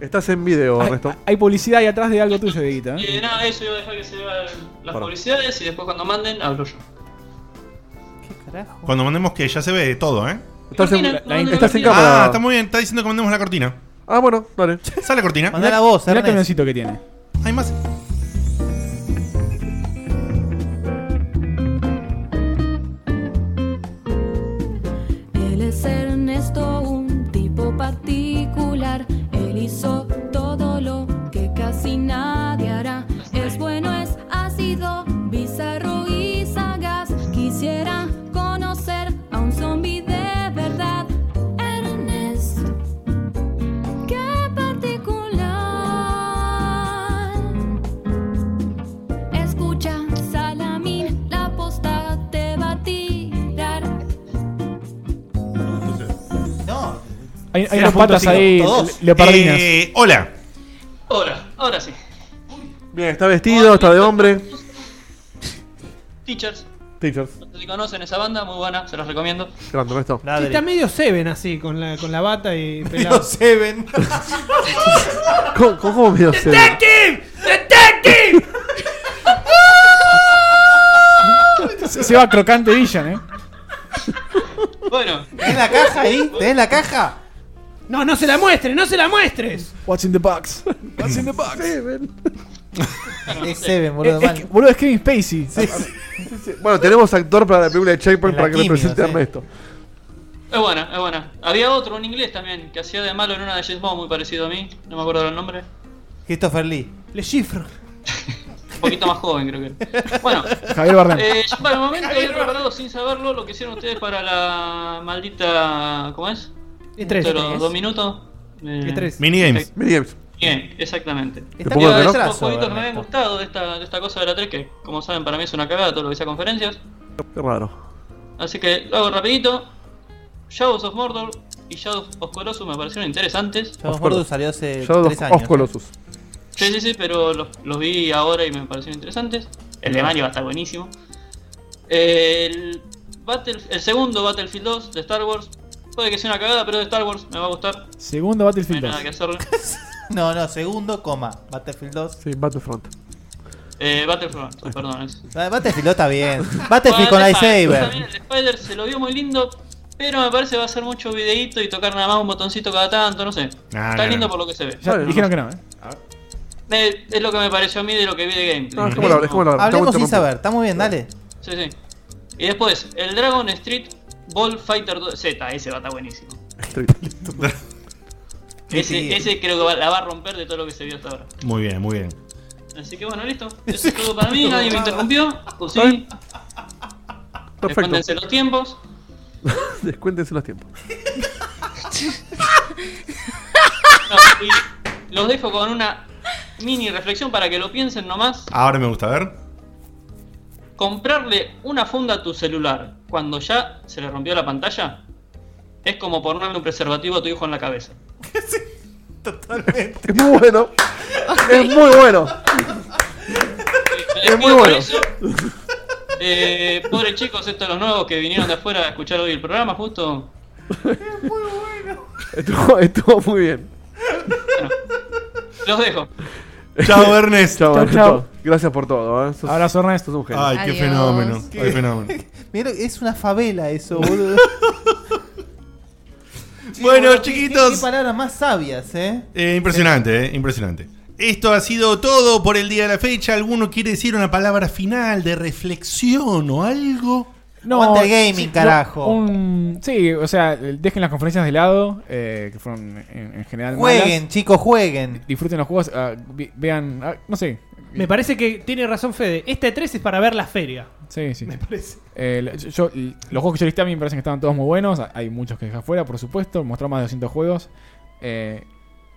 Speaker 5: Estás en video,
Speaker 2: Hay,
Speaker 5: Ernesto.
Speaker 2: hay publicidad ahí atrás de algo tuyo, Dieguito. ¿eh?
Speaker 9: Eh, nada, eso iba a dejar que se vean las
Speaker 5: Bueno.
Speaker 9: publicidades y después cuando manden hablo yo.
Speaker 1: Cuando mandemos que ya se ve todo, ¿eh?
Speaker 5: Estás en- Cortina, la- la- estás en cámara.
Speaker 1: Ah, está muy bien. Está diciendo que mandemos la cortina.
Speaker 5: Ah, bueno, dale.
Speaker 1: Sale cortina.
Speaker 2: Mirá- mirá el camioncito que tiene.
Speaker 1: Hay
Speaker 5: *laughs*
Speaker 1: más.
Speaker 8: Él es Ernesto, un tipo particular. Él hizo todo lo que casi nadie hará. Es bueno, es ácido, bizarro y sagaz. Quisiera conocer a un zombi de verdad. Ernesto, qué particular.
Speaker 2: hay
Speaker 1: Será
Speaker 2: unas
Speaker 1: punto
Speaker 2: patas
Speaker 1: cinco.
Speaker 2: ahí,
Speaker 1: Todos.
Speaker 2: leopardinas.
Speaker 1: Eh, hola.
Speaker 9: Ahora, ahora sí.
Speaker 5: Bien, está vestido, está de hombre.
Speaker 9: Teachers,
Speaker 5: Teachers.
Speaker 9: no sé si conocen esa banda, muy buena, se los recomiendo.
Speaker 5: Grande, Ernesto.
Speaker 4: Sí, está medio Seven así, con la, con la bata y pelado.
Speaker 1: Seven.
Speaker 5: ¿Cómo, cómo medio serio?
Speaker 14: ¡Detective! ¡Detective!
Speaker 2: Se va crocante Villan, eh.
Speaker 9: Bueno.
Speaker 3: ¿Tenés la caja ahí? ¿Tenés la caja?
Speaker 15: No, no se la muestres, no se la muestres.
Speaker 2: What's in the box? What's in the box?
Speaker 3: Es Seven, boludo,
Speaker 2: Es,
Speaker 3: mal.
Speaker 2: que- boludo, es Kevin Spacey.
Speaker 5: Bueno, tenemos actor para la película de Checkpoint
Speaker 2: En la
Speaker 5: para que lo
Speaker 2: quimio,
Speaker 5: presente
Speaker 2: sí.
Speaker 5: Ernesto.
Speaker 9: Es buena, es buena. Había otro, un inglés también, que hacía de malo en una de James Bond muy parecido a mí, no me acuerdo el nombre.
Speaker 3: Christopher Lee.
Speaker 4: Le chifro.
Speaker 9: Un poquito más joven creo que. Bueno.
Speaker 2: Javier Bardem.
Speaker 9: Eh, yo para el momento había preparado sin saberlo lo que hicieron ustedes para la maldita. ¿Cómo es?
Speaker 4: E3.
Speaker 9: Esto de los dos minutos.
Speaker 4: E3.
Speaker 1: Minigames.
Speaker 5: Minigames.
Speaker 9: Bien, exactamente.
Speaker 1: Está pongo
Speaker 9: Iba a
Speaker 1: de
Speaker 9: decir
Speaker 1: retraso,
Speaker 9: los jueguitos que me habían
Speaker 1: Ernesto.
Speaker 9: gustado de esta, de esta cosa de la 3, que como saben para mí es una cagada todo lo que sea conferencias.
Speaker 5: Qué raro.
Speaker 9: Así que lo hago rapidito. Shadows of Mordor y Shadows of Colossus me parecieron interesantes.
Speaker 3: Shadow of Mordor salió hace
Speaker 5: Shadow
Speaker 3: 3
Speaker 5: of-
Speaker 3: años. ¿eh?
Speaker 5: of Colossus.
Speaker 9: Sí, sí, sí, pero los, los vi ahora y me parecieron interesantes. El de Mario va a estar buenísimo. El, Battle- el segundo Battlefield 2 de Star Wars. Puede que sea una cagada, pero de Star Wars me va a gustar.
Speaker 2: Segundo Battlefield
Speaker 9: No
Speaker 2: 2.
Speaker 9: hay nada que hacerle.
Speaker 3: No, no, segundo, coma. Battlefield 2.
Speaker 5: Sí, Battlefront.
Speaker 9: Eh, Battlefront, perdón. es-
Speaker 3: Battlefield 2 está bien. Battlefield con
Speaker 9: Bueno, el de Spider-
Speaker 3: lightsaber.
Speaker 9: También el de Spider se lo vio muy lindo, pero me parece va a ser mucho videíto y tocar nada más un botoncito cada tanto, no sé.
Speaker 1: Ah,
Speaker 9: Está
Speaker 1: no,
Speaker 9: lindo
Speaker 1: no.
Speaker 9: por lo que se ve.
Speaker 2: Ya dijeron que no, eh.
Speaker 9: Eh, Es lo que me pareció a mí de lo que vi de gameplay.
Speaker 3: Hablemos sin saber. Está muy bien, dale.
Speaker 9: Sí, sí. Y después, el Dragon Street Ball Fighter 2 Z, ese va a estar buenísimo. Ese, ese creo que va- la va a romper de todo lo que se vio hasta ahora.
Speaker 1: Muy bien, muy bien.
Speaker 9: Así que bueno, listo. Eso es todo para mí, nadie me interrumpió. Pues sí, respóndense los tiempos.
Speaker 5: Descuéntense los tiempos.
Speaker 9: No, y los dejo con una mini reflexión para que lo piensen nomás.
Speaker 1: Ahora me gusta ver.
Speaker 9: Comprarle una funda a tu celular cuando ya se le rompió la pantalla es como ponerle un preservativo a tu hijo en la cabeza.
Speaker 5: *laughs* Es muy bueno. Es muy bueno.
Speaker 9: Les
Speaker 5: Es muy
Speaker 9: pido por
Speaker 5: bueno.
Speaker 9: eso. *laughs* Eh, pobres chicos, estos los nuevos que vinieron de afuera a escuchar hoy el programa, justo.
Speaker 5: Estuvo, estuvo muy bien.
Speaker 9: Los dejo.
Speaker 1: Chao, Ernest.
Speaker 5: Chao,
Speaker 1: Chao,
Speaker 5: Ernesto.
Speaker 1: chao.
Speaker 5: Gracias por todo. ¿eh? Sos-
Speaker 2: Abrazo, Ernesto.
Speaker 5: sos un genio.
Speaker 1: Ay, qué
Speaker 3: Adiós.
Speaker 1: fenómeno. Qué
Speaker 3: Qué-
Speaker 1: fenómeno.
Speaker 3: *laughs* Mira, es una
Speaker 2: *laughs*
Speaker 3: favela eso, boludo.
Speaker 1: Bueno,
Speaker 3: qué-
Speaker 1: chiquitos.
Speaker 3: Qué, qué palabras más sabias, eh.
Speaker 1: Eh, impresionante, eh, impresionante. Esto ha sido todo por el día de la fecha. ¿Alguno quiere decir una palabra final de reflexión o algo?
Speaker 3: Aguante el gaming,
Speaker 2: no,
Speaker 3: carajo.
Speaker 2: un- sí, o sea, dejen las conferencias de lado, eh, que fueron en, en general
Speaker 3: Jueguen,
Speaker 2: malas.
Speaker 3: chicos, jueguen.
Speaker 2: Disfruten los juegos, ah, vi- vean, ah, no sé.
Speaker 4: Me parece que tiene razón Fede. Este 3 es para ver la feria.
Speaker 2: Sí, sí.
Speaker 4: Me parece.
Speaker 2: Eh, lo- yo- yo- los juegos que yo listé a mí me parecen que estaban todos muy buenos. Hay muchos que dejé afuera, por supuesto. Mostró más de 200 juegos. Eh,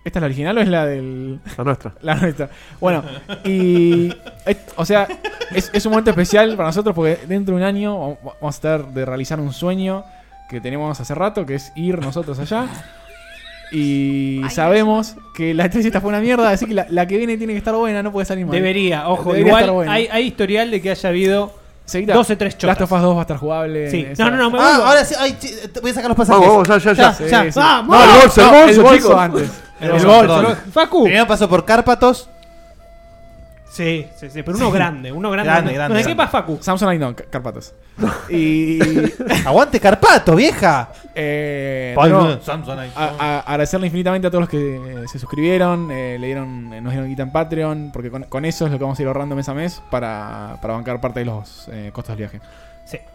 Speaker 2: ¿Esta es la original o es la del...?
Speaker 5: La nuestra.
Speaker 2: *laughs* La nuestra. Bueno, y... et- o sea, es, es un momento especial para nosotros porque dentro de un año vamos a estar de realizar un sueño que tenemos hace rato, que es ir nosotros allá. Y sabemos que la 3 esta fue una mierda, así que la, la que viene tiene que estar buena, no puede salir mal.
Speaker 4: Debería, ojo.
Speaker 2: Debería
Speaker 4: igual
Speaker 2: estar buena.
Speaker 4: hay, hay historial de que haya habido 12, 3 chotas.
Speaker 2: Last of Us 2 va a estar jugable.
Speaker 4: Sí.
Speaker 2: Esa-
Speaker 4: No, no, no, me
Speaker 3: Ah,
Speaker 4: vuelvo.
Speaker 3: ahora sí, ay, chi- te voy a sacar los pasajes.
Speaker 2: Vamos, vamos, ya, ya, ya. Sí, sí.
Speaker 3: ¡Vamos!
Speaker 2: No, el bolso, el No, bolso, el bolso chicos. antes.
Speaker 4: *laughs*
Speaker 2: El bolso, perdón.
Speaker 3: Facu. Primero pasó por Cárpatos.
Speaker 4: Sí, sí, sí, pero uno grande, uno grande.
Speaker 3: Grande, grande,
Speaker 4: ¿De qué
Speaker 3: grande.
Speaker 4: pasa, Facu?
Speaker 2: Samsung ahí no, Car-
Speaker 4: *laughs*
Speaker 2: Carpatos. Y.
Speaker 3: *laughs* Aguante Carpatos, vieja.
Speaker 2: Eh,
Speaker 3: Palme,
Speaker 2: no,
Speaker 3: Samsung ahí.
Speaker 2: a- a- agradecerle infinitamente a todos los que eh, se suscribieron, eh, le dieron, eh, nos dieron guita en Patreon, porque con, con eso es lo que vamos a ir ahorrando mes a mes para, para bancar parte de los eh, costos del viaje.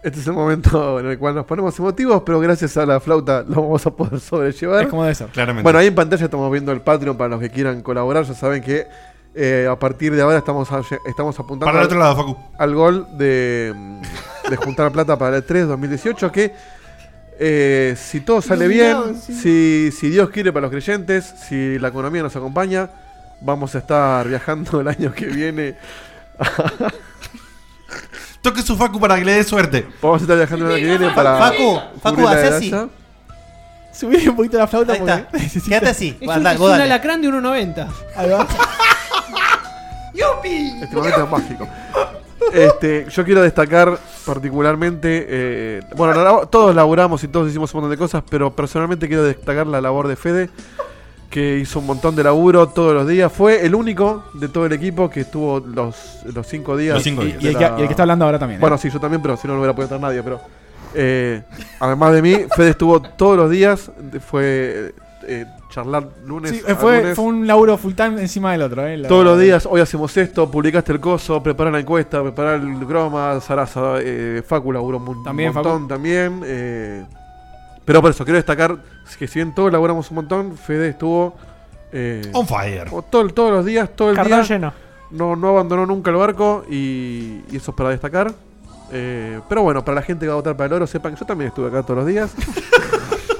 Speaker 5: Este es el momento en el cual nos ponemos emotivos, pero gracias a la flauta lo vamos a poder sobrellevar.
Speaker 2: Es como debe ser. Claramente.
Speaker 5: Bueno, ahí en pantalla estamos viendo el Patreon para los que quieran colaborar. Ya saben que eh, a partir de ahora estamos, a- estamos apuntando
Speaker 1: Para el
Speaker 5: al-
Speaker 1: otro lado, Facu.
Speaker 5: al gol de, mm, de juntar plata para el 3 2018 que eh, si todo sale
Speaker 1: Iluminado,
Speaker 5: bien,
Speaker 1: sí.
Speaker 5: si, si Dios quiere para los creyentes, si la economía nos acompaña, vamos a estar viajando el año que viene.
Speaker 1: Toque su Facu para que le dé suerte.
Speaker 5: Vamos a estar viajando el año que viene para...
Speaker 3: Facu,
Speaker 2: *laughs*
Speaker 3: Facu,
Speaker 5: cubrir la
Speaker 3: hace
Speaker 5: de
Speaker 3: así.
Speaker 5: Daya.
Speaker 2: Subir un poquito la flauta
Speaker 3: Ahí
Speaker 2: porque
Speaker 3: está.
Speaker 4: *laughs*
Speaker 3: Quédate así.
Speaker 4: Es,
Speaker 3: Vos
Speaker 4: un,
Speaker 3: andá,
Speaker 4: es
Speaker 3: vos
Speaker 4: un
Speaker 3: dale.
Speaker 4: alacrán de 1.90.
Speaker 2: Ahí
Speaker 4: *laughs*
Speaker 2: va.
Speaker 15: ¡Yupi!
Speaker 5: Este momento es mágico. Este, yo quiero destacar particularmente, eh, bueno, la labo- todos laburamos y todos hicimos un montón de cosas, pero personalmente quiero destacar la labor de Fede, que hizo un montón de laburo todos los días. Fue el único de todo el equipo que estuvo los, los cinco días.
Speaker 2: Los cinco
Speaker 5: de
Speaker 2: días. Y el que- y el que está hablando ahora también, ¿eh?
Speaker 5: Bueno, sí, yo también, pero si no, no hubiera podido estar nadie. Pero eh, además de mí, Fede estuvo todos los días, fue eh, charlar lunes.
Speaker 2: Sí, fue,
Speaker 5: lunes.
Speaker 2: fue un laburo full time encima del otro, ¿eh? La-
Speaker 5: Todos los días, hoy hacemos esto, publicaste el coso, prepará la encuesta, prepará el croma, Sarasa, eh, Facu laburó un mon-
Speaker 2: También,
Speaker 5: montón también. eh, pero por eso, quiero destacar que si bien todos laburamos un montón, Fede estuvo... eh,
Speaker 1: On fire.
Speaker 5: o todo- todos los días, todo el
Speaker 7: Cartón
Speaker 5: día.
Speaker 7: lleno.
Speaker 5: No, no abandonó nunca el barco y, y eso es para destacar. Eh, pero bueno, para la gente que va a votar para el oro, sepan que yo también estuve acá todos los días.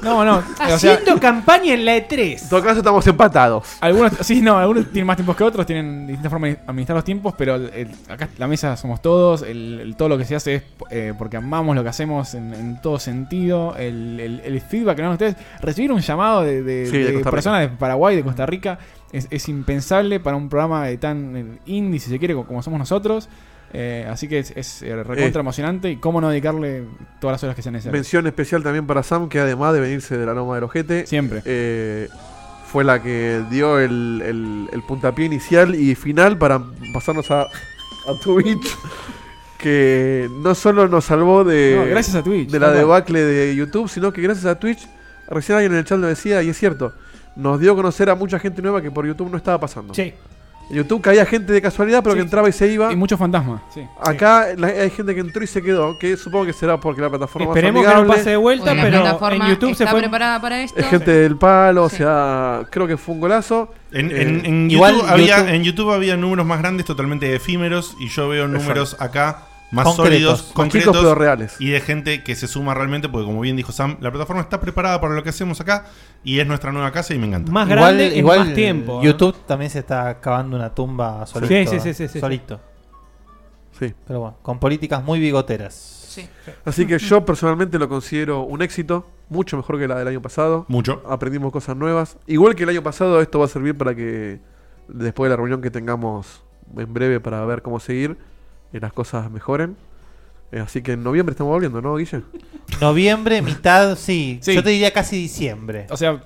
Speaker 2: No, no.
Speaker 5: Haciendo
Speaker 2: campaña en la
Speaker 4: E
Speaker 2: E3.
Speaker 5: En todo caso, estamos empatados.
Speaker 2: Algunos, sí, no, algunos tienen más tiempos que otros, tienen distintas formas de administrar los tiempos, pero el- el- acá la mesa somos todos, el, el- todo lo que se hace es eh, porque amamos lo que hacemos en, en todo sentido, el, el- el feedback que nos dan ustedes, recibir un llamado de, de-
Speaker 5: Sí, de
Speaker 2: de
Speaker 5: Costa Rica.
Speaker 2: personas de Paraguay, de Costa Rica, es, es impensable para un programa de tan eh, indie, si se quiere, co- como somos nosotros. Eh, así que es, es, eh, recontra
Speaker 5: Eh.
Speaker 2: emocionante y cómo no dedicarle todas las horas que sean necesarias.
Speaker 5: Mención especial también para Sam, que además de venirse de la Loma del Ojete,
Speaker 2: Siempre.
Speaker 5: eh, fue la que dio el, el- el puntapié inicial y final para pasarnos a, a Twitch. Que no solo nos salvó de,
Speaker 2: No, gracias a Twitch,
Speaker 5: de la
Speaker 2: tal cual.
Speaker 5: debacle de YouTube, sino que gracias a Twitch, recién alguien en el chat lo decía, y es cierto, nos dio a conocer a mucha gente nueva que por YouTube no estaba pasando.
Speaker 2: Sí.
Speaker 5: En YouTube caía gente de casualidad, pero que entraba y se iba.
Speaker 2: Y muchos fantasmas. Sí.
Speaker 5: Acá la- hay gente que entró y se quedó, que supongo que será porque la plataforma es
Speaker 4: Esperemos que no
Speaker 5: amigable.
Speaker 4: pase de vuelta,
Speaker 6: La
Speaker 4: pero
Speaker 6: plataforma
Speaker 4: en YouTube
Speaker 6: está
Speaker 4: se fue.
Speaker 6: preparada para esto.
Speaker 5: Es gente del palo, o sea, creo que fue un golazo.
Speaker 1: En,
Speaker 5: Eh,
Speaker 1: en- en YouTube había, en YouTube había números más grandes totalmente efímeros y yo veo números acá más
Speaker 5: Concretos.
Speaker 1: sólidos,
Speaker 5: Más
Speaker 1: concretos
Speaker 5: chicos, pero reales.
Speaker 1: y de gente que se suma realmente porque como bien dijo Sam, la plataforma está preparada para lo que hacemos acá y es nuestra nueva casa y me encanta.
Speaker 3: YouTube también se está cavando una tumba solito.
Speaker 4: Sí, sí, sí, sí, sí.
Speaker 3: solito.
Speaker 5: Sí.
Speaker 3: Pero bueno, con políticas muy bigoteras. Sí.
Speaker 5: Así que yo personalmente lo considero un éxito, mucho mejor que la del año pasado.
Speaker 1: Mucho.
Speaker 5: Aprendimos cosas nuevas. Igual que el año pasado, esto va a servir para que después de la reunión que tengamos en breve para ver cómo seguir, eh, las cosas mejoren. Eh, así que en noviembre estamos volviendo, ¿no, Guille?
Speaker 3: *laughs* Noviembre, mitad, sí.
Speaker 2: Sí.
Speaker 3: Yo te diría casi diciembre.
Speaker 2: O sea,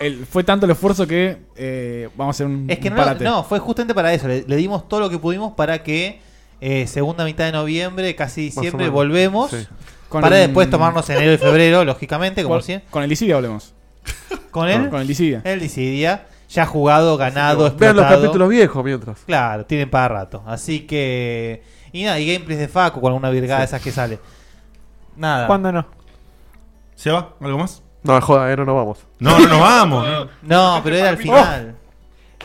Speaker 2: el- fue tanto el esfuerzo que eh, vamos a hacer un
Speaker 3: Es que
Speaker 2: un
Speaker 3: no,
Speaker 2: parate.
Speaker 3: no, fue justamente para eso. Le, le dimos todo lo que pudimos para que eh, segunda mitad de noviembre, casi
Speaker 2: o
Speaker 3: diciembre,
Speaker 2: menos,
Speaker 3: volvemos.
Speaker 2: sí. Con-
Speaker 3: Para después tomarnos enero y febrero, lógicamente, como
Speaker 2: Con-
Speaker 3: siempre.
Speaker 2: Con el Isidia hablemos.
Speaker 3: ¿Con él?
Speaker 2: Con el Disidia.
Speaker 3: El Disidia. Ya jugado, ganado,
Speaker 5: que vean los
Speaker 3: explotado.
Speaker 5: capítulos viejos mientras.
Speaker 3: Claro, tienen para rato. Así que. Y nada, y gameplays de Facu con alguna virgada de esas que sale. Nada.
Speaker 7: ¿Cuándo no?
Speaker 1: ¿Se va? ¿Algo más?
Speaker 5: No, joda, eh, no nos vamos.
Speaker 1: No, no nos vamos.
Speaker 3: No, pero
Speaker 2: Oh.
Speaker 3: era al final.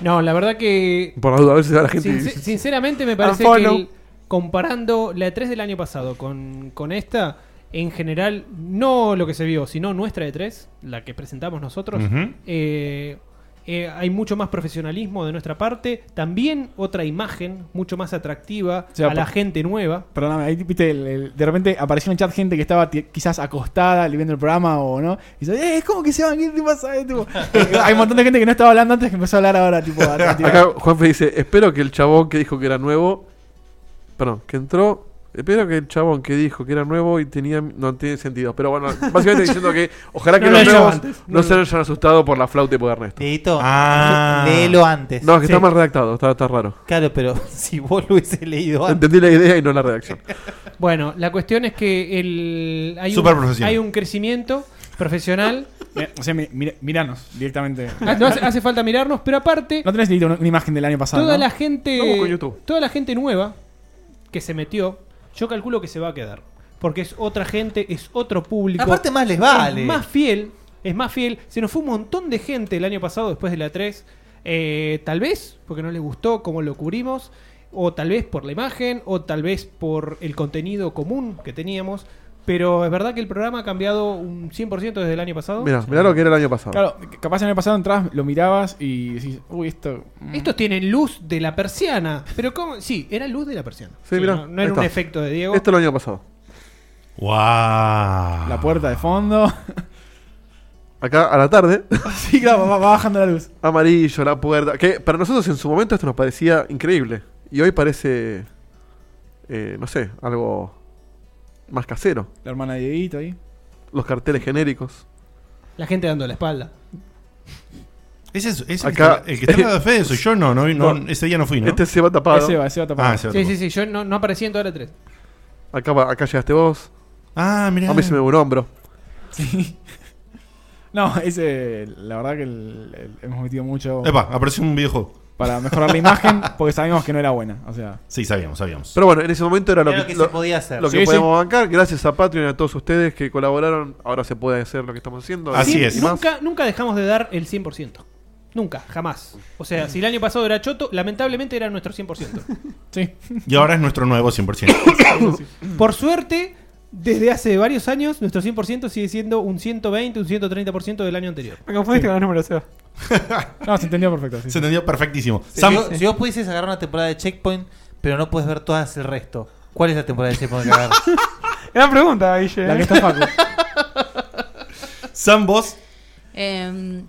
Speaker 4: No, la verdad que.
Speaker 5: Por la duda, a ver si da la gente.
Speaker 4: sin- sinceramente, me parece que
Speaker 5: Unfollow.
Speaker 4: el- comparando la E3 del año pasado con, con esta, en general, no lo que se vio, sino nuestra E3, la que presentamos nosotros,
Speaker 1: Ujú.
Speaker 4: eh, eh, hay mucho más profesionalismo de nuestra parte. También otra imagen mucho más atractiva
Speaker 2: O sea,
Speaker 4: a la
Speaker 2: por-
Speaker 4: gente nueva.
Speaker 2: Perdóname, ahí viste, el- el- de repente apareció en el chat gente que estaba ti- quizás acostada viendo el programa o no. Y dice, eh, es como que se van, ¿qué te pasa? eh?", tipo,
Speaker 3: *laughs*
Speaker 2: hay un montón de gente que no estaba hablando antes que empezó a hablar ahora, *laughs* tipo, a- a tirar.
Speaker 5: Acá Juanfe dice, espero que el chabón que dijo que era nuevo, perdón, que entró, espero que el chabón que dijo que era nuevo y tenía, no tiene sentido, pero bueno,
Speaker 3: *laughs*
Speaker 5: básicamente diciendo que ojalá que
Speaker 3: No lo
Speaker 5: los
Speaker 3: leyó
Speaker 5: nuevos
Speaker 3: antes.
Speaker 5: no, se hayan asustado por la flauta y por Ernesto.
Speaker 3: Dieguito, Ah. léelo antes.
Speaker 5: No, es que
Speaker 3: Sí.
Speaker 5: está mal redactado, está, está raro.
Speaker 3: Claro, pero *laughs* si vos lo hubiese leído antes.
Speaker 5: Entendí la idea y no la redacción.
Speaker 4: Bueno, la cuestión es que el, hay,
Speaker 5: Super
Speaker 4: un,
Speaker 5: profesional.
Speaker 4: hay un crecimiento
Speaker 2: *laughs*
Speaker 4: profesional.
Speaker 2: Mira, Eh, O sea, mi- mira- miranos directamente.
Speaker 4: Ah, no hace, hace falta mirarnos, pero aparte,
Speaker 2: No tenés ni una, una imagen del año pasado.
Speaker 4: toda
Speaker 2: ¿no?
Speaker 4: la gente.
Speaker 2: No, busco en YouTube.
Speaker 4: Toda la gente nueva que se metió, yo calculo que se va a quedar. Porque es otra gente, es otro público.
Speaker 3: Aparte más les vale.
Speaker 4: Es más fiel, es más fiel. Se nos fue un montón de gente el año pasado después de la 3. eh, tal vez porque no les gustó cómo lo cubrimos, o tal vez por la imagen, o tal vez por el contenido común que teníamos. Pero es verdad que el programa ha cambiado un 100% desde el año pasado.
Speaker 5: Mirá, mirá lo que era el año pasado.
Speaker 2: Claro, capaz en el año pasado entrabas, lo mirabas y decís, uy, esto.
Speaker 4: Estos tienen luz de la persiana. Pero ¿cómo? Sí, era luz de la persiana.
Speaker 5: Sí, mirá,
Speaker 4: no, no
Speaker 5: ahí
Speaker 4: era un
Speaker 5: está.
Speaker 4: efecto de Diego.
Speaker 5: Esto el año pasado.
Speaker 1: ¡Wow!
Speaker 2: La puerta de fondo.
Speaker 5: *laughs* acá a la tarde.
Speaker 2: *laughs* sí, claro, va, va bajando la luz.
Speaker 5: Amarillo, la puerta. Que para nosotros en su momento esto nos parecía increíble. Y hoy parece, eh, no sé, algo más casero.
Speaker 2: La hermana de Dieguito ahí.
Speaker 5: Los carteles genéricos.
Speaker 4: La gente dando la espalda.
Speaker 1: Ese es, ese Acá- el que está- el que está
Speaker 5: *laughs*
Speaker 1: al lado de Fede soy yo, no, no, no, ese día no fui, ¿no?
Speaker 5: Este se va tapado.
Speaker 1: Ese va, ese va tapado. Ah, ese va
Speaker 4: Sí, sí, sí. Yo no, no aparecí en toda la 3.
Speaker 5: Acá, va- acá llegaste vos.
Speaker 1: Ah, mirá.
Speaker 5: A mí se me ve un hombro.
Speaker 2: No, ese, la verdad que el- el- hemos metido mucho.
Speaker 1: Epa, apareció un videojuego.
Speaker 2: Para mejorar la imagen, porque sabíamos que no era buena. O sea.
Speaker 1: Sí, sabíamos, sabíamos.
Speaker 5: Pero bueno, en ese momento era lo
Speaker 2: Era lo
Speaker 5: que,
Speaker 2: que
Speaker 5: lo-
Speaker 2: se podía hacer.
Speaker 5: Lo que
Speaker 2: Sí,
Speaker 5: podíamos bancar. Gracias a Patreon y a todos ustedes que colaboraron. Ahora se puede hacer lo que estamos haciendo.
Speaker 4: Sí,
Speaker 5: Y más.
Speaker 4: Nunca, nunca dejamos de dar el 100%. Nunca, jamás. O sea, si el año pasado era choto, lamentablemente era nuestro
Speaker 5: *laughs*
Speaker 4: 100%.
Speaker 2: sí.
Speaker 1: Y ahora es nuestro nuevo
Speaker 2: *coughs*
Speaker 1: 100%.
Speaker 4: *coughs* Por suerte, desde hace varios años, nuestro 100% sigue siendo un 120, un 130% del año anterior.
Speaker 7: Me confundiste con los números, Seba.
Speaker 2: *laughs* no, se entendió perfecto.
Speaker 1: Se entendió perfectísimo.
Speaker 3: Si,
Speaker 1: Sam-
Speaker 3: vos, si vos pudieses agarrar una temporada de Checkpoint, pero no puedes ver todas el resto, ¿cuál es la temporada de Checkpoint que *laughs* agarras?
Speaker 7: Gran pregunta, Guille.
Speaker 3: La que está Facu.
Speaker 7: *laughs*
Speaker 1: *laughs* Sam, vos.
Speaker 6: Eh,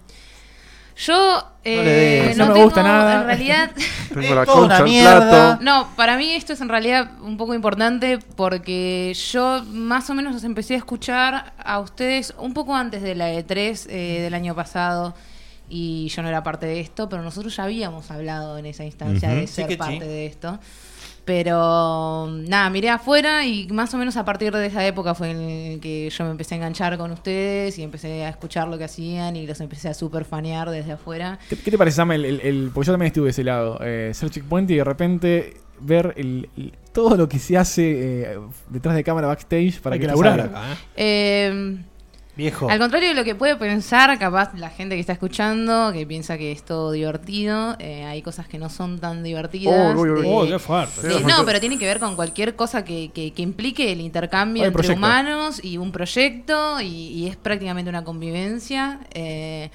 Speaker 6: yo eh,
Speaker 1: No le des.
Speaker 6: no
Speaker 1: No me
Speaker 6: tengo,
Speaker 1: gusta nada. *laughs*
Speaker 6: En realidad,
Speaker 1: Tengo la Todo concha, una el mierda. plato.
Speaker 6: No, para mí esto es en realidad un poco importante porque yo más o menos los empecé a escuchar a ustedes un poco antes de la E3 eh, del año pasado y yo no era parte de esto, pero nosotros ya habíamos hablado en esa instancia
Speaker 10: Ujú.
Speaker 6: de
Speaker 10: Sí
Speaker 6: ser
Speaker 10: que sí.
Speaker 6: parte de esto. Pero nada, miré afuera y más o menos a partir de esa época fue en el que yo me empecé a enganchar con ustedes y empecé a escuchar lo que hacían y los empecé a superfanear desde afuera.
Speaker 2: ¿Qué, qué te parece, Sam? El, el- el- porque yo también estuve de ese lado. Eh, ser checkpoint y de repente ver el, el- todo lo que se hace eh, detrás de cámara backstage para
Speaker 4: Hay
Speaker 2: que,
Speaker 4: que
Speaker 2: esto
Speaker 4: laburar
Speaker 2: salga.
Speaker 4: acá, ¿eh?
Speaker 6: Eh,
Speaker 3: Viejo.
Speaker 6: Al contrario de lo que puede pensar capaz la gente que está escuchando, que piensa que es todo divertido, eh, hay cosas que no son tan divertidas.
Speaker 4: Oh, uy, uy,
Speaker 6: de-
Speaker 4: uy. Oh, qué fuerte.
Speaker 6: de- no, pero tiene que ver con cualquier cosa que, que- que implique el intercambio
Speaker 2: Hay
Speaker 6: entre
Speaker 2: proyecto.
Speaker 6: humanos y un proyecto y, y es prácticamente una convivencia. eh,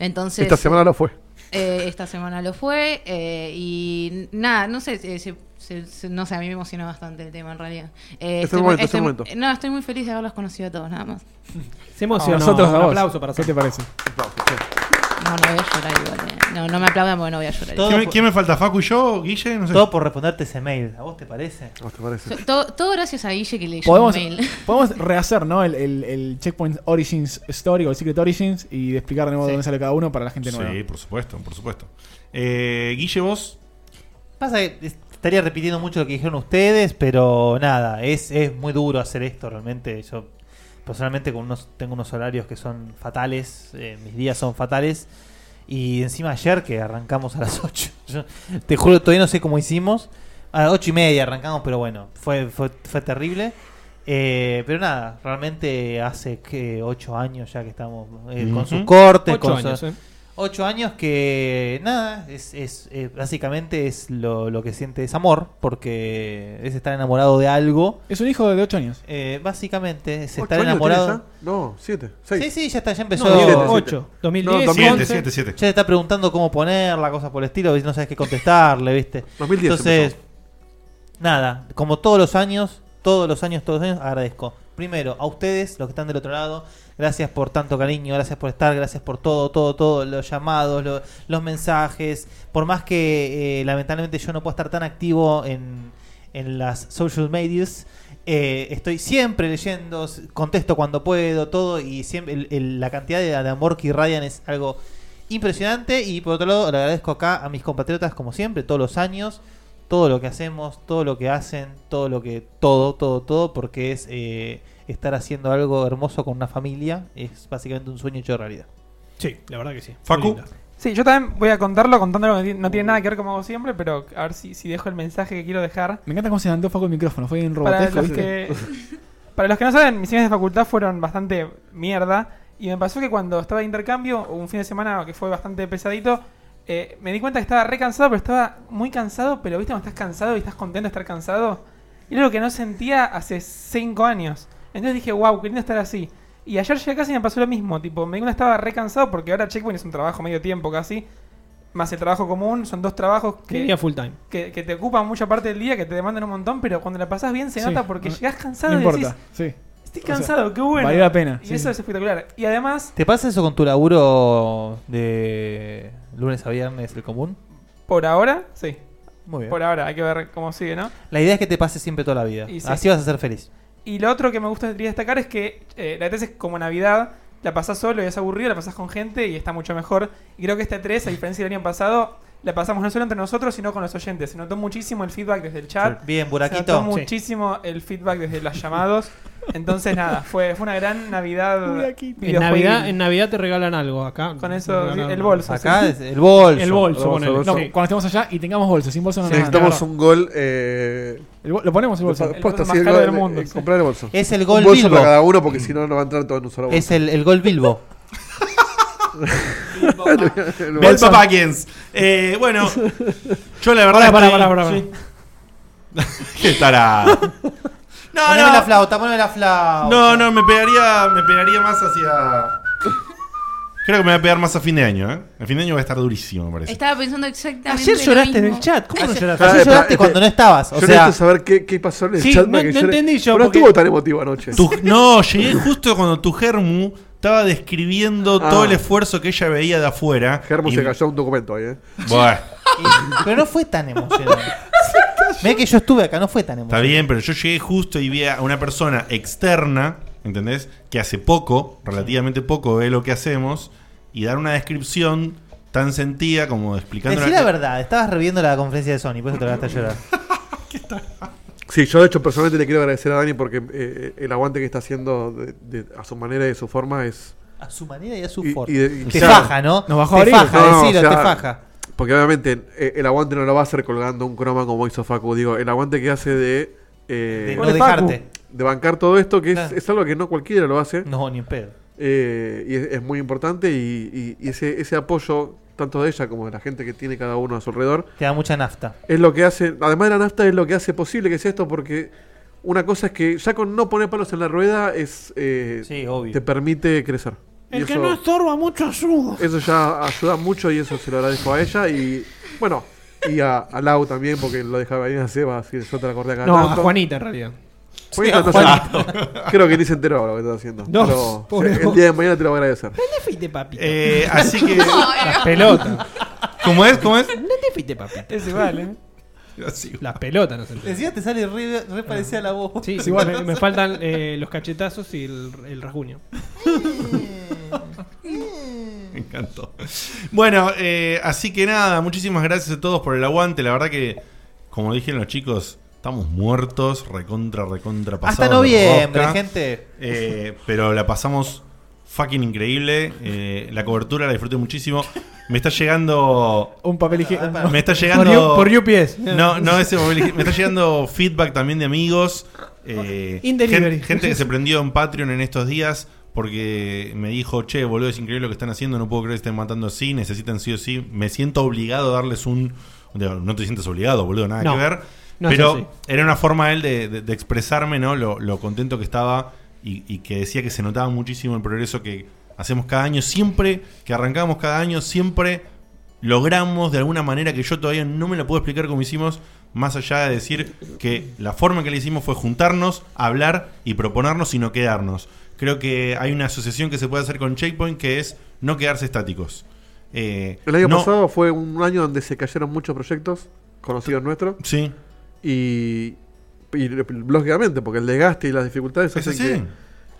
Speaker 6: entonces,
Speaker 5: Esta semana lo fue.
Speaker 6: eh, esta semana lo fue eh, y nada, no sé, eh, se- se- se- no sé, a mí me emocionó bastante el tema en realidad. Eh,
Speaker 5: Este Es el
Speaker 6: estoy muy-
Speaker 5: momento, es el
Speaker 6: estoy-
Speaker 5: momento.
Speaker 6: No, estoy muy feliz de haberlos conocido a todos, nada
Speaker 5: *laughs*
Speaker 6: más.
Speaker 4: Se emocionó.
Speaker 2: A nosotros, a
Speaker 4: un
Speaker 2: vos.
Speaker 4: aplauso para
Speaker 2: ¿Qué te parece?
Speaker 6: No, no voy a llorar igual. eh. No, no me aplaudan porque no voy a llorar.
Speaker 3: Todo
Speaker 1: ¿Quién, me,
Speaker 3: por-
Speaker 1: quién me falta? ¿Facu y yo? ¿Guille? No sé.
Speaker 3: Todo por responderte ese mail. ¿A vos te parece?
Speaker 5: ¿A vos te parece?
Speaker 6: Todo, todo gracias a Guille que leyó
Speaker 2: Podemos,
Speaker 6: un mail.
Speaker 2: *laughs* podemos rehacer, ¿no? El, el- el Checkpoint Origins Story o el Secret Origins y de explicar de nuevo dónde sale cada uno para la gente nueva.
Speaker 1: Sí, por supuesto, por supuesto. Eh, Guille,
Speaker 5: *laughs*
Speaker 1: vos.
Speaker 3: Pasa que es- estaría repitiendo mucho lo que dijeron ustedes, pero nada, es, es muy duro hacer esto realmente. Yo personalmente con unos, tengo unos horarios que son fatales, eh, mis días son fatales. Y encima ayer que arrancamos a las *laughs* 8. Yo te juro, todavía no sé cómo hicimos. A las 8 y media arrancamos, pero bueno, fue, fue, fue terrible. Eh, pero nada, realmente hace que 8 años ya que estamos eh, con
Speaker 4: Ujú.
Speaker 3: sus cortes,
Speaker 4: Ocho
Speaker 3: con su-
Speaker 4: años, eh.
Speaker 3: ocho años que nada, es, es, eh, básicamente es lo, lo que siente es amor, porque es estar enamorado de algo.
Speaker 2: Es un hijo de 8 años.
Speaker 3: Eh, básicamente es
Speaker 5: ¿Ocho
Speaker 3: estar
Speaker 5: años
Speaker 3: enamorado.
Speaker 5: tienes ya? No, siete, seis.
Speaker 3: Sí, sí, ya está, ya empezó.
Speaker 5: No, siete, siete. No, 2010,
Speaker 1: siete, siete, siete.
Speaker 3: Ya te está preguntando cómo ponerla, cosas por el estilo, ¿viste? no sabes qué contestarle, ¿viste?
Speaker 5: 2010
Speaker 3: Entonces, nada, como todos los años, todos los años, todos los años, agradezco. Primero, a ustedes, los que están del otro lado, gracias por tanto cariño, gracias por estar, gracias por todo, todo, todo, los llamados, lo- los mensajes. Por más que eh, lamentablemente yo no pueda estar tan activo en, en las social medias, eh, estoy siempre leyendo, s- contesto cuando puedo, todo, y siempre el- el- la cantidad de, de amor que irradian es algo impresionante. Y por otro lado, le agradezco acá a mis compatriotas, como siempre, todos los años todo lo que hacemos, todo lo que hacen, todo lo que, todo, todo, todo, porque es eh, estar haciendo algo hermoso con una familia, es básicamente un sueño hecho realidad.
Speaker 4: Sí, la verdad que sí.
Speaker 1: Facu.
Speaker 7: Sí, yo también voy a contarlo, contando algo que ti- no tiene nada que ver como hago siempre, pero a ver si, si dejo el mensaje que quiero dejar.
Speaker 2: Me encanta cómo se levantó Facu el micrófono. Fue en
Speaker 7: Para
Speaker 2: robotesco,
Speaker 7: los,
Speaker 2: ¿viste? *laughs*
Speaker 7: que, para los que no saben, mis años de facultad fueron bastante mierda. Y me pasó que cuando estaba de intercambio, un fin de semana que fue bastante pesadito, eh, me di cuenta que estaba re cansado, pero estaba muy cansado. Pero viste, cuando estás cansado y estás contento de estar cansado, y era lo que no sentía hace cinco años. Entonces dije, wow, qué lindo estar así. Y ayer llegué a casa y me pasó lo mismo. Tipo, me di cuenta que estaba re cansado porque ahora Checkpoint es un trabajo medio tiempo casi. Más el trabajo común, son dos trabajos que,
Speaker 4: Quería full time.
Speaker 7: que, que te ocupan mucha parte del día, que te demandan un montón, pero cuando la pasas bien se
Speaker 2: Sí,
Speaker 7: nota porque
Speaker 2: no-
Speaker 7: llegás cansado
Speaker 2: no
Speaker 7: y
Speaker 2: importa,
Speaker 7: decís,
Speaker 2: sí.
Speaker 7: Estoy cansado, qué bueno.
Speaker 2: valió la pena,
Speaker 7: Y
Speaker 2: sí.
Speaker 7: eso es espectacular. Y además,
Speaker 3: ¿Te pasa eso con tu laburo de lunes a viernes, el común?
Speaker 7: por ahora, sí.
Speaker 3: Muy bien.
Speaker 7: Por ahora, hay que ver cómo sigue, ¿no?
Speaker 3: La idea es que te pase siempre toda la vida.
Speaker 7: Y sí.
Speaker 3: Así vas a ser feliz.
Speaker 7: Y lo otro que me gustaría destacar es que eh, la E3 es como Navidad, la pasás solo y es aburrido, la pasás con gente y está mucho mejor. Y creo que esta E3, a diferencia del año pasado, la pasamos no solo entre nosotros, sino con los oyentes. Se notó muchísimo el feedback desde el chat.
Speaker 3: Sí. Bien, Buraquito.
Speaker 7: Se notó
Speaker 3: Sí.
Speaker 7: muchísimo el feedback desde los llamados. Entonces, nada, fue, fue una gran Navidad.
Speaker 4: En Navidad, en Navidad te regalan algo acá.
Speaker 7: Con
Speaker 4: te
Speaker 7: eso,
Speaker 4: regalan
Speaker 7: sí, el
Speaker 4: algo.
Speaker 7: bolso, Acá
Speaker 3: sí. es el bolso.
Speaker 2: El bolso,
Speaker 3: El bolso,
Speaker 2: ponele.
Speaker 3: el bolso.
Speaker 2: No, cuando estemos allá y tengamos bolso. Sin bolso no nos dan,
Speaker 5: Necesitamos
Speaker 2: claro.
Speaker 5: un gol. Eh,
Speaker 2: El bo- lo ponemos el bolso.
Speaker 5: de-
Speaker 2: El
Speaker 5: posta,
Speaker 2: bolso
Speaker 5: sí,
Speaker 2: más
Speaker 5: el
Speaker 2: caro
Speaker 5: gol,
Speaker 2: del
Speaker 5: eh,
Speaker 2: mundo,
Speaker 5: eh,
Speaker 2: sí.
Speaker 5: comprar el bolso.
Speaker 3: Es el
Speaker 5: Un
Speaker 3: gol
Speaker 5: bolso
Speaker 3: Bilbo.
Speaker 5: para cada uno porque si no, no va a entrar todo en un solo bolso.
Speaker 3: Es el, el gol
Speaker 1: *laughs*
Speaker 3: Bilbo.
Speaker 5: El
Speaker 1: Bel
Speaker 5: bolso.
Speaker 1: Papakiens. Eh,
Speaker 5: *laughs*
Speaker 1: bueno, yo la
Speaker 4: Pará,
Speaker 1: verdad.
Speaker 4: pará,
Speaker 1: estoy-
Speaker 4: pará, pará, pará.
Speaker 1: ¿Qué estará? No,
Speaker 3: poneme
Speaker 1: no.
Speaker 3: la flauta, poneme la flauta.
Speaker 1: No, no, me pegaría, me pegaría más hacia. Creo que me va a pegar más a fin de año, ¿eh? A fin de año va a estar durísimo, me
Speaker 4: Eh,
Speaker 1: parece.
Speaker 6: *laughs* Estaba pensando exactamente.
Speaker 4: Ayer
Speaker 6: lo
Speaker 4: lloraste en
Speaker 6: mismo.
Speaker 4: el chat. ¿Cómo no lloraste?
Speaker 5: Ah,
Speaker 4: Ayer
Speaker 5: espera,
Speaker 4: lloraste
Speaker 5: este,
Speaker 4: cuando no estabas. O
Speaker 5: yo
Speaker 4: sea,
Speaker 5: necesito saber qué, qué pasó en el
Speaker 4: Sí,
Speaker 5: chat.
Speaker 4: no-
Speaker 5: para que
Speaker 4: no
Speaker 5: llore.
Speaker 4: entendí yo,
Speaker 5: Pero
Speaker 4: porque-
Speaker 5: no estuvo tan emotivo anoche.
Speaker 1: Tu- *laughs* no, llegué justo cuando tu Germu estaba describiendo
Speaker 5: Ah.
Speaker 1: todo el esfuerzo que ella veía de afuera. Germu
Speaker 5: se cayó un documento ahí, ¿eh?
Speaker 1: Bueno,
Speaker 3: Pero no fue tan emocionante.
Speaker 1: *laughs*
Speaker 3: Mira que yo estuve acá, no fue tan
Speaker 1: está
Speaker 3: emocionante.
Speaker 1: bien, pero yo llegué justo y vi a una persona externa, ¿entendés? Que hace poco, relativamente poco, ve lo que hacemos y dar una descripción tan sentida como explicando.
Speaker 3: Decí la verdad, estabas reviendo la conferencia de Sony, por eso te vas a llorar.
Speaker 5: Sí, yo de hecho personalmente le quiero agradecer a Dani porque eh, el aguante que está haciendo de- de- a su manera y de su forma es...
Speaker 3: A su manera y a su
Speaker 5: Y-
Speaker 3: forma.
Speaker 5: y de- y-
Speaker 3: te faja, ¿no? te faja, decilo, te faja.
Speaker 5: Porque obviamente eh, el aguante no lo va a hacer colgando un croma como hizo Facu. Digo, el aguante que hace de. eh,
Speaker 3: De no Hola, dejarte. Facu.
Speaker 5: De bancar todo esto, que es,
Speaker 3: Claro.
Speaker 5: es algo que no cualquiera lo hace.
Speaker 3: No, ni en pedo.
Speaker 5: Eh, y es, es muy importante y, y- y ese, ese apoyo, tanto de ella como de la gente que tiene cada uno a su alrededor,
Speaker 3: Te da mucha nafta.
Speaker 5: es lo que hace, además de la nafta, es lo que hace posible que sea esto, porque una cosa es que ya con no poner palos en la rueda es eh, te permite crecer. Y
Speaker 15: El que
Speaker 5: eso-
Speaker 15: no estorba mucho ayuda.
Speaker 5: eso ya ayuda mucho y eso se lo agradezco a ella y bueno, y a, a Lau también porque lo dejaba venir a Seba, así yo te la acordé acá.
Speaker 4: No, a Juanita, en realidad. Sí,
Speaker 5: Juanita,
Speaker 4: a
Speaker 5: entonces,
Speaker 4: Juanita.
Speaker 5: creo que ni se enteró lo que estás haciendo.
Speaker 4: No,
Speaker 5: pero
Speaker 4: pobre
Speaker 5: el
Speaker 4: vos.
Speaker 5: día de mañana te lo voy a agradecer.
Speaker 4: No te fuiste, papito.
Speaker 1: Eh, así
Speaker 4: *laughs*
Speaker 1: que.
Speaker 4: Las pelotas.
Speaker 1: ¿Cómo es? ¿Cómo es?
Speaker 4: No te fuiste, papito.
Speaker 7: Es igual, ¿eh?
Speaker 4: Las pelotas, no se entiende.
Speaker 3: Decías, te sale re, re parecida a la voz.
Speaker 4: Sí, sí, igual me,
Speaker 3: *laughs*
Speaker 4: me faltan eh, los cachetazos y el, el rasguño.
Speaker 1: Me encantó. Bueno, eh, así que nada, muchísimas gracias a todos por el aguante. La verdad que, como dijeron los chicos, estamos muertos, recontra, recontra pasados. de
Speaker 3: noviembre,
Speaker 1: rosca.
Speaker 3: gente.
Speaker 1: Eh, pero la pasamos fucking increíble. Eh, la cobertura la disfruté muchísimo. Me está llegando.
Speaker 2: Un papel higiénico.
Speaker 1: Me está llegando.
Speaker 2: Por, U- por UPS.
Speaker 1: ah, No, no, ese papel higiénico. Me está llegando feedback también de amigos. eh,
Speaker 2: In delivery.
Speaker 1: gen- Gente que se prendió en Patreon en estos días porque me dijo, che, boludo, es increíble lo que están haciendo, no puedo creer que estén matando así, necesitan sí o sí. Me siento obligado a darles un. No te sientes obligado, boludo, nada
Speaker 4: No,
Speaker 1: que ver.
Speaker 4: no es
Speaker 1: pero
Speaker 4: así.
Speaker 1: era una forma él de, de- de expresarme, ¿no? Lo, lo contento que estaba y, y que decía que se notaba muchísimo el progreso que hacemos cada año. Siempre que arrancamos cada año, siempre logramos de alguna manera que yo todavía no me la puedo explicar cómo hicimos, más allá de decir que la forma en que le hicimos fue juntarnos, hablar y proponernos y no quedarnos. Creo que hay una asociación que se puede hacer con Checkpoint que es no quedarse estáticos. Eh,
Speaker 5: El año
Speaker 1: no-
Speaker 5: pasado fue un año donde se cayeron muchos proyectos conocidos nuestros.
Speaker 1: Sí.
Speaker 5: Y, y lógicamente, porque el desgaste y las dificultades
Speaker 1: Es
Speaker 5: hacen que,
Speaker 1: así.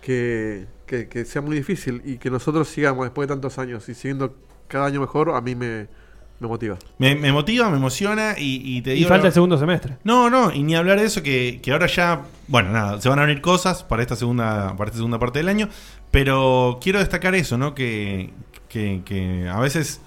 Speaker 5: que, que- que sea muy difícil y que nosotros sigamos después de tantos años y siguiendo cada año mejor, a mí me, me motiva.
Speaker 1: Me, me motiva, me emociona y, y te
Speaker 4: Y
Speaker 1: digo.
Speaker 4: falta el segundo semestre.
Speaker 1: No, no, y ni hablar de eso, que, que ahora ya. Bueno, nada, se van a abrir cosas para esta segunda, para esta segunda parte del año. Pero quiero destacar eso, ¿no? Que, que, que a veces.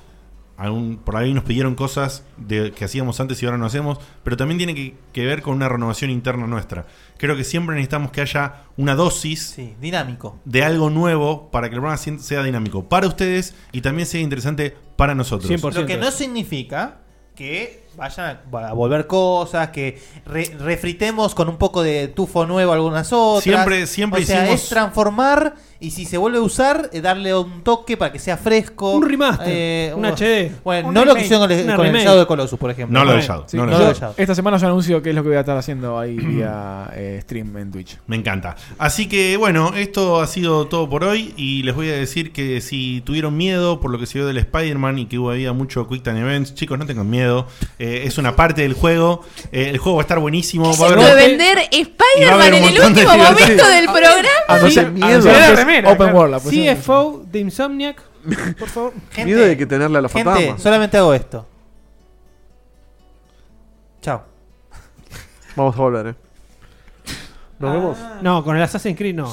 Speaker 1: algún- por ahí nos pidieron cosas de, que hacíamos antes y ahora no hacemos, pero también tiene que, que ver con una renovación interna nuestra. Creo que siempre necesitamos que haya una dosis
Speaker 3: Dinámico.
Speaker 1: de algo nuevo para que el programa sien- sea dinámico para ustedes y también sea interesante para nosotros.
Speaker 3: Lo que no significa que vayan a, a volver cosas, que re- refritemos con un poco de tufo nuevo algunas otras.
Speaker 1: Siempre- siempre
Speaker 3: o sea,
Speaker 1: hicimos-
Speaker 3: es transformar y si se vuelve a usar, eh, darle un toque para que sea fresco. Eh, Un remaster,
Speaker 4: un HD.
Speaker 3: Bueno,
Speaker 4: Un
Speaker 3: no lo que
Speaker 4: remake,
Speaker 3: hicieron con, el,
Speaker 4: una
Speaker 3: con el
Speaker 4: remake.
Speaker 3: Shadow de Colossus, por ejemplo.
Speaker 1: No lo del Shadow,
Speaker 2: Sí,
Speaker 1: no lo
Speaker 2: yo
Speaker 1: del Shadow.
Speaker 2: Esta semana yo anuncio qué es lo que voy a estar haciendo ahí vía eh, stream en Twitch.
Speaker 1: Me encanta. Así que bueno, esto ha sido todo por hoy y les voy a decir que si tuvieron miedo por lo que se vio del Spider-Man y que hubo, había mucho Quick Time Events, chicos, no tengan miedo. Eh, es una parte del juego. Eh, el juego va a estar buenísimo. Va a
Speaker 6: Se
Speaker 1: haber
Speaker 6: puede
Speaker 1: un-
Speaker 6: vender
Speaker 1: y va a
Speaker 6: Spider-Man
Speaker 1: haber un
Speaker 6: en el
Speaker 1: montón
Speaker 4: *laughs*
Speaker 1: de
Speaker 6: último
Speaker 1: divertido.
Speaker 6: momento del programa.
Speaker 1: Ah, no
Speaker 4: Sí,
Speaker 1: seas miedo.
Speaker 4: anunciar
Speaker 1: La
Speaker 4: que es
Speaker 1: remera, claro.
Speaker 4: CFO de Insomniac. Por favor.
Speaker 5: Miedo de que tenerle a la
Speaker 3: Gente,
Speaker 5: fantasma.
Speaker 3: solamente hago esto.
Speaker 5: Vamos a volver, eh. Nos vemos.
Speaker 4: No, con el Assassin's Creed no.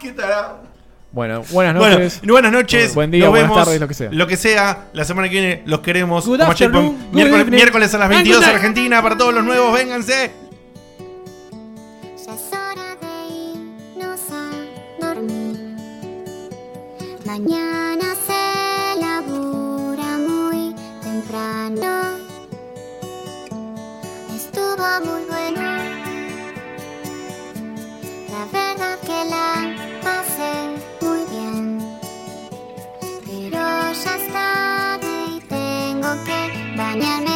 Speaker 1: ¡Qué tarado!
Speaker 2: Bueno, buenas
Speaker 1: Bueno,
Speaker 2: noches.
Speaker 1: buenas noches.
Speaker 2: Buen día,
Speaker 1: Nos
Speaker 2: buenas
Speaker 1: vemos.
Speaker 2: tardes, lo que sea.
Speaker 1: La semana que viene los queremos. Como
Speaker 2: afternoon,
Speaker 1: Checkpoint,
Speaker 2: good
Speaker 1: miércoles,
Speaker 2: evening.
Speaker 1: miércoles a las
Speaker 2: And good
Speaker 1: 22
Speaker 2: night.
Speaker 1: Argentina. Para todos los nuevos, vénganse.
Speaker 10: Ya es hora de irnos a dormir. Mañana se labura muy temprano. Estuvo muy bueno. La verdad que la pasé muy bien. Pero ya es tarde y tengo que bañarme.